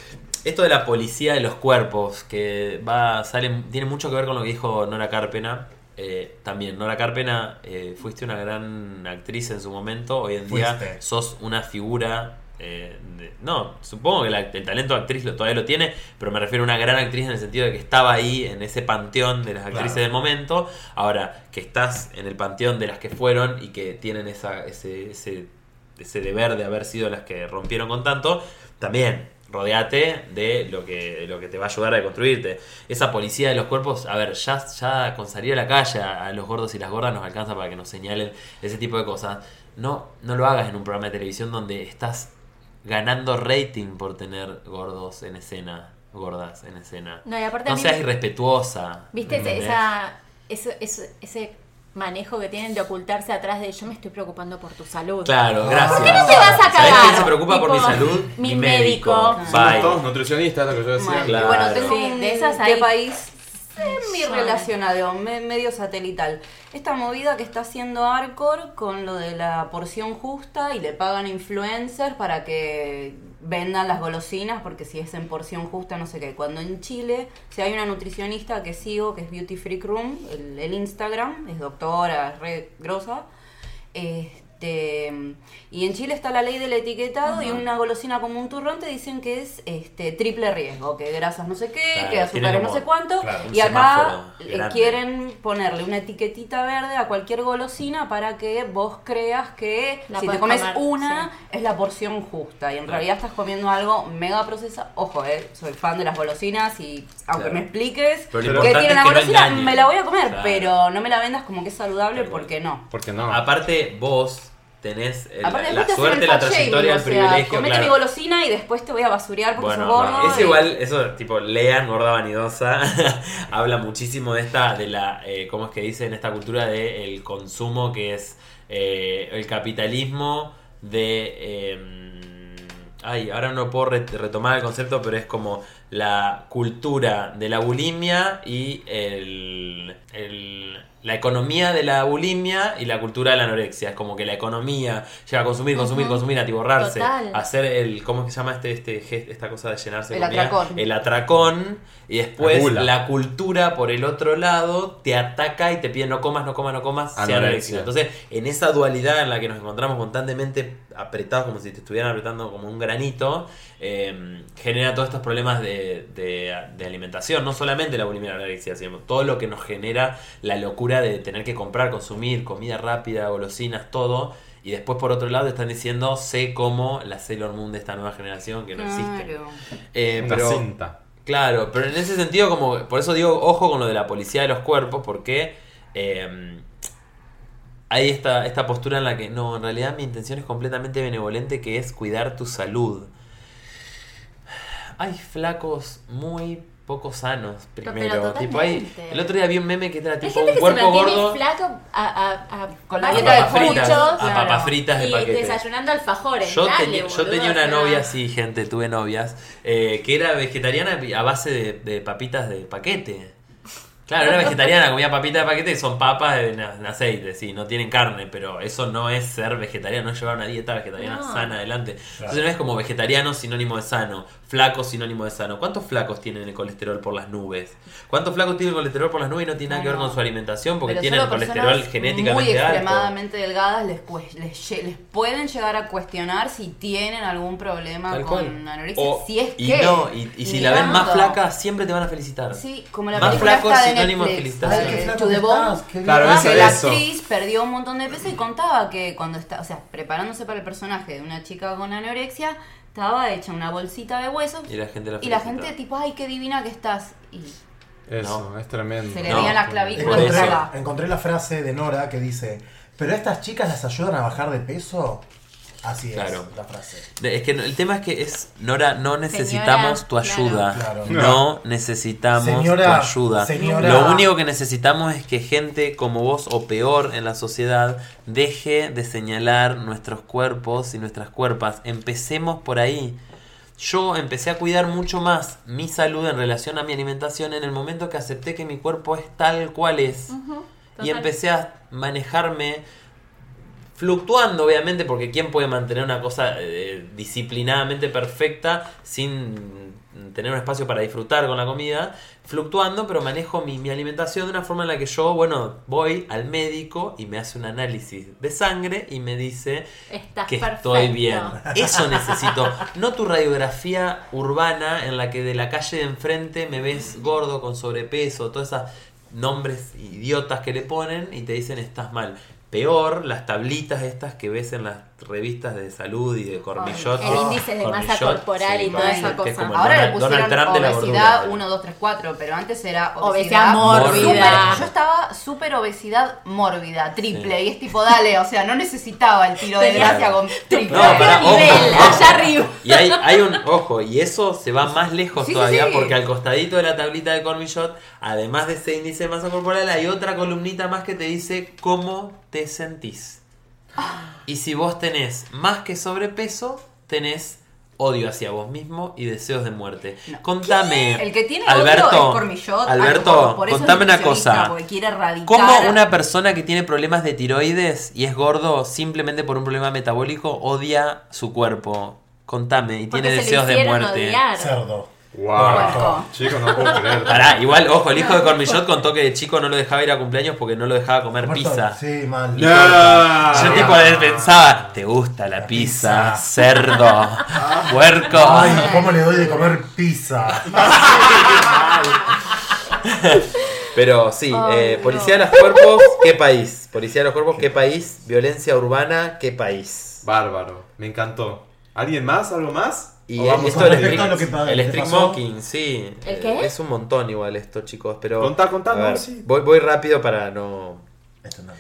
[SPEAKER 5] esto de la policía de los cuerpos, que va, sale, tiene mucho que ver con lo que dijo Nora Carpena. Eh, también, Nora Carpena, eh, fuiste una gran actriz en su momento, hoy en día
[SPEAKER 4] Fuiste.
[SPEAKER 5] sos una figura... eh, de- no, supongo que la- el talento de actriz lo, todavía lo tiene, pero me refiero a una gran actriz en el sentido de que estaba ahí en ese panteón de las actrices
[SPEAKER 4] Claro.
[SPEAKER 5] del momento. Ahora, que estás en el panteón de las que fueron y que tienen esa, ese, ese ese deber de haber sido las que rompieron con tanto, también rodeate de lo que, de lo que te va a ayudar a construirte. Esa policía de los cuerpos, a ver, ya, ya con salir a la calle a a los gordos y las gordas nos alcanza para que nos señalen ese tipo de cosas. No, no lo hagas en un programa de televisión donde estás ganando rating por tener gordos en escena, gordas en escena.
[SPEAKER 6] No, y aparte
[SPEAKER 5] No
[SPEAKER 6] a mí-
[SPEAKER 5] seas irrespetuosa.
[SPEAKER 6] ¿Viste ese,
[SPEAKER 5] ¿entendés?
[SPEAKER 6] esa, ese, ese- ese manejo que tienen de ocultarse atrás de yo me estoy preocupando por tu salud?
[SPEAKER 5] Claro, gracias.
[SPEAKER 6] ¿Por qué no te vas a
[SPEAKER 5] ¿Sabés
[SPEAKER 6] cagar?
[SPEAKER 5] quién se preocupa por mi
[SPEAKER 6] Tipo,
[SPEAKER 5] salud?
[SPEAKER 6] mi médico.
[SPEAKER 5] Bye.
[SPEAKER 2] Somos todos nutricionistas, lo que yo decía.
[SPEAKER 7] Mal.
[SPEAKER 5] claro.
[SPEAKER 7] Y Bueno, tengo
[SPEAKER 6] Sí,
[SPEAKER 7] un
[SPEAKER 6] de esas
[SPEAKER 7] ¿qué
[SPEAKER 6] hay-
[SPEAKER 7] país semi relacionado, me- medio satelital. Esta movida que está haciendo Arcor con lo de la porción justa y le pagan influencers para que vendan las golosinas porque si es en porción justa no sé qué. Cuando en Chile, si hay una nutricionista que sigo que es Beauty Freak Room, el, el Instagram, es doctora, es re grosa. Este, y en Chile está la ley del etiquetado y una golosina como un turrón te dicen que es este triple riesgo, que grasas no sé qué,
[SPEAKER 5] Claro,
[SPEAKER 7] que
[SPEAKER 5] tiene
[SPEAKER 7] azúcares no
[SPEAKER 5] como,
[SPEAKER 7] sé cuánto.
[SPEAKER 5] claro, un
[SPEAKER 7] y acá
[SPEAKER 5] semáforo
[SPEAKER 7] eh,
[SPEAKER 5] grande.
[SPEAKER 7] quieren ponerle una etiquetita verde a cualquier golosina para que vos creas que
[SPEAKER 6] La
[SPEAKER 7] si te
[SPEAKER 6] podés
[SPEAKER 7] comes
[SPEAKER 6] comer,
[SPEAKER 7] una es la porción justa y en realidad estás comiendo algo mega procesado. Ojo, eh, soy fan de las golosinas y aunque
[SPEAKER 5] Claro.
[SPEAKER 7] me expliques
[SPEAKER 5] Pero lo
[SPEAKER 7] que
[SPEAKER 5] importante es
[SPEAKER 7] tiene una
[SPEAKER 5] que no
[SPEAKER 7] golosina,
[SPEAKER 5] engañe.
[SPEAKER 7] me la voy a comer,
[SPEAKER 5] Claro.
[SPEAKER 7] pero no me la vendas como que es saludable
[SPEAKER 5] Tal cual.
[SPEAKER 7] porque no.
[SPEAKER 2] Porque no.
[SPEAKER 5] Ah, Aparte, vos tenés el-
[SPEAKER 7] Aparte,
[SPEAKER 5] la
[SPEAKER 7] después te hacen
[SPEAKER 5] suerte,
[SPEAKER 7] el
[SPEAKER 5] la
[SPEAKER 7] fat shaming,
[SPEAKER 5] trayectoria, el
[SPEAKER 7] o sea,
[SPEAKER 5] privilegio.
[SPEAKER 7] Comete
[SPEAKER 5] claro.
[SPEAKER 7] mi golosina y después te voy a basurear porque
[SPEAKER 5] Bueno,
[SPEAKER 7] sos gordo.
[SPEAKER 5] es
[SPEAKER 7] y-
[SPEAKER 5] igual, eso, tipo, lean Gorda Vanidosa, *laughs* habla muchísimo de esta, de la, eh, ¿cómo es que dicen? Esta cultura del consumo que es eh, el capitalismo de... eh, ay, ahora no puedo re- retomar el concepto, pero es como la cultura de la bulimia y el... el- la economía de la bulimia y la cultura de la anorexia. Es como que la economía lleva a consumir, consumir, consumir, a atiborrarse,
[SPEAKER 6] Total.
[SPEAKER 5] a hacer el cómo es que se llama este este gest- esta cosa de llenarse
[SPEAKER 7] El
[SPEAKER 5] de comida?
[SPEAKER 7] atracón.
[SPEAKER 5] el atracón y después
[SPEAKER 2] La gula.
[SPEAKER 5] la, cultura por el otro lado te ataca y te pide no comas no comas no comas sea
[SPEAKER 2] Anorexia.
[SPEAKER 5] anorexia entonces en esa dualidad en la que nos encontramos constantemente apretados como si te estuvieran apretando como un granito eh, genera todos estos problemas de, de- de alimentación no solamente la bulimia y la anorexia sino todo lo que nos genera la locura de tener que comprar consumir comida rápida golosinas todo y después por otro lado están diciendo sé como la Sailor Moon de esta nueva generación que no existe.
[SPEAKER 7] Claro.
[SPEAKER 5] Eh,
[SPEAKER 2] Una
[SPEAKER 5] pero,
[SPEAKER 2] cinta.
[SPEAKER 5] claro, pero en ese sentido, como por eso digo, ojo con lo de la policía de los cuerpos, porque eh, hay esta, esta postura en la que no, en realidad mi intención es completamente benevolente, que es cuidar tu salud. Hay flacos muy poco sanos primero. Tipo, hay,
[SPEAKER 6] totalmente.
[SPEAKER 5] el otro día vi un meme que era
[SPEAKER 6] Hay
[SPEAKER 5] tipo
[SPEAKER 6] gente
[SPEAKER 5] un
[SPEAKER 6] que se
[SPEAKER 5] cuerpo
[SPEAKER 6] mantiene
[SPEAKER 5] gordo.
[SPEAKER 6] flaco a, a, a-
[SPEAKER 7] Con la
[SPEAKER 6] varios
[SPEAKER 7] dieta de
[SPEAKER 5] papas fritas,
[SPEAKER 6] puchos,
[SPEAKER 5] a papas fritas de
[SPEAKER 6] y
[SPEAKER 5] paquete.
[SPEAKER 6] desayunando alfajores.
[SPEAKER 5] Yo,
[SPEAKER 6] Dale,
[SPEAKER 5] tenía- yo
[SPEAKER 6] boludo,
[SPEAKER 5] tenía una
[SPEAKER 6] o sea,
[SPEAKER 5] novia así, gente, tuve novias, eh, que era vegetariana a base de, de papitas de paquete. Claro, era vegetariana, comía papitas de paquete, que son papas en, en aceite, sí, no tienen carne, pero eso no es ser vegetariano, no es llevar una dieta vegetariana
[SPEAKER 6] No.
[SPEAKER 5] sana adelante. Entonces no es como vegetariano sinónimo de sano, flaco sinónimo de sano. ¿Cuántos flacos tienen el colesterol por las nubes? ¿Cuántos flacos tienen el colesterol por las nubes y no tiene nada que ver
[SPEAKER 7] Bueno,
[SPEAKER 5] con su alimentación porque
[SPEAKER 7] Pero
[SPEAKER 5] tienen
[SPEAKER 7] solo
[SPEAKER 5] colesterol
[SPEAKER 7] personas
[SPEAKER 5] genéticamente
[SPEAKER 7] muy
[SPEAKER 5] alto?
[SPEAKER 7] extremadamente delgadas les, cues- les, lle- les pueden llegar a cuestionar si tienen algún problema
[SPEAKER 5] Tal
[SPEAKER 7] Ah, con
[SPEAKER 5] cual.
[SPEAKER 7] anorexia.
[SPEAKER 5] O-
[SPEAKER 7] si es
[SPEAKER 5] y
[SPEAKER 7] que.
[SPEAKER 5] no, y, y si la ven más flaca, siempre te van a felicitar.
[SPEAKER 7] Sí, como la
[SPEAKER 5] Más
[SPEAKER 7] película
[SPEAKER 5] flaco
[SPEAKER 7] esta
[SPEAKER 5] es
[SPEAKER 7] de
[SPEAKER 5] sinónimo de
[SPEAKER 7] Netflix,
[SPEAKER 5] felicidad.
[SPEAKER 7] eh,
[SPEAKER 4] Qué flaco
[SPEAKER 7] To the
[SPEAKER 4] que
[SPEAKER 7] Bone,
[SPEAKER 4] estás, qué
[SPEAKER 2] Claro,
[SPEAKER 7] Ah,
[SPEAKER 2] eso
[SPEAKER 7] que
[SPEAKER 2] es
[SPEAKER 7] la
[SPEAKER 2] eso.
[SPEAKER 7] actriz perdió un montón de peso y contaba que cuando está, o sea, preparándose para el personaje de una chica con anorexia, estaba hecha una bolsita de huesos
[SPEAKER 5] Y la gente la
[SPEAKER 7] y la
[SPEAKER 5] felicita.
[SPEAKER 7] gente tipo, ay, qué divina que estás. Y
[SPEAKER 2] Eso, es tremendo.
[SPEAKER 7] se le
[SPEAKER 5] No.
[SPEAKER 7] veían las
[SPEAKER 5] Por
[SPEAKER 7] clavículas.
[SPEAKER 5] eso.
[SPEAKER 4] Encontré,
[SPEAKER 7] acá.
[SPEAKER 4] encontré la frase de Nora que dice, pero a estas chicas las ayudan a bajar de peso. Así
[SPEAKER 5] Claro.
[SPEAKER 4] es la frase.
[SPEAKER 5] De- Es que no- el tema es que es, Nora, no necesitamos
[SPEAKER 6] Señora,
[SPEAKER 5] tu ayuda.
[SPEAKER 4] claro. Claro.
[SPEAKER 5] No necesitamos tu
[SPEAKER 4] Señora,
[SPEAKER 5] ayuda.
[SPEAKER 4] señora.
[SPEAKER 5] Lo único que necesitamos es que gente como vos o peor en la sociedad deje de señalar nuestros cuerpos y nuestras cuerpas. Empecemos por ahí. Yo empecé a cuidar mucho más mi salud en relación a mi alimentación en el momento que acepté que mi cuerpo es tal cual es. Y
[SPEAKER 6] Total.
[SPEAKER 5] empecé a manejarme fluctuando, obviamente, porque ¿quién puede mantener una cosa eh, disciplinadamente perfecta sin tener un espacio para disfrutar con la comida? Fluctuando, pero manejo mi, mi alimentación de una forma en la que yo, bueno, voy al médico y me hace un análisis de sangre y me dice
[SPEAKER 6] Estás
[SPEAKER 5] que
[SPEAKER 6] perfecto.
[SPEAKER 5] estoy bien. Eso necesito. No tu radiografía urbana en la que de la calle de enfrente me ves gordo, con sobrepeso, todas esas nombres idiotas que le ponen y te dicen estás mal. Peor, las tablitas estas que ves en las revistas de salud y de cormillot.
[SPEAKER 6] el índice de masa
[SPEAKER 5] Cormillot,
[SPEAKER 6] corporal y toda
[SPEAKER 5] vale,
[SPEAKER 6] esa
[SPEAKER 5] que
[SPEAKER 6] cosa.
[SPEAKER 5] es como el
[SPEAKER 7] Ahora le
[SPEAKER 5] Donald- Donald
[SPEAKER 7] pusieron
[SPEAKER 5] Trump de la
[SPEAKER 7] obesidad
[SPEAKER 5] gordura.
[SPEAKER 7] 1, 2, 3, 4, pero antes era
[SPEAKER 6] Obesidad
[SPEAKER 7] obesidad,
[SPEAKER 6] mórbida.
[SPEAKER 7] Súper- yo estaba súper obesidad mórbida, triple. Y es tipo, dale, o sea, no necesitaba el tiro de
[SPEAKER 6] Tenía-
[SPEAKER 7] gracia con triple.
[SPEAKER 5] No, pará, ojo,
[SPEAKER 6] nivel,
[SPEAKER 5] ojo.
[SPEAKER 6] allá arriba.
[SPEAKER 5] Y hay, hay un, ojo, y eso se va más lejos
[SPEAKER 7] Sí, sí,
[SPEAKER 5] todavía
[SPEAKER 7] sí.
[SPEAKER 5] porque al costadito de la tablita de Cormillot, además de ese índice de masa corporal, hay otra columnita más que te dice cómo te sentís. Y si vos tenés más que sobrepeso, tenés odio hacia vos mismo y deseos de muerte. Contame,
[SPEAKER 7] El que tiene
[SPEAKER 5] Alberto,
[SPEAKER 7] odio es Cormillot.
[SPEAKER 5] Alberto,
[SPEAKER 7] algo, por eso es
[SPEAKER 5] contame una
[SPEAKER 7] nutricionista,
[SPEAKER 5] cosa.
[SPEAKER 7] Porque quiere erradicar.
[SPEAKER 5] ¿Cómo una persona que tiene problemas de tiroides y es gordo simplemente por un problema metabólico odia su cuerpo? Contame, y
[SPEAKER 6] Porque
[SPEAKER 5] tiene
[SPEAKER 6] se lo
[SPEAKER 5] deseos de
[SPEAKER 6] hicieron
[SPEAKER 5] muerte.
[SPEAKER 6] odiar.
[SPEAKER 4] Cerdo.
[SPEAKER 2] Wow. Chicos, no puedo creer.
[SPEAKER 5] Pará, igual, ojo, el hijo de Cormillot contó que de chico no lo dejaba ir a cumpleaños porque no lo dejaba comer pizza.
[SPEAKER 4] Sí, Ah. mal.
[SPEAKER 2] No.
[SPEAKER 5] Yo tipo él pensaba, te gusta la pizza, cerdo,
[SPEAKER 4] *laughs*
[SPEAKER 5] puerco.
[SPEAKER 4] Ay, ¿cómo le doy de comer
[SPEAKER 2] *laughs*
[SPEAKER 4] pizza?
[SPEAKER 5] Pero sí, eh, policía de los cuerpos, qué país. Policía de los cuerpos, qué país. Violencia urbana, qué país.
[SPEAKER 2] Bárbaro. Me encantó. ¿Alguien más? ¿Algo más?
[SPEAKER 5] Y
[SPEAKER 2] ¿O vamos
[SPEAKER 5] esto
[SPEAKER 2] con
[SPEAKER 5] del
[SPEAKER 2] el
[SPEAKER 4] respecto
[SPEAKER 5] street-
[SPEAKER 4] a lo que pa-
[SPEAKER 5] el
[SPEAKER 4] que
[SPEAKER 5] street
[SPEAKER 4] pasó?
[SPEAKER 5] mocking, sí.
[SPEAKER 6] ¿El qué?
[SPEAKER 5] Es un montón igual esto, chicos, pero...
[SPEAKER 2] Contá, contá,
[SPEAKER 5] a
[SPEAKER 2] no,
[SPEAKER 5] ver,
[SPEAKER 2] sí.
[SPEAKER 5] voy, voy rápido para no...
[SPEAKER 4] Esto Este no.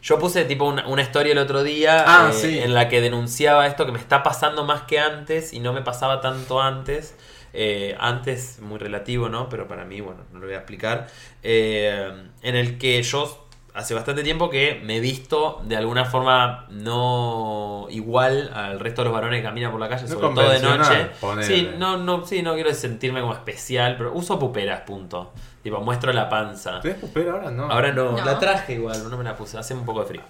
[SPEAKER 5] Yo puse tipo una, una historia el otro día
[SPEAKER 2] Ah,
[SPEAKER 5] eh,
[SPEAKER 2] sí.
[SPEAKER 5] en la que denunciaba esto que me está pasando más que antes y no me pasaba tanto antes. Eh, antes, muy relativo, ¿no? Pero para mí, bueno, no lo voy a explicar. Eh, en el que yo hace bastante tiempo que me he visto de alguna forma no igual al resto de los varones que caminan por la calle,
[SPEAKER 2] No
[SPEAKER 5] sobre todo de
[SPEAKER 2] convencional,
[SPEAKER 5] noche.
[SPEAKER 2] ponele.
[SPEAKER 5] Sí, no, no, sí, no quiero sentirme como especial, pero uso puperas, punto. Tipo, muestro la panza.
[SPEAKER 2] ¿Tenés pupera ahora? No.
[SPEAKER 5] Ahora no,
[SPEAKER 6] No.
[SPEAKER 5] la traje igual, no me la puse, hace un poco de frío.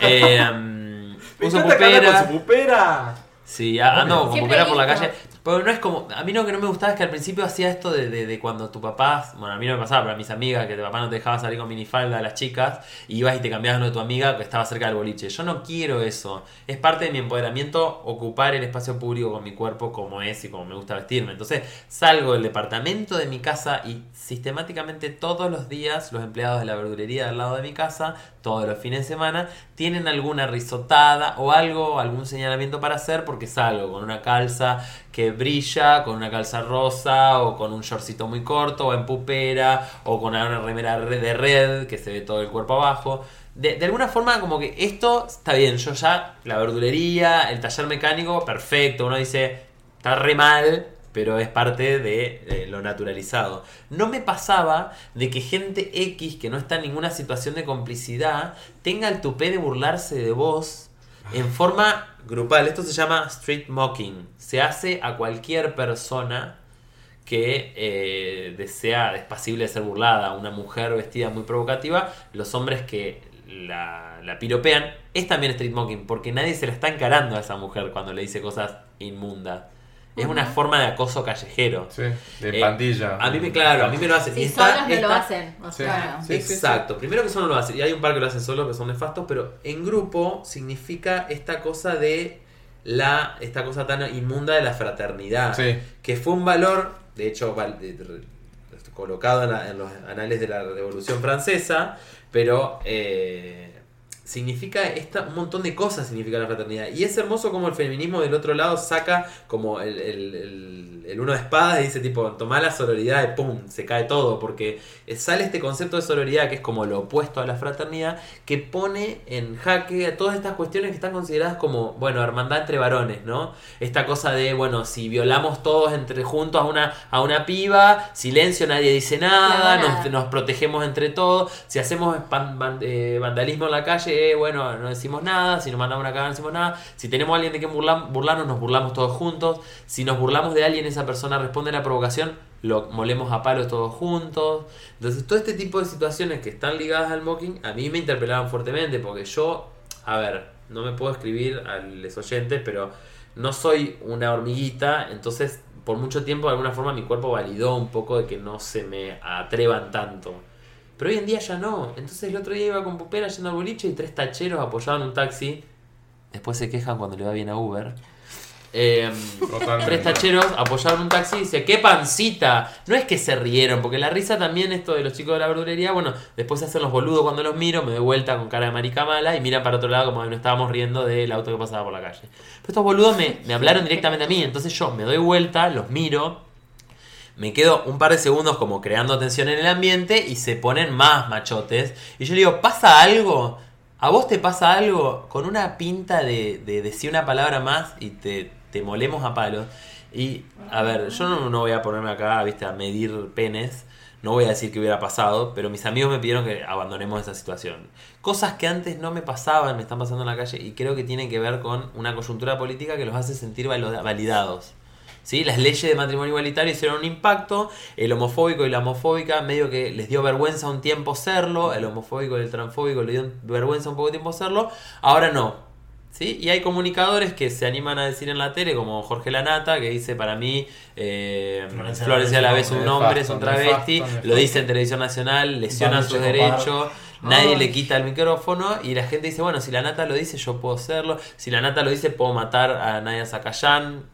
[SPEAKER 5] Eh, mm,
[SPEAKER 2] Me
[SPEAKER 5] uso
[SPEAKER 2] encanta que habla
[SPEAKER 5] pupera.
[SPEAKER 2] con su pupera.
[SPEAKER 5] Sí, ah, a- ando con
[SPEAKER 6] Siempre
[SPEAKER 5] pupera por la
[SPEAKER 6] listo.
[SPEAKER 5] calle. Pero no es como. A mí lo que no me gustaba es que al principio hacía esto de, de- de cuando tu papá. Bueno, a mí no me pasaba, pero a mis amigas, que tu papá no te dejaba salir con minifalda a las chicas, y ibas y te cambiabas lo de tu amiga que estaba cerca del boliche. Yo no quiero eso. Es parte de mi empoderamiento ocupar el espacio público con mi cuerpo como es y como me gusta vestirme. Entonces salgo del departamento de mi casa y sistemáticamente todos los días los empleados de la verdulería del lado de mi casa, todos los fines de semana, tienen alguna risotada o algo, algún señalamiento para hacer porque salgo con una calza que brilla, con una calza rosa o con un shortcito muy corto o en pupera o con una remera re- de red que se ve todo el cuerpo abajo. De, de alguna forma como que esto está bien, yo ya la verdulería, el taller mecánico, perfecto, uno dice, está re mal, pero es parte de eh, lo naturalizado. No me pasaba de que gente X que no está en ninguna situación de complicidad tenga el tupé de burlarse de vos en forma grupal. Esto se llama street mocking. Se hace a cualquier persona que eh, desea, es pasible de ser burlada, una mujer vestida muy provocativa, los hombres que la, la piropean, es también street mocking, porque nadie se la está encarando a esa mujer cuando le dice cosas inmundas. Es una forma de acoso callejero.
[SPEAKER 2] Sí, de
[SPEAKER 5] Eh,
[SPEAKER 2] pandilla.
[SPEAKER 5] A mí me, claro, a mí me lo hacen. Y
[SPEAKER 6] Si
[SPEAKER 5] está-
[SPEAKER 6] solos no lo
[SPEAKER 5] está-
[SPEAKER 6] hacen. O
[SPEAKER 2] Sí,
[SPEAKER 6] sea,
[SPEAKER 2] sí, sí, sí.
[SPEAKER 5] Exacto. Primero que solo lo hacen. Y hay un par que lo hacen solo, que son nefastos, pero en grupo significa esta cosa de la. esta cosa tan inmunda de la fraternidad.
[SPEAKER 2] Sí.
[SPEAKER 5] Que fue un valor, de hecho, val- de- de- colocado en, la- en los anales de la Revolución Francesa, pero eh, significa esta, un montón de cosas significa la fraternidad. Y es hermoso como el feminismo del otro lado saca como el, el- el- el uno de espadas y dice tipo, tomá la sororidad y pum, se cae todo. Porque sale este concepto de sororidad que es como lo opuesto a la fraternidad, que pone en jaque a todas estas cuestiones que están consideradas como, bueno, hermandad entre varones, ¿no? Esta cosa de, bueno, si violamos todos entre juntos a una, a una piba, silencio, nadie dice nada,
[SPEAKER 6] Nada.
[SPEAKER 5] nos, nos protegemos entre todos, si hacemos pan- van- eh, vandalismo en la calle, eh, bueno, no decimos nada, si nos mandamos una cagada no decimos nada, si tenemos a alguien de quien burla- burlarnos, nos burlamos todos juntos, si nos burlamos de alguien, esa persona responde a la provocación, lo molemos a palo todos juntos. Entonces, todo este tipo de situaciones que están ligadas al mocking a mí me interpelaban fuertemente porque yo, a ver, no me puedo escribir a los oyentes, pero no soy una hormiguita, entonces por mucho tiempo de alguna forma mi cuerpo validó un poco de que no se me atrevan tanto. Pero hoy en día ya no. Entonces el otro día iba con Pupera yendo al boliche y tres tacheros apoyaban un taxi. Después se quejan cuando le va bien a Uber. Em,
[SPEAKER 2] Totalmente.
[SPEAKER 5] tres tacheros apoyaron un taxi y dice, ¡qué pancita! No es que se rieron, porque la risa también, esto de los chicos de la verdulería, bueno, después se hacen los boludos cuando los miro, me doy vuelta con cara de marica mala y miran para otro lado como que nos estábamos riendo del auto que pasaba por la calle. Pero estos boludos me, me hablaron directamente a mí, entonces yo me doy vuelta, los miro, me quedo un par de segundos como creando tensión en el ambiente y se ponen más machotes. Y yo le digo, ¿pasa algo? ¿A vos te pasa algo? Con una pinta de, de decir una palabra más y te, te molemos a palos. Y, a ver, yo no, no voy a ponerme acá, viste, a medir penes. No voy a decir que hubiera pasado, pero mis amigos me pidieron que abandonemos esa situación. Cosas que antes no me pasaban, me están pasando en la calle y creo que tienen que ver con una coyuntura política que los hace sentir valo- validados. ¿sí? Las leyes de matrimonio igualitario hicieron un impacto, el homofóbico y la homofóbica medio que les dio vergüenza un tiempo serlo, el homofóbico y el transfóbico le dio vergüenza un poco de tiempo serlo, ahora no. ¿Sí? Y hay comunicadores que se animan a decir en la tele, como Jorge Lanata, que dice para mí eh,
[SPEAKER 4] Florencia
[SPEAKER 5] Florencia la vez
[SPEAKER 4] Lavés es
[SPEAKER 5] es un
[SPEAKER 2] un
[SPEAKER 5] hombre,
[SPEAKER 2] nefasto,
[SPEAKER 5] es un travesti,
[SPEAKER 2] nefasto, nefasto.
[SPEAKER 5] lo dice en televisión nacional, lesionan
[SPEAKER 4] Vamos,
[SPEAKER 5] sus
[SPEAKER 4] Checo
[SPEAKER 5] derechos, nadie
[SPEAKER 4] Ay.
[SPEAKER 5] le quita el micrófono y la gente dice, bueno, si la nata lo dice, yo puedo hacerlo, si la nata lo dice, puedo matar a Nadia Zacayán,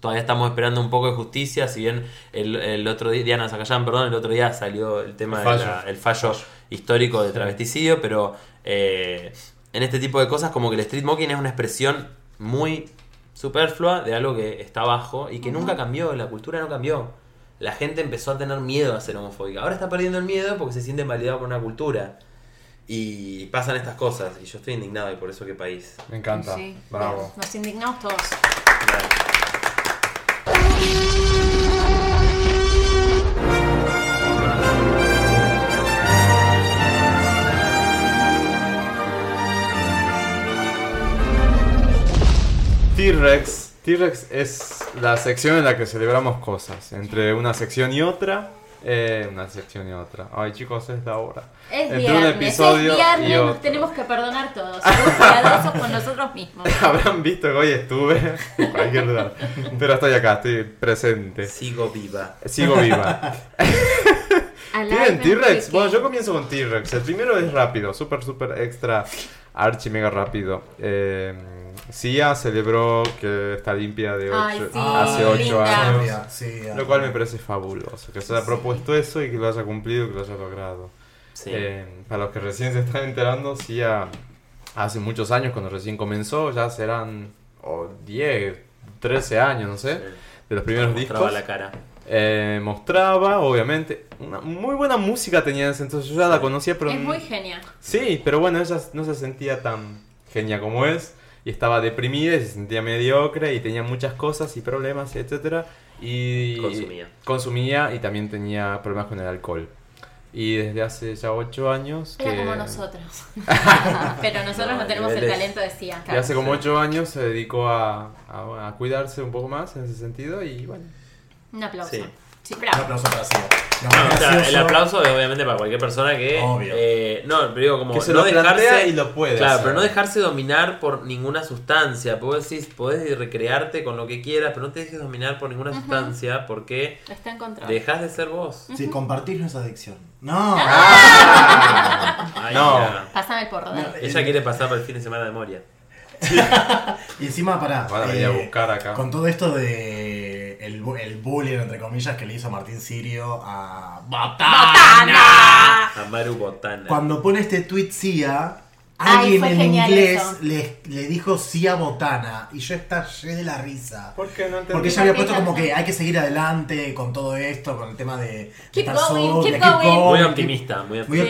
[SPEAKER 5] Todavía estamos esperando un poco de justicia, si bien el, el otro día, Diana Zacayán, perdón, el otro día salió el tema
[SPEAKER 2] El
[SPEAKER 5] del
[SPEAKER 2] fallo.
[SPEAKER 5] fallo histórico de travesticidio, pero eh, en este tipo de cosas como que el street mocking es una expresión muy superflua de algo que está abajo y que nunca cambió, la cultura no cambió. La gente empezó a tener miedo a ser homofóbica. Ahora está perdiendo el miedo porque se siente invalidado por una cultura. Y pasan estas cosas. Y yo estoy indignado y por eso qué país.
[SPEAKER 2] Me encanta.
[SPEAKER 6] Sí.
[SPEAKER 2] Bravo.
[SPEAKER 6] Nos indignamos todos.
[SPEAKER 2] T-Rex. T-Rex es la sección en la que celebramos cosas. Entre una sección y otra. eh, una sección y otra. Ay, chicos, es la hora. *laughs*
[SPEAKER 6] Es
[SPEAKER 2] Entre un
[SPEAKER 6] viernes,
[SPEAKER 2] episodio
[SPEAKER 6] es
[SPEAKER 2] y
[SPEAKER 6] viernes,
[SPEAKER 2] otro.
[SPEAKER 6] nos tenemos que perdonar todos. Somos cuidadosos con nosotros mismos.
[SPEAKER 2] Habrán visto que hoy estuve *laughs* en cualquier lugar. Pero estoy acá, estoy presente.
[SPEAKER 5] Sigo viva.
[SPEAKER 2] Sigo viva.
[SPEAKER 6] Alive
[SPEAKER 2] *laughs* ¿Tienen
[SPEAKER 6] and
[SPEAKER 2] T-Rex?
[SPEAKER 6] kicking.
[SPEAKER 2] Bueno, yo comienzo con T-Rex. El primero es rápido, súper, súper extra, archi mega rápido. Eh, Sia celebró que está limpia de ocho-
[SPEAKER 6] Ay, sí,
[SPEAKER 2] hace 8
[SPEAKER 6] linda.
[SPEAKER 2] años.
[SPEAKER 4] Obvia, sí,
[SPEAKER 2] Lo cual me parece fabuloso, que se haya propuesto eso y que lo haya cumplido, que lo haya logrado.
[SPEAKER 5] Sí.
[SPEAKER 2] Eh, para los que recién se están enterando, Sia hace muchos años, cuando recién comenzó, ya serán o 10, 13 años, no sé, de los ¿eh? primeros
[SPEAKER 5] Mostraba
[SPEAKER 2] discos.
[SPEAKER 5] la cara.
[SPEAKER 2] Eh, mostraba, obviamente, una muy buena música tenía en ese entonces, yo ya la conocía, pero...
[SPEAKER 6] Es muy genial.
[SPEAKER 2] Sí, pero bueno, ella no se sentía tan genia como es. Y estaba deprimida y se sentía mediocre y tenía muchas cosas y problemas, etcétera Y
[SPEAKER 5] Consumía.
[SPEAKER 2] consumía y también tenía problemas con el alcohol. Y desde hace ya ocho años...
[SPEAKER 6] Era
[SPEAKER 2] que-
[SPEAKER 6] como
[SPEAKER 5] *laughs*
[SPEAKER 6] nosotros. Pero nosotros no,
[SPEAKER 5] No,
[SPEAKER 6] tenemos el
[SPEAKER 5] niveles.
[SPEAKER 6] talento de Sia.
[SPEAKER 2] Y hace como ocho años se dedicó a, a- a cuidarse un poco más en ese sentido y bueno...
[SPEAKER 6] Un aplauso.
[SPEAKER 5] Sí.
[SPEAKER 6] Sí,
[SPEAKER 4] Un
[SPEAKER 6] bravo.
[SPEAKER 4] aplauso para sí.
[SPEAKER 2] Ah,
[SPEAKER 5] Bueno, o sea, el aplauso es obviamente para cualquier persona que.
[SPEAKER 4] Obvio.
[SPEAKER 5] eh, no, pero digo, como.
[SPEAKER 2] Que se
[SPEAKER 5] no
[SPEAKER 2] lo plantea
[SPEAKER 5] dejarse.
[SPEAKER 2] y lo puede
[SPEAKER 5] Claro,
[SPEAKER 2] hacer.
[SPEAKER 5] pero
[SPEAKER 2] *laughs*
[SPEAKER 5] no dejarse dominar por ninguna sustancia. Podés, decís, podés recrearte con lo que quieras, pero no te dejes dominar por ninguna sustancia porque
[SPEAKER 6] Está en contra.
[SPEAKER 5] dejas de ser vos.
[SPEAKER 4] Si compartir no es adicción.
[SPEAKER 5] *laughs*
[SPEAKER 4] No.
[SPEAKER 5] Ay,
[SPEAKER 2] No.
[SPEAKER 5] mira.
[SPEAKER 6] Pásame el porro. dale.
[SPEAKER 5] Ella quiere pasar para el fin de semana de Moria.
[SPEAKER 4] Y encima, pará. eh,
[SPEAKER 2] Van a venir a buscar acá.
[SPEAKER 4] Con todo esto de. El, bu- el bullying, entre comillas, que le hizo Martín Sirio a. ¡Batana!
[SPEAKER 5] Amaru Botana.
[SPEAKER 4] Cuando pone este tweet Sia,
[SPEAKER 6] Ay,
[SPEAKER 4] alguien
[SPEAKER 6] fue
[SPEAKER 4] en
[SPEAKER 6] genial
[SPEAKER 4] inglés
[SPEAKER 6] eso.
[SPEAKER 4] le, le dijo sí a Botana y yo estallé de la risa.
[SPEAKER 2] ¿Por qué no entendí?
[SPEAKER 4] Porque ella había puesto como que hay que seguir adelante con todo esto, con el tema de.
[SPEAKER 6] Keep
[SPEAKER 4] de estar
[SPEAKER 6] going,
[SPEAKER 4] sola,
[SPEAKER 6] keep going.
[SPEAKER 5] Muy optimista, muy
[SPEAKER 4] Muy
[SPEAKER 5] optimista.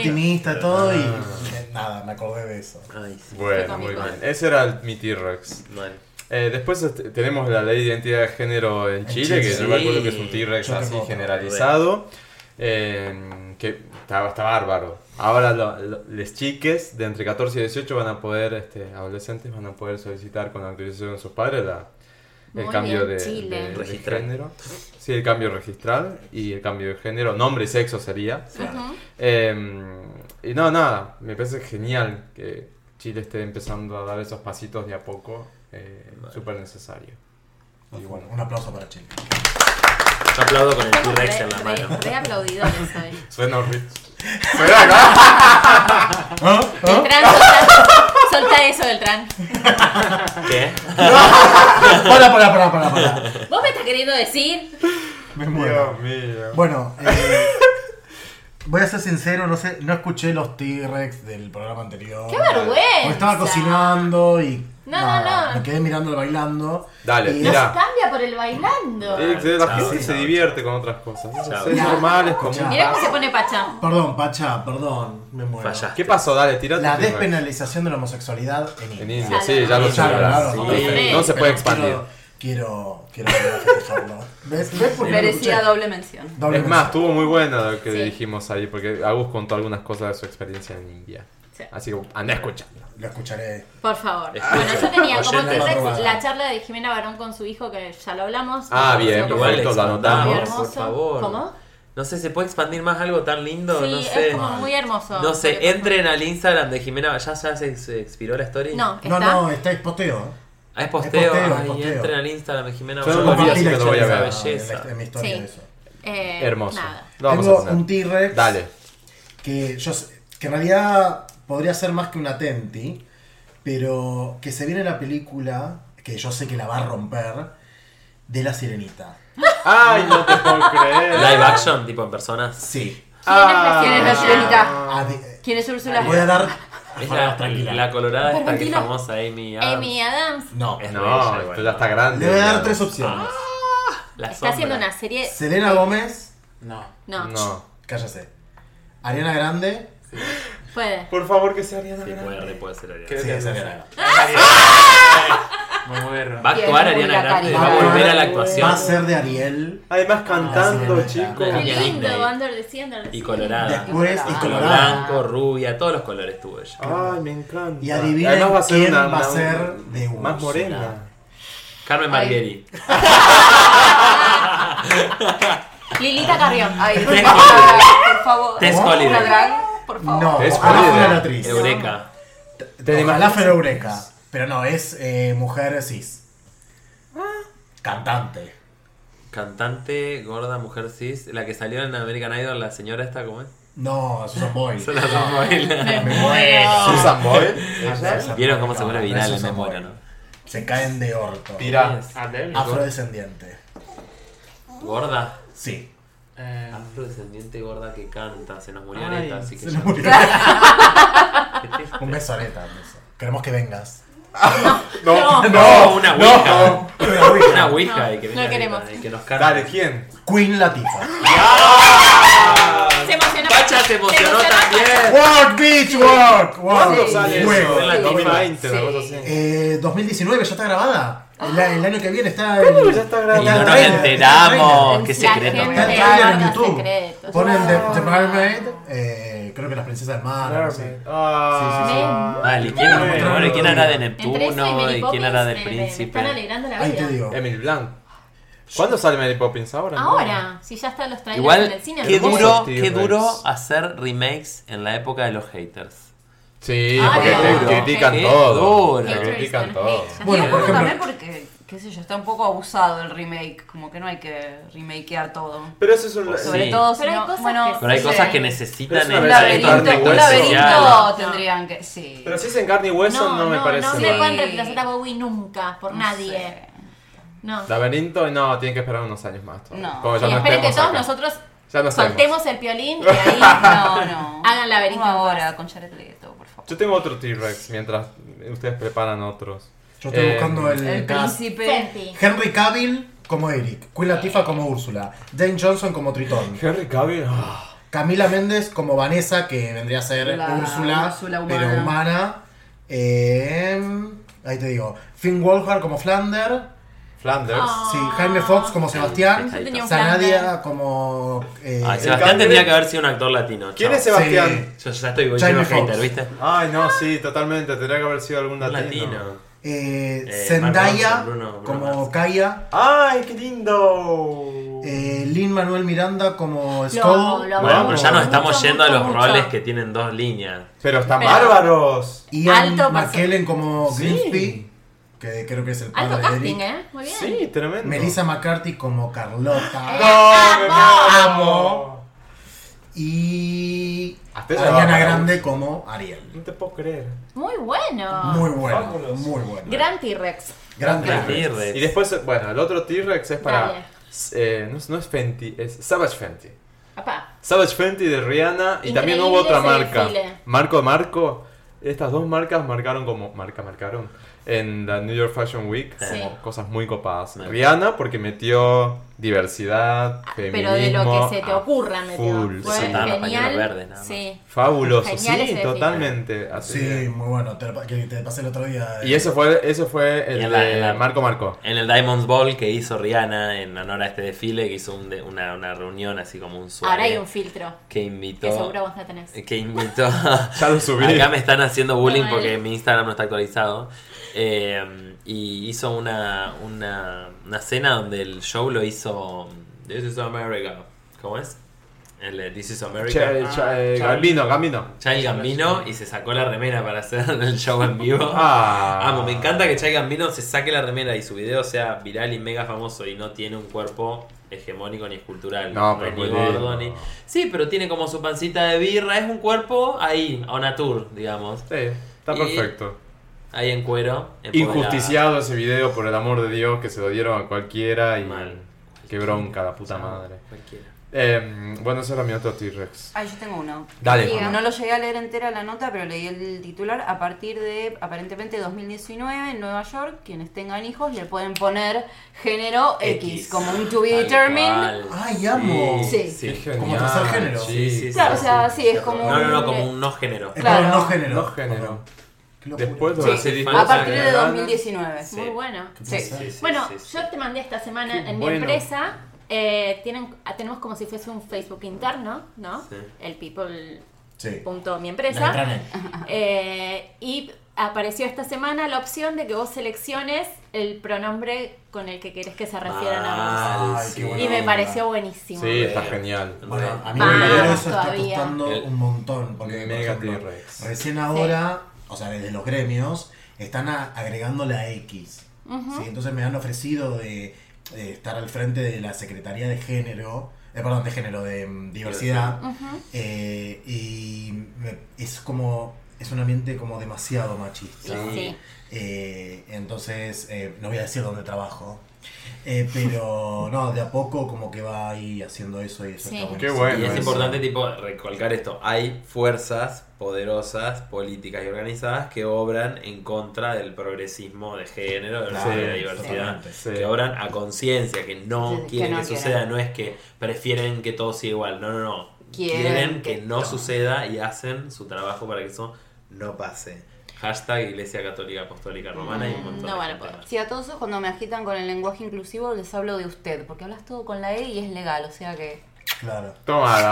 [SPEAKER 4] optimista, todo y.
[SPEAKER 2] Ah.
[SPEAKER 4] Nada, me acordé de eso.
[SPEAKER 5] Ay, sí.
[SPEAKER 2] Bueno, muy bien. Ese era el- mi T-Rex.
[SPEAKER 5] Bueno.
[SPEAKER 2] Eh, después este, tenemos la ley de identidad de género en
[SPEAKER 4] En
[SPEAKER 2] Chile,
[SPEAKER 4] Chile,
[SPEAKER 2] que yo
[SPEAKER 5] sí.
[SPEAKER 2] me acuerdo que es un T-Rex
[SPEAKER 4] Yo
[SPEAKER 2] así
[SPEAKER 4] tampoco,
[SPEAKER 2] generalizado, eh, que está, está bárbaro. Ahora lo- lo- les chiques de entre 14 y 18 van a poder, este, adolescentes van a poder solicitar con la autorización de sus padres la- el
[SPEAKER 6] Muy
[SPEAKER 2] cambio
[SPEAKER 6] bien,
[SPEAKER 2] de,
[SPEAKER 6] Chile.
[SPEAKER 2] de- de
[SPEAKER 5] Registral.
[SPEAKER 2] género. Sí, el cambio registral y el cambio de género, nombre y sexo sería.
[SPEAKER 6] Ujú.
[SPEAKER 2] Eh, y no, nada, me parece genial que Chile esté empezando a dar esos pasitos de a poco, eh, súper necesario. Y bueno,
[SPEAKER 4] Un aplauso para Chile.
[SPEAKER 5] Yo aplaudo con el
[SPEAKER 6] Somos
[SPEAKER 5] T-Rex
[SPEAKER 6] re-
[SPEAKER 5] en la
[SPEAKER 6] re-
[SPEAKER 5] mano.
[SPEAKER 6] re aplaudidores
[SPEAKER 5] *laughs*
[SPEAKER 6] hoy.
[SPEAKER 2] suena horrible. Suena acá.
[SPEAKER 6] Beltrán, solta, solta eso, Beltrán.
[SPEAKER 5] ¿Qué?
[SPEAKER 4] *laughs* Para, para, para, para, para.
[SPEAKER 6] ¿Vos me estás queriendo decir?
[SPEAKER 4] Me muero.
[SPEAKER 2] Dios mío.
[SPEAKER 4] Bueno, eh, voy a ser sincero, no sé, no escuché los T-Rex del programa anterior.
[SPEAKER 6] ¡Qué vergüenza!
[SPEAKER 4] Porque estaba cocinando y.
[SPEAKER 6] No, no,
[SPEAKER 4] nada,
[SPEAKER 6] no.
[SPEAKER 4] Me quedé mirando el bailando.
[SPEAKER 2] Dale,
[SPEAKER 4] Y-
[SPEAKER 2] mira.
[SPEAKER 6] Cambia por el bailando.
[SPEAKER 2] Eh, que la
[SPEAKER 5] Chao,
[SPEAKER 2] gente se
[SPEAKER 5] chao,
[SPEAKER 2] divierte con otras cosas. Eso
[SPEAKER 5] Chao.
[SPEAKER 2] Es normal, es común.
[SPEAKER 4] Chao.
[SPEAKER 6] Mirá cómo se pone Pachá.
[SPEAKER 4] Perdón, Pacha, perdón, me muero.
[SPEAKER 5] Fallaste.
[SPEAKER 2] ¿Qué pasó? Dale, tírate.
[SPEAKER 4] La
[SPEAKER 2] un tema.
[SPEAKER 4] despenalizaron de la homosexualidad en India.
[SPEAKER 2] En India, sí, ya lo
[SPEAKER 4] Ya lo
[SPEAKER 2] sabrás.
[SPEAKER 4] hablaron,
[SPEAKER 2] Sí,
[SPEAKER 6] obviamente.
[SPEAKER 2] No se puede
[SPEAKER 4] Pero
[SPEAKER 2] expandir.
[SPEAKER 4] Quiero, quiero, quiero festejarlo. ¿Ves? ¿Ves por qué no
[SPEAKER 7] Merecía
[SPEAKER 4] escuché?
[SPEAKER 7] doble mención.
[SPEAKER 4] Doble
[SPEAKER 2] Es más,
[SPEAKER 4] mención.
[SPEAKER 2] estuvo muy buena lo que
[SPEAKER 6] Sí.
[SPEAKER 2] dijimos ahí, porque Agus contó algunas cosas de su experiencia en India.
[SPEAKER 6] Sí.
[SPEAKER 2] Así que anda a escuchar.
[SPEAKER 4] Lo escucharé.
[SPEAKER 6] Por favor.
[SPEAKER 5] Escucha.
[SPEAKER 6] Bueno, yo tenía como
[SPEAKER 4] Oyente
[SPEAKER 6] T-Rex
[SPEAKER 4] madrugada.
[SPEAKER 6] la charla de Jimena Barón con su hijo, que ya lo hablamos.
[SPEAKER 2] Ah, bien,
[SPEAKER 6] Como
[SPEAKER 5] Igual
[SPEAKER 2] perfecto, lo
[SPEAKER 5] expandamos,
[SPEAKER 2] anotamos.
[SPEAKER 5] por favor.
[SPEAKER 6] ¿Cómo?
[SPEAKER 5] No sé, ¿se puede expandir más algo tan lindo?
[SPEAKER 6] sí,
[SPEAKER 5] no sé.
[SPEAKER 6] es como muy hermoso.
[SPEAKER 5] No
[SPEAKER 6] lo
[SPEAKER 5] sé,
[SPEAKER 6] que pasó.
[SPEAKER 5] entren al Instagram de Jimena. ¿Ya, ya se, se expiró la story?
[SPEAKER 6] No, está.
[SPEAKER 4] No, no, está exposteo.
[SPEAKER 5] Ah, es posteo.
[SPEAKER 4] Es posteo, es
[SPEAKER 5] Ay,
[SPEAKER 4] posteo.
[SPEAKER 5] entren al Instagram de Jimena.
[SPEAKER 2] Yo no
[SPEAKER 5] Barón.
[SPEAKER 2] lo vi, así
[SPEAKER 5] Esa
[SPEAKER 2] que lo voy a ver.
[SPEAKER 5] belleza.
[SPEAKER 4] En mi historia
[SPEAKER 6] Sí.
[SPEAKER 4] eso.
[SPEAKER 6] Eh,
[SPEAKER 2] Hermoso.
[SPEAKER 6] Nada.
[SPEAKER 2] Lo vamos
[SPEAKER 4] Tengo
[SPEAKER 2] a poner.
[SPEAKER 4] un T-Rex
[SPEAKER 2] Dale.
[SPEAKER 4] que yo sé- que en realidad podría ser más que un Atenti, pero que se viene la película que yo sé que la va a romper de La Sirenita.
[SPEAKER 2] Ay, no te puedo creer.
[SPEAKER 5] Live action, tipo en personas.
[SPEAKER 4] Sí.
[SPEAKER 2] Ah.
[SPEAKER 6] ¿Quién es la sirenita? ¿Quién es Úrsula?
[SPEAKER 4] Ah, voy a dar
[SPEAKER 5] Es
[SPEAKER 4] Pará,
[SPEAKER 5] la, la colorada esta que es famosa, Amy Adams.
[SPEAKER 6] Amy Adams
[SPEAKER 4] No.
[SPEAKER 5] Es
[SPEAKER 2] No,
[SPEAKER 5] bella,
[SPEAKER 2] esto
[SPEAKER 5] igual.
[SPEAKER 2] ya está grande.
[SPEAKER 4] Le voy a dar
[SPEAKER 2] ya.
[SPEAKER 4] tres opciones.
[SPEAKER 5] La
[SPEAKER 6] está haciendo
[SPEAKER 5] sombra.
[SPEAKER 6] una serie.
[SPEAKER 4] Selena Gómez,
[SPEAKER 8] No.
[SPEAKER 6] No,
[SPEAKER 2] No.
[SPEAKER 4] cállase. Ariana Grande,
[SPEAKER 6] puede.
[SPEAKER 2] Por favor, que sea Ariana
[SPEAKER 5] Sí, puede, puede ser Ariana.
[SPEAKER 8] Creo
[SPEAKER 4] Sí,
[SPEAKER 8] que
[SPEAKER 4] esa
[SPEAKER 8] es
[SPEAKER 4] es.
[SPEAKER 8] Ariana. Me muero.
[SPEAKER 5] Va a actuar
[SPEAKER 14] Tiene
[SPEAKER 5] Ariana
[SPEAKER 14] una
[SPEAKER 5] Grande, va
[SPEAKER 14] caridad.
[SPEAKER 5] a volver a la
[SPEAKER 4] va a
[SPEAKER 5] actuación.
[SPEAKER 4] ser de Ariel.
[SPEAKER 2] Además, cantando,
[SPEAKER 4] Ah, sí,
[SPEAKER 2] chicos.
[SPEAKER 6] Qué
[SPEAKER 5] Disney.
[SPEAKER 6] lindo, Under the Sea, Under the
[SPEAKER 5] Y
[SPEAKER 6] Sea.
[SPEAKER 5] colorada.
[SPEAKER 6] Ah.
[SPEAKER 4] Después
[SPEAKER 14] Y
[SPEAKER 4] y
[SPEAKER 5] Color
[SPEAKER 4] Colorado.
[SPEAKER 5] blanco, rubia, todos los colores tuvo ella.
[SPEAKER 2] Ay, me encanta.
[SPEAKER 4] Y adivinen
[SPEAKER 2] Además
[SPEAKER 4] quién va a ser de
[SPEAKER 2] Más
[SPEAKER 4] Úrsula.
[SPEAKER 2] morena.
[SPEAKER 5] Carmen Marguerite.
[SPEAKER 6] Lilita Carrión.
[SPEAKER 7] Ay,
[SPEAKER 5] Tess
[SPEAKER 7] por favor.
[SPEAKER 5] Tess
[SPEAKER 7] ¿Una
[SPEAKER 5] Holiday.
[SPEAKER 7] drag? Por favor.
[SPEAKER 4] No,
[SPEAKER 2] Es
[SPEAKER 4] ojalá
[SPEAKER 2] Oliver.
[SPEAKER 4] fuera la actriz.
[SPEAKER 5] Eureka.
[SPEAKER 2] ¿Te
[SPEAKER 4] Ojalá
[SPEAKER 2] imaginas?
[SPEAKER 4] fuera Eureka. Pero no, es eh, mujer cis. Ah. Cantante.
[SPEAKER 5] Cantante, gorda, mujer cis. La que salió en American Idol, la señora esta,
[SPEAKER 2] *laughs*
[SPEAKER 5] ¿cómo es?
[SPEAKER 4] No, Susan Boyle.
[SPEAKER 5] Son las dos *laughs* modelos.
[SPEAKER 4] *laughs* Me muero.
[SPEAKER 2] Susan Boyle.
[SPEAKER 4] Susan
[SPEAKER 5] Vieron cómo
[SPEAKER 4] Boyle,
[SPEAKER 5] se
[SPEAKER 4] no,
[SPEAKER 5] pone
[SPEAKER 4] no es
[SPEAKER 5] viral el
[SPEAKER 4] Susan
[SPEAKER 5] memoria,
[SPEAKER 4] Boyle.
[SPEAKER 5] ¿no?
[SPEAKER 4] Se caen de orto.
[SPEAKER 2] Pirá.
[SPEAKER 8] Adele.
[SPEAKER 4] Ah, Afrodescendiente.
[SPEAKER 5] Gorda.
[SPEAKER 4] Sí.
[SPEAKER 8] Eh,
[SPEAKER 5] Afrodescendiente gorda que canta. Se nos murió
[SPEAKER 8] Ay,
[SPEAKER 5] Aneta, así que
[SPEAKER 4] Se
[SPEAKER 5] ya. *laughs*
[SPEAKER 4] nos *laughs* murió.
[SPEAKER 5] Qué triste.
[SPEAKER 4] Un beso Areta, un beso. Queremos que vengas.
[SPEAKER 2] *laughs* *laughs* No,
[SPEAKER 5] No, una ouija. Una
[SPEAKER 6] No,
[SPEAKER 5] ouija. y que
[SPEAKER 6] no
[SPEAKER 5] venga Aneta,
[SPEAKER 6] queremos.
[SPEAKER 5] y que nos cante.
[SPEAKER 2] Dale, ¿quién?
[SPEAKER 5] *laughs*
[SPEAKER 4] Queen Latifah.
[SPEAKER 2] Ah,
[SPEAKER 6] Se emocionó.
[SPEAKER 5] ¡Ah! Pacha se emocionó también.
[SPEAKER 4] Work, bitch, work.
[SPEAKER 2] ¿Cuándo
[SPEAKER 4] Work.
[SPEAKER 2] sale
[SPEAKER 4] Juego.
[SPEAKER 2] eso? En la
[SPEAKER 5] Sí.
[SPEAKER 2] 2020, una cosa así.
[SPEAKER 4] Eh, 2019, ya está grabada. El, el año que viene está. el-
[SPEAKER 2] ya está grabada?
[SPEAKER 5] Y
[SPEAKER 4] el
[SPEAKER 5] no nos
[SPEAKER 4] trailer,
[SPEAKER 5] enteramos. Qué
[SPEAKER 6] La
[SPEAKER 5] secreto.
[SPEAKER 4] Está el
[SPEAKER 6] gente
[SPEAKER 4] trailer en
[SPEAKER 6] guarda
[SPEAKER 4] YouTube.
[SPEAKER 6] secretos.
[SPEAKER 4] Ponen The, The Mermaid. eh, creo que las princesas del mar. algo así.
[SPEAKER 2] Ah.
[SPEAKER 5] Vale, ¿y ¿quién,
[SPEAKER 2] Bueno.
[SPEAKER 5] bueno, ¿y quién hará de
[SPEAKER 6] Entre eso y
[SPEAKER 5] Neptuno?
[SPEAKER 6] Mary
[SPEAKER 5] ¿Y
[SPEAKER 6] Poppins, eh,
[SPEAKER 5] quién hará
[SPEAKER 6] me-
[SPEAKER 5] del
[SPEAKER 6] me- Me están
[SPEAKER 5] príncipe?
[SPEAKER 6] alegrando la
[SPEAKER 4] Ahí te
[SPEAKER 6] vida.
[SPEAKER 5] Eh,
[SPEAKER 4] digo.
[SPEAKER 2] Emily Blunt. ¿Cuándo sale Mary Poppins? Ahora. ¿no?
[SPEAKER 6] Ahora, si ya están los trailers Ah, en
[SPEAKER 5] Igual,
[SPEAKER 6] el cine.
[SPEAKER 5] qué
[SPEAKER 6] hermoso.
[SPEAKER 5] duro,
[SPEAKER 2] T-Rex.
[SPEAKER 5] qué duro hacer remakes en la época de los haters.
[SPEAKER 2] Sí,
[SPEAKER 6] Ah,
[SPEAKER 2] porque
[SPEAKER 6] no.
[SPEAKER 2] te critican
[SPEAKER 5] Qué
[SPEAKER 2] todo.
[SPEAKER 5] duro.
[SPEAKER 2] Te critican todo.
[SPEAKER 4] Bueno,
[SPEAKER 7] y
[SPEAKER 4] por
[SPEAKER 7] por
[SPEAKER 4] ejemplo-
[SPEAKER 7] también porque, qué sé yo, está un poco abusado el remake, como que no hay que remakear todo.
[SPEAKER 2] Pero eso es un. eh,
[SPEAKER 7] Sobre
[SPEAKER 5] Pues Sí.
[SPEAKER 7] todo si
[SPEAKER 6] Pero hay
[SPEAKER 7] no-
[SPEAKER 6] cosas
[SPEAKER 7] bueno,
[SPEAKER 6] que
[SPEAKER 5] Pero hay
[SPEAKER 6] Sí.
[SPEAKER 5] cosas que
[SPEAKER 2] Pero
[SPEAKER 5] necesitan
[SPEAKER 2] es una
[SPEAKER 7] un
[SPEAKER 5] en el
[SPEAKER 2] verdadera
[SPEAKER 7] laberinto,
[SPEAKER 5] contexto
[SPEAKER 7] un
[SPEAKER 5] social.
[SPEAKER 7] laberinto
[SPEAKER 6] social.
[SPEAKER 7] tendrían que, sí.
[SPEAKER 2] Pero si es en carne y hueso, no, me parece
[SPEAKER 6] No,
[SPEAKER 2] mal.
[SPEAKER 6] le pueden
[SPEAKER 7] Sí.
[SPEAKER 6] reemplazar a Bowie nunca, por nadie. No.
[SPEAKER 2] Laberinto, no, tienen que esperar unos años más. todavía.
[SPEAKER 7] No.
[SPEAKER 2] Como
[SPEAKER 6] Y
[SPEAKER 2] ya no
[SPEAKER 6] esperen que
[SPEAKER 2] estemos
[SPEAKER 6] todos
[SPEAKER 2] acá.
[SPEAKER 6] nosotros
[SPEAKER 2] Ya no estemos.
[SPEAKER 6] soltemos el piolín y ahí
[SPEAKER 2] *laughs*
[SPEAKER 7] No, no.
[SPEAKER 6] Hagan laberinto.
[SPEAKER 7] Como ahora con Jared Leto, por favor.
[SPEAKER 2] Yo tengo otro T-Rex mientras ustedes preparan otros.
[SPEAKER 4] Yo estoy
[SPEAKER 2] Eh,
[SPEAKER 4] buscando el,
[SPEAKER 7] El
[SPEAKER 4] cast.
[SPEAKER 7] príncipe.
[SPEAKER 4] Henry Cavill como Eric, Queen Latifah como Úrsula, Dane Johnson como Tritón,
[SPEAKER 2] Henry Cavill. ah.
[SPEAKER 4] Camila Méndez como Vanessa, que vendría a ser
[SPEAKER 7] La
[SPEAKER 4] Úrsula,
[SPEAKER 7] Úrsula
[SPEAKER 4] pero
[SPEAKER 7] humana.
[SPEAKER 4] humana. Eh, ahí te digo, Finn Wolfhard como Flander,
[SPEAKER 2] Flanders.
[SPEAKER 6] Ah.
[SPEAKER 4] sí, Jaime Fox como Sebastián,
[SPEAKER 6] Yo tenía un
[SPEAKER 4] Zanadia como... eh,
[SPEAKER 5] Ah,
[SPEAKER 2] Sebastián
[SPEAKER 5] Sebastián tendría
[SPEAKER 2] tendría
[SPEAKER 5] que haber sido un actor latino.
[SPEAKER 2] ¿Quién es Sebastián?
[SPEAKER 5] Yo ya estoy
[SPEAKER 4] Jaime
[SPEAKER 5] volviendo hater,
[SPEAKER 4] Fox.
[SPEAKER 5] ¿viste?
[SPEAKER 2] Ay, no, sí, totalmente. Tendría que haber sido algún
[SPEAKER 5] Un
[SPEAKER 2] latino.
[SPEAKER 5] latino.
[SPEAKER 4] eh,
[SPEAKER 5] Eh,
[SPEAKER 4] Zendaya
[SPEAKER 5] Mark Ronson, Bruno- Bruno
[SPEAKER 4] como
[SPEAKER 5] Mars.
[SPEAKER 4] Kaya,
[SPEAKER 2] ¡Ay, qué lindo!
[SPEAKER 4] eh, Lin Manuel Miranda como
[SPEAKER 6] Lo,
[SPEAKER 4] Skull,
[SPEAKER 6] lo
[SPEAKER 5] Bueno,
[SPEAKER 6] amo
[SPEAKER 5] pero ya nos
[SPEAKER 6] mucho,
[SPEAKER 5] estamos
[SPEAKER 6] mucho,
[SPEAKER 5] yendo a los
[SPEAKER 6] mucho.
[SPEAKER 5] roles que tienen dos líneas.
[SPEAKER 2] Pero están
[SPEAKER 6] Pero-
[SPEAKER 2] bárbaros.
[SPEAKER 4] Ian
[SPEAKER 6] Alto
[SPEAKER 4] McKellen como
[SPEAKER 2] Sí.
[SPEAKER 4] Grimsby, que creo que es el padre
[SPEAKER 6] Alto
[SPEAKER 4] de
[SPEAKER 6] casting,
[SPEAKER 4] Eric.
[SPEAKER 6] ¿eh? Eh, Muy bien.
[SPEAKER 2] Sí, tremendo.
[SPEAKER 4] Melissa McCarthy como Carlota.
[SPEAKER 2] No, me
[SPEAKER 6] Ah,
[SPEAKER 4] amo. Y
[SPEAKER 2] Hasta ella va
[SPEAKER 4] Ariana
[SPEAKER 2] para
[SPEAKER 4] Grande
[SPEAKER 2] vos.
[SPEAKER 4] como Ariel.
[SPEAKER 2] No te puedo creer.
[SPEAKER 6] Muy bueno.
[SPEAKER 4] Muy bueno,
[SPEAKER 2] Fabuloso.
[SPEAKER 4] muy bueno.
[SPEAKER 6] Gran T-Rex.
[SPEAKER 4] Gran T-Rex.
[SPEAKER 5] T-Rex.
[SPEAKER 2] Y después, bueno, el otro T-Rex es
[SPEAKER 6] Dale.
[SPEAKER 2] para. eh, no, es- no es Fenty, es Savage Fenty.
[SPEAKER 6] Papá.
[SPEAKER 2] Savage Fenty de Rihanna y también
[SPEAKER 6] Increíble
[SPEAKER 2] hubo otra
[SPEAKER 6] ese
[SPEAKER 2] marca.
[SPEAKER 6] desfile.
[SPEAKER 2] Marco Marco. Estas dos marcas marcaron como. Marca, marcaron. En la New York Fashion Week,
[SPEAKER 6] Sí.
[SPEAKER 2] como cosas muy copadas.
[SPEAKER 5] Sí.
[SPEAKER 2] Rihanna, porque metió diversidad, feminismo.
[SPEAKER 6] Ah, Pero de lo que se te
[SPEAKER 2] a
[SPEAKER 6] ocurra, me
[SPEAKER 2] full,
[SPEAKER 6] Fue
[SPEAKER 5] sí. Nada,
[SPEAKER 6] genial.
[SPEAKER 5] pañuelo verde, nada más.
[SPEAKER 6] sí.
[SPEAKER 2] Fabuloso,
[SPEAKER 6] Genial ese
[SPEAKER 2] sí,
[SPEAKER 6] desfile.
[SPEAKER 2] totalmente. Así
[SPEAKER 4] Sí,
[SPEAKER 2] que-
[SPEAKER 4] muy bueno. Te, lo- que te pasé el otro día. eh.
[SPEAKER 2] Y ese fue, ese fue el
[SPEAKER 5] Y en
[SPEAKER 2] de
[SPEAKER 5] la- en la-
[SPEAKER 2] Marco Marco.
[SPEAKER 5] En el Diamonds Ball que hizo Rihanna en honor a este desfile, que hizo un de- una, una reunión así como un suave.
[SPEAKER 6] Ahora hay un filtro.
[SPEAKER 5] Que
[SPEAKER 6] Que seguro
[SPEAKER 5] invitó.
[SPEAKER 6] vos no tenés.
[SPEAKER 5] Que invitó.
[SPEAKER 2] *laughs* Ya lo subí.
[SPEAKER 5] Acá me están haciendo bullying
[SPEAKER 6] Mal.
[SPEAKER 5] porque mi Instagram no está actualizado. Eh, y hizo una, una, una cena donde el show lo hizo. This is America. ¿Cómo es? El de This is America.
[SPEAKER 2] Che- che- eh, Gambino, Gambino.
[SPEAKER 5] Chai Gambino y se sacó la remera para hacer el show en vivo.
[SPEAKER 2] Ah,
[SPEAKER 5] Amo, me encanta que Chai Gambino se saque la remera y su video sea viral y mega famoso y no tiene un cuerpo hegemónico ni escultural.
[SPEAKER 2] No,
[SPEAKER 5] es
[SPEAKER 2] pero
[SPEAKER 5] ni
[SPEAKER 2] muy
[SPEAKER 5] gordo
[SPEAKER 2] lindo.
[SPEAKER 5] ni. Sí, pero tiene como su pancita de birra, es un cuerpo ahí, a una tour, digamos.
[SPEAKER 2] Sí, está
[SPEAKER 5] Y-
[SPEAKER 2] perfecto.
[SPEAKER 5] Ahí en cuero. empoderada.
[SPEAKER 2] Injusticiado ese video, por el amor de Dios, que se lo dieron a cualquiera y.
[SPEAKER 5] Mal.
[SPEAKER 2] Qué bronca, la puta madre.
[SPEAKER 5] Cualquiera.
[SPEAKER 2] Eh, bueno, ese era mi otro T-Rex.
[SPEAKER 7] Ay, yo tengo uno.
[SPEAKER 2] Dale.
[SPEAKER 7] Sí,
[SPEAKER 2] Juan.
[SPEAKER 7] no lo llegué a leer entera la nota, pero leí el titular a partir de aparentemente 2019 en Nueva York. Quienes tengan hijos le pueden poner género X, como un to be
[SPEAKER 5] Tal
[SPEAKER 7] determined.
[SPEAKER 5] cual.
[SPEAKER 4] Ay, amo.
[SPEAKER 7] Sí.
[SPEAKER 2] Qué genial,
[SPEAKER 4] Como tercer género.
[SPEAKER 2] Sí, sí,
[SPEAKER 7] Claro, o sea, sí, es como.
[SPEAKER 5] No, no, no,
[SPEAKER 7] un-
[SPEAKER 5] como un no género.
[SPEAKER 4] Es
[SPEAKER 7] Claro.
[SPEAKER 4] como no
[SPEAKER 2] sí.
[SPEAKER 4] género.
[SPEAKER 2] No género.
[SPEAKER 4] Qué locura.
[SPEAKER 2] Después lo
[SPEAKER 7] Sí,
[SPEAKER 2] decidí-
[SPEAKER 5] a
[SPEAKER 7] A partir de
[SPEAKER 2] Gana.
[SPEAKER 7] 2019.
[SPEAKER 5] Sí.
[SPEAKER 6] Muy bueno.
[SPEAKER 4] ¿Qué
[SPEAKER 7] Sí.
[SPEAKER 4] pasa?
[SPEAKER 6] Bueno,
[SPEAKER 5] sí, sí.
[SPEAKER 6] yo te mandé esta semana
[SPEAKER 2] Qué
[SPEAKER 6] en mi
[SPEAKER 2] bueno.
[SPEAKER 6] empresa. eh, tienen, ah, tenemos como si fuese un Facebook interno, ¿no?
[SPEAKER 5] Sí.
[SPEAKER 6] El people
[SPEAKER 4] Sí.
[SPEAKER 6] punto mi
[SPEAKER 4] La
[SPEAKER 6] empresa.
[SPEAKER 4] intranet.
[SPEAKER 6] Eh, y apareció esta semana la opción de que vos selecciones el pronombre con el que querés que se refieran a
[SPEAKER 5] Mal,
[SPEAKER 4] Ay, qué
[SPEAKER 5] sí.
[SPEAKER 6] vos.
[SPEAKER 4] bueno.
[SPEAKER 6] Y me pareció buenísimo.
[SPEAKER 2] Sí, está genial.
[SPEAKER 4] Bueno, a mí
[SPEAKER 6] Más
[SPEAKER 4] leer eso está
[SPEAKER 6] todavía.
[SPEAKER 4] costando
[SPEAKER 5] El-
[SPEAKER 4] un montón. Porque, por
[SPEAKER 2] Mega
[SPEAKER 4] ejemplo,
[SPEAKER 2] T-Rex.
[SPEAKER 4] Recién ahora, o sea, desde los gremios, están a- agregando la X. ¿sí? Entonces me han ofrecido de, de estar al frente de la Secretaría de Género, eh, perdón, de Género, de mm, Diversidad. eh, y me- es como, es un ambiente como demasiado
[SPEAKER 6] Y
[SPEAKER 4] machista.
[SPEAKER 6] sí.
[SPEAKER 4] Eh, entonces, eh, no voy a decir dónde trabajo. Eh, pero no, de a poco como que va ahí haciendo eso y eso
[SPEAKER 6] Sí.
[SPEAKER 4] está bueno.
[SPEAKER 2] Qué bueno
[SPEAKER 5] Y es
[SPEAKER 2] eso.
[SPEAKER 5] importante, tipo, recalcar esto. Hay fuerzas poderosas, políticas y organizadas que obran en contra del progresismo de género, de la
[SPEAKER 2] Sí,
[SPEAKER 5] diversidad.
[SPEAKER 4] totalmente,
[SPEAKER 2] sí.
[SPEAKER 5] Que obran a conciencia, que
[SPEAKER 7] Sí,
[SPEAKER 5] no
[SPEAKER 7] que
[SPEAKER 5] quieren
[SPEAKER 7] no
[SPEAKER 5] que,
[SPEAKER 7] quieren.
[SPEAKER 5] suceda. No es que prefieren que todo sea igual. No, no, no.
[SPEAKER 7] Quieren
[SPEAKER 5] Quieren, que,
[SPEAKER 7] que
[SPEAKER 5] no
[SPEAKER 7] todo.
[SPEAKER 5] suceda y hacen su trabajo para que eso no pase. Hashtag Iglesia Católica Apostólica Romana y un montón
[SPEAKER 6] No
[SPEAKER 5] de
[SPEAKER 6] van a
[SPEAKER 5] gente
[SPEAKER 6] poder.
[SPEAKER 5] más.
[SPEAKER 7] Sí, a todos esos cuando me agitan con el lenguaje inclusivo les hablo de usted, porque hablas todo con la E y es legal, o sea que...
[SPEAKER 5] *laughs*
[SPEAKER 4] Claro.
[SPEAKER 2] Tomada.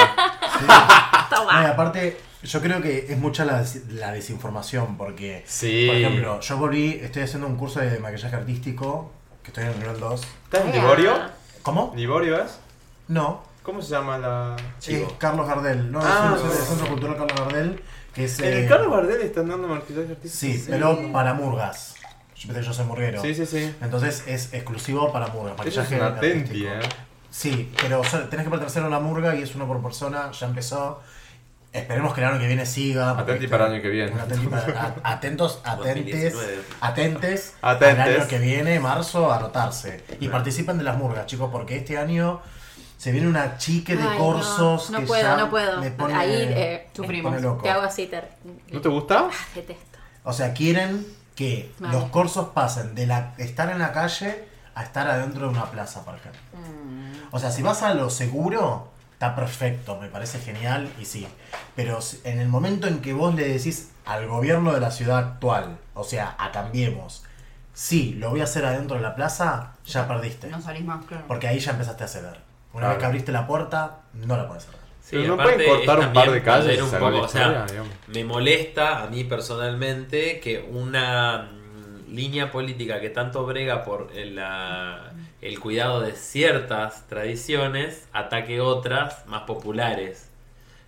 [SPEAKER 4] No, y aparte, yo creo que es mucha la, des- la desinformación, porque,
[SPEAKER 2] Sí.
[SPEAKER 4] por ejemplo, yo volví, estoy haciendo un curso de maquillaje artístico, que estoy en el nivel 2.
[SPEAKER 2] ¿Estás en
[SPEAKER 6] Mira.
[SPEAKER 2] Liborio?
[SPEAKER 4] ¿Cómo?
[SPEAKER 2] ¿Liborio es?
[SPEAKER 4] No,
[SPEAKER 2] ¿Cómo se llama la.?
[SPEAKER 4] es Carlos Gardel, no,
[SPEAKER 2] Ah,
[SPEAKER 4] es un-
[SPEAKER 2] no.
[SPEAKER 4] es el Centro Cultural Carlos Gardel, que es...
[SPEAKER 2] En
[SPEAKER 4] eh,
[SPEAKER 2] el Carlos Bardel están dando maquillaje artístico.
[SPEAKER 4] Sí, pero para murgas. Yo, viste que yo soy murguero.
[SPEAKER 2] Sí, sí, sí.
[SPEAKER 4] Entonces es exclusivo para murgas,
[SPEAKER 2] Eso es
[SPEAKER 4] maquillaje
[SPEAKER 2] una tenti,
[SPEAKER 4] artístico.
[SPEAKER 2] eh.
[SPEAKER 4] Sí, pero solo- tenés que pertenecer a una murga y es uno por persona, ya empezó. Esperemos que el año que viene siga. porque-
[SPEAKER 2] Atenti para el año que viene.
[SPEAKER 4] Un atenti para- a-
[SPEAKER 6] *laughs*
[SPEAKER 4] atentos, atentes,
[SPEAKER 5] 2019.
[SPEAKER 4] atentes,
[SPEAKER 2] *laughs* Atentes.
[SPEAKER 4] al año que viene, marzo, a anotarse. Y participen de las murgas, chicos, porque este año se Se viene una chique de
[SPEAKER 6] Ay, no,
[SPEAKER 4] corsos.
[SPEAKER 6] No,
[SPEAKER 4] que
[SPEAKER 6] puedo,
[SPEAKER 4] ya
[SPEAKER 6] no puedo.
[SPEAKER 4] me pone-
[SPEAKER 6] Ahí eh,
[SPEAKER 15] sufrimos.
[SPEAKER 6] me-
[SPEAKER 4] pone loco.
[SPEAKER 6] Te hago así, te.
[SPEAKER 2] ¿No te gusta?
[SPEAKER 6] Ah, detesto.
[SPEAKER 4] O sea, quieren que
[SPEAKER 6] Vale.
[SPEAKER 4] los corsos pasen de la, estar en la calle a estar adentro de una plaza, por ejemplo.
[SPEAKER 7] Mm.
[SPEAKER 4] O sea, si vas a lo seguro, está perfecto, me parece genial y sí. Pero si- en el momento en que vos le decís al gobierno de la ciudad actual, o sea, a Cambiemos, sí, lo voy a hacer adentro de la plaza, ya perdiste.
[SPEAKER 7] No salís más, claro.
[SPEAKER 4] Porque ahí ya empezaste a ceder. Una
[SPEAKER 2] Claro.
[SPEAKER 4] vez que abriste la puerta, no la puedes cerrar.
[SPEAKER 5] Sí,
[SPEAKER 2] Pero no
[SPEAKER 5] aparte
[SPEAKER 2] pueden cortar
[SPEAKER 5] es
[SPEAKER 2] un par
[SPEAKER 5] también
[SPEAKER 2] de calles ¿eh?
[SPEAKER 5] perder
[SPEAKER 2] y
[SPEAKER 5] un
[SPEAKER 2] salvar
[SPEAKER 5] poco,
[SPEAKER 2] la
[SPEAKER 5] o sea,
[SPEAKER 2] historia, digamos.
[SPEAKER 5] me molesta a mí personalmente que una mm, línea política que tanto brega por el, la- el cuidado de ciertas tradiciones ataque otras más populares.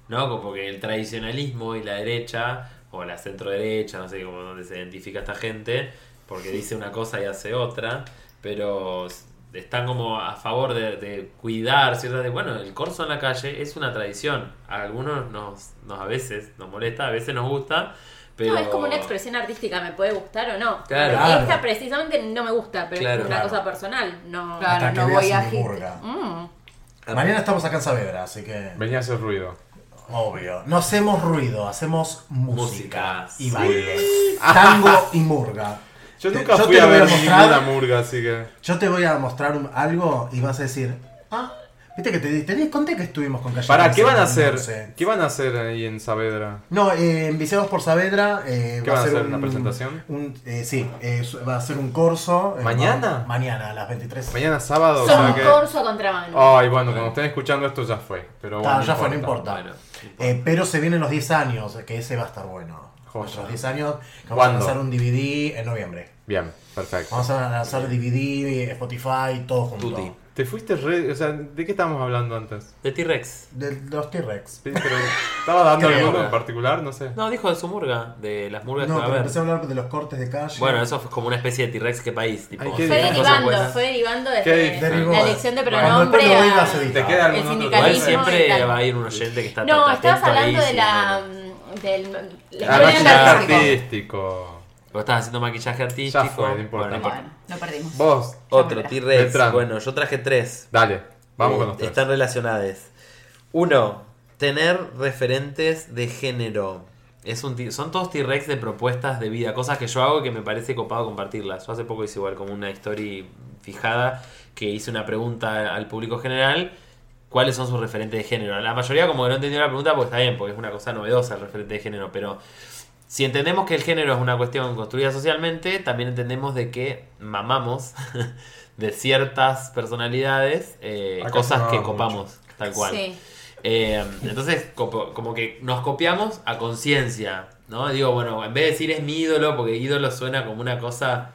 [SPEAKER 5] ¿No? Como que el tradicionalismo y la derecha, o la centro derecha, no sé cómo dónde se identifica esta gente, porque dice una cosa y hace otra, pero s- están como a favor de, de cuidar ciertas de bueno el corso en la calle es una tradición a algunos nos, nos a veces nos molesta a veces nos gusta pero
[SPEAKER 6] No, es como una expresión artística, me puede gustar o no.
[SPEAKER 5] Claro.
[SPEAKER 6] Esta precisamente no me gusta, pero
[SPEAKER 5] Claro.
[SPEAKER 6] es una
[SPEAKER 5] Claro.
[SPEAKER 6] cosa personal. No.
[SPEAKER 7] Claro,
[SPEAKER 4] Hasta que
[SPEAKER 7] no
[SPEAKER 4] veas
[SPEAKER 7] voy a
[SPEAKER 4] un
[SPEAKER 7] gente.
[SPEAKER 4] murga.
[SPEAKER 6] Mm.
[SPEAKER 4] Mañana estamos acá en Saavedra, así que...
[SPEAKER 2] Venía a hacer ruido.
[SPEAKER 4] Obvio. No hacemos ruido, hacemos música,
[SPEAKER 5] Música,
[SPEAKER 4] y baile.
[SPEAKER 2] *laughs*
[SPEAKER 4] Tango y murga.
[SPEAKER 2] Yo
[SPEAKER 4] Te-
[SPEAKER 2] nunca
[SPEAKER 4] yo
[SPEAKER 2] fui
[SPEAKER 4] te
[SPEAKER 2] a
[SPEAKER 4] voy a
[SPEAKER 2] ver
[SPEAKER 4] mostrar-
[SPEAKER 2] ninguna murga, así que.
[SPEAKER 4] Yo te voy a mostrar un- algo y vas a decir, ah, viste que te, di- te di- conté que estuvimos con Calle
[SPEAKER 2] ¿Para qué
[SPEAKER 4] Dulce
[SPEAKER 2] van a
[SPEAKER 4] en
[SPEAKER 2] hacer?
[SPEAKER 4] Dulce.
[SPEAKER 2] ¿Qué van a hacer ahí en Saavedra?
[SPEAKER 4] No, eh, en Viseados por Saavedra. eh,
[SPEAKER 2] ¿Qué
[SPEAKER 4] va
[SPEAKER 2] van a
[SPEAKER 4] ser
[SPEAKER 2] hacer, una presentación?
[SPEAKER 4] un- eh, sí, eh, su- va a ser un corso. eh,
[SPEAKER 2] ¿Mañana?
[SPEAKER 4] va- mañana, a las 23.
[SPEAKER 2] Mañana sábado, o sea
[SPEAKER 6] Son
[SPEAKER 2] que.
[SPEAKER 6] corso a contrabando.
[SPEAKER 2] Ay, bueno, cuando estén escuchando esto ya fue. Pero
[SPEAKER 4] Está,
[SPEAKER 2] bueno,
[SPEAKER 4] Ah, ya fue, no importa.
[SPEAKER 5] bueno
[SPEAKER 4] Eh, pero se vienen los 10 años, eh, que ese va a estar bueno.
[SPEAKER 2] Joya.
[SPEAKER 4] Los 10 años, que vamos
[SPEAKER 2] ¿Cuándo?
[SPEAKER 4] a lanzar un DVD en noviembre.
[SPEAKER 2] Bien, perfecto.
[SPEAKER 4] Vamos a lanzar DVD, eh, Spotify, todo junto.
[SPEAKER 5] Tutti.
[SPEAKER 2] Te fuiste re. O sea, ¿de qué estábamos hablando antes?
[SPEAKER 5] de T-Rex
[SPEAKER 4] De de los T-Rex.
[SPEAKER 2] Sí, pero. ¿Estaba dando
[SPEAKER 4] Creo.
[SPEAKER 2] alguno en particular? No sé.
[SPEAKER 5] no dijo de su murga de las murgas
[SPEAKER 4] No,
[SPEAKER 5] que va a
[SPEAKER 4] pero
[SPEAKER 5] haber
[SPEAKER 4] empecé a hablar de los cortes de calle.
[SPEAKER 5] bueno eso fue como una especie de T-Rex que país tipo
[SPEAKER 2] Ay, qué
[SPEAKER 6] Fue
[SPEAKER 2] bien.
[SPEAKER 5] cosas
[SPEAKER 6] derivando,
[SPEAKER 5] buenas.
[SPEAKER 6] fue derivando
[SPEAKER 2] Qué
[SPEAKER 6] desde
[SPEAKER 2] derivó.
[SPEAKER 6] la elección de
[SPEAKER 4] Bueno, después
[SPEAKER 6] pronombre
[SPEAKER 4] lo voy a
[SPEAKER 6] a-
[SPEAKER 4] hacer y-
[SPEAKER 2] ¿Te queda
[SPEAKER 6] El
[SPEAKER 2] algún otro?
[SPEAKER 5] Igual
[SPEAKER 6] sindicalismo y
[SPEAKER 5] siempre
[SPEAKER 6] tal.
[SPEAKER 5] va a ir un oyente que está
[SPEAKER 6] No,
[SPEAKER 5] tan
[SPEAKER 6] estabas
[SPEAKER 5] atento
[SPEAKER 6] hablando
[SPEAKER 5] ahí,
[SPEAKER 6] de
[SPEAKER 5] sí,
[SPEAKER 6] la.
[SPEAKER 5] no.
[SPEAKER 6] mm, del. la
[SPEAKER 2] Ah,
[SPEAKER 6] historia
[SPEAKER 2] maquillaje
[SPEAKER 6] artística.
[SPEAKER 2] artístico.
[SPEAKER 5] Vos estás haciendo maquillaje artístico.
[SPEAKER 2] Ya fue, no importa.
[SPEAKER 5] Bueno,
[SPEAKER 7] Bueno, lo perdimos.
[SPEAKER 2] Vos,
[SPEAKER 5] Otro,
[SPEAKER 2] Beltrán.
[SPEAKER 5] T-Rex. Bueno, yo traje tres.
[SPEAKER 2] dale. Vamos
[SPEAKER 5] Eh,
[SPEAKER 2] con los tres.
[SPEAKER 5] Están relacionadas. Uno, tener referentes de género. Es un ti- son todos T-Rex de propuestas de vida, cosas que yo hago que me parece copado compartirlas. Yo hace poco hice igual como una story fijada que hice una pregunta al público general. ¿Cuáles son sus referentes de género? La mayoría como que no entendió la pregunta, pues está bien, porque es una cosa novedosa el referente de género, pero si entendemos que el género es una cuestión construida socialmente, también entendemos de que mamamos *laughs* de ciertas personalidades eh,
[SPEAKER 2] Acá se
[SPEAKER 5] cosas
[SPEAKER 2] mamaba
[SPEAKER 5] que
[SPEAKER 2] mucho.
[SPEAKER 5] copamos, tal cual.
[SPEAKER 6] Sí.
[SPEAKER 5] Eh, entonces, copo- como que nos copiamos a conciencia, ¿no? Digo, bueno, en vez de decir es mi ídolo, porque ídolo suena como una cosa,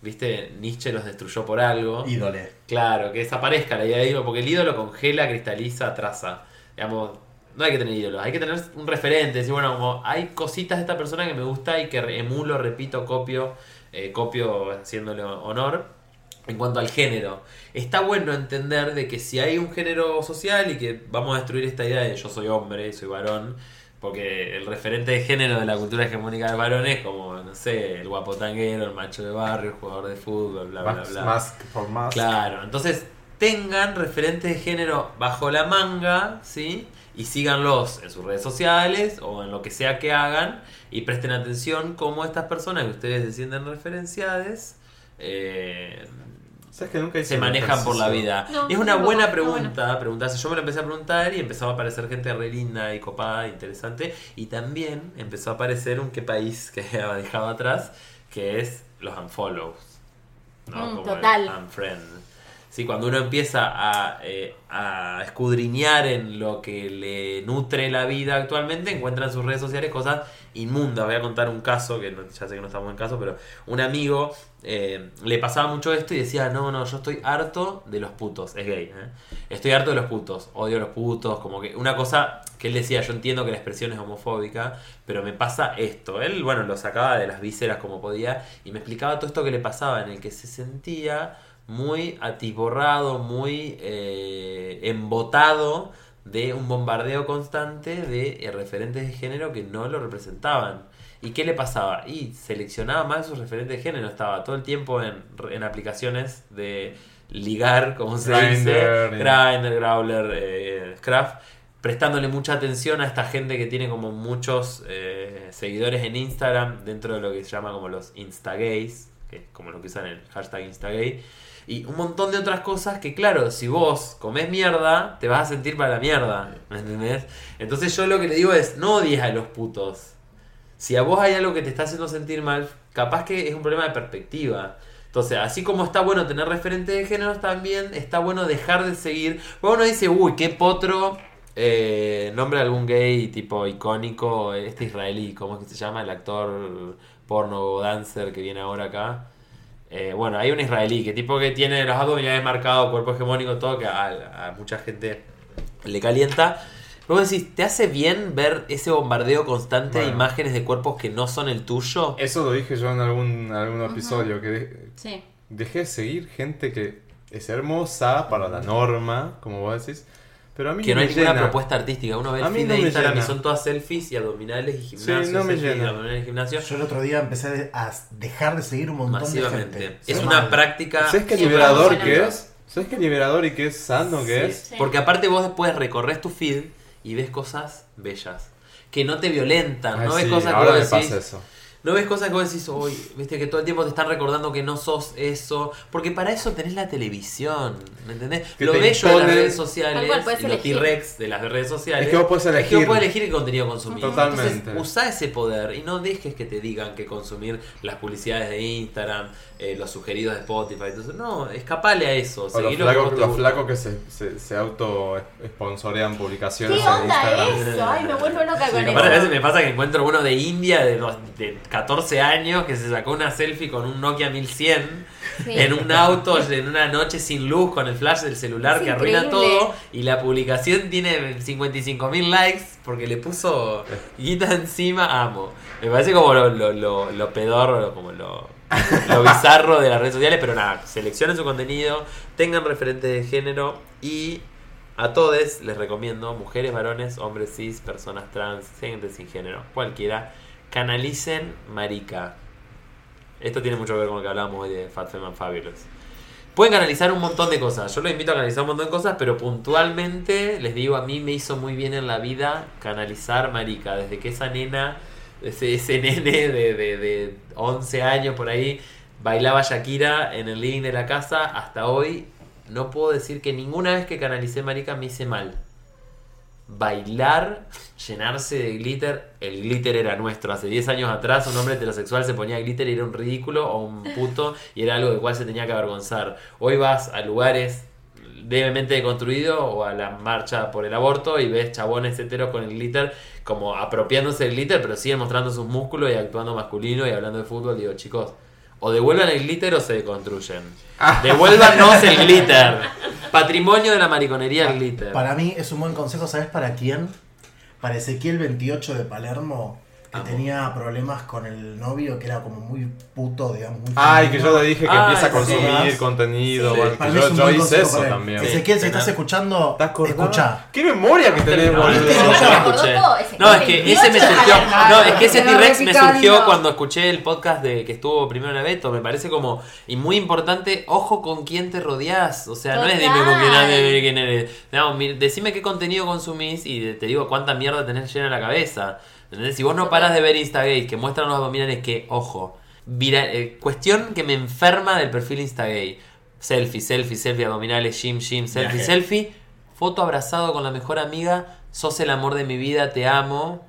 [SPEAKER 5] viste, Nietzsche los destruyó por algo.
[SPEAKER 4] Ídole.
[SPEAKER 5] Claro, que desaparezca la idea de ídolo, porque el ídolo congela, cristaliza, traza. Digamos, no hay que tener ídolos, hay que tener un referente. Decir, bueno, como hay cositas de esta persona que me gusta y que re- emulo, repito, copio, eh, copio haciéndole honor. En cuanto al género, está bueno entender de que si hay un género social y que vamos a destruir esta idea de yo soy hombre, soy varón, porque el referente de género de la cultura hegemónica del varón es como, no sé, el guapo tanguero, el macho de barrio, el jugador de fútbol, bla, bla,
[SPEAKER 2] Mask,
[SPEAKER 5] bla.
[SPEAKER 2] mask for mask.
[SPEAKER 5] Claro, entonces tengan referentes de género bajo la manga, ¿sí? Y síganlos en sus redes sociales o en lo que sea que hagan y presten atención cómo estas personas que ustedes se sienten referenciadas eh,
[SPEAKER 2] ¿Sabes que nunca hice
[SPEAKER 5] se
[SPEAKER 2] un
[SPEAKER 5] manejan por la
[SPEAKER 2] ejercicio?
[SPEAKER 5] vida.
[SPEAKER 6] No,
[SPEAKER 5] es una
[SPEAKER 6] no,
[SPEAKER 5] buena
[SPEAKER 6] no,
[SPEAKER 5] pregunta, preguntarse. Yo me la empecé a preguntar y empezaba a aparecer gente re linda y copada, interesante. Y también empezó a aparecer un qué país que *laughs* había dejado atrás, que es los unfollows.
[SPEAKER 6] Mm,
[SPEAKER 5] Como el
[SPEAKER 6] total.
[SPEAKER 5] Unfriend. Sí, cuando uno empieza a, eh, a escudriñar en lo que le nutre la vida actualmente, encuentra en sus redes sociales cosas inmundas. Voy a contar un caso, que no- ya sé que no estamos en caso, pero un amigo eh, le pasaba mucho esto y decía, no, no, yo estoy harto de los putos, es gay, ¿eh? estoy harto de los putos, odio a los putos, como que una cosa que él decía, yo entiendo que la expresión es homofóbica, pero me pasa esto. Él, bueno, lo sacaba de las vísceras como podía y me explicaba todo esto que le pasaba, en el que se sentía muy atiborrado, muy eh, embotado de un bombardeo constante de eh, referentes de género que no lo representaban. ¿Y qué le pasaba? Y seleccionaba mal sus referentes de género. Estaba todo el tiempo en, en aplicaciones de ligar, como se
[SPEAKER 2] Grindr,
[SPEAKER 5] dice,
[SPEAKER 2] y-
[SPEAKER 5] Grindr, Growler, eh, Scruff, prestándole mucha atención a esta gente que tiene como muchos eh, seguidores en Instagram, dentro de lo que se llama como los Instagays, que es como lo que usan el hashtag Instagay, y un montón de otras cosas que, claro, si vos comés mierda, te vas a sentir para la mierda, ¿me entendés? Entonces yo lo que le digo es, no odies a los putos. Si a vos hay algo que te está haciendo sentir mal, capaz que es un problema de perspectiva. Entonces, así como está bueno tener referentes de géneros, también está bueno dejar de seguir. Porque uno dice, uy, qué potro. eh, nombre de algún gay tipo icónico, este israelí, ¿cómo es que se llama? El actor porno dancer que viene ahora acá. Eh, bueno, hay un israelí que tipo que tiene los abdominales marcados, cuerpo hegemónico, todo que a, a mucha gente le calienta. Pero vos decís, ¿te hace bien ver ese bombardeo constante de
[SPEAKER 2] Bueno.
[SPEAKER 5] imágenes de cuerpos que no son el tuyo?
[SPEAKER 2] Eso lo dije yo en algún, algún episodio, que de-
[SPEAKER 6] Sí.
[SPEAKER 2] dejé de seguir gente que es hermosa para la norma, como vos decís, pero a mí
[SPEAKER 5] Que no
[SPEAKER 2] me
[SPEAKER 5] hay ninguna
[SPEAKER 2] llena.
[SPEAKER 5] propuesta artística. Uno ve el
[SPEAKER 2] A mí
[SPEAKER 5] feed
[SPEAKER 2] no
[SPEAKER 5] de
[SPEAKER 2] me
[SPEAKER 5] Instagram y
[SPEAKER 2] llena.
[SPEAKER 5] son todas selfies y abdominales y gimnasio.
[SPEAKER 2] no me
[SPEAKER 5] selfies y
[SPEAKER 2] llena.
[SPEAKER 5] abdominales y gimnasio.
[SPEAKER 4] Yo el otro día empecé a dejar de seguir un montón de
[SPEAKER 5] Masivamente.
[SPEAKER 4] gente.
[SPEAKER 5] Es
[SPEAKER 4] Fue
[SPEAKER 5] una
[SPEAKER 4] mal.
[SPEAKER 5] práctica.
[SPEAKER 2] ¿Sabes qué
[SPEAKER 6] Sí,
[SPEAKER 2] liberador
[SPEAKER 6] vamos a
[SPEAKER 2] que
[SPEAKER 6] la-
[SPEAKER 2] es? ¿Sabes qué liberador y qué sano que es?
[SPEAKER 6] Sí.
[SPEAKER 5] Porque aparte vos después recorres tu feed y ves cosas bellas. Que no te violentan.
[SPEAKER 2] Ay,
[SPEAKER 5] no ves
[SPEAKER 2] sí,
[SPEAKER 5] cosas que
[SPEAKER 2] ahora
[SPEAKER 5] vos
[SPEAKER 2] me
[SPEAKER 5] decís.
[SPEAKER 2] pasa eso.
[SPEAKER 5] No ves cosas que vos decís, uy, viste que todo el tiempo te están recordando que no sos eso. Porque para eso tenés la televisión, ¿me entendés?
[SPEAKER 2] Que
[SPEAKER 5] lo
[SPEAKER 2] te
[SPEAKER 5] bello de las
[SPEAKER 2] imponen-
[SPEAKER 5] redes
[SPEAKER 6] Tal
[SPEAKER 5] sociales
[SPEAKER 6] cual, podés
[SPEAKER 5] y los
[SPEAKER 6] elegir.
[SPEAKER 5] T-Rex de las redes sociales.
[SPEAKER 2] Es que vos podés
[SPEAKER 5] es que vos
[SPEAKER 2] elegir.
[SPEAKER 5] podés elegir qué contenido consumir.
[SPEAKER 2] Totalmente.
[SPEAKER 5] Entonces, usá ese poder y no dejes que te digan que consumir las publicidades de Instagram, eh, los sugeridos de Spotify. Entonces, no, escapale a eso.
[SPEAKER 2] O los
[SPEAKER 5] Seguí lo que vos
[SPEAKER 2] flacos,
[SPEAKER 5] te
[SPEAKER 2] los
[SPEAKER 5] gusta.
[SPEAKER 2] flacos que se, se, se auto-sponsorean publicaciones
[SPEAKER 6] ¿Qué
[SPEAKER 2] en
[SPEAKER 6] onda
[SPEAKER 5] eh?
[SPEAKER 2] Instagram.
[SPEAKER 6] eso? Ay, me vuelvo loca
[SPEAKER 2] Sí,
[SPEAKER 6] con
[SPEAKER 5] Aparte, a veces
[SPEAKER 6] eso.
[SPEAKER 5] me pasa que encuentro uno de India de, dos- de 14 años que se sacó una selfie con un Nokia 1100
[SPEAKER 6] Sí.
[SPEAKER 5] en un auto, en una noche sin luz, con el flash del celular
[SPEAKER 6] Es
[SPEAKER 5] que arruina
[SPEAKER 6] increíble.
[SPEAKER 5] todo. Y la publicación tiene 55.000 likes porque le puso guita encima. Amo. Me parece como lo, lo, lo, lo pedorro, lo- como lo,
[SPEAKER 6] *laughs*
[SPEAKER 5] lo bizarro de las redes sociales. Pero nada, seleccionen su contenido, tengan referentes de género y a todos les recomiendo, mujeres, varones, hombres cis, personas trans, gente sin género, cualquiera, canalicen marica. Esto tiene mucho que ver con lo que hablábamos hoy de Fat Femme and Fabulous. Pueden canalizar un montón de cosas. Yo los invito a canalizar un montón de cosas, pero puntualmente les digo, a mí me hizo muy bien en la vida canalizar marica. Desde que esa nena, ese, ese nene de, de, de 11 años por ahí, bailaba Shakira en el living de la casa, hasta hoy no puedo decir que ninguna vez que canalicé marica me hice mal. Bailar, llenarse de glitter. El glitter era nuestro. Hace 10 años atrás un hombre heterosexual se ponía glitter y era un ridículo o un puto y era algo del cual se tenía que avergonzar. Hoy vas a lugares levemente deconstruidos o a la marcha por el aborto y ves chabones heteros con el glitter como apropiándose del glitter pero siguen mostrando sus músculos y actuando masculino y hablando de fútbol. Digo, chicos, o devuelvan el glitter o se deconstruyen.
[SPEAKER 2] Ah.
[SPEAKER 5] Devuélvanos el glitter. Patrimonio de la mariconería el glitter.
[SPEAKER 4] Para mí es un buen consejo, ¿sabes para quién? Para Ezequiel 28 de Palermo, que
[SPEAKER 5] Amo.
[SPEAKER 4] tenía problemas con el novio, que era como muy puto, digamos, muy
[SPEAKER 2] Ay, que
[SPEAKER 4] femenino.
[SPEAKER 2] yo le dije que
[SPEAKER 5] Ay,
[SPEAKER 2] empieza a
[SPEAKER 5] sí.
[SPEAKER 2] consumir contenido.
[SPEAKER 5] Sí.
[SPEAKER 2] bueno, que
[SPEAKER 4] Para mí es
[SPEAKER 2] yo
[SPEAKER 4] un
[SPEAKER 2] yo
[SPEAKER 4] buen
[SPEAKER 2] hice
[SPEAKER 4] consejo
[SPEAKER 2] eso
[SPEAKER 4] para él.
[SPEAKER 2] también.
[SPEAKER 4] Ezequiel, si
[SPEAKER 5] Tenés-
[SPEAKER 4] estás escuchando,
[SPEAKER 2] ¿Te acordás?
[SPEAKER 4] escucha.
[SPEAKER 2] ¿Qué memoria que tenés,
[SPEAKER 5] No,
[SPEAKER 2] boludo?
[SPEAKER 5] no,
[SPEAKER 6] Yo
[SPEAKER 5] no,
[SPEAKER 6] me
[SPEAKER 5] no,
[SPEAKER 6] acordó
[SPEAKER 5] Ah, escuché.
[SPEAKER 6] todo, ese
[SPEAKER 5] No, es que ese me
[SPEAKER 6] 28
[SPEAKER 5] surgió.
[SPEAKER 6] Palermo.
[SPEAKER 5] No, es que ese
[SPEAKER 15] Estaba
[SPEAKER 5] T-Rex me
[SPEAKER 15] repicando.
[SPEAKER 5] surgió cuando escuché el podcast de que estuvo primero en Abeto. Me parece como. Y muy importante, ojo con quién te rodeás. O sea, no es dime con quién andas, dime quién eres. No, mi- decime qué contenido consumís y de- te digo cuánta mierda tenés llena la cabeza. ¿Entendés? Si vos no paras de ver Instagay que muestran los abdominales que, ojo, vira- eh, cuestión que me enferma del perfil Instagay. Selfie, selfie, selfie, abdominales, gym, gym, selfie,
[SPEAKER 9] Viaje.
[SPEAKER 5] selfie. Foto abrazado con la mejor amiga. Sos el amor de mi vida, te amo.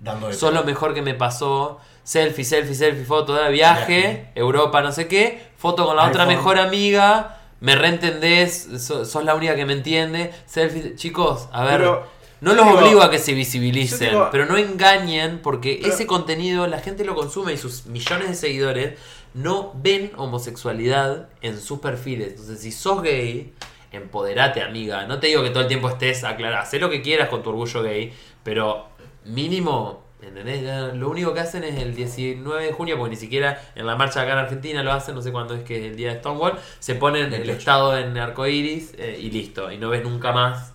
[SPEAKER 4] Dando
[SPEAKER 5] Sos lo mejor que me pasó. Selfie, selfie, selfie, foto de viaje,
[SPEAKER 4] Viaje.
[SPEAKER 5] Europa, no sé qué. Foto con la otra
[SPEAKER 4] iPhone.
[SPEAKER 5] mejor amiga. Me reentendés. so- sos la única que me entiende. Selfie. Chicos, a ver.
[SPEAKER 2] Pero,
[SPEAKER 5] no
[SPEAKER 2] yo
[SPEAKER 5] los
[SPEAKER 2] digo-
[SPEAKER 5] obligo a que se visibilicen,
[SPEAKER 2] yo digo-
[SPEAKER 5] pero no engañen porque ese contenido la gente lo consume y sus millones de seguidores no ven homosexualidad en sus perfiles. Entonces, si sos gay, empoderate, amiga. No te digo que todo el tiempo estés aclarada. Hacé lo que quieras con tu orgullo gay, pero mínimo, ¿entendés? Ya Lo único que hacen es el 19 de junio, porque ni siquiera en la marcha acá en Argentina lo hacen, no sé cuándo es que es el día de Stonewall, se ponen el estado en arcoiris eh, y listo. Y no ves nunca más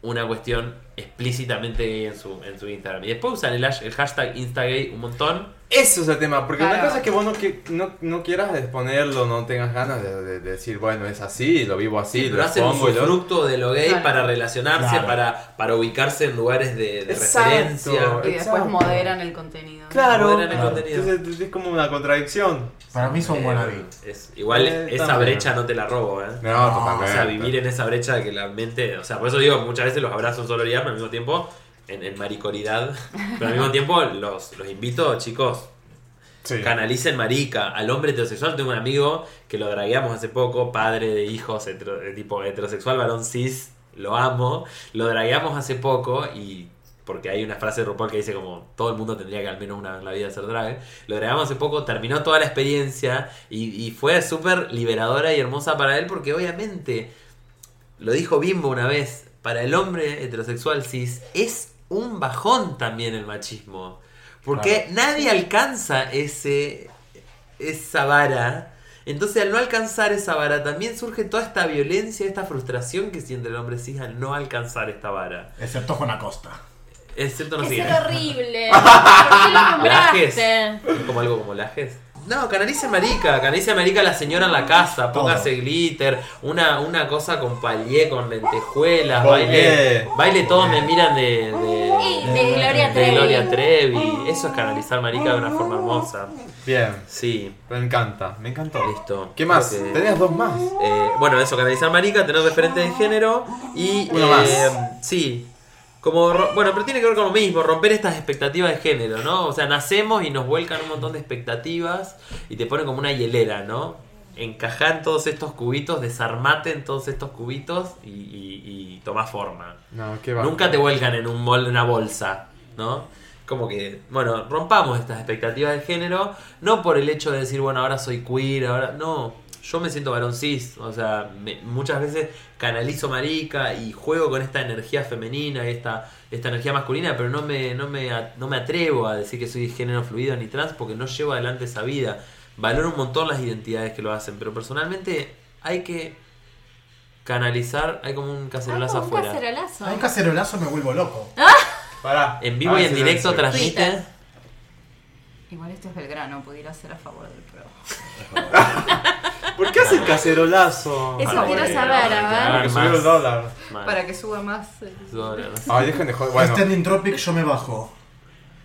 [SPEAKER 5] una cuestión explícitamente gay en su, en su Instagram. Y después usan el, hash- el hashtag Instagay un montón.
[SPEAKER 2] Eso es el tema, porque una
[SPEAKER 15] Claro.
[SPEAKER 2] cosa es que vos no, que, no, no quieras exponerlo, no tengas ganas de, de- de decir, bueno, es así, lo vivo así,
[SPEAKER 5] pero
[SPEAKER 2] lo
[SPEAKER 5] hacen un
[SPEAKER 2] expongo y lo...
[SPEAKER 5] fructo de lo gay
[SPEAKER 7] Claro.
[SPEAKER 5] para relacionarse,
[SPEAKER 4] Claro.
[SPEAKER 5] para, para ubicarse en lugares de, de
[SPEAKER 2] Exacto.
[SPEAKER 5] referencia.
[SPEAKER 7] Y después
[SPEAKER 2] Exacto.
[SPEAKER 7] moderan el contenido.
[SPEAKER 2] Claro,
[SPEAKER 5] Moderan el
[SPEAKER 2] Claro.
[SPEAKER 5] contenido.
[SPEAKER 2] Entonces, es como una contradicción.
[SPEAKER 4] Para mí son
[SPEAKER 5] Eh,
[SPEAKER 4] wannabe.
[SPEAKER 5] es- igual
[SPEAKER 2] Eh,
[SPEAKER 5] esa
[SPEAKER 2] también.
[SPEAKER 5] brecha no te la robo, ¿eh?
[SPEAKER 2] No,
[SPEAKER 5] O
[SPEAKER 2] totalmente.
[SPEAKER 5] sea, vivir en esa brecha de que la mente. O sea, por eso digo, muchas veces los abrazos en sororidad, pero al mismo tiempo, en, en maricoridad. *laughs* Pero al mismo tiempo, los, los invito, chicos,
[SPEAKER 2] Sí.
[SPEAKER 5] canalicen marica. Al hombre heterosexual, tengo un amigo que lo dragueamos hace poco, padre de hijos, hetero- de tipo heterosexual, varón cis, lo amo. Lo dragueamos hace poco y. Porque hay una frase de RuPaul que dice como todo el mundo tendría que al menos una vez en la vida hacer drag. Lo dragueamos hace poco, terminó toda la experiencia y, y fue súper liberadora y hermosa para él porque obviamente lo dijo Bimbo una vez, para el hombre heterosexual cis es un bajón también el machismo. Porque nadie alcanza ese, esa vara. Entonces al no alcanzar esa vara también surge toda esta violencia, esta frustración que siente el hombre cis al no alcanzar esta vara.
[SPEAKER 4] Excepto Juan Acosta.
[SPEAKER 5] Excepto no ¿eh?
[SPEAKER 6] Que
[SPEAKER 5] sé
[SPEAKER 6] ser
[SPEAKER 5] qué. *laughs*
[SPEAKER 6] horrible. ¿Por qué lo nombraste?
[SPEAKER 5] Lajes. Como algo como lajes. No, canalice marica, canalice marica a la señora en la casa,
[SPEAKER 4] Todo.
[SPEAKER 5] póngase glitter, una, una cosa con palié, con lentejuelas,
[SPEAKER 2] Bogué.
[SPEAKER 5] baile, baile todos me miran de, de,
[SPEAKER 6] Y de Gloria
[SPEAKER 5] de
[SPEAKER 6] Trevi.
[SPEAKER 5] Gloria Trevi. Eso es canalizar marica de una forma hermosa.
[SPEAKER 2] Bien,
[SPEAKER 5] Sí,
[SPEAKER 2] me encanta, me encantó.
[SPEAKER 5] listo.
[SPEAKER 2] ¿Qué más?
[SPEAKER 5] Creo que-
[SPEAKER 2] Tenías dos más.
[SPEAKER 5] eh, bueno, eso, canalizar marica, tener referente de género y...
[SPEAKER 2] Uno
[SPEAKER 5] eh,
[SPEAKER 2] más.
[SPEAKER 5] Sí. Como, ro- bueno, pero tiene que ver con lo mismo, romper estas expectativas de género, ¿no? O sea, nacemos y nos vuelcan un montón de expectativas y te ponen como una hielera, ¿no? Encajá en todos estos cubitos, desarmate en todos estos cubitos y, y, y tomá forma.
[SPEAKER 2] No, qué va.
[SPEAKER 5] Nunca te vuelcan en un molde, una bolsa, ¿no? Como que, bueno, rompamos estas expectativas de género, no por el hecho de decir, bueno, ahora soy queer, ahora. No, yo me siento varón cis, o sea, me- muchas veces canalizo marica y juego con esta energía femenina y esta, esta energía masculina, pero no me, no, me, a- no me atrevo a decir que soy de género fluido ni trans porque no llevo adelante esa vida. Valoro un montón las identidades que lo hacen, pero personalmente hay que canalizar, hay como un
[SPEAKER 6] Ah,
[SPEAKER 5] cacerolazo
[SPEAKER 6] como un
[SPEAKER 5] afuera.
[SPEAKER 6] cacerolazo.
[SPEAKER 4] A un cacerolazo me vuelvo loco.
[SPEAKER 2] Pará.
[SPEAKER 5] En vivo
[SPEAKER 2] Ah,
[SPEAKER 5] y en
[SPEAKER 2] silencio.
[SPEAKER 5] directo transmite.
[SPEAKER 6] Twitter.
[SPEAKER 7] Igual esto es Belgrano, pudiera ser a favor del pro.
[SPEAKER 2] ¿Por qué hace el cacerolazo?
[SPEAKER 6] Eso
[SPEAKER 5] Para
[SPEAKER 6] quiero
[SPEAKER 5] poder
[SPEAKER 6] saber, a
[SPEAKER 5] arrancar
[SPEAKER 6] ver.
[SPEAKER 2] Porque
[SPEAKER 5] más.
[SPEAKER 2] subió el dólar.
[SPEAKER 5] Mal.
[SPEAKER 7] Para que suba más. eh.
[SPEAKER 5] Dólar, no sé.
[SPEAKER 2] Ay, dejen de joder. Bueno,
[SPEAKER 4] Standing Este Tropic yo me bajo.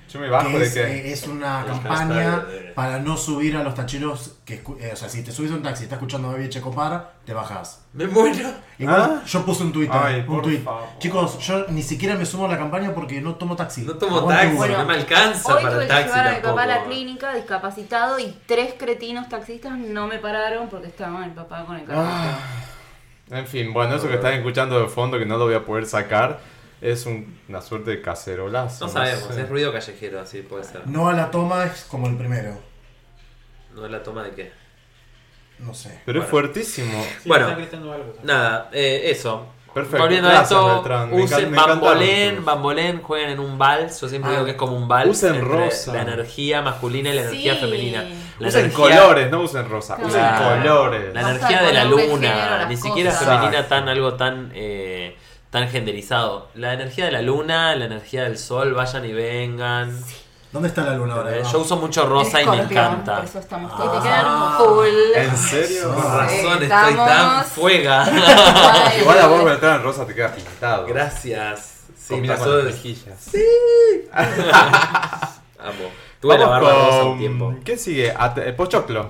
[SPEAKER 2] yo me bajo
[SPEAKER 4] que
[SPEAKER 2] de
[SPEAKER 4] es,
[SPEAKER 2] que.
[SPEAKER 4] eh, es una
[SPEAKER 5] El
[SPEAKER 4] campaña
[SPEAKER 5] hashtag de-
[SPEAKER 4] para no subir a los tacheros que escu- eh, o sea si te subís a un taxi y estás escuchando a Baby Checopar te bajas
[SPEAKER 5] Me muero.
[SPEAKER 4] Igual,
[SPEAKER 2] Ah.
[SPEAKER 4] yo puse un Twitter
[SPEAKER 2] Ay,
[SPEAKER 4] un
[SPEAKER 2] por
[SPEAKER 4] tweet
[SPEAKER 2] favor.
[SPEAKER 4] chicos yo ni siquiera me sumo a la campaña porque no tomo taxi
[SPEAKER 5] No tomo
[SPEAKER 4] Aguante
[SPEAKER 5] taxi,
[SPEAKER 4] Uber.
[SPEAKER 5] no me alcanza
[SPEAKER 7] Hoy
[SPEAKER 5] para
[SPEAKER 7] tuve que
[SPEAKER 5] taxi
[SPEAKER 7] llevar a mi
[SPEAKER 5] tampoco.
[SPEAKER 7] papá a la clínica discapacitado y tres cretinos taxistas no me pararon porque estaba el papá con el carro.
[SPEAKER 2] En fin, bueno, eso que están escuchando de fondo que no lo voy a poder sacar es un- una suerte de cacerolazo.
[SPEAKER 5] no sabemos,
[SPEAKER 2] sé.
[SPEAKER 5] es ruido callejero, así puede ser.
[SPEAKER 4] no a la toma es como el primero
[SPEAKER 5] ¿No es la toma de qué?
[SPEAKER 4] no sé
[SPEAKER 2] Pero es fuertísimo.
[SPEAKER 8] Sí,
[SPEAKER 5] Bueno.
[SPEAKER 8] está gritando algo.
[SPEAKER 5] Nada, eh, eso.
[SPEAKER 2] Perfecto,
[SPEAKER 5] Volviendo
[SPEAKER 2] gracias,
[SPEAKER 5] a
[SPEAKER 2] Beltrán,
[SPEAKER 5] esto,
[SPEAKER 2] me encan-
[SPEAKER 5] usen
[SPEAKER 2] me encantaron
[SPEAKER 5] bambolén,
[SPEAKER 2] tus-
[SPEAKER 5] bambolén, jueguen en un vals. Yo siempre
[SPEAKER 4] Ah,
[SPEAKER 5] digo que es como un vals.
[SPEAKER 2] usen
[SPEAKER 5] entre
[SPEAKER 2] rosa.
[SPEAKER 5] La energía masculina y la energía
[SPEAKER 7] Sí.
[SPEAKER 5] femenina. La
[SPEAKER 2] usen
[SPEAKER 5] energía-
[SPEAKER 2] colores, no usen rosa.
[SPEAKER 7] Claro.
[SPEAKER 2] Usen colores.
[SPEAKER 5] La
[SPEAKER 7] Basta
[SPEAKER 5] energía
[SPEAKER 7] de
[SPEAKER 5] de la
[SPEAKER 7] ponerle género a
[SPEAKER 5] luna,
[SPEAKER 7] las
[SPEAKER 5] ni siquiera
[SPEAKER 7] cosas.
[SPEAKER 5] femenina
[SPEAKER 2] Exacto.
[SPEAKER 5] tan algo tan eh, tan genderizado. La energía de la luna, la energía del sol, vayan y vengan.
[SPEAKER 4] dónde está la luna ahora
[SPEAKER 5] Eh,
[SPEAKER 4] Eva?
[SPEAKER 5] Yo uso mucho rosa y me
[SPEAKER 7] Escorpión,
[SPEAKER 5] encanta.
[SPEAKER 7] Por eso estamos
[SPEAKER 6] Y te
[SPEAKER 7] todos.
[SPEAKER 6] queda hermoso.
[SPEAKER 2] ¿En serio?
[SPEAKER 5] Con razón, estoy
[SPEAKER 7] Estamos-
[SPEAKER 5] tan fuega.
[SPEAKER 2] *laughs*
[SPEAKER 7] Ay,
[SPEAKER 2] Igual a vos, Beltrán, rosa te queda pintado.
[SPEAKER 5] *laughs* Gracias. Sí,
[SPEAKER 2] Combina
[SPEAKER 5] pasó
[SPEAKER 2] con las
[SPEAKER 5] de-
[SPEAKER 2] mejillas.
[SPEAKER 5] Amo. Tuve la barba
[SPEAKER 2] Vamos
[SPEAKER 5] rosa
[SPEAKER 2] con-
[SPEAKER 5] un tiempo.
[SPEAKER 2] ¿Qué sigue? At- eh, Pochoclo.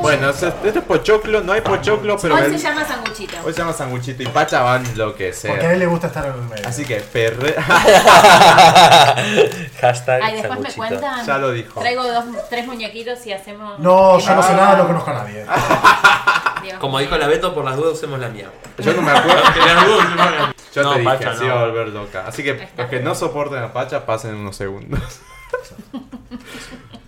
[SPEAKER 2] Bueno, o sea, este es Pochoclo, no hay Pochoclo, pero
[SPEAKER 6] Hoy
[SPEAKER 2] el-
[SPEAKER 6] se llama sanguchito.
[SPEAKER 2] hoy se llama Sanguchito y Pacha van lo que
[SPEAKER 4] porque a
[SPEAKER 2] sea.
[SPEAKER 4] él le gusta estar en el medio
[SPEAKER 2] Así que *laughs* perre...
[SPEAKER 5] *laughs*
[SPEAKER 6] Ah,
[SPEAKER 5] Hashtag
[SPEAKER 6] Ay, después me
[SPEAKER 5] sanguchito.
[SPEAKER 6] cuentan.
[SPEAKER 2] ya lo dijo.
[SPEAKER 6] Traigo dos, tres muñequitos y hacemos.
[SPEAKER 4] no yo no sé nada no conozco a nadie
[SPEAKER 6] Dios.
[SPEAKER 5] Como dijo la Beto, por las dudas usemos la mía.
[SPEAKER 2] Yo no me
[SPEAKER 5] *laughs*
[SPEAKER 2] acuerdo.
[SPEAKER 5] Por las dudas usemos la mía.
[SPEAKER 2] Yo
[SPEAKER 5] No,
[SPEAKER 2] te dije,
[SPEAKER 5] Pacha,
[SPEAKER 2] se
[SPEAKER 5] no.
[SPEAKER 2] iba a volver loca. Así que los que no soporten a Pacha, pasen unos
[SPEAKER 6] *laughs*
[SPEAKER 2] segundos.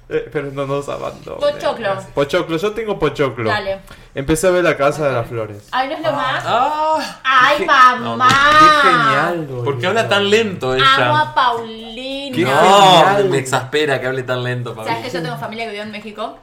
[SPEAKER 2] Eh, Pero no nos abandonen.
[SPEAKER 6] Pochoclo.
[SPEAKER 2] Pochoclo, yo tengo pochoclo.
[SPEAKER 6] Dale.
[SPEAKER 2] Empecé a ver la casa de las flores.
[SPEAKER 6] Ay, no es lo más.
[SPEAKER 5] Ah,
[SPEAKER 6] Ay, mamá.
[SPEAKER 2] Qué genial, boludo.
[SPEAKER 5] ¿Por qué habla tan lento
[SPEAKER 6] Amo
[SPEAKER 5] ella?
[SPEAKER 6] a Paulina.
[SPEAKER 2] ¡Qué
[SPEAKER 5] No,
[SPEAKER 2] genial!
[SPEAKER 5] me exaspera que hable tan lento,
[SPEAKER 6] O sea,
[SPEAKER 5] Pablo.
[SPEAKER 6] que yo tengo familia que vive en México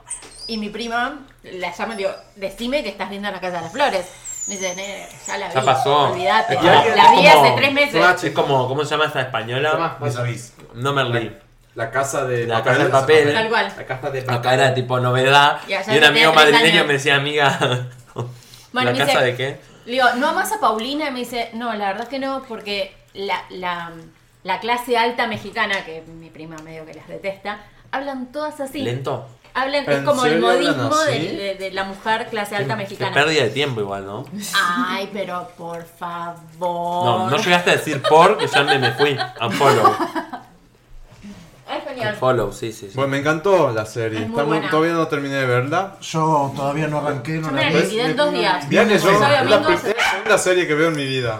[SPEAKER 6] y mi prima la llama y digo, decime que estás viendo la Casa de las Flores. Me dice, "Nene, ya la vi.
[SPEAKER 5] Ya pasó.
[SPEAKER 6] Olvídate.
[SPEAKER 5] Es
[SPEAKER 6] La,
[SPEAKER 5] que alguien-
[SPEAKER 6] la vi
[SPEAKER 5] es como-
[SPEAKER 6] hace tres meses.
[SPEAKER 5] Es como, ¿cómo se llama esta española?
[SPEAKER 4] Mis avis.
[SPEAKER 5] No Merlí.
[SPEAKER 2] Ah, pues, La casa de
[SPEAKER 5] La casa de papel.
[SPEAKER 6] Tal cual.
[SPEAKER 2] La casa de
[SPEAKER 5] Acá era tipo novedad.
[SPEAKER 6] Y allá
[SPEAKER 5] Y un
[SPEAKER 6] tenía
[SPEAKER 5] amigo
[SPEAKER 6] tres
[SPEAKER 5] madrileño
[SPEAKER 6] años.
[SPEAKER 5] me decía, amiga,
[SPEAKER 6] Bueno,
[SPEAKER 5] ¿la
[SPEAKER 6] me
[SPEAKER 5] casa
[SPEAKER 6] dice-
[SPEAKER 5] de qué?
[SPEAKER 6] Le digo, ¿no amas a Paulina? Y me dice, no, la verdad es que no, porque la, la, la clase alta mexicana, que mi prima medio que las detesta, hablan todas así.
[SPEAKER 5] Lento.
[SPEAKER 6] Hablan, es
[SPEAKER 2] ¿En
[SPEAKER 6] como el
[SPEAKER 2] serio hablan
[SPEAKER 6] modismo de,
[SPEAKER 2] así?
[SPEAKER 6] de- de la mujer clase alta
[SPEAKER 5] Qué
[SPEAKER 6] mexicana.
[SPEAKER 5] pérdida de tiempo igual, ¿no?
[SPEAKER 6] Ay, pero por favor.
[SPEAKER 5] No, no llegaste a decir por, que ya me, me fui.
[SPEAKER 6] *laughs*
[SPEAKER 5] Unfollow.
[SPEAKER 6] Es genial.
[SPEAKER 5] Unfollow, sí, sí. sí.
[SPEAKER 2] Bueno, me encantó la serie.
[SPEAKER 6] Es muy
[SPEAKER 2] Está muy-
[SPEAKER 6] buena.
[SPEAKER 2] todavía no terminé de verla.
[SPEAKER 4] Yo todavía no arranqué, no
[SPEAKER 6] Yo me la
[SPEAKER 4] arranqué.
[SPEAKER 6] liquidé en dos días.
[SPEAKER 2] Mirá que yo,
[SPEAKER 6] Soy
[SPEAKER 2] la
[SPEAKER 6] domingo,
[SPEAKER 2] primera
[SPEAKER 6] se-
[SPEAKER 2] segunda serie que veo en mi vida.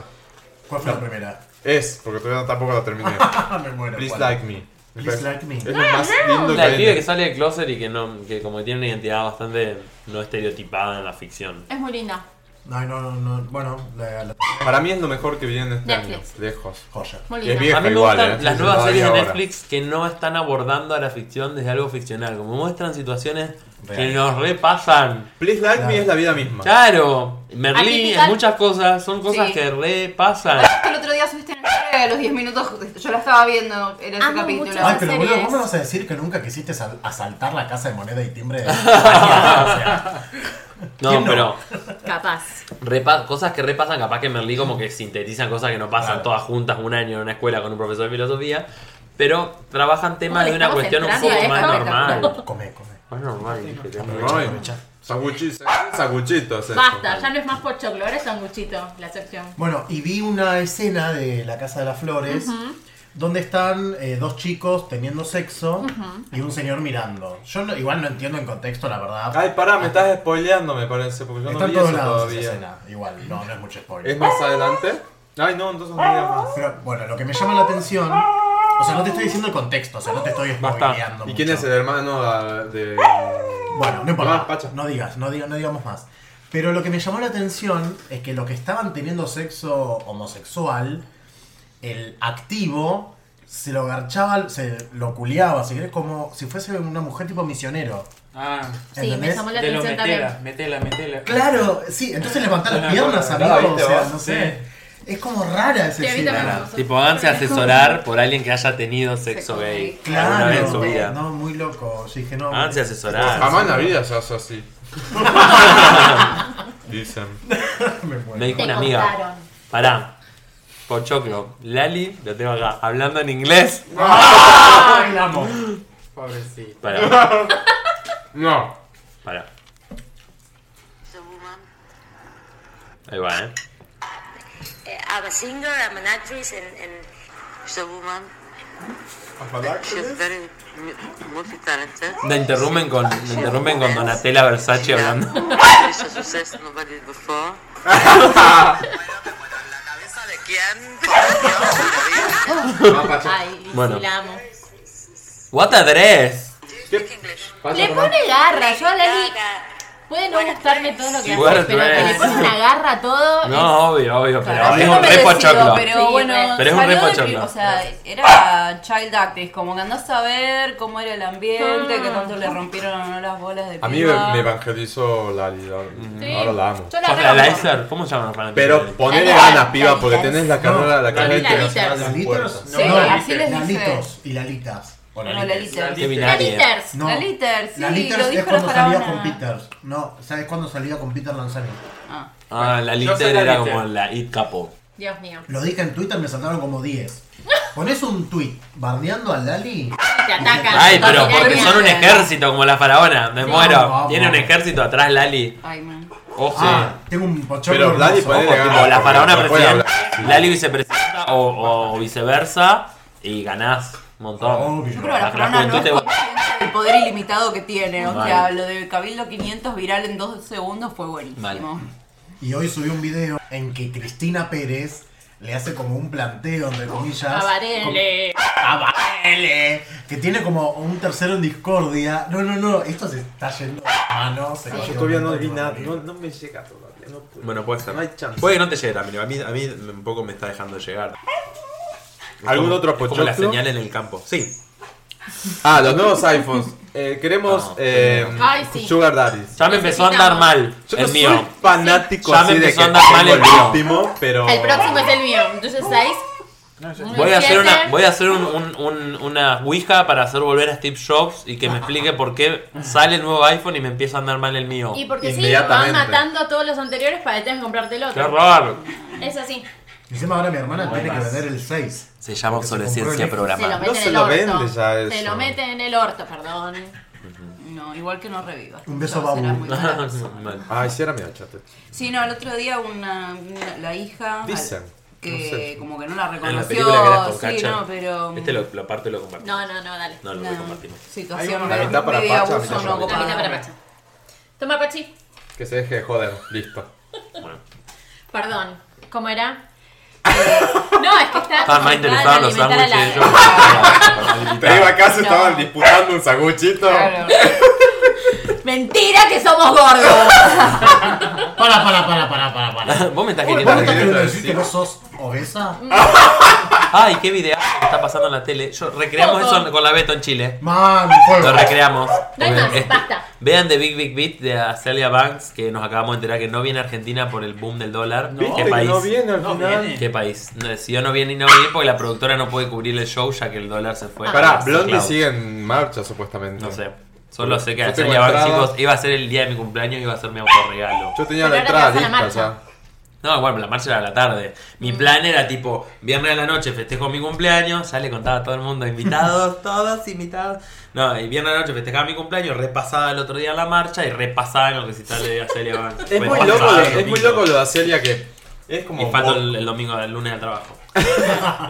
[SPEAKER 4] ¿Cuál fue la primera? *laughs*
[SPEAKER 2] Es, porque todavía no- tampoco la terminé.
[SPEAKER 4] Ah, me muero.
[SPEAKER 2] Please
[SPEAKER 4] ¿cuál?
[SPEAKER 2] Like Me. Me
[SPEAKER 4] Please
[SPEAKER 2] parece-
[SPEAKER 4] Like Me.
[SPEAKER 2] Es lo más lindo que
[SPEAKER 5] La del pibe
[SPEAKER 2] hay.
[SPEAKER 5] que
[SPEAKER 2] en-
[SPEAKER 5] sale de closet y que no, que como que tiene una identidad bastante no estereotipada en la ficción.
[SPEAKER 6] Es muy linda.
[SPEAKER 4] No, no, no, no. Bueno, la, la
[SPEAKER 2] Para mí es lo mejor que viene en este
[SPEAKER 6] Netflix.
[SPEAKER 2] año. Lejos.
[SPEAKER 4] joya.
[SPEAKER 6] Muy
[SPEAKER 2] Que es
[SPEAKER 6] linda.
[SPEAKER 2] vieja
[SPEAKER 5] A mí me
[SPEAKER 2] igual,
[SPEAKER 5] gustan
[SPEAKER 2] ¿eh?
[SPEAKER 5] las
[SPEAKER 2] Sí,
[SPEAKER 5] nuevas
[SPEAKER 2] todavía
[SPEAKER 5] series de
[SPEAKER 2] ahora.
[SPEAKER 5] Netflix que no están abordando a la ficción desde algo ficcional, como muestran situaciones que
[SPEAKER 4] Real.
[SPEAKER 5] nos repasan.
[SPEAKER 2] Please Like Me
[SPEAKER 4] Claro.
[SPEAKER 2] es la vida misma.
[SPEAKER 5] Claro, Merlí,
[SPEAKER 7] Atípica.
[SPEAKER 5] en muchas cosas, son cosas
[SPEAKER 7] Sí.
[SPEAKER 5] que repasan.
[SPEAKER 7] Ah, Es que el otro día subiste en el story de los 10 minutos, yo la estaba viendo, era ese
[SPEAKER 6] Amo
[SPEAKER 7] capítulo.
[SPEAKER 6] mucho
[SPEAKER 2] Ah,
[SPEAKER 4] Ay,
[SPEAKER 6] Esas
[SPEAKER 4] pero boludo,
[SPEAKER 6] series.
[SPEAKER 4] ¿cómo me vas a decir que nunca quisiste sal- asaltar la casa de moneda y timbre de
[SPEAKER 2] *laughs*
[SPEAKER 4] España? O sea,
[SPEAKER 5] No,
[SPEAKER 4] ¿Quién no?
[SPEAKER 5] pero
[SPEAKER 6] Capaz.
[SPEAKER 5] repa- cosas que repasan, capaz que Merlí como que sintetizan cosas que no pasan
[SPEAKER 4] Claro.
[SPEAKER 5] todas juntas un año en una escuela con un profesor de filosofía, pero trabajan temas
[SPEAKER 6] Uy,
[SPEAKER 5] de una
[SPEAKER 6] estamos
[SPEAKER 5] cuestión un
[SPEAKER 6] entrando
[SPEAKER 5] poco
[SPEAKER 6] a
[SPEAKER 5] más
[SPEAKER 6] esto.
[SPEAKER 4] *laughs*
[SPEAKER 5] normal.
[SPEAKER 4] come, come.
[SPEAKER 5] Más normal, dije, tengo-
[SPEAKER 2] Ay, saguchi- saguchito es esto.
[SPEAKER 6] Basta, ya no es más pochoclo, ahora es sanguchito la sección.
[SPEAKER 4] Bueno, y vi una escena de la Casa de las Flores donde están eh, dos chicos teniendo sexo y un señor mirando. Yo no- igual no entiendo en contexto, la verdad.
[SPEAKER 2] Ay, pará, me estás spoileando, me parece, porque yo
[SPEAKER 4] Está
[SPEAKER 2] no
[SPEAKER 4] en
[SPEAKER 2] vi eso
[SPEAKER 4] todos lados
[SPEAKER 2] todavía.
[SPEAKER 4] esa escena. Igual, no, no es mucho spoiler.
[SPEAKER 2] ¿Es más adelante? Ay, no, entonces no digas más.
[SPEAKER 4] Pero bueno, lo que me llama la atención. O sea, no te estoy diciendo el contexto, o sea, no te estoy
[SPEAKER 5] Basta.
[SPEAKER 4] spoileando.
[SPEAKER 2] ¿Y quién
[SPEAKER 4] mucho.
[SPEAKER 2] es el hermano ah,
[SPEAKER 4] *laughs*
[SPEAKER 2] de...?
[SPEAKER 4] Bueno, no
[SPEAKER 2] Ah, Pacha.
[SPEAKER 4] importa. No digas, no, diga- no digamos más. Pero lo que me llamó la atención es que los que estaban teniendo sexo homosexual, el activo se lo garchaba, se lo culeaba, si querés, como si fuese una mujer tipo misionero.
[SPEAKER 8] Ah,
[SPEAKER 6] Sí, me
[SPEAKER 4] ¿Entendés?
[SPEAKER 6] llamó la
[SPEAKER 8] de lo
[SPEAKER 6] atención
[SPEAKER 8] metela,
[SPEAKER 6] también.
[SPEAKER 8] metela, metela.
[SPEAKER 4] Claro, sí, entonces levantá las piernas,
[SPEAKER 2] Claro,
[SPEAKER 4] amigo, o
[SPEAKER 2] ¿viste
[SPEAKER 4] sea,
[SPEAKER 2] vos?
[SPEAKER 4] no sé. Es como rara esa
[SPEAKER 6] Sí, a mí también me
[SPEAKER 4] escena.
[SPEAKER 6] gustó.
[SPEAKER 5] Tipo, háganse asesorar por alguien que haya tenido sexo gay alguna vez en su vida.
[SPEAKER 4] Claro, no, muy loco. Yo dije, no.
[SPEAKER 5] Háganse asesorar.
[SPEAKER 2] Jamás en la vida se hace
[SPEAKER 4] *laughs*
[SPEAKER 2] así. Dicen.
[SPEAKER 4] *laughs* me muero.
[SPEAKER 5] Me dijo
[SPEAKER 6] Te
[SPEAKER 5] una amiga.
[SPEAKER 6] contaron.
[SPEAKER 5] Pará. Pochoclo. Lali, lo tengo acá. Hablando en inglés.
[SPEAKER 4] Ay, la amo.
[SPEAKER 8] Pobrecito.
[SPEAKER 5] Pará,
[SPEAKER 2] No.
[SPEAKER 5] pará. Ahí va, eh.
[SPEAKER 16] I'm a singer, I'm an actress, and, and she's a woman. She's very multi-talented.
[SPEAKER 5] La interrumpen con, la interrumpen con Donatella Versace hablando.
[SPEAKER 16] She's a success nobody *laughs* before.
[SPEAKER 6] Ay,
[SPEAKER 5] Bueno.
[SPEAKER 6] sí, la amo.
[SPEAKER 5] What a dress.
[SPEAKER 6] Le pone garra, yo a Lali. Puede no gustarme todo lo que
[SPEAKER 5] Fuerte.
[SPEAKER 6] hace, pero que le pone una garra a todo.
[SPEAKER 5] No, obvio, obvio, pero
[SPEAKER 7] Claro,
[SPEAKER 5] es
[SPEAKER 7] yo
[SPEAKER 5] un
[SPEAKER 7] no
[SPEAKER 5] re
[SPEAKER 7] merecido,
[SPEAKER 5] pochoclo.
[SPEAKER 7] Pero
[SPEAKER 6] Sí,
[SPEAKER 7] bueno,
[SPEAKER 6] re.
[SPEAKER 5] Pero es un
[SPEAKER 7] salió
[SPEAKER 5] re
[SPEAKER 7] de
[SPEAKER 5] pochoclo.
[SPEAKER 7] pri- O sea, era child actress, como que andás a ver cómo era el ambiente, que tanto le rompieron o no las bolas de
[SPEAKER 2] A mí me,
[SPEAKER 7] piba.
[SPEAKER 2] me evangelizó Lali. ahora-
[SPEAKER 6] Sí.
[SPEAKER 2] Ahora la amo.
[SPEAKER 6] Yo la
[SPEAKER 5] Sos la
[SPEAKER 6] amo.
[SPEAKER 5] Leiser. ¿Cómo se llama la
[SPEAKER 2] Pero ponele
[SPEAKER 6] Lali-
[SPEAKER 2] ganas, piba, porque
[SPEAKER 6] Lalitas.
[SPEAKER 2] tenés la carrera, la carrera
[SPEAKER 8] Lalitas.
[SPEAKER 2] internacional de un
[SPEAKER 4] ¿Lalitos?
[SPEAKER 2] puerto.
[SPEAKER 7] Sí, así les dice.
[SPEAKER 4] Lalitos y lalitas. O
[SPEAKER 7] No, la liter.
[SPEAKER 5] Qué
[SPEAKER 6] La
[SPEAKER 5] binaria.
[SPEAKER 6] Liters.
[SPEAKER 4] No.
[SPEAKER 7] La liter, sí,
[SPEAKER 4] La Liter
[SPEAKER 7] lo
[SPEAKER 4] es
[SPEAKER 7] dijo la
[SPEAKER 4] cuando salía con
[SPEAKER 7] faraona.
[SPEAKER 4] Peter. No, ¿sabes cuándo salía con Peter Lanzani?
[SPEAKER 7] Ah.
[SPEAKER 5] Ah, la
[SPEAKER 8] Yo soy
[SPEAKER 5] Liter
[SPEAKER 8] la
[SPEAKER 5] era
[SPEAKER 8] Liter.
[SPEAKER 5] como la It Capo.
[SPEAKER 6] Dios mío.
[SPEAKER 4] Lo dije en Twitter, me saltaron como
[SPEAKER 7] *laughs*
[SPEAKER 4] 10. Pones un tweet bardeando a Lali.
[SPEAKER 6] Te atacan.
[SPEAKER 5] *laughs* Ay,
[SPEAKER 6] te
[SPEAKER 5] pero
[SPEAKER 6] atacan.
[SPEAKER 5] porque son un ejército como la faraona. Me muero.
[SPEAKER 4] vamos.
[SPEAKER 5] Tiene un ejército atrás, Lali.
[SPEAKER 7] Ay, man.
[SPEAKER 5] Ojo.
[SPEAKER 4] Ah, tengo un pochoclo.
[SPEAKER 2] Pero Lali
[SPEAKER 4] hermoso.
[SPEAKER 2] ponele
[SPEAKER 5] Ojo,
[SPEAKER 2] ganas.
[SPEAKER 5] tipo, la
[SPEAKER 2] porque
[SPEAKER 5] faraona
[SPEAKER 2] no puede
[SPEAKER 5] presidenta,
[SPEAKER 2] hablar.
[SPEAKER 5] Lali vicepresidenta o, o- o viceversa. Y ganás un montón.
[SPEAKER 4] Obvio.
[SPEAKER 7] Yo creo que la
[SPEAKER 5] La
[SPEAKER 7] faraona no
[SPEAKER 5] juventud
[SPEAKER 7] es
[SPEAKER 5] te-
[SPEAKER 7] consciente del poder ilimitado que tiene. O
[SPEAKER 5] Mal.
[SPEAKER 7] sea, lo de Cabildo 500 viral en dos segundos fue buenísimo.
[SPEAKER 5] Mal.
[SPEAKER 4] Y hoy subí un video en que Cristina Pérez le hace como un planteo, entre comillas.
[SPEAKER 6] Avarele.
[SPEAKER 4] a Varele, Que tiene como un tercero en discordia. No, no, no. Esto se está yendo de manos. en
[SPEAKER 2] Yo
[SPEAKER 4] cualquier
[SPEAKER 2] todavía no
[SPEAKER 4] momento
[SPEAKER 2] vi
[SPEAKER 4] va a
[SPEAKER 2] nada.
[SPEAKER 4] morir.
[SPEAKER 2] No, no me llega todavía. No puedo.
[SPEAKER 5] Bueno, puede ser.
[SPEAKER 2] No hay chance.
[SPEAKER 5] Puede que no te llegue también. A mí, a mí un poco me está dejando llegar.
[SPEAKER 2] ¿Algún
[SPEAKER 5] como-
[SPEAKER 2] otro
[SPEAKER 5] es Como la
[SPEAKER 2] pochoclo?
[SPEAKER 5] señal en el campo.
[SPEAKER 2] Sí. Ah, los nuevos iPhones. Eh, queremos eh,
[SPEAKER 6] Ay, sí.
[SPEAKER 2] Sugar Daddies.
[SPEAKER 5] Ya me empezó a andar mal
[SPEAKER 2] Yo no
[SPEAKER 5] el
[SPEAKER 2] soy
[SPEAKER 5] mío.
[SPEAKER 2] fanático
[SPEAKER 5] Ya me
[SPEAKER 2] así de
[SPEAKER 5] empezó
[SPEAKER 2] que
[SPEAKER 5] a andar mal
[SPEAKER 2] tengo
[SPEAKER 5] el mío.
[SPEAKER 2] último, pero...
[SPEAKER 6] El próximo es el mío. Entonces, seis. uno,
[SPEAKER 5] Oh. Voy a hacer
[SPEAKER 6] siete.
[SPEAKER 5] una, voy a hacer un- un- un- una ouija para hacer volver a Steve Jobs y que me explique por qué sale el nuevo iPhone y me empieza a andar mal el mío.
[SPEAKER 6] Y porque sí, van
[SPEAKER 2] Inmediatamente.
[SPEAKER 6] matando a todos los anteriores para que tengas que comprarte el
[SPEAKER 5] ¡Qué
[SPEAKER 6] otro.
[SPEAKER 5] horror!
[SPEAKER 6] Es así.
[SPEAKER 4] Encima ahora mi hermana tiene que vender el 6.
[SPEAKER 5] Se llama
[SPEAKER 4] Porque se compró
[SPEAKER 5] obsolescencia
[SPEAKER 4] el-
[SPEAKER 6] Se lo
[SPEAKER 5] programada.
[SPEAKER 6] meten
[SPEAKER 2] se
[SPEAKER 6] en el
[SPEAKER 2] lo
[SPEAKER 6] orto.
[SPEAKER 2] vende ya
[SPEAKER 6] Se
[SPEAKER 2] eso.
[SPEAKER 6] lo meten en el orto, perdón.
[SPEAKER 7] No, igual que no reviva.
[SPEAKER 4] Un beso,
[SPEAKER 7] Eso será
[SPEAKER 4] Babu.
[SPEAKER 5] *laughs*
[SPEAKER 7] muy barato.
[SPEAKER 5] Mal.
[SPEAKER 2] Ay, sí, era mi eh. chate.
[SPEAKER 7] Sí, no, el otro día una, una- la hija
[SPEAKER 2] Dicen,
[SPEAKER 7] que
[SPEAKER 2] no sé.
[SPEAKER 7] como que no la reconoció.
[SPEAKER 5] En la película que eras con
[SPEAKER 7] sí,
[SPEAKER 5] Cacha.
[SPEAKER 7] no, pero
[SPEAKER 5] Este lo, lo parto y lo compartimos.
[SPEAKER 6] No, no, no, dale.
[SPEAKER 5] No, no
[SPEAKER 7] no,
[SPEAKER 5] lo compartimos.
[SPEAKER 7] situación
[SPEAKER 2] La mitad para
[SPEAKER 7] medio
[SPEAKER 2] Pacha,
[SPEAKER 7] abuso
[SPEAKER 2] mitad
[SPEAKER 7] no
[SPEAKER 2] para
[SPEAKER 6] La mitad para
[SPEAKER 7] copada.
[SPEAKER 6] Pacha. Toma, Pachi.
[SPEAKER 2] Que se deje de joder. Listo.
[SPEAKER 5] Bueno.
[SPEAKER 6] Perdón. ¿Cómo
[SPEAKER 5] *laughs*
[SPEAKER 6] era? no, es que está.
[SPEAKER 7] Ah,
[SPEAKER 5] Estaban más
[SPEAKER 6] concentrada en
[SPEAKER 5] interesados los
[SPEAKER 6] alimentar a la-
[SPEAKER 5] sándwiches.
[SPEAKER 7] *laughs*
[SPEAKER 6] Ah,
[SPEAKER 5] yo-
[SPEAKER 2] Te iba
[SPEAKER 5] *laughs*
[SPEAKER 2] acá, se
[SPEAKER 7] No.
[SPEAKER 2] estaban disputando un saguchito.
[SPEAKER 7] Claro.
[SPEAKER 6] Mentira que somos gordos.
[SPEAKER 5] *laughs*
[SPEAKER 4] Para, para, para, para, para, para.
[SPEAKER 5] Vos me estás
[SPEAKER 4] ¿Vos
[SPEAKER 5] queriendo.
[SPEAKER 4] me estás queriendo
[SPEAKER 2] decir?
[SPEAKER 4] decir que no sos obesa?
[SPEAKER 6] Mm.
[SPEAKER 5] Ay, qué video que está pasando en la tele. Yo recreamos
[SPEAKER 6] Ojo.
[SPEAKER 5] eso con la Beto en Chile.
[SPEAKER 4] Man,
[SPEAKER 5] Lo
[SPEAKER 4] fuego.
[SPEAKER 5] recreamos.
[SPEAKER 6] No hay más,
[SPEAKER 5] Este,
[SPEAKER 6] basta.
[SPEAKER 5] Vean The Big Big Beat de Azalea Banks, que nos acabamos de enterar que no viene a Argentina por el boom del dólar. ¿Qué
[SPEAKER 2] ¿Viste que
[SPEAKER 5] país?
[SPEAKER 2] no viene al
[SPEAKER 8] No
[SPEAKER 2] final?
[SPEAKER 8] viene.
[SPEAKER 5] ¿Qué país? No, decidió no viene y no viene porque la productora no puede cubrir el show ya que el dólar se fue.
[SPEAKER 2] Pará,
[SPEAKER 5] Sí,
[SPEAKER 2] Blondie
[SPEAKER 5] claro.
[SPEAKER 2] sigue en marcha, supuestamente.
[SPEAKER 5] No sé. Solo sé que
[SPEAKER 2] Yo tengo
[SPEAKER 5] Azalea Banks,
[SPEAKER 2] entrada.
[SPEAKER 5] chicos, iba a ser el día de mi cumpleaños y iba a ser mi autorregalo.
[SPEAKER 2] Yo tenía
[SPEAKER 6] Pero
[SPEAKER 2] la
[SPEAKER 6] ahora
[SPEAKER 2] entrada
[SPEAKER 6] te vas a la
[SPEAKER 2] lista
[SPEAKER 6] marcha.
[SPEAKER 2] ya.
[SPEAKER 5] No, igual, la marcha era a la tarde.
[SPEAKER 2] Mm.
[SPEAKER 5] Mi plan era tipo, viernes a la noche festejo mi cumpleaños, ya le contaba a todo el mundo,
[SPEAKER 2] *laughs*
[SPEAKER 5] invitados, todos invitados. No, y viernes a la noche festejaba mi cumpleaños, repasaba el otro día la marcha y repasaba en el recital
[SPEAKER 2] *laughs*
[SPEAKER 5] de Acelia Banks.
[SPEAKER 2] Es
[SPEAKER 5] Fue
[SPEAKER 2] muy,
[SPEAKER 5] pasado
[SPEAKER 2] loco lo,
[SPEAKER 5] el
[SPEAKER 2] es muy
[SPEAKER 5] domingo.
[SPEAKER 2] loco lo de Acelia que es como...
[SPEAKER 5] Y falto el, el domingo, el lunes
[SPEAKER 2] *laughs*
[SPEAKER 5] al trabajo.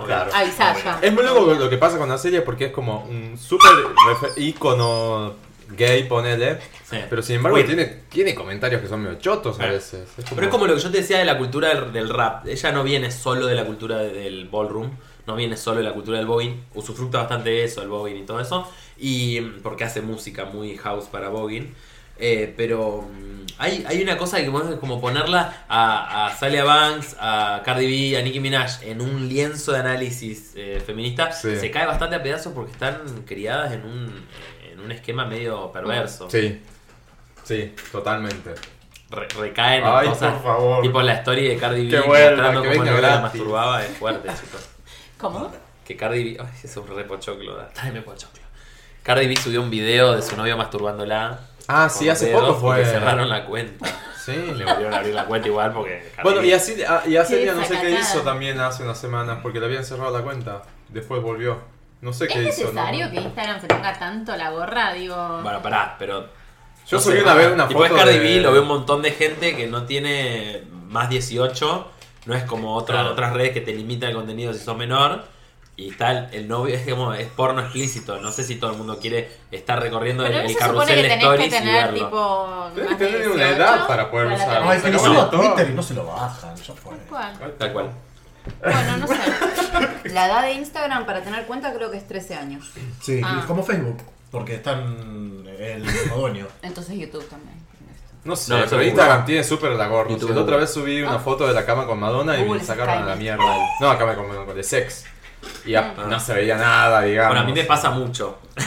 [SPEAKER 2] Claro.
[SPEAKER 6] Avisá ya.
[SPEAKER 2] Es muy loco lo que pasa con Acelia porque es como un súper refe- ícono gay, ponele.
[SPEAKER 5] Sí.
[SPEAKER 2] Pero sin embargo
[SPEAKER 5] Uy.
[SPEAKER 2] tiene, tiene comentarios que son medio chotos a
[SPEAKER 5] Claro.
[SPEAKER 2] veces. Es
[SPEAKER 5] Pero es como lo que yo te decía de la cultura del, del rap. Ella no viene solo de la cultura de- del ballroom, no viene solo de la cultura del voguing. Usufructa bastante de eso, el voguing y todo eso. Y mm, porque hace música muy house para voguing. Eh, pero mm, hay, hay una cosa que podemos como ponerla a, a Salia Banks, a Cardi B, a Nicki Minaj en un lienzo de análisis eh, feminista.
[SPEAKER 2] Sí.
[SPEAKER 5] Se cae bastante a pedazos porque están criadas en un, en un esquema medio perverso.
[SPEAKER 2] Sí. Sí, totalmente.
[SPEAKER 5] Re- recaen en
[SPEAKER 2] Ay,
[SPEAKER 5] cosas.
[SPEAKER 2] por favor.
[SPEAKER 5] Tipo la historia de Cardi B
[SPEAKER 2] Que vuelva,
[SPEAKER 5] mostrando
[SPEAKER 2] que
[SPEAKER 5] cómo
[SPEAKER 2] venga
[SPEAKER 5] no la
[SPEAKER 2] gratis.
[SPEAKER 5] masturbaba es fuerte, chicos.
[SPEAKER 6] ¿Cómo?
[SPEAKER 5] Que Cardi B. Ay, es un re pochoclo. da, Tráeme pochoclo. Cardi B subió un video de su novio masturbándola.
[SPEAKER 2] Ah,
[SPEAKER 5] con
[SPEAKER 2] sí,
[SPEAKER 5] los
[SPEAKER 2] hace
[SPEAKER 5] dedos
[SPEAKER 2] poco fue.
[SPEAKER 5] porque cerraron la cuenta.
[SPEAKER 2] Sí.
[SPEAKER 5] Le volvieron a abrir la cuenta igual porque. Cardi
[SPEAKER 2] Bueno,
[SPEAKER 5] B-
[SPEAKER 2] y así a- y Acelia
[SPEAKER 6] Qué
[SPEAKER 2] no sé qué
[SPEAKER 6] desacatada.
[SPEAKER 2] hizo también hace unas semanas porque le habían cerrado la cuenta. Después volvió. No sé
[SPEAKER 6] ¿Es
[SPEAKER 2] qué hizo. ¿no?
[SPEAKER 6] necesario que Instagram se ponga tanto la gorra? Digo.
[SPEAKER 5] Bueno, pará, pero.
[SPEAKER 2] Yo
[SPEAKER 5] no
[SPEAKER 2] subí
[SPEAKER 5] sé,
[SPEAKER 2] una vez una
[SPEAKER 5] tipo,
[SPEAKER 2] foto.
[SPEAKER 5] es Cardi
[SPEAKER 2] de-
[SPEAKER 5] B, lo veo un montón de gente que no tiene más 18. No es como otra-
[SPEAKER 2] Claro.
[SPEAKER 5] otras redes que te limitan el contenido si sos menor. Y está el, el novio, es como es porno explícito. No sé si todo el mundo quiere estar recorriendo el,
[SPEAKER 6] Pero no
[SPEAKER 5] el
[SPEAKER 6] se supone
[SPEAKER 5] carrusel
[SPEAKER 6] que
[SPEAKER 5] de
[SPEAKER 6] tenés que
[SPEAKER 5] stories y
[SPEAKER 6] tener
[SPEAKER 5] verlo.
[SPEAKER 6] tipo.
[SPEAKER 2] Tenés que
[SPEAKER 6] más de
[SPEAKER 2] tener una
[SPEAKER 6] 18
[SPEAKER 2] edad para poder usarlo.
[SPEAKER 4] Ay,
[SPEAKER 6] tener-
[SPEAKER 4] que lo subo a Twitter y no se lo bajan. Ya fue.
[SPEAKER 7] ¿Cuál?
[SPEAKER 5] Tal cual.
[SPEAKER 7] Bueno, no sé. La edad de Instagram para tener cuenta creo que es 13 años.
[SPEAKER 4] Sí,
[SPEAKER 6] Ah.
[SPEAKER 4] como Facebook. Porque están el mismo dueño.
[SPEAKER 7] Entonces YouTube también.
[SPEAKER 2] No sé,
[SPEAKER 5] No, eso
[SPEAKER 2] pero
[SPEAKER 5] es
[SPEAKER 2] Instagram
[SPEAKER 5] Google.
[SPEAKER 2] tiene súper la gorra.
[SPEAKER 5] YouTube.
[SPEAKER 2] Si la otra vez subí
[SPEAKER 6] Ah.
[SPEAKER 2] una foto de la cama con Madonna y
[SPEAKER 7] Google
[SPEAKER 2] me sacaron a la
[SPEAKER 7] Skynet.
[SPEAKER 2] mierda. No, la cama con Madonna, de sex. Y a-
[SPEAKER 6] Ah.
[SPEAKER 2] no se veía nada, digamos.
[SPEAKER 5] Bueno, a mí me pasa mucho.
[SPEAKER 2] Eh,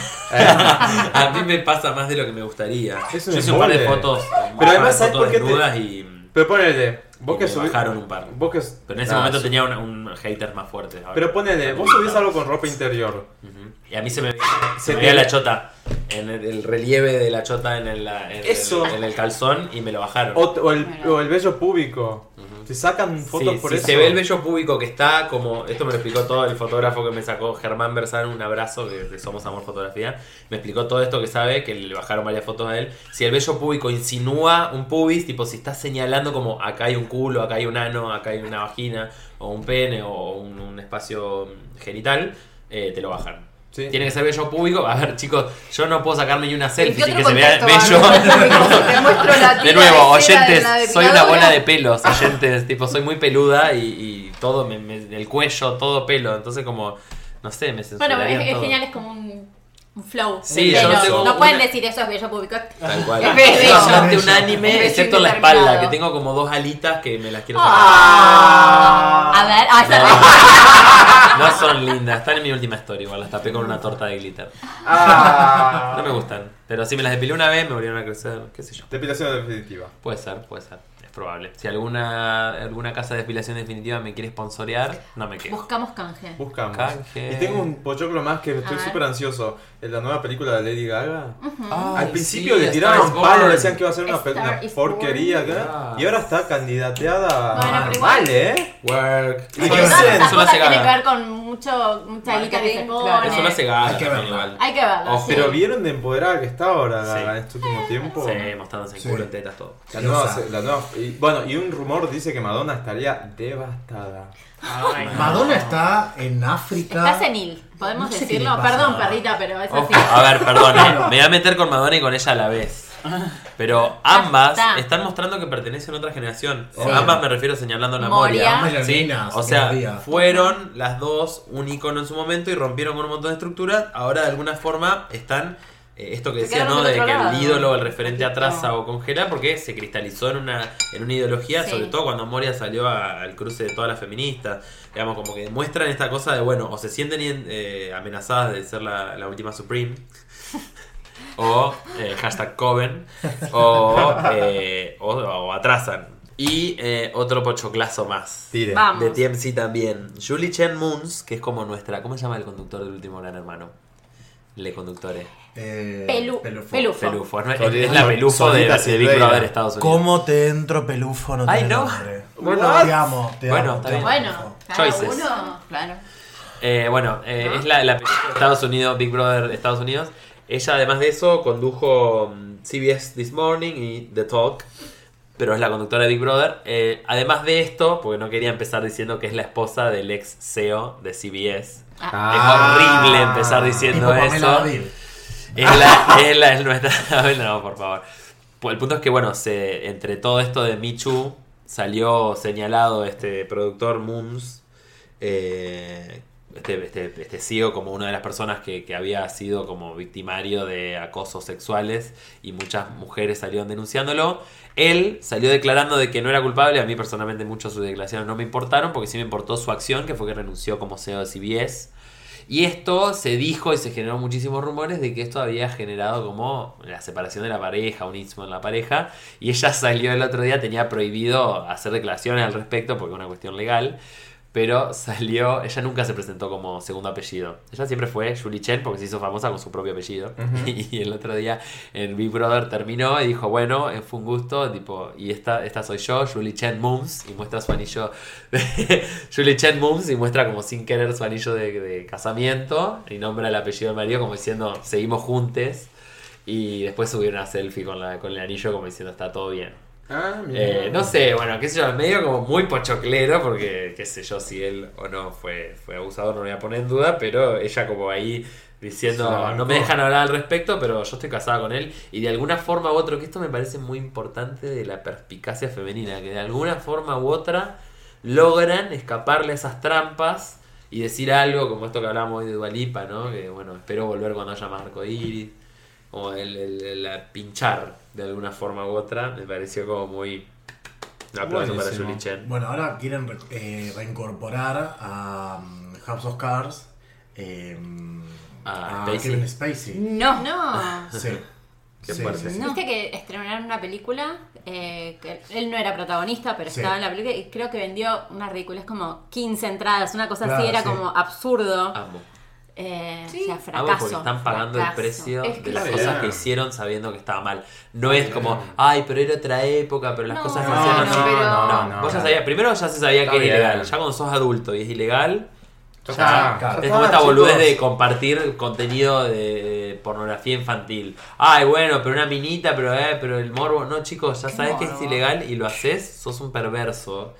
[SPEAKER 5] *laughs* a mí me pasa más de lo que me gustaría.
[SPEAKER 2] Es un
[SPEAKER 5] Yo hice un par de
[SPEAKER 2] embole.
[SPEAKER 5] fotos. un
[SPEAKER 2] Pero
[SPEAKER 5] par de
[SPEAKER 2] además, ¿sabes
[SPEAKER 5] fotos
[SPEAKER 2] por qué te-
[SPEAKER 5] desnudas y.
[SPEAKER 2] pero ponele, vos
[SPEAKER 5] Y
[SPEAKER 2] que
[SPEAKER 5] me
[SPEAKER 2] subís.
[SPEAKER 5] bajaron un par.
[SPEAKER 2] Vos que.
[SPEAKER 5] Pero en ese
[SPEAKER 2] nada,
[SPEAKER 5] momento
[SPEAKER 2] sí.
[SPEAKER 5] tenía un, un hater más fuerte. ¿sabes?
[SPEAKER 2] Pero ponele, vos subís algo con ropa interior.
[SPEAKER 5] Ujú. Y a mí se me,
[SPEAKER 2] Se
[SPEAKER 5] se me
[SPEAKER 2] te-
[SPEAKER 5] veía la chota. En el, el relieve de la chota en el, en el-
[SPEAKER 2] Eso.
[SPEAKER 5] en el calzón y me lo bajaron.
[SPEAKER 2] O, o el, o el vello púbico. Te sacan
[SPEAKER 5] Sí,
[SPEAKER 2] fotos
[SPEAKER 5] sí,
[SPEAKER 2] por eso.
[SPEAKER 5] se ve el bello público que está como. Esto me lo explicó todo el fotógrafo que me sacó, Germán Bersán, un abrazo, que de Somos Amor Fotografía. Me explicó todo esto que sabe, que le bajaron varias fotos a él. Si el bello público insinúa un pubis, tipo si está señalando como acá hay un culo, acá hay un ano, acá hay una vagina, o un pene, o un, un espacio genital, eh, te lo bajan.
[SPEAKER 2] Sí.
[SPEAKER 5] Tiene que ser bello público. A ver, chicos, yo no puedo sacarme ni una selfie
[SPEAKER 7] ¿En
[SPEAKER 5] sin que
[SPEAKER 7] qué otro
[SPEAKER 5] se vea
[SPEAKER 7] contexto
[SPEAKER 5] bello.
[SPEAKER 7] va a haber bello público?
[SPEAKER 5] *laughs*
[SPEAKER 7] Te muestro la
[SPEAKER 5] de
[SPEAKER 7] tira
[SPEAKER 5] nuevo,
[SPEAKER 7] de cera de
[SPEAKER 5] oyentes,
[SPEAKER 7] la
[SPEAKER 5] soy una bola
[SPEAKER 7] depiladora.
[SPEAKER 5] de pelos, oyentes, tipo, soy muy peluda y, y todo, me, me- el cuello, todo pelo, entonces como, no sé, me
[SPEAKER 6] Bueno,
[SPEAKER 5] censurarían
[SPEAKER 6] es, es
[SPEAKER 5] todo.
[SPEAKER 6] genial, es como un un flow.
[SPEAKER 5] Sí,
[SPEAKER 6] de
[SPEAKER 5] yo
[SPEAKER 6] pelo.
[SPEAKER 5] tengo
[SPEAKER 6] no
[SPEAKER 5] una-
[SPEAKER 6] pueden decir eso es bello público.
[SPEAKER 5] Tal cual.
[SPEAKER 6] Es bello.
[SPEAKER 5] Absolutamente un
[SPEAKER 6] Un
[SPEAKER 5] anime,
[SPEAKER 6] bello
[SPEAKER 5] excepto la
[SPEAKER 6] indeterminado.
[SPEAKER 5] espalda, que tengo como dos alitas que me las quiero
[SPEAKER 6] Ah. A ver, ah, esa-
[SPEAKER 5] sacar. No, no son lindas, están en mi última historia, igual las tapé con una torta de glitter. No me gustan, pero sí me las depilé una vez, me volvieron a crecer, qué sé yo.
[SPEAKER 2] Depilación definitiva.
[SPEAKER 5] Puede ser, puede ser, es probable. Si alguna alguna casa de depilación definitiva me quiere sponsorear, no me quejo.
[SPEAKER 6] buscamos canje.
[SPEAKER 2] Buscamos.
[SPEAKER 5] Canje.
[SPEAKER 2] Y tengo un pochoclo más que estoy
[SPEAKER 6] ver.
[SPEAKER 2] súper ansioso. En la nueva película de Lady Gaga.
[SPEAKER 5] Ay,
[SPEAKER 2] Al principio
[SPEAKER 5] sí,
[SPEAKER 2] le
[SPEAKER 5] Star
[SPEAKER 2] tiraban
[SPEAKER 5] is Born.
[SPEAKER 2] palo, decían que iba a ser una,
[SPEAKER 6] Star
[SPEAKER 2] una
[SPEAKER 6] is
[SPEAKER 2] porquería.
[SPEAKER 6] Born.
[SPEAKER 2] ¿verdad? Y ahora está candidateada
[SPEAKER 6] Bueno,
[SPEAKER 2] a
[SPEAKER 6] pero igual-
[SPEAKER 2] mal, ¿eh?
[SPEAKER 5] Work.
[SPEAKER 2] ¿Y
[SPEAKER 6] Pero
[SPEAKER 2] qué
[SPEAKER 6] todas
[SPEAKER 2] hacen?
[SPEAKER 6] esas
[SPEAKER 5] Eso lo
[SPEAKER 6] cosas
[SPEAKER 5] hace
[SPEAKER 6] tienen que ver
[SPEAKER 5] Gaga.
[SPEAKER 6] con mucho, mucha guita que se
[SPEAKER 7] Marketing,
[SPEAKER 6] pone.
[SPEAKER 7] claro.
[SPEAKER 5] Eso lo hace Gaga
[SPEAKER 4] Hay que
[SPEAKER 5] también
[SPEAKER 4] verlo.
[SPEAKER 5] igual.
[SPEAKER 6] Hay que verlo.
[SPEAKER 5] Ojo.
[SPEAKER 6] sí.
[SPEAKER 2] Pero vieron de empoderada que está ahora
[SPEAKER 5] Sí.
[SPEAKER 2] Gaga en este último tiempo.
[SPEAKER 5] Sí, mostrándose en
[SPEAKER 4] Sí.
[SPEAKER 5] culo, en tetas, todo.
[SPEAKER 2] La
[SPEAKER 4] Lo
[SPEAKER 2] nueva,
[SPEAKER 4] sabe.
[SPEAKER 2] la nueva- y, bueno, y un rumor dice que Madonna estaría devastada.
[SPEAKER 8] Ay,
[SPEAKER 4] Madonna está en África.
[SPEAKER 6] Está senil, podemos
[SPEAKER 4] No sé qué
[SPEAKER 6] decirlo.
[SPEAKER 4] le pasa.
[SPEAKER 6] Perdón, perrita, pero es
[SPEAKER 5] Ojo,
[SPEAKER 6] así.
[SPEAKER 5] a ver, perdón,
[SPEAKER 7] *laughs*
[SPEAKER 5] eh. me voy a meter con Madonna y con ella a la vez. Pero ambas
[SPEAKER 6] Ya está.
[SPEAKER 5] están mostrando que pertenecen a otra generación.
[SPEAKER 4] Sí.
[SPEAKER 5] Ambas me refiero señalando la
[SPEAKER 6] Moria.
[SPEAKER 5] memoria.
[SPEAKER 4] Ambas
[SPEAKER 5] ¿sí?
[SPEAKER 4] bailarinas,
[SPEAKER 5] O sea,
[SPEAKER 4] Moria.
[SPEAKER 5] fueron las dos un icono en su momento y rompieron con un montón de estructuras. Ahora de alguna forma están eh, esto que
[SPEAKER 7] Se
[SPEAKER 5] decía,
[SPEAKER 7] quedaron
[SPEAKER 5] ¿no?
[SPEAKER 7] del
[SPEAKER 5] De que
[SPEAKER 7] otro
[SPEAKER 5] el
[SPEAKER 7] lado.
[SPEAKER 5] ídolo, el referente
[SPEAKER 7] Poquito.
[SPEAKER 5] atrasa o congela, porque se cristalizó en una, en una ideología,
[SPEAKER 6] Sí.
[SPEAKER 5] sobre todo cuando Moria salió a- al cruce de todas las feministas. Digamos, como que muestran esta cosa de, bueno, o se sienten eh, amenazadas de ser la, la última Supreme,
[SPEAKER 6] *laughs*
[SPEAKER 5] o eh, hashtag Coven, o, eh, o, o atrasan. Y eh, otro pochoclazo más.
[SPEAKER 2] Tire.
[SPEAKER 6] Vamos.
[SPEAKER 5] De TMC también. Julie Chen Moons, que es como nuestra. ¿Cómo se llama el conductor del último gran hermano? Le conductore.
[SPEAKER 4] Eh,
[SPEAKER 6] Pelu-
[SPEAKER 4] pelufo.
[SPEAKER 6] pelufo.
[SPEAKER 5] Pelufo. ¿no? Es,
[SPEAKER 2] Solita-
[SPEAKER 5] es la pelufo de,
[SPEAKER 2] Solita
[SPEAKER 5] de Big
[SPEAKER 2] Silveira.
[SPEAKER 5] Brother Estados Unidos.
[SPEAKER 4] ¿Cómo te entro pelufo? No
[SPEAKER 5] Ay,
[SPEAKER 4] tiene
[SPEAKER 5] no.
[SPEAKER 4] nombre.
[SPEAKER 2] Bueno,
[SPEAKER 4] te amo, te
[SPEAKER 5] Bueno,
[SPEAKER 4] amo.
[SPEAKER 5] está
[SPEAKER 4] te
[SPEAKER 5] bien.
[SPEAKER 4] amo,
[SPEAKER 6] Bueno,
[SPEAKER 4] pelufo.
[SPEAKER 6] cada
[SPEAKER 5] Choices.
[SPEAKER 6] uno.
[SPEAKER 7] Claro.
[SPEAKER 5] Eh, bueno, eh, es la, la película de Estados Unidos, Big Brother de Estados Unidos. Ella, además de eso, condujo mm, CBS This Morning y The Talk, pero es la conductora de Big Brother. Eh, además de esto, porque no quería empezar diciendo que es la esposa del ex CEO de CBS.
[SPEAKER 2] Ah.
[SPEAKER 5] es horrible empezar diciendo
[SPEAKER 4] Tipo Pamela
[SPEAKER 5] eso.
[SPEAKER 4] Adil.
[SPEAKER 5] Es la, es la, *laughs* es nuestra. Ay, No, por favor. Pues el punto es que, bueno, se, entre todo esto de Michu, salió señalado este productor Moons, eh, este, este, este CEO, como una de las personas que, que había sido como victimario de acosos sexuales y muchas mujeres salieron denunciándolo. Él salió declarando de que no era culpable. A mí personalmente muchos sus declaraciones no me importaron porque sí me importó su acción, que fue que renunció como CEO de CBS. Y esto se dijo y se generó muchísimos rumores de que esto había generado como la separación de la pareja, un ismo en la pareja. Y ella salió el otro día, tenía prohibido hacer declaraciones al respecto porque es una cuestión legal. Pero salió, ella nunca se presentó como segundo apellido. Ella siempre fue Julie Chen porque se hizo famosa con su propio apellido. *laughs* Y el otro día el Big Brother terminó y dijo, bueno, eh, fue un gusto, tipo, y esta, esta soy yo, Julie Chen Mums, y muestra su anillo de *laughs* Julie Chen Mums y muestra como sin querer su anillo de, de casamiento y nombra el apellido del marido como diciendo, seguimos juntes. Y después subieron una selfie con, la, con el anillo como diciendo, está todo bien.
[SPEAKER 2] Ah, mira.
[SPEAKER 5] Eh, no sé, bueno, qué sé yo, medio como muy pochoclero, porque qué sé yo si él o no fue, fue abusador, no lo voy a poner en duda, pero ella como ahí
[SPEAKER 2] Se la
[SPEAKER 5] diciendo,
[SPEAKER 2] bancó.
[SPEAKER 5] no me dejan hablar al respecto, pero yo estoy casada con él, y de alguna forma u otra, que esto me parece muy importante de la perspicacia femenina, que de alguna forma u otra logran escaparle a esas trampas y decir algo como esto que hablábamos hoy de Dualipa, ¿no? Que bueno, espero volver cuando haya más arcoíris como el, el- el- la pinchar de alguna forma u otra, me pareció como muy. Un aplauso para
[SPEAKER 2] Buenísimo.
[SPEAKER 5] Julie Chen.
[SPEAKER 4] Bueno, ahora quieren re- eh, reincorporar a um, House of Cards eh,
[SPEAKER 5] A
[SPEAKER 4] a,
[SPEAKER 5] Ah, Spacey.
[SPEAKER 4] Kevin
[SPEAKER 2] Mm.
[SPEAKER 4] Spacey.
[SPEAKER 6] No. No.
[SPEAKER 4] Sí.
[SPEAKER 5] Qué
[SPEAKER 4] Sí,
[SPEAKER 5] fuerte.
[SPEAKER 4] sí, sí.
[SPEAKER 6] Viste que estrenaron una película, eh, que él no era protagonista, pero
[SPEAKER 4] Sí.
[SPEAKER 6] estaba en la película y creo que vendió una ridícula, es como 15 entradas, una cosa
[SPEAKER 4] Claro,
[SPEAKER 6] así, era
[SPEAKER 4] sí.
[SPEAKER 6] como absurdo.
[SPEAKER 5] Amo.
[SPEAKER 6] Eh,
[SPEAKER 7] Sí.
[SPEAKER 6] O sea,
[SPEAKER 5] Amo
[SPEAKER 6] fracaso.
[SPEAKER 5] Ah. porque están pagando el
[SPEAKER 6] fracaso.
[SPEAKER 5] precio
[SPEAKER 7] Es que
[SPEAKER 5] de las
[SPEAKER 2] sí.
[SPEAKER 5] cosas que hicieron sabiendo que estaba mal. No es como, ay, pero era otra época, pero las
[SPEAKER 7] No,
[SPEAKER 5] cosas se
[SPEAKER 7] no,
[SPEAKER 5] hacían así.
[SPEAKER 7] no, pero-
[SPEAKER 5] No,
[SPEAKER 2] no,
[SPEAKER 5] vos ya
[SPEAKER 2] no.
[SPEAKER 5] sabías, primero ya se sabía
[SPEAKER 2] Está
[SPEAKER 5] que es
[SPEAKER 2] bien.
[SPEAKER 5] ilegal. Ya cuando sos adulto y es ilegal,
[SPEAKER 2] Ya
[SPEAKER 5] Ya,
[SPEAKER 2] está.
[SPEAKER 5] Ah, es como esta
[SPEAKER 4] chicos.
[SPEAKER 5] boludez de compartir contenido de pornografía infantil. Ay, bueno, pero una minita, pero eh, pero el morbo. No, chicos, ya sabes que es ilegal y lo haces, sos un perverso.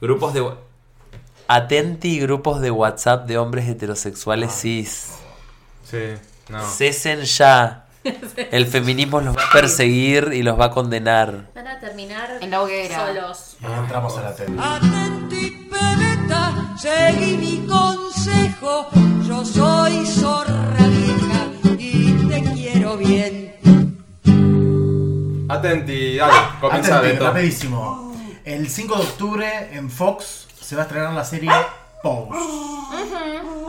[SPEAKER 5] Grupos de. wa- Atenti, grupos de WhatsApp de hombres heterosexuales
[SPEAKER 8] Ah.
[SPEAKER 5] cis.
[SPEAKER 2] Sí, no.
[SPEAKER 5] Cesen ya. El feminismo los va a perseguir y los va a condenar.
[SPEAKER 6] Van a terminar
[SPEAKER 7] En la hoguera.
[SPEAKER 6] solos.
[SPEAKER 4] Y entramos a la tele.
[SPEAKER 2] Ah.
[SPEAKER 16] Atenti, pebeta, seguí mi consejo. Yo soy zorra vieja y caigo bien.
[SPEAKER 2] Atenti, dale, comienza
[SPEAKER 4] Atenti,
[SPEAKER 2] de todo.
[SPEAKER 4] rapidísimo. El 5 de octubre en Fox se va a estrenar la serie
[SPEAKER 2] Ah.
[SPEAKER 4] Pose.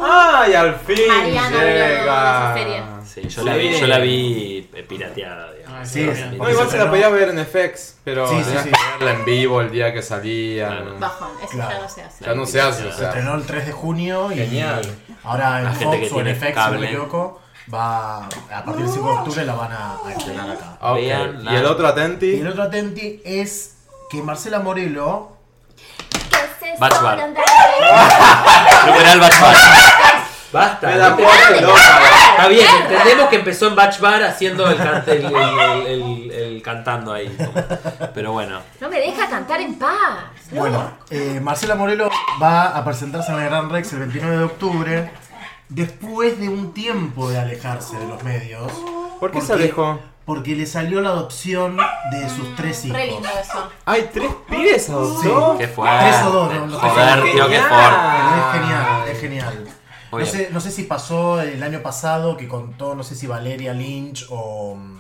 [SPEAKER 2] ¡Ay, al fin!
[SPEAKER 6] Mariana habló de
[SPEAKER 2] llega!
[SPEAKER 6] esa serie.
[SPEAKER 8] Sí, yo la vi, yo la vi eh, pirateada, digamos.
[SPEAKER 4] Sí,
[SPEAKER 8] Yo
[SPEAKER 4] sí.
[SPEAKER 8] la vi.
[SPEAKER 2] No, igual se la podía ver en FX, pero
[SPEAKER 4] Sí, sí,
[SPEAKER 2] tenías
[SPEAKER 4] sí.
[SPEAKER 2] que verla en vivo el día que salía. ¿no?
[SPEAKER 6] Bajón, eso
[SPEAKER 4] Claro.
[SPEAKER 6] ya no se hace.
[SPEAKER 2] Ya no se hace, o
[SPEAKER 4] Se
[SPEAKER 2] sea.
[SPEAKER 4] estrenó el 3 de junio y
[SPEAKER 2] Genial.
[SPEAKER 4] ahora en
[SPEAKER 8] La gente
[SPEAKER 4] Fox
[SPEAKER 8] que
[SPEAKER 4] o en
[SPEAKER 8] tiene
[SPEAKER 4] FX, si no
[SPEAKER 8] cable.
[SPEAKER 4] me equivoco, va a partir del 5 de octubre la van a, a estrenar acá.
[SPEAKER 2] Ah, ok.
[SPEAKER 8] Vean
[SPEAKER 2] Y el
[SPEAKER 8] la-
[SPEAKER 2] otro
[SPEAKER 4] Y
[SPEAKER 2] Atenti.
[SPEAKER 4] el otro atenti es que Marcela Morelo
[SPEAKER 6] Que se
[SPEAKER 5] Bach
[SPEAKER 6] son
[SPEAKER 5] Bar.
[SPEAKER 6] andar-
[SPEAKER 5] Superar Batch Bar.
[SPEAKER 2] Me
[SPEAKER 17] Basta.
[SPEAKER 2] da fuerte, loca.
[SPEAKER 8] Está bien, entendemos que empezó en Batch Bar haciendo el, cante- el, el- el- el cantando ahí. como- Pero bueno,
[SPEAKER 6] No me deja cantar en paz. No.
[SPEAKER 4] Bueno, eh, Marcela Morelo va a presentarse en el Gran Rex el 29 de octubre, después de un tiempo de alejarse de los medios.
[SPEAKER 2] ¿Por qué se alejó?
[SPEAKER 4] Porque le salió la adopción de sus tres hijos.
[SPEAKER 6] Re lindo eso.
[SPEAKER 2] ¡Ay, tres pibes adoptó!
[SPEAKER 5] Qué fuerte.
[SPEAKER 4] Tres o dos, no, no sé.
[SPEAKER 5] Joder, tío, qué
[SPEAKER 2] Genial.
[SPEAKER 5] fuerte.
[SPEAKER 4] Pero es genial, es genial.
[SPEAKER 5] Ah, Muy
[SPEAKER 4] No
[SPEAKER 5] bien.
[SPEAKER 4] sé, no sé si pasó el año pasado que contó, no sé si Valeria Lynch o mm,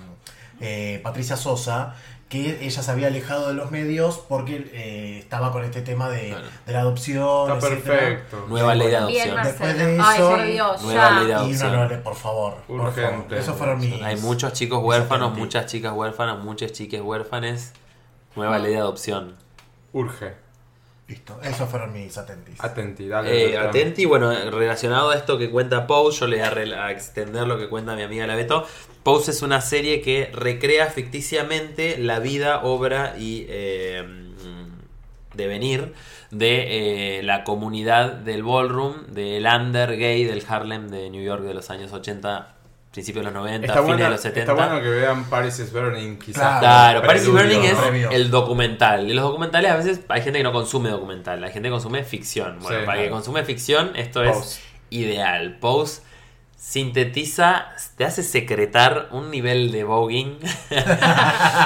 [SPEAKER 4] eh, Patricia Sosa, que ella se había alejado de los medios porque eh, estaba con este tema de, de la adopción.
[SPEAKER 2] Está
[SPEAKER 4] etcétera.
[SPEAKER 2] perfecto.
[SPEAKER 5] Nueva ley de
[SPEAKER 6] Bien,
[SPEAKER 5] adopción.
[SPEAKER 4] Después
[SPEAKER 6] Marcelo.
[SPEAKER 4] de
[SPEAKER 6] Ay,
[SPEAKER 4] eso-
[SPEAKER 6] por Dios,
[SPEAKER 5] Nueva
[SPEAKER 6] ya.
[SPEAKER 5] ley de
[SPEAKER 4] Y
[SPEAKER 5] adopción.
[SPEAKER 4] no, no, no, por favor. por
[SPEAKER 2] Urgente.
[SPEAKER 4] favor. Esos fueron mis.
[SPEAKER 5] Hay muchos chicos huérfanos, muchas chicas huérfanas, muchas chiques huérfanes. Nueva ley de adopción.
[SPEAKER 2] Urge.
[SPEAKER 4] Listo, esos fueron mis atentis.
[SPEAKER 2] Atenti, dale.
[SPEAKER 5] Eh, atenti, bueno, relacionado a esto que cuenta Pose, yo le voy a, re- a extender lo que cuenta mi amiga La Beto. Pose es una serie que recrea ficticiamente la vida, obra y eh, mm, devenir de eh, la comunidad del ballroom, del under gay, del Harlem de New York de los años 80, principios de los 90,
[SPEAKER 2] Está
[SPEAKER 5] fines
[SPEAKER 2] bueno,
[SPEAKER 5] de los 70.
[SPEAKER 2] está bueno que vean Paris is Burning, quizás.
[SPEAKER 5] Claro,
[SPEAKER 2] como
[SPEAKER 5] Paris is
[SPEAKER 2] preludio,
[SPEAKER 5] Burning es
[SPEAKER 2] ¿no?
[SPEAKER 4] previo.
[SPEAKER 5] el documental. Y los documentales a veces hay gente que no consume documental, hay gente que consume ficción. Bueno,
[SPEAKER 2] Sí,
[SPEAKER 5] para que
[SPEAKER 2] claro.
[SPEAKER 5] consume ficción, esto
[SPEAKER 2] Pose.
[SPEAKER 5] es ideal. Pose sintetiza, te hace secretar un nivel de voguing.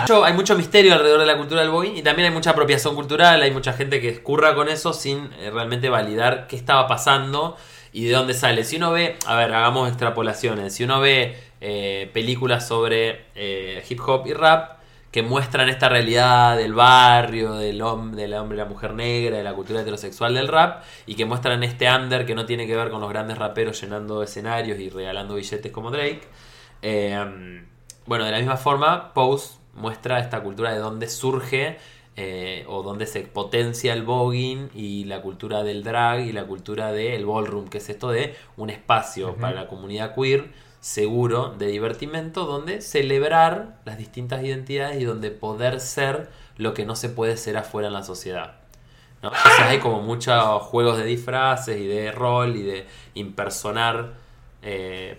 [SPEAKER 5] Mucho- hay mucho misterio alrededor de la cultura del voguing y también hay mucha apropiación cultural, hay mucha gente que escurra con eso sin eh, realmente validar qué estaba pasando y de dónde sale. Si uno ve, a ver, hagamos extrapolaciones, si uno ve eh, películas sobre eh, hip hop y rap que muestran esta realidad del barrio, del hombre, del hombre, y la mujer negra, de la cultura heterosexual del rap, y que muestran este under que no tiene que ver con los grandes raperos llenando escenarios y regalando billetes como Drake. Eh, bueno, de la misma forma, Pose muestra esta cultura de dónde surge eh, o dónde se potencia el voguing y la cultura del drag y la cultura del ballroom, que es esto de un espacio para la comunidad queer seguro de divertimento donde celebrar las distintas identidades y donde poder ser lo que no se puede ser afuera en la sociedad. ¿no? Entonces hay como muchos juegos de disfraces y de rol y de impersonar eh,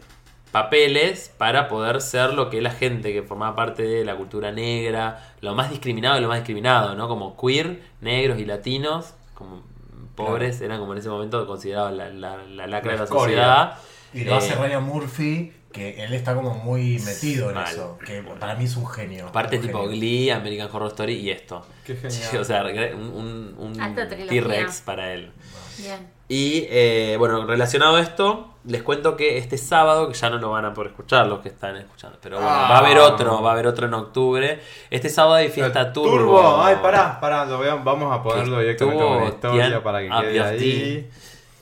[SPEAKER 5] papeles para poder ser lo que la gente que formaba parte de la cultura negra, lo más discriminado y lo más discriminado, ¿no? Como queer, negros y latinos, como pobres, eran como en ese momento considerados la, la- la
[SPEAKER 2] La
[SPEAKER 5] lacra de la
[SPEAKER 2] escoria.
[SPEAKER 5] sociedad.
[SPEAKER 4] Y lo
[SPEAKER 5] Eh,
[SPEAKER 4] hace Ryan Murphy, que él está como muy metido en
[SPEAKER 5] Mal.
[SPEAKER 4] eso. Que para mí es un genio.
[SPEAKER 5] Aparte
[SPEAKER 4] un
[SPEAKER 5] tipo
[SPEAKER 4] genio.
[SPEAKER 5] Glee, American Horror Story y esto.
[SPEAKER 2] Qué
[SPEAKER 5] *laughs* Sí, o
[SPEAKER 2] genial.
[SPEAKER 5] sea, regre- un, un- un
[SPEAKER 6] Alta trilogía.
[SPEAKER 5] T-Rex para él.
[SPEAKER 6] Bien.
[SPEAKER 5] Y eh, bueno, relacionado a esto, les cuento que este sábado, que ya no lo van a poder escuchar los que están escuchando, pero bueno,
[SPEAKER 2] Ah.
[SPEAKER 5] va a haber otro, va a haber otro en octubre. Este sábado hay fiesta turbo.
[SPEAKER 2] Ay, pará, pará, lo vean, vamos a ponerlo
[SPEAKER 5] Que
[SPEAKER 2] directamente
[SPEAKER 5] estuvo
[SPEAKER 2] como una historia
[SPEAKER 5] Tian
[SPEAKER 2] para que quede
[SPEAKER 5] Abiosti.
[SPEAKER 2] ahí.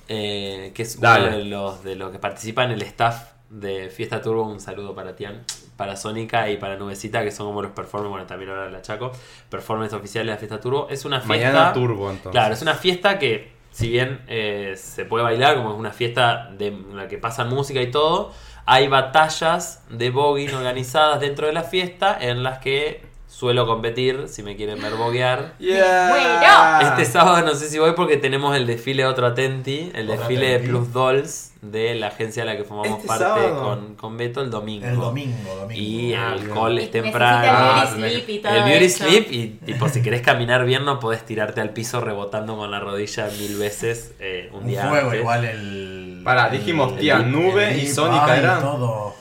[SPEAKER 5] Eh, que es
[SPEAKER 2] Dale.
[SPEAKER 5] uno de los, de los que participan el staff de Fiesta Turbo. Un saludo para Tian, para Sónica y para Nubecita, que son como los performers, bueno, también ahora la Chaco, performers oficiales de Fiesta Turbo. Es una fiesta.
[SPEAKER 2] Mañana Turbo, entonces.
[SPEAKER 5] Claro, es una fiesta que, si bien eh, se puede bailar, como es una fiesta de en la que pasa música y todo, hay batallas de voguing organizadas dentro de la fiesta en las que suelo competir, si me quieren ver boguear.
[SPEAKER 2] Yeah.
[SPEAKER 5] Este sábado no sé si voy porque tenemos el desfile Otro Atenti, el
[SPEAKER 4] Otro
[SPEAKER 5] desfile de
[SPEAKER 4] Atenti.
[SPEAKER 5] Plus Dolls de la agencia de la que formamos
[SPEAKER 2] Este
[SPEAKER 5] parte
[SPEAKER 2] sábado.
[SPEAKER 5] con, con Beto el domingo.
[SPEAKER 4] El domingo, domingo.
[SPEAKER 5] Y
[SPEAKER 2] Ah,
[SPEAKER 5] el
[SPEAKER 2] bien.
[SPEAKER 5] call es
[SPEAKER 6] Necesita
[SPEAKER 5] temprano.
[SPEAKER 2] Ah,
[SPEAKER 6] el beauty sleep y todo
[SPEAKER 5] El beauty
[SPEAKER 6] eso.
[SPEAKER 5] sleep y tipo si querés caminar bien no podés tirarte al piso rebotando con la rodilla mil veces eh, un,
[SPEAKER 4] Un
[SPEAKER 5] día
[SPEAKER 4] fuego
[SPEAKER 5] antes.
[SPEAKER 4] igual el.
[SPEAKER 2] Pará, dijimos
[SPEAKER 4] el-
[SPEAKER 2] Tía
[SPEAKER 5] el-
[SPEAKER 2] Nube
[SPEAKER 4] el-
[SPEAKER 2] y
[SPEAKER 4] el-
[SPEAKER 2] Sónica
[SPEAKER 4] ay,
[SPEAKER 2] eran.
[SPEAKER 4] ah, todo.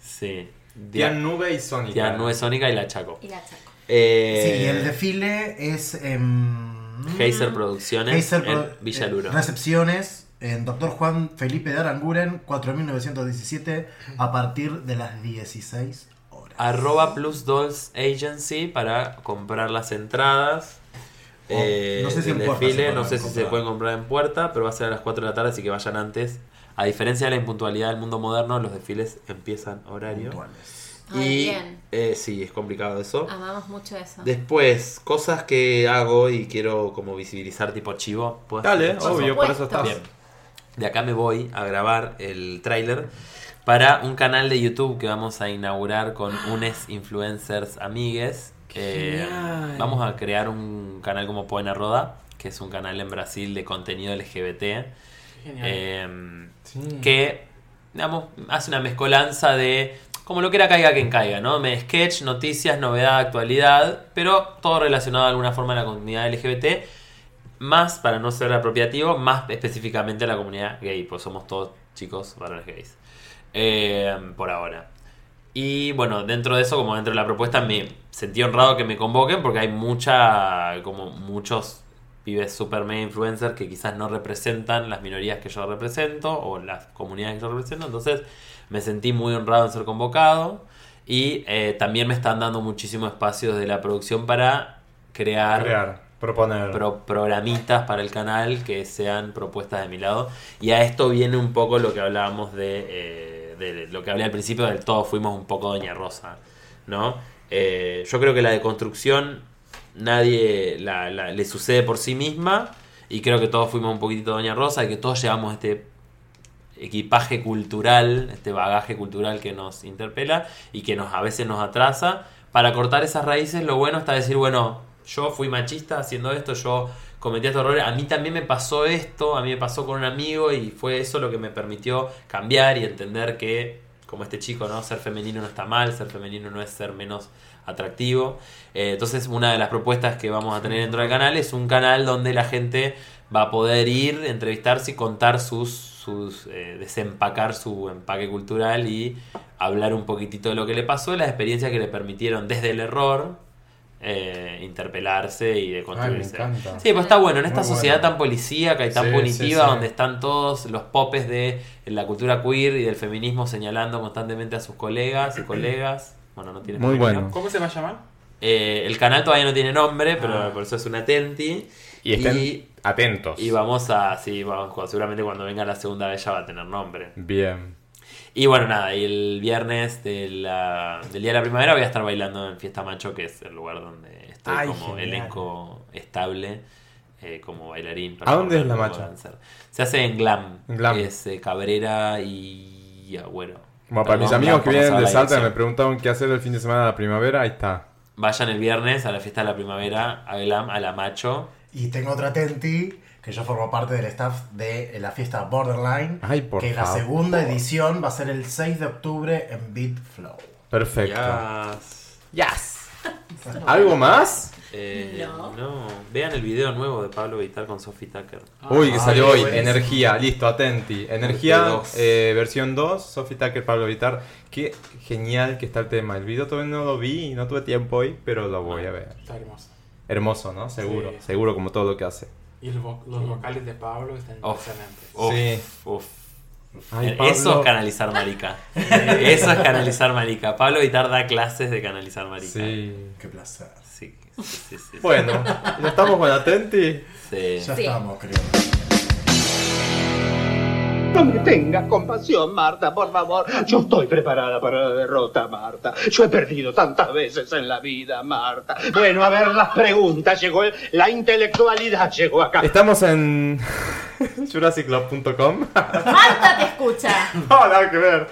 [SPEAKER 5] Sí.
[SPEAKER 2] Tía
[SPEAKER 5] Día,
[SPEAKER 2] Nube y Sónica.
[SPEAKER 5] día nube sónica y la Chaco.
[SPEAKER 6] Y la chaco.
[SPEAKER 5] Eh,
[SPEAKER 4] Sí, y el desfile es. em,
[SPEAKER 5] Heiser Producciones
[SPEAKER 4] Heiser Pro-
[SPEAKER 5] en Villa
[SPEAKER 4] eh,
[SPEAKER 5] Luro.
[SPEAKER 4] Recepciones. en Doctor Juan Felipe de Aranguren, 4917, a partir de las 16.
[SPEAKER 5] Arroba Plus Dolls Agency para comprar las entradas.
[SPEAKER 4] O-
[SPEAKER 5] Eh,
[SPEAKER 4] Oh, no sé si
[SPEAKER 5] del
[SPEAKER 4] en puerta
[SPEAKER 5] desfile,
[SPEAKER 4] se
[SPEAKER 5] no sé
[SPEAKER 4] pueden
[SPEAKER 5] si se
[SPEAKER 4] comprar.
[SPEAKER 5] pueden comprar en puerta, pero va a ser a las 4 de la tarde, así que vayan antes. A diferencia de la impuntualidad del mundo moderno, los desfiles empiezan horario.
[SPEAKER 6] Ay,
[SPEAKER 5] Y
[SPEAKER 6] bien. Ah,
[SPEAKER 5] eh, sí, es complicado eso.
[SPEAKER 6] Amamos mucho eso.
[SPEAKER 5] Después, cosas que hago y quiero como visibilizar tipo chivo. ¿puedo
[SPEAKER 2] Dale,
[SPEAKER 5] hacer?
[SPEAKER 2] obvio, Por para eso supuesto. estás.
[SPEAKER 5] Bien. De acá me voy a grabar el tráiler para un canal de YouTube que vamos a inaugurar con unes influencers amigues. Eh,
[SPEAKER 9] genial.
[SPEAKER 5] vamos a crear un canal como Poena Roda, que es un canal en Brasil de contenido LGBT.
[SPEAKER 3] Genial.
[SPEAKER 5] eh,
[SPEAKER 8] Mm.
[SPEAKER 3] Sí.
[SPEAKER 5] Que, digamos, hace una mezcolanza de como lo que era caiga quien caiga, ¿no? Me sketch, noticias, novedad, actualidad, pero todo relacionado de alguna forma a la comunidad LGBT, más para no ser apropiativo, más específicamente a la comunidad gay, pues somos todos chicos varones gays. Eh, por ahora. Y bueno, dentro de eso, como dentro de la propuesta, me sentí honrado que me convoquen porque hay mucha, como muchos pibes super mega influencers que quizás no representan las minorías que yo represento o las comunidades que yo represento. Entonces me sentí muy honrado en ser convocado y eh, también me están dando muchísimo espacio de la producción para crear,
[SPEAKER 2] Crear, proponer.
[SPEAKER 5] pro- programitas para el canal que sean propuestas de mi lado. Y a esto viene un poco lo que hablábamos de, eh, de lo que hablé al principio del todo fuimos un poco Doña Rosa, ¿no? Eh, yo creo que la deconstrucción nadie la- la- le sucede por sí misma y creo que todos fuimos un poquitito Doña Rosa y que todos llevamos este equipaje cultural, este bagaje cultural que nos interpela y que nos a veces nos atrasa. Para cortar esas raíces, lo bueno está decir, bueno, yo fui machista haciendo esto, yo cometí estos errores, a mí también me pasó esto, a mí me pasó con un amigo y fue eso lo que me permitió cambiar y entender que, como este chico, ¿no? Ser femenino no está mal, ser femenino no es ser menos atractivo. Eh, entonces, una de las propuestas que vamos a tener dentro del canal es un canal donde la gente va a poder ir, entrevistarse y contar sus, sus eh, desempacar su empaque cultural y hablar un poquitito de lo que le pasó, las experiencias que le permitieron desde el error eh, interpelarse y de construirse.
[SPEAKER 2] encanta.
[SPEAKER 5] Sí, pues está bueno, en
[SPEAKER 2] Muy
[SPEAKER 5] esta
[SPEAKER 2] bueno.
[SPEAKER 5] sociedad tan policíaca y tan
[SPEAKER 2] Sí,
[SPEAKER 5] punitiva,
[SPEAKER 2] sí, sí.
[SPEAKER 5] donde están todos los popes de la cultura queer y del feminismo señalando constantemente a sus colegas y colegas. Bueno, no tiene
[SPEAKER 2] Muy
[SPEAKER 5] nombre,
[SPEAKER 2] bueno.
[SPEAKER 5] ¿no?
[SPEAKER 8] ¿Cómo se va a llamar?
[SPEAKER 5] Eh, el canal todavía no tiene nombre, pero por eso es un atenti.
[SPEAKER 2] Ah. Y estén atentos.
[SPEAKER 5] y vamos a, sí, vamos, cu- seguramente cuando venga la segunda vez ya va a tener nombre.
[SPEAKER 2] Bien.
[SPEAKER 5] Y bueno, nada, y el viernes de la- del día de la primavera voy a estar bailando en Fiesta Macho, que es el lugar donde estoy
[SPEAKER 2] Ay,
[SPEAKER 5] como
[SPEAKER 2] genial.
[SPEAKER 5] elenco estable, eh, como bailarín.
[SPEAKER 2] ¿A dónde es la
[SPEAKER 5] como
[SPEAKER 2] Macho?
[SPEAKER 5] dancer. Se hace en Glam.
[SPEAKER 2] En Glam.
[SPEAKER 5] Es eh, Cabrera y Agüero.
[SPEAKER 2] Bueno, para
[SPEAKER 5] Perdón,
[SPEAKER 2] mis
[SPEAKER 5] Glam,
[SPEAKER 2] amigos que
[SPEAKER 5] por no
[SPEAKER 2] vienen
[SPEAKER 5] saber
[SPEAKER 2] de
[SPEAKER 5] la
[SPEAKER 2] Salta y
[SPEAKER 5] dirección.
[SPEAKER 2] me preguntaron qué hacer el fin de semana de la primavera, ahí está.
[SPEAKER 5] Vayan el viernes a la fiesta de la primavera, a Glam, a la Macho.
[SPEAKER 4] Y tengo otra Tenti, que yo formo parte del staff de la fiesta Borderline,
[SPEAKER 2] Ay, por
[SPEAKER 4] que la
[SPEAKER 2] favor.
[SPEAKER 4] segunda edición va a ser el 6 de octubre en Beat Flow.
[SPEAKER 2] Perfecto.
[SPEAKER 5] Yes.
[SPEAKER 2] ¿Algo más?
[SPEAKER 5] Eh, no. Vean el video nuevo de Pablo Vital con Sophie Tucker.
[SPEAKER 2] Uy, que
[SPEAKER 5] Ah,
[SPEAKER 2] salió hoy.
[SPEAKER 5] buenísimo.
[SPEAKER 2] Energía, listo, atenti. Energía,
[SPEAKER 5] Dos.
[SPEAKER 2] eh, versión 2, Sophie Tucker, Pablo Vitar. Qué genial que está el tema. El video todavía no lo vi y no tuve tiempo hoy, pero lo voy a ver.
[SPEAKER 8] Está hermoso.
[SPEAKER 2] Hermoso, ¿no? Seguro,
[SPEAKER 8] Sí.
[SPEAKER 2] seguro como todo lo que hace.
[SPEAKER 8] Y el vo- los vocales de Pablo están
[SPEAKER 5] Uf,
[SPEAKER 8] impresionantes.
[SPEAKER 5] uf,
[SPEAKER 2] Sí.
[SPEAKER 5] uf.
[SPEAKER 2] Ay,
[SPEAKER 5] Eso
[SPEAKER 2] Pablo.
[SPEAKER 5] es
[SPEAKER 2] *laughs*
[SPEAKER 5] canalizar marica. Eso es canalizar marica. Pablo Vitar da clases de canalizar marica.
[SPEAKER 2] Sí.
[SPEAKER 4] Qué placer.
[SPEAKER 5] Sí, sí, sí, sí.
[SPEAKER 2] Bueno, ¿ya estamos con Atenti?
[SPEAKER 5] Sí.
[SPEAKER 4] Ya
[SPEAKER 6] Sí.
[SPEAKER 4] estamos, creo.
[SPEAKER 16] No me tengas compasión, Marta, por favor. Yo estoy preparada para la derrota, Marta. Yo he perdido tantas veces en la vida, Marta. Bueno, a ver las preguntas. Llegó el- la intelectualidad, llegó acá.
[SPEAKER 2] Estamos en *laughs* jurassicclub.com.
[SPEAKER 6] Marta te
[SPEAKER 5] *laughs*
[SPEAKER 6] escucha.
[SPEAKER 2] *laughs* No, nada que ver.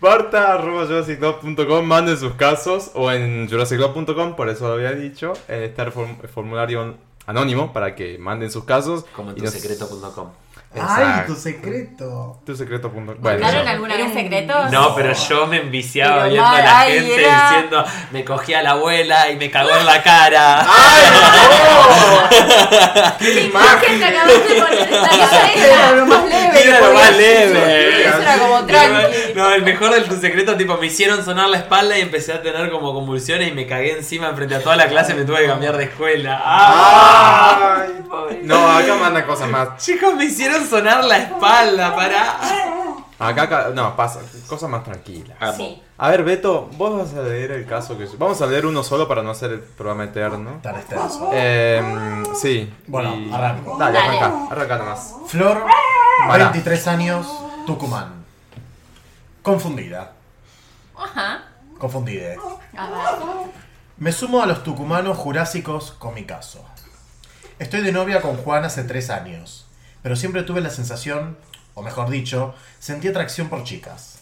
[SPEAKER 2] Marta, arroba jurassicclub.com, manden sus casos o en jurassicclub.com, por eso lo había dicho, en este form- formulario anónimo para que manden sus casos.
[SPEAKER 5] Como en
[SPEAKER 2] y nos-
[SPEAKER 5] tusecreto.com.
[SPEAKER 4] ¡Ay,
[SPEAKER 2] Exacto.
[SPEAKER 4] tu secreto!
[SPEAKER 2] Tu secreto punto- Bueno,
[SPEAKER 6] ¿Hablaron
[SPEAKER 2] no.
[SPEAKER 6] alguna
[SPEAKER 7] ¿Era
[SPEAKER 6] vez
[SPEAKER 7] un secreto?
[SPEAKER 5] No, pero yo me enviciaba
[SPEAKER 7] Pero
[SPEAKER 5] viendo a
[SPEAKER 7] mal,
[SPEAKER 5] la
[SPEAKER 7] ay,
[SPEAKER 5] gente
[SPEAKER 7] era-
[SPEAKER 5] diciendo, me cogí a la abuela y me cagó en la cara. *laughs*
[SPEAKER 6] Imagen que acabas de poner
[SPEAKER 5] *laughs*
[SPEAKER 6] esta cabeza.
[SPEAKER 7] lo más leve.
[SPEAKER 5] Era lo más leve.
[SPEAKER 7] Eso era como tranqui.
[SPEAKER 5] *laughs* No, el mejor del secreto, tipo, me hicieron sonar la espalda y empecé a tener como convulsiones y me cagué encima frente a toda la clase y me tuve que cambiar de escuela. ¡Ah!
[SPEAKER 2] *laughs* Ay, No, acá mandan cosas más.
[SPEAKER 5] Chicos, me hicieron sonar la espalda, pará.
[SPEAKER 2] Acá, acá- no, pasa. Cosas más tranquilas.
[SPEAKER 6] Ah,
[SPEAKER 5] Sí.
[SPEAKER 2] A ver, Beto, vos vas a leer el caso que... Vamos a leer uno solo para no hacer el programa eterno.
[SPEAKER 4] Tan extenso.
[SPEAKER 2] Eh, sí.
[SPEAKER 4] Bueno,
[SPEAKER 2] y-
[SPEAKER 4] arranco.
[SPEAKER 2] Dale,
[SPEAKER 4] Dale.
[SPEAKER 2] arranca. Arranca nomás.
[SPEAKER 4] Flor, ¡Eh!
[SPEAKER 2] Pará.
[SPEAKER 4] 23 años, Tucumán. Confundida.
[SPEAKER 6] Ajá.
[SPEAKER 4] Confundida.
[SPEAKER 6] A ver.
[SPEAKER 4] Me sumo a los tucumanos jurásicos con mi caso. Estoy de novia con Juan hace tres años, pero siempre tuve la sensación, o mejor dicho, sentí atracción por chicas.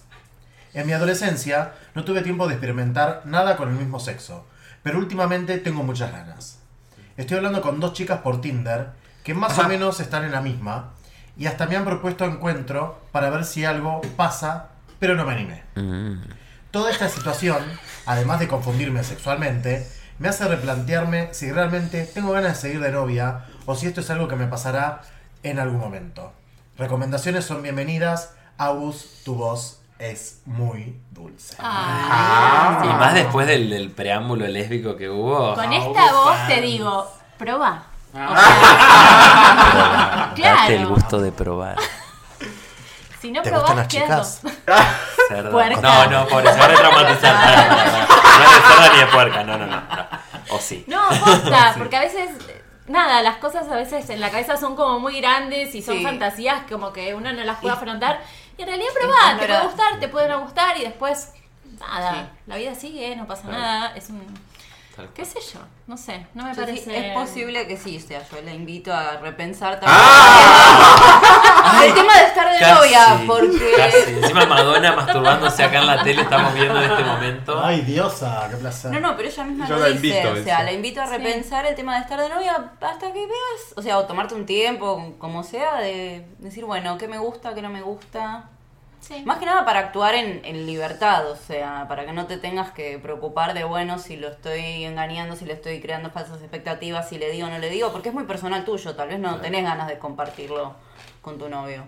[SPEAKER 4] En mi adolescencia no tuve tiempo de experimentar nada con el mismo sexo, pero últimamente tengo muchas ganas. Estoy hablando con dos chicas por Tinder, que más o menos están en la misma, y hasta me han propuesto encuentro para ver si algo pasa, pero no me animé. Toda esta situación, además de confundirme sexualmente, me hace replantearme si realmente tengo ganas de seguir de novia o si esto es algo que me pasará en algún momento. Recomendaciones son bienvenidas. Agus, tu voz es muy dulce.
[SPEAKER 6] Ah.
[SPEAKER 5] Y más después del, del preámbulo lésbico que hubo.
[SPEAKER 6] Con esta voz te digo, proba. O
[SPEAKER 5] *laughs*
[SPEAKER 6] sea,
[SPEAKER 5] Date el
[SPEAKER 6] claro.
[SPEAKER 5] gusto de probar.
[SPEAKER 6] Si no
[SPEAKER 5] ¿Te gustan
[SPEAKER 6] probás,
[SPEAKER 5] las
[SPEAKER 6] quedas dos.
[SPEAKER 5] Cerda.
[SPEAKER 6] Puerca.
[SPEAKER 5] No, no, pobre, se va a retraumatizar. No, no, no, no, no es cerda ni de puerca, no, no, no. no. O *laughs* sí.
[SPEAKER 6] No, posta, porque a veces, nada, las cosas a veces en la cabeza son como muy grandes y son
[SPEAKER 7] Sí.
[SPEAKER 6] fantasías como que uno no las puede afrontar. Y en realidad
[SPEAKER 7] es
[SPEAKER 6] probá, te puede
[SPEAKER 7] verdad.
[SPEAKER 6] gustar, te puede no gustar y después, nada, la vida sigue, no pasa
[SPEAKER 7] Claro.
[SPEAKER 6] nada, es un...
[SPEAKER 5] Tal
[SPEAKER 6] qué sé yo, no sé, no me
[SPEAKER 7] Yo sí,
[SPEAKER 6] parece...
[SPEAKER 7] es posible que sí, o sea, yo la invito a repensar también el tema de estar de
[SPEAKER 5] Ah. Casi,
[SPEAKER 7] novia, porque
[SPEAKER 5] casi. Encima Madonna masturbándose acá en la tele, estamos viendo en este momento.
[SPEAKER 4] Ay, diosa, qué placer.
[SPEAKER 7] No, no, pero ella misma
[SPEAKER 5] Yo
[SPEAKER 7] lo
[SPEAKER 5] la
[SPEAKER 7] dice.
[SPEAKER 5] invito,
[SPEAKER 7] o sea,
[SPEAKER 5] dice.
[SPEAKER 7] la invito a repensar el tema de estar de novia hasta que veas. O sea, o tomarte un tiempo, como sea, de decir, bueno, qué me gusta, qué no me gusta. Más que nada para actuar en, en libertad, o sea, para que no te tengas que preocupar de, bueno, si lo estoy engañando, si le estoy creando falsas expectativas, si le digo o no le digo, porque es muy personal tuyo, tal vez no
[SPEAKER 6] Claro.
[SPEAKER 7] tenés ganas de compartirlo con tu novio.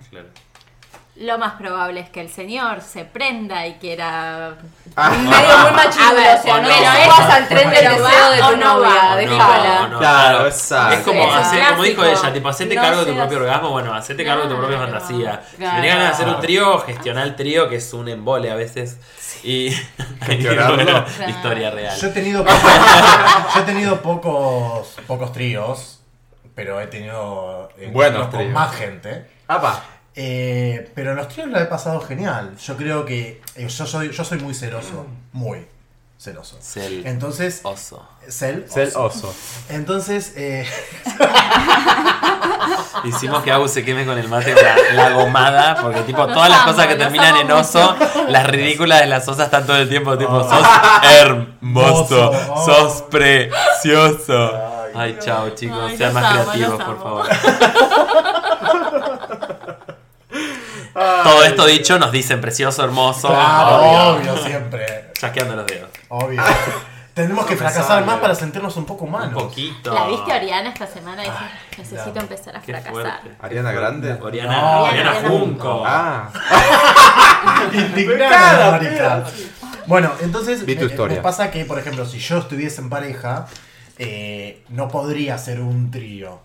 [SPEAKER 6] Lo más probable es que el señor se prenda y quiera.
[SPEAKER 7] Medio muy machirulo,
[SPEAKER 6] Ah. A ver,
[SPEAKER 7] o sea, no
[SPEAKER 6] pero
[SPEAKER 7] te
[SPEAKER 6] eso-
[SPEAKER 7] subas al tren del
[SPEAKER 6] pero
[SPEAKER 7] deseo
[SPEAKER 6] va
[SPEAKER 7] de
[SPEAKER 6] o
[SPEAKER 7] tu
[SPEAKER 6] no
[SPEAKER 7] novia,
[SPEAKER 6] va.
[SPEAKER 5] O no,
[SPEAKER 7] Ah, déjala.
[SPEAKER 5] o no,
[SPEAKER 2] Claro,
[SPEAKER 8] Pues,
[SPEAKER 2] exacto.
[SPEAKER 5] Es como,
[SPEAKER 2] Es un
[SPEAKER 5] hacer, como dijo
[SPEAKER 7] clásico.
[SPEAKER 5] ella, tipo, hacete
[SPEAKER 7] No
[SPEAKER 5] cargo de tu
[SPEAKER 7] seas-
[SPEAKER 5] propio orgasmo, bueno, hacete cargo de tu propia fantasía. Si
[SPEAKER 7] Claro. Ah.
[SPEAKER 5] tenés ganas de hacer un trío, gestionar el trío, que es un embole a veces. Y. *laughs*
[SPEAKER 2] Gestionarlo.
[SPEAKER 5] bueno,
[SPEAKER 2] Claro.
[SPEAKER 5] Historia real.
[SPEAKER 4] Yo he tenido pocos, yo he tenido pocos, pocos tríos, pero he tenido encuentros
[SPEAKER 2] Buenos
[SPEAKER 4] con
[SPEAKER 2] tríos.
[SPEAKER 4] más gente.
[SPEAKER 2] Apa.
[SPEAKER 4] Eh, pero los tríos la he pasado genial. Yo creo que eh, yo soy, yo soy muy celoso. Muy celoso.
[SPEAKER 5] Cel.
[SPEAKER 4] Entonces.
[SPEAKER 5] Oso.
[SPEAKER 4] Cel.
[SPEAKER 2] Cel oso.
[SPEAKER 4] Entonces.
[SPEAKER 5] *laughs*
[SPEAKER 4] eh,
[SPEAKER 5] Hicimos que Abu se queme con el mate con la, la gomada, porque tipo
[SPEAKER 4] Los
[SPEAKER 5] todas las
[SPEAKER 4] amo,
[SPEAKER 5] cosas que
[SPEAKER 4] los
[SPEAKER 5] terminan
[SPEAKER 4] amo
[SPEAKER 5] en oso, las ridículas de las osas están todo el tiempo tipo, sos hermoso,
[SPEAKER 2] Oso,
[SPEAKER 5] sos precioso. Ay, chao chicos,
[SPEAKER 2] Ay,
[SPEAKER 5] sean
[SPEAKER 2] los
[SPEAKER 5] más
[SPEAKER 2] amo,
[SPEAKER 5] creativos,
[SPEAKER 2] los
[SPEAKER 5] por
[SPEAKER 2] amo.
[SPEAKER 5] favor. Todo esto dicho, nos dicen precioso, hermoso.
[SPEAKER 4] Claro, obvio, siempre.
[SPEAKER 5] Chasqueando los dedos. *laughs*
[SPEAKER 4] Obvio. Tenemos que
[SPEAKER 5] No me
[SPEAKER 4] fracasar
[SPEAKER 5] sale.
[SPEAKER 4] más para sentirnos un poco humanos.
[SPEAKER 5] Un poquito.
[SPEAKER 6] La viste a Oriana esta semana y dije, necesito
[SPEAKER 4] la-
[SPEAKER 6] empezar a
[SPEAKER 5] Qué
[SPEAKER 6] fracasar.
[SPEAKER 5] fuerte.
[SPEAKER 2] Ariana Grande.
[SPEAKER 5] Oriana,
[SPEAKER 4] No,
[SPEAKER 5] Oriana
[SPEAKER 4] Oriana
[SPEAKER 5] Junco.
[SPEAKER 2] Ah.
[SPEAKER 4] Indignada,
[SPEAKER 2] Cada
[SPEAKER 4] marica. Bueno, entonces
[SPEAKER 2] Vi tu
[SPEAKER 4] me-
[SPEAKER 2] historia.
[SPEAKER 4] me pasa que, por ejemplo, si yo estuviese en pareja, eh, no podría hacer un trío,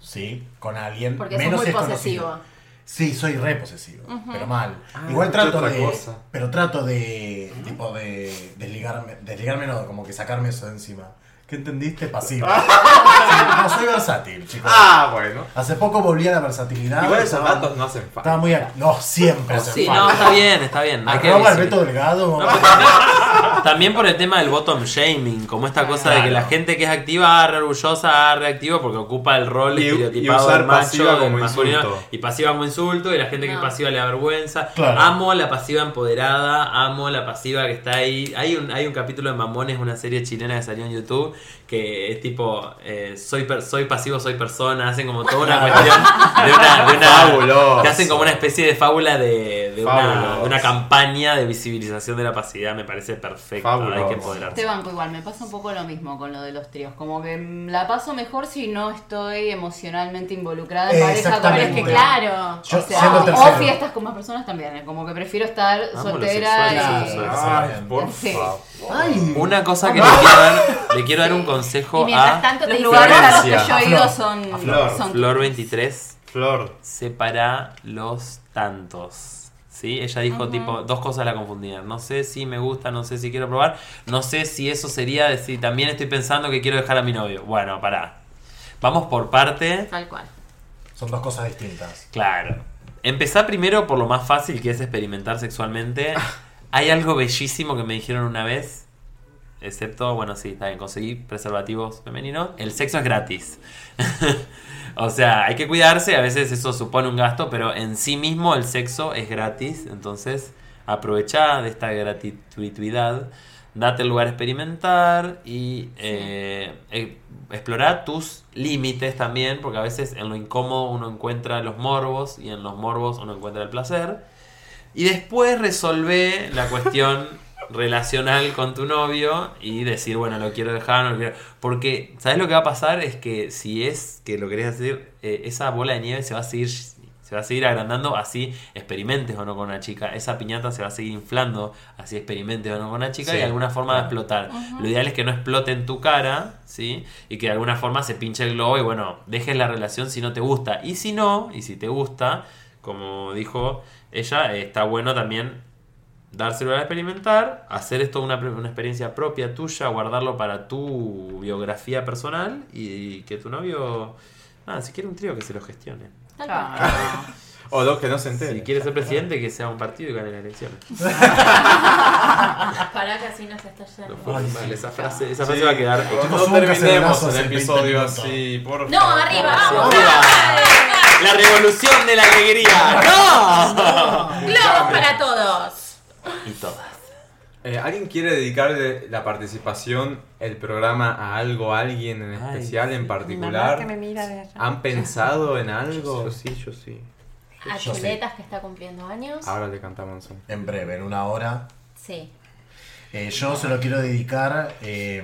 [SPEAKER 4] ¿sí? Con alguien
[SPEAKER 6] Porque sos
[SPEAKER 4] menos
[SPEAKER 6] muy
[SPEAKER 4] desconocido.
[SPEAKER 6] posesivo.
[SPEAKER 4] Sí, soy re posesivo,
[SPEAKER 6] Ujú.
[SPEAKER 4] pero mal.
[SPEAKER 2] Ah,
[SPEAKER 4] Igual
[SPEAKER 2] escuché
[SPEAKER 4] trato
[SPEAKER 2] otra
[SPEAKER 4] de,
[SPEAKER 2] cosa.
[SPEAKER 4] pero trato de tipo de desligarme, desligarme no, como que sacarme eso de encima. ¿Qué entendiste? Pasivo. Sí, no soy versátil, chicos.
[SPEAKER 2] Ah, bueno.
[SPEAKER 4] Hace poco volví a la versatilidad.
[SPEAKER 2] Igual esos
[SPEAKER 4] estaba-
[SPEAKER 2] datos no hacen falta.
[SPEAKER 4] Estaba muy ac- No, siempre hacen
[SPEAKER 5] Oh, Sí,
[SPEAKER 4] falta.
[SPEAKER 5] no, está bien, está bien. hay que
[SPEAKER 4] Arroba el
[SPEAKER 5] decir.
[SPEAKER 4] Beto Delgado.
[SPEAKER 5] *laughs* También por el tema del bottom shaming, como esta cosa de que la gente que es activa, ah, re orgullosa, ah, re activa porque ocupa el rol
[SPEAKER 2] Y-
[SPEAKER 5] estereotipado
[SPEAKER 2] y usar
[SPEAKER 5] del macho,
[SPEAKER 2] pasiva
[SPEAKER 5] del
[SPEAKER 2] como
[SPEAKER 5] masculino,
[SPEAKER 2] insulto.
[SPEAKER 5] Y pasiva como insulto, y la gente que es pasiva le da vergüenza.
[SPEAKER 2] Claro.
[SPEAKER 5] Amo la pasiva empoderada, amo la pasiva que está ahí. Hay un, hay un capítulo de Mamones, una serie chilena que salió en YouTube, que es tipo, eh, soy, per- soy pasivo,
[SPEAKER 2] *laughs*
[SPEAKER 5] soy persona, hacen como toda una
[SPEAKER 2] Claro.
[SPEAKER 5] cuestión de una... de una-
[SPEAKER 2] Fabuloso.
[SPEAKER 5] que hacen como una especie de fábula de, de, de una,
[SPEAKER 18] Fabulos.
[SPEAKER 5] de una campaña de visibilización de la pacidad me parece perfecta. Hay que empoderarse.
[SPEAKER 7] Te Este banco igual, me pasa un poco lo mismo con lo de los tríos. Como que mm, la paso mejor si no estoy emocionalmente involucrada en pareja con
[SPEAKER 6] Exactamente.
[SPEAKER 7] es que claro.
[SPEAKER 6] Yo
[SPEAKER 7] o sea,
[SPEAKER 6] siendo el tercero.
[SPEAKER 7] o fiestas con más personas también. eh, Como que prefiero estar
[SPEAKER 5] Amo los
[SPEAKER 7] soltera
[SPEAKER 5] sexuales,
[SPEAKER 7] y.
[SPEAKER 5] los
[SPEAKER 7] Ay,
[SPEAKER 5] sexuales. por
[SPEAKER 7] Sí.
[SPEAKER 5] favor.
[SPEAKER 7] Ay.
[SPEAKER 5] Una cosa que le
[SPEAKER 7] Vamos.
[SPEAKER 5] quiero dar, le quiero dar un consejo
[SPEAKER 7] Y mientras
[SPEAKER 5] a
[SPEAKER 7] tanto te Los lugares a los que yo he ido Florencia. son-
[SPEAKER 5] A Flor.
[SPEAKER 7] son-
[SPEAKER 5] Flor 23.
[SPEAKER 18] Flor.
[SPEAKER 5] Separa los tantos. ¿Sí? Ella dijo
[SPEAKER 18] Ujú.
[SPEAKER 5] tipo dos cosas la confundían. No sé si me gusta, no sé si quiero probar. No sé si eso sería de si también estoy pensando que quiero dejar a mi novio. Bueno, pará. Vamos por parte.
[SPEAKER 6] Tal cual.
[SPEAKER 4] Son dos cosas distintas.
[SPEAKER 5] Claro. Empezá primero por lo más fácil que es experimentar sexualmente. Hay algo bellísimo que me dijeron una vez. Excepto, bueno, sí, está bien, conseguí preservativos femeninos. El sexo es gratis. *laughs* o sea, hay que cuidarse, a veces eso supone un gasto, pero en sí mismo el sexo es gratis. Entonces, aprovechá de esta gratuidad, date el lugar a experimentar y eh, eh, explorá tus límites también, porque a veces en lo incómodo uno encuentra los morbos y en los morbos uno encuentra el placer. Y después resolvé la cuestión *laughs* relacional con tu novio y decir, bueno, lo quiero dejar, no lo quiero. Porque, ¿sabes lo que va a pasar? Es que si es que lo querés hacer, eh, esa bola de nieve se va a seguir. Se va a seguir agrandando así experimentes o no con una chica. Esa piñata se va a seguir inflando así experimentes o no con una chica
[SPEAKER 18] Sí.
[SPEAKER 5] y de alguna forma va a explotar.
[SPEAKER 18] Ujú.
[SPEAKER 5] Lo ideal es que no explote en tu cara, ¿sí? Y que de alguna forma se pinche el globo y bueno, dejes la relación si no te gusta. Y si no, y si te gusta, como dijo ella, eh, está bueno también dárselo a experimentar, hacer esto una, pre- una experiencia propia tuya, guardarlo para tu biografía personal y que tu novio, nada, si quiere un trío que se lo gestione.
[SPEAKER 7] Tal cual.
[SPEAKER 5] O dos que no se enteren. Si quiere ser presidente, que sea un partido y gane las elecciones.
[SPEAKER 6] Pará que así nos está yendo.
[SPEAKER 5] Vale, esa frase, esa
[SPEAKER 2] Sí.
[SPEAKER 5] frase va a quedar.
[SPEAKER 2] No Chicos, terminemos un cacerolazo el hace 20 episodio minutos. así,
[SPEAKER 6] No, arriba, vamos.
[SPEAKER 5] La revolución de la alegría. ¡No!
[SPEAKER 6] Globos para todos.
[SPEAKER 5] Y todas.
[SPEAKER 2] Eh, ¿Alguien quiere dedicarle la participación, el programa a algo, a alguien en especial, en particular?
[SPEAKER 6] mira
[SPEAKER 2] ¿Han *laughs* pensado en algo? Yo sí,
[SPEAKER 18] yo sí.
[SPEAKER 6] A
[SPEAKER 4] Yo sí.
[SPEAKER 6] Chuletas que está cumpliendo años.
[SPEAKER 2] Ahora le cantamos un.
[SPEAKER 4] En breve, en una hora.
[SPEAKER 6] Sí.
[SPEAKER 4] Eh, yo se lo quiero dedicar. eh,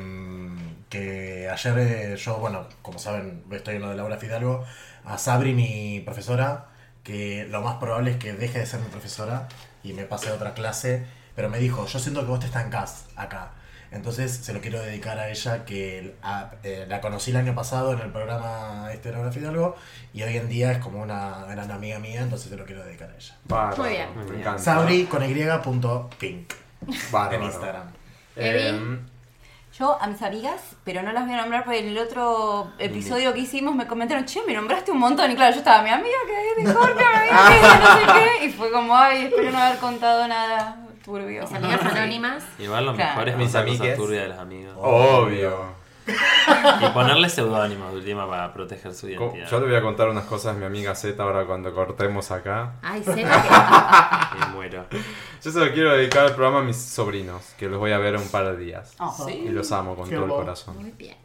[SPEAKER 4] que ayer eh, yo, bueno, como saben, estoy en lo de Laura Fidalgo. A Sabri, mi profesora, que lo más probable es que deje de ser mi profesora y me pase a otra clase. Pero me dijo: Yo siento que vos te estancás acá. Entonces se lo quiero dedicar a ella, que a- eh, la conocí el año pasado en el programa este de Laura Fidalgo y hoy en día es como una gran amiga mía, entonces se lo quiero dedicar a ella.
[SPEAKER 2] Bárbaro,
[SPEAKER 6] Muy bien. me
[SPEAKER 2] encanta.
[SPEAKER 4] Sabri con y.pink
[SPEAKER 2] Bárbaro.
[SPEAKER 4] en Instagram.
[SPEAKER 2] Eh,
[SPEAKER 7] Yo a mis amigas, pero no las voy a nombrar porque en el otro episodio que hicimos me comentaron, che, me nombraste un montón. Y claro, yo estaba, mi amiga que es de Jorge, mi amiga que es de no sé qué. Y fue como, ay, espero no haber contado nada turbio.
[SPEAKER 6] Mis amigas anónimas.
[SPEAKER 5] Llevar los
[SPEAKER 7] Claro.
[SPEAKER 5] mejores
[SPEAKER 2] Mis
[SPEAKER 5] mis amigos
[SPEAKER 2] amigues. Oh.
[SPEAKER 5] turbias de las amigas.
[SPEAKER 2] Obvio.
[SPEAKER 5] Y ponerle seudónimos de última para proteger su
[SPEAKER 2] co-
[SPEAKER 5] identidad.
[SPEAKER 2] Yo le voy a contar unas cosas a mi amiga Z ahora cuando cortemos acá.
[SPEAKER 6] Ay, Zeta,
[SPEAKER 5] Me muero.
[SPEAKER 2] Yo se lo quiero dedicar al programa a mis sobrinos, que los voy a ver en un par de días.
[SPEAKER 6] Oh.
[SPEAKER 2] Y los amo con
[SPEAKER 8] Qué
[SPEAKER 2] todo el
[SPEAKER 8] bo-
[SPEAKER 2] corazón.
[SPEAKER 6] Muy bien.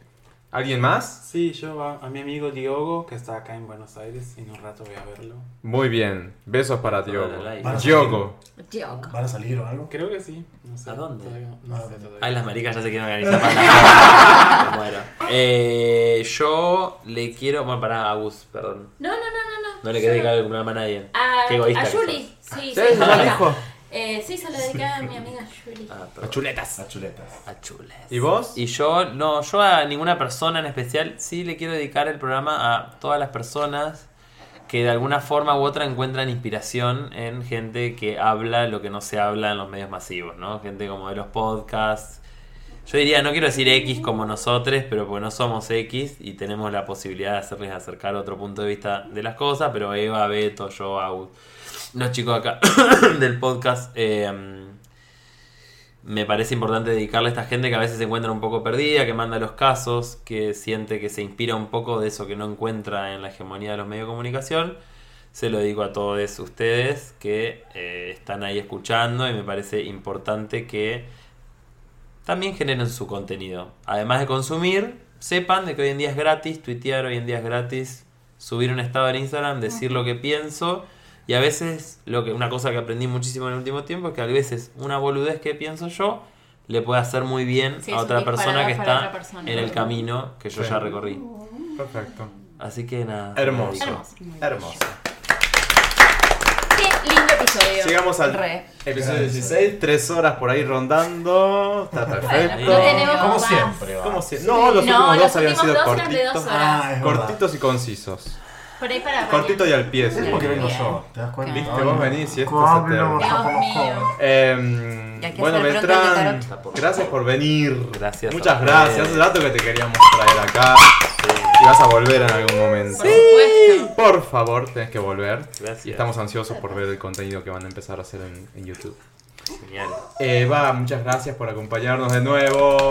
[SPEAKER 2] ¿Alguien más?
[SPEAKER 8] Sí, yo a, a mi amigo Diogo, que está acá en Buenos Aires, y en un rato voy a verlo.
[SPEAKER 2] Muy bien. Besos para Diogo.
[SPEAKER 5] like.
[SPEAKER 2] Diogo.
[SPEAKER 4] ¿Van a salir o algo?
[SPEAKER 8] Creo que sí. No sé, ¿A dónde? no sé todavía.
[SPEAKER 5] Ay, las maricas ya se quieren organizar para Me muero. Eh, yo le quiero. Bueno, pará, Agus, perdón.
[SPEAKER 6] No, no, no, no, no.
[SPEAKER 5] No le querés dedicar el cumpleaños a nadie.
[SPEAKER 6] A,
[SPEAKER 5] Qué egoísta
[SPEAKER 6] Ah, a
[SPEAKER 5] que
[SPEAKER 6] Julie. Sí,
[SPEAKER 5] sos.
[SPEAKER 6] sí,
[SPEAKER 5] Sí, ya lo dijo.
[SPEAKER 6] Eh, sí, se lo dediqué a mi amiga Julie.
[SPEAKER 5] Ah, perdón. A chuletas.
[SPEAKER 4] A chuletas.
[SPEAKER 5] A chules.
[SPEAKER 2] ¿Y vos?
[SPEAKER 5] Y yo, no, yo a ninguna persona en especial, sí le quiero dedicar el programa a todas las personas que de alguna forma u otra encuentran inspiración en gente que habla lo que no se habla en los medios masivos, ¿no? Gente como de los podcasts. Yo diría, no quiero decir X como nosotros, pero porque no somos X y tenemos la posibilidad de hacerles acercar otro punto de vista de las cosas, pero Eva, Beto, yo, Agus, los chicos acá *coughs* del podcast, eh, me parece importante dedicarle a esta gente que a veces se encuentra un poco perdida, que manda los casos, que siente que se inspira un poco de eso que no encuentra en la hegemonía de los medios de comunicación. Se lo digo a todos ustedes que eh, están ahí escuchando y me parece importante que también generen su contenido. Además de consumir, sepan de que hoy en día
[SPEAKER 6] Ah.
[SPEAKER 5] es gratis, tuitear hoy en día es gratis, subir un estado en Instagram, decir lo que pienso Y a veces, lo que, una cosa que aprendí muchísimo en el último tiempo es que a veces una boludez que pienso yo le puede hacer muy bien
[SPEAKER 6] Sí,
[SPEAKER 5] a
[SPEAKER 6] es un
[SPEAKER 5] otra
[SPEAKER 6] disparador
[SPEAKER 5] persona que
[SPEAKER 6] para
[SPEAKER 5] está
[SPEAKER 6] otra persona.
[SPEAKER 5] en el camino que yo
[SPEAKER 2] Sí.
[SPEAKER 5] ya recorrí.
[SPEAKER 2] Perfecto.
[SPEAKER 5] Así que nada.
[SPEAKER 2] Hermoso.
[SPEAKER 6] Hermoso.
[SPEAKER 2] Hermoso.
[SPEAKER 6] Qué lindo episodio.
[SPEAKER 2] Llegamos al
[SPEAKER 6] Re.
[SPEAKER 2] episodio 16, tres horas por ahí rondando. Está perfecto.
[SPEAKER 6] no tenemos Como más.
[SPEAKER 4] siempre,
[SPEAKER 2] Como siempre. No, los
[SPEAKER 6] No,
[SPEAKER 2] últimos
[SPEAKER 6] los
[SPEAKER 2] dos habían
[SPEAKER 6] últimos
[SPEAKER 2] sido
[SPEAKER 6] dos eran de dos
[SPEAKER 2] cortitos.
[SPEAKER 6] horas. Ah,
[SPEAKER 4] es verdad.
[SPEAKER 2] cortitos y concisos.
[SPEAKER 6] Por ahí para
[SPEAKER 2] Cortito y al pie.
[SPEAKER 4] Es porque vengo yo, ¿te das cuenta?
[SPEAKER 2] Viste, vos venís y esto
[SPEAKER 4] ¿Cómo
[SPEAKER 2] es
[SPEAKER 4] hablo?
[SPEAKER 2] eterno.
[SPEAKER 4] Yo
[SPEAKER 6] Dios mío.
[SPEAKER 2] Eh,
[SPEAKER 6] Y hay que
[SPEAKER 2] bueno,
[SPEAKER 6] hacer pronto
[SPEAKER 2] Beltrán,
[SPEAKER 6] el tarot.
[SPEAKER 2] gracias por venir.
[SPEAKER 5] Gracias a
[SPEAKER 2] Muchas
[SPEAKER 5] ustedes.
[SPEAKER 2] gracias. Hace rato que te queríamos traer acá. Y vas a volver en algún momento. Por favor, tenés que volver.
[SPEAKER 5] Gracias.
[SPEAKER 2] Y estamos ansiosos por ver el contenido que van a empezar a hacer en, en YouTube.
[SPEAKER 5] Genial.
[SPEAKER 2] Eva, muchas gracias por acompañarnos de nuevo.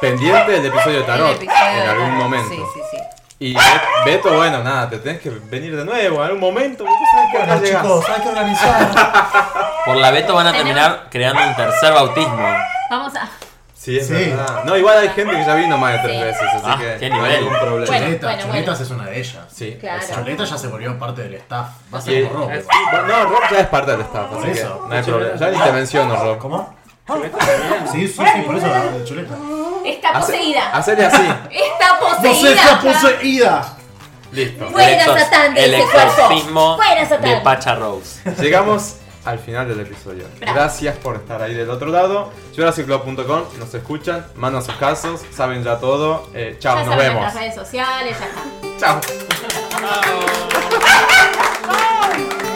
[SPEAKER 2] Pendiente del episodio de
[SPEAKER 7] El
[SPEAKER 2] Tarot
[SPEAKER 7] episodio de
[SPEAKER 2] en algún
[SPEAKER 7] Tarot,
[SPEAKER 2] momento.
[SPEAKER 7] Sí, sí, sí.
[SPEAKER 2] Y Bet- Beto, bueno, nada, te tenés que venir de nuevo en algún momento. porque tú sabes que acá
[SPEAKER 4] Bueno,
[SPEAKER 2] llegás.
[SPEAKER 4] chicos, hay que organizar.
[SPEAKER 9] Por la Beto van a terminar creando un tercer bautismo.
[SPEAKER 6] Vamos a.
[SPEAKER 2] Sí, es
[SPEAKER 4] Sí.
[SPEAKER 2] verdad. No, igual hay gente que ya vino más de tres
[SPEAKER 6] Sí.
[SPEAKER 2] veces, así
[SPEAKER 9] Ah,
[SPEAKER 2] que
[SPEAKER 9] qué
[SPEAKER 2] no hay
[SPEAKER 9] nivel.
[SPEAKER 2] ningún problema.
[SPEAKER 6] Bueno,
[SPEAKER 4] Chuleta,
[SPEAKER 6] bueno,
[SPEAKER 4] Chuletas
[SPEAKER 6] bueno.
[SPEAKER 4] es una de ellas.
[SPEAKER 2] Sí.
[SPEAKER 6] Claro.
[SPEAKER 4] Chuleta ya se volvió parte del staff. Va a
[SPEAKER 2] Y-
[SPEAKER 4] ser como Rob.
[SPEAKER 2] es- bueno, no, Rob ya es parte del staff,
[SPEAKER 4] Por
[SPEAKER 2] así que
[SPEAKER 4] eso.
[SPEAKER 2] no hay problema. Ya ni te menciono, Rob.
[SPEAKER 4] ¿Cómo? Ah. Sí, sí, sí, por eso la de chuleta.
[SPEAKER 6] Está
[SPEAKER 2] Hace- Ah.
[SPEAKER 6] poseída.
[SPEAKER 2] Hacele
[SPEAKER 7] *laughs*
[SPEAKER 2] así.
[SPEAKER 6] Está
[SPEAKER 4] ¡No sé,
[SPEAKER 6] poseída.
[SPEAKER 4] está poseída!
[SPEAKER 2] Listo.
[SPEAKER 6] Fuera,
[SPEAKER 9] El exor-
[SPEAKER 6] Satán, de
[SPEAKER 9] El
[SPEAKER 6] ese cuerpo.
[SPEAKER 9] exorcismo
[SPEAKER 6] Fuera, Satán.
[SPEAKER 9] de Pacha Rose.
[SPEAKER 2] Llegamos al final del episodio.
[SPEAKER 6] Bravo.
[SPEAKER 2] Gracias por estar ahí del otro lado. Jurassicclub.com, nos escuchan, mandan sus casos, saben ya todo. Eh,
[SPEAKER 6] Ya
[SPEAKER 2] chao, nos
[SPEAKER 6] saben
[SPEAKER 2] vemos.
[SPEAKER 6] nuestras redes sociales, ya está.
[SPEAKER 2] Chao.